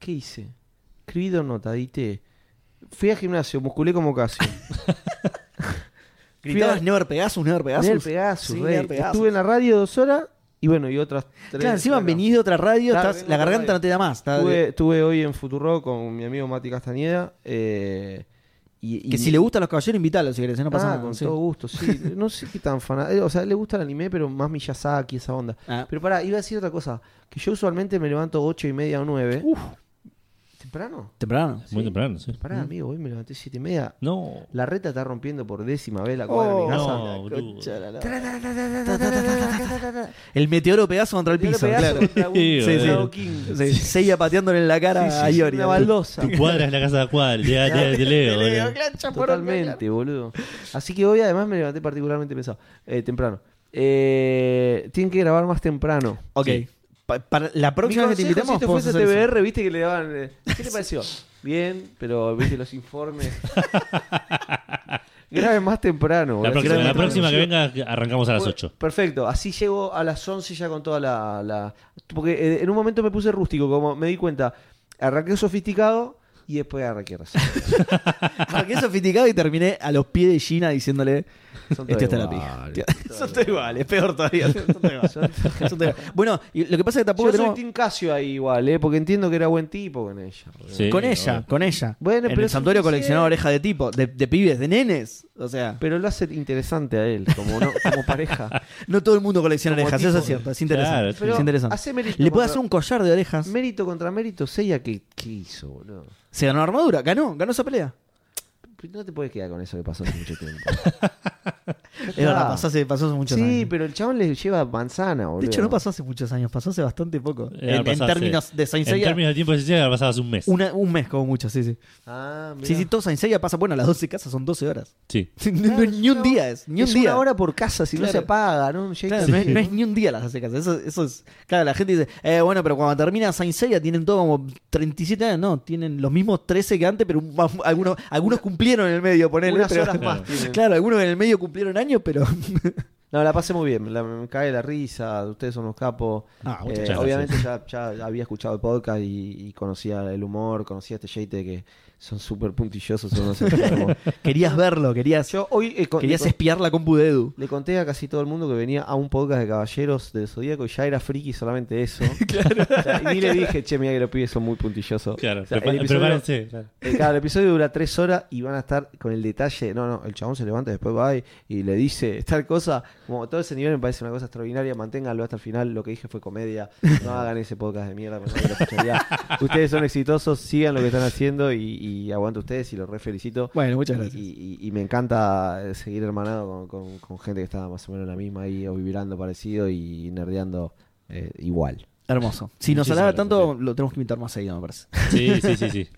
S2: ¿qué hice? Escribí dos notas, edité. Fui al gimnasio, musculé como casi.
S4: Gritabas Never Pegasus, Never Pegasus.
S2: Del Pegasus,
S4: Sí,
S2: rey.
S4: Never Pegasus.
S2: Estuve en la radio dos horas y bueno, y otras tres.
S4: Claro, encima
S2: bueno.
S4: venís de otra radio,
S2: Claro,
S4: estás,
S2: vengo de otra
S4: la garganta
S2: radio.
S4: no te da más. está-
S2: Estuve, estuve hoy en Futuro con mi amigo Mati Castañeda. eh, y, y-
S4: que si le gustan los caballeros, invitalos si querés, eh, no pasa
S2: Ah,
S4: nada.
S2: con
S4: sí.
S2: todo gusto, sí. No sé qué tan fanático. O sea, le gusta el anime, pero más Miyazaki, esa onda.
S4: Ah,
S2: Pero pará, iba a decir otra cosa. Que yo usualmente me levanto 8 y media o 9.
S4: Uf.
S2: ¿Temprano?
S4: temprano.
S1: Muy temprano, sí.
S2: Pará,
S4: Mm.
S2: amigo, hoy me levanté 7 y media.
S1: No.
S2: La reta está rompiendo por décima vez la cuadra
S4: Oh.
S2: de mi casa.
S1: no, boludo.
S4: El meteoro Pegaso contra el
S2: Yo le
S4: piso,
S2: pegazo
S4: claro.
S2: contra un-
S1: Sí,
S2: contra
S1: boludo.
S2: un king.
S4: Sí, Seiya pateándole en la cara
S2: Sí,
S4: a
S2: sí,
S4: Iori.
S2: Una baldosa.
S1: Tu cuadra es la casa de Juan, de, de, de Leo. boludo.
S2: Totalmente, boludo. Así que hoy además me levanté particularmente pesado. eh, temprano. Eh, tienen que grabar más temprano.
S4: Ok.
S1: Sí.
S4: Pa- para la
S2: Mi
S4: próxima vez que te
S2: consejo,
S4: invitamos,
S2: si esto
S4: podemos
S2: fuese
S4: hacer eso.
S2: TBR, viste que le daban. eh, ¿Qué te pareció? Bien, pero viste los informes. Graben más temprano.
S1: La
S2: boludo.
S1: próxima,
S2: Graben
S1: la
S2: más
S1: próxima que
S2: temprano.
S1: venga arrancamos a las 8.
S2: Perfecto, así llego a las 11 ya con toda la... la- Porque eh, en un momento me puse rústico, como me di cuenta. Arranqué sofisticado y después arranqué recién.
S4: Arranqué sofisticado y terminé a los pies de Gina diciéndole:
S2: Son todos
S4: Este está la pija.
S2: iguales.
S4: Son todos iguales, peor todavía. Son todos iguales. Son todos iguales. Bueno, y lo que pasa es que
S2: Yo
S4: tampoco
S2: soy
S4: tenemos.
S2: Tim Casio ahí igual, ¿eh? porque entiendo que era buen tipo con ella. boludo.
S1: Sí,
S4: con ella,
S1: obvio.
S4: con ella.
S2: Bueno,
S4: en
S2: pero
S4: el santuario
S2: suficiente.
S4: coleccionaba oreja de tipo, de, de pibes, de nenes. O sea,
S2: Pero lo hace interesante a él, como, no- como pareja.
S4: no todo el mundo colecciona
S2: Como
S4: orejas,
S2: tipo-
S4: eso es cierto, es interesante.
S1: Claro,
S2: Pero
S4: es interesante.
S2: hace mérito
S4: Le puede
S2: contra-
S4: hacer un collar de orejas.
S2: Mérito contra mérito, Seiya, ¿qué, qué hizo, boludo?
S4: Se ganó armadura, ganó, ganó esa pelea.
S2: No te puedes quedar con eso que pasó hace mucho tiempo.
S4: Es verdad, pasó hace, pasó hace muchos
S2: sí,
S4: años.
S2: pero el chabón le lleva manzana, boludo.
S4: de hecho, no pasó hace muchos años, pasó hace bastante poco.
S1: Eh,
S4: En, en
S1: pasó hace-
S4: términos de Saint
S1: En
S4: Seiya,
S1: términos de tiempo de ciencia, pasabas un mes.
S4: una- un mes como mucho, sí, sí.
S2: Ah, mirá.
S4: Sí, sí, todo Saint Seiya pasa, bueno, las 12 casas son 12 horas.
S1: Sí.
S4: No- no- ni un día es, ni un
S2: es
S4: día.
S2: una hora por casa, si no
S4: Claro.
S2: se apaga, ¿no? Llega
S4: Claro,
S2: el-
S4: no, es, no es ni un día las hace casas. Eso, eso es. Claro, la gente dice, eh, bueno, pero cuando termina Saint Seiya tienen todo como 37 años. No, tienen los mismos 13 que antes, pero un- más- algunos, algunos cumplieron en el medio, ponele.
S2: Unas
S4: pero-
S2: horas más tienen.
S4: Claro, algunos en el medio cumplieron años, pero.
S2: No, la pasé muy bien. La- me cae la risa. Ustedes son los capos.
S4: Ah,
S2: Eh,
S4: muchas
S1: gracias.
S2: obviamente ya, ya había escuchado el podcast y, y conocía el humor, conocía este jeite que son súper puntillosos. Son unos enfermos.
S4: querías verlo, querías,
S2: Yo hoy eh, con-
S4: querías
S2: le, con-
S4: espiar la compu de Edu.
S2: le conté a casi todo el mundo que venía a un podcast de caballeros del Zodíaco y ya era friki solamente eso. O sea, y ni le dije, che, mira que los pibes son muy puntillosos.
S1: Claro,
S2: O sea, el
S1: prepa-
S2: episodio-
S1: prepárense. claro.
S2: Eh, claro, el episodio dura tres horas y van a estar con el detalle. No, no, el chabón se levanta, después va y, y le dice tal cosa. Como todo ese nivel me parece una cosa extraordinaria. Manténganlo hasta el final. Lo que dije fue comedia. No hagan ese podcast de mierda. porque nadie lo escucharía. ustedes son exitosos, sigan lo que están haciendo y, y aguanto ustedes y los re felicito.
S4: Bueno,
S2: Y,
S4: muchas gracias.
S2: y- y me encanta eh, seguir hermanado con, con- con gente que está más o menos en la misma ahí, o vibrando parecido y nerdeando eh, igual.
S4: Hermoso. Si nos
S1: Muchísimas
S4: alaba
S1: gracias,
S4: tanto, lo tenemos que invitar más seguido, me parece.
S1: Sí, sí, sí, sí.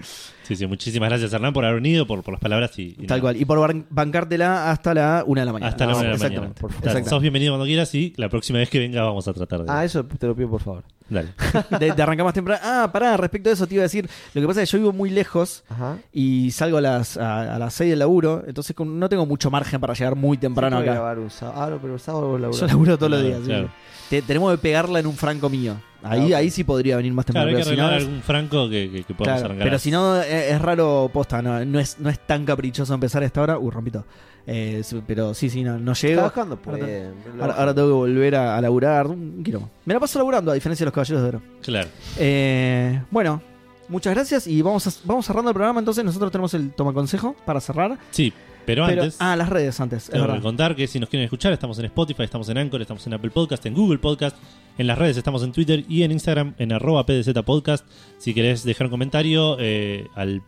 S1: Sí, sí, Muchísimas gracias, Hernán, por haber venido, por, por las palabras y. y
S4: Tal
S1: nada.
S4: cual. Y por ban- bancártela hasta la una de la mañana.
S1: Hasta la
S4: Ah,
S1: una de la mañana.
S4: Exactamente.
S1: Dale,
S4: Exactamente.
S1: Sos bienvenido cuando quieras y la próxima vez que venga vamos a tratar de.
S2: Ah, eso te lo pido por favor.
S1: Dale.
S4: De, de arrancar más temprano. Ah, pará, respecto a eso te iba a decir. Lo que pasa es que yo vivo muy lejos
S2: Ajá.
S4: y salgo a las, a, a las 6 del laburo, entonces con- no tengo mucho margen para llegar muy temprano
S2: Sí, puedo
S4: acá.
S2: grabar un sábado. Ah, no, pero el sábado vos laburás.
S4: Yo laburo todos los días. sí.
S1: Claro.
S4: Te- tenemos que pegarla en un franco mío. Ahí,
S2: Ah, ok.
S4: ahí sí podría venir más
S1: Claro,
S4: temprano.
S1: hay que
S4: pero si no,
S1: arreglar
S4: es-
S1: algún franco que, que, que podamos
S4: claro,
S1: arrancar.
S4: pero si no, e, es, es raro posta. No, no es, no es tan caprichoso empezar a esta hora. Uy, rompito. Eh, sí, pero sí, sí, no, no llego.
S2: Trabajando, pues.
S4: Ahora
S2: no
S4: Ahora,
S2: laburo.
S4: ahora tengo que volver a, a laburar. Un quilombo. Me la paso laburando, a diferencia de los caballeros de oro.
S1: Claro.
S4: Eh, bueno, muchas gracias y vamos, a- vamos cerrando el programa. Entonces, nosotros tenemos el toma consejo para cerrar.
S1: Sí, pero,
S4: Pero-
S1: antes.
S4: ah, las redes antes, es
S1: Tengo que
S4: verdad.
S1: contar que si nos quieren escuchar, estamos en Spotify, estamos en Anchor, estamos en Apple Podcast, en Google Podcast, en las redes estamos en Twitter y en Instagram en arroba PDZ Podcast. Si querés dejar un comentario eh, al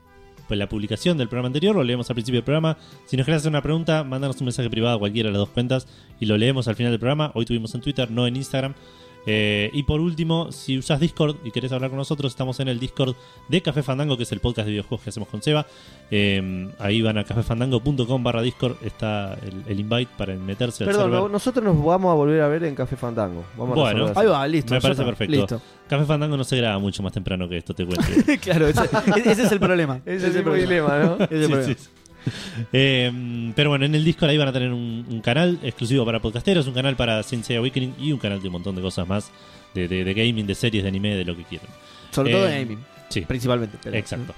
S1: pues, la publicación del programa anterior, lo leemos al principio del programa. Si nos querés hacer una pregunta, mándanos un mensaje privado a cualquiera de las dos cuentas y lo leemos al final del programa. Hoy tuvimos en Twitter, no en Instagram. Eh, y por último, si usas Discord y querés hablar con nosotros, estamos en el Discord de Café Fandango, que es el podcast de videojuegos que hacemos con Seba. Eh, ahí van a cafefandango.com barra Discord, está el, el invite para meterse al
S2: Perdón,
S1: server.
S2: no- nosotros nos vamos a volver a ver en Café Fandango. Vamos
S1: Bueno.
S2: a resolver eso.
S4: Ahí va, listo.
S1: Me
S4: ya
S1: parece
S4: está,
S1: perfecto. Café Fandango no se graba mucho más temprano que esto, te cuento.
S4: Listo. claro, ese, ese es el problema.
S2: Ese
S4: Ese
S2: es el
S4: problema.
S2: dilema, ¿no?
S4: Ese es el
S1: Sí,
S4: problema.
S1: sí, sí. Eh, pero bueno, en el Discord ahí van a tener un, un canal exclusivo para podcasteros, un canal para Sensei Awakening y un canal de un montón de cosas más, de, de- de gaming, de series, de anime, de lo que quieran.
S4: Sobre todo
S1: Eh,
S4: de gaming,
S1: Sí,
S4: principalmente. pero-
S1: exacto.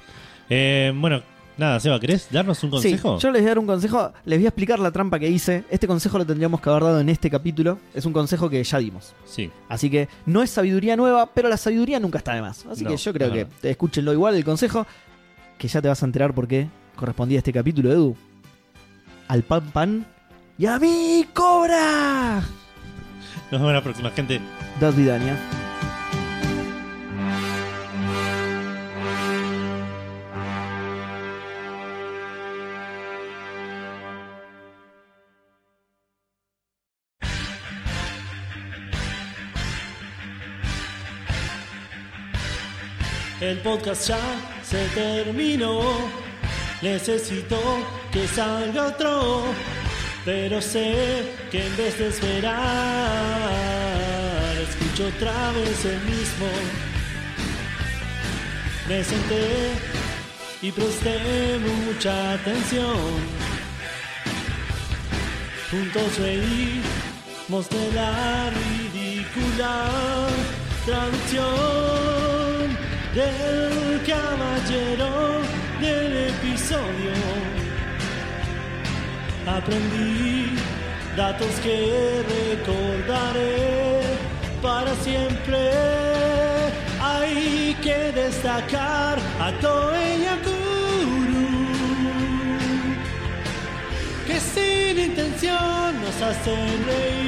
S1: Eh, bueno, nada, Seba, ¿querés darnos un consejo?
S4: Sí, yo les voy a dar un consejo. Les voy a explicar la trampa que hice. Este consejo lo tendríamos que haber dado en este capítulo. Es un consejo que ya dimos.
S1: Sí,
S4: Así que no es sabiduría nueva, pero la sabiduría nunca está de más. Así
S1: No,
S4: que yo creo
S1: es
S4: que
S1: verdad.
S4: escúchenlo igual el consejo, que ya te vas a enterar por qué correspondía este capítulo, Edu. Al pan pan y a mí cobra.
S1: nos vemos la próxima, gente.
S4: Das vidania.
S1: El podcast ya se terminó. Necesito que salga otro. Pero sé que en vez de esperar, escucho otra vez el mismo. Me senté y presté mucha atención. Juntos reímos de la ridícula traducción del caballero del episodio aprendí datos que recordaré para siempre. Hay que destacar a Toei Yakuru, que sin intención nos hacen reír.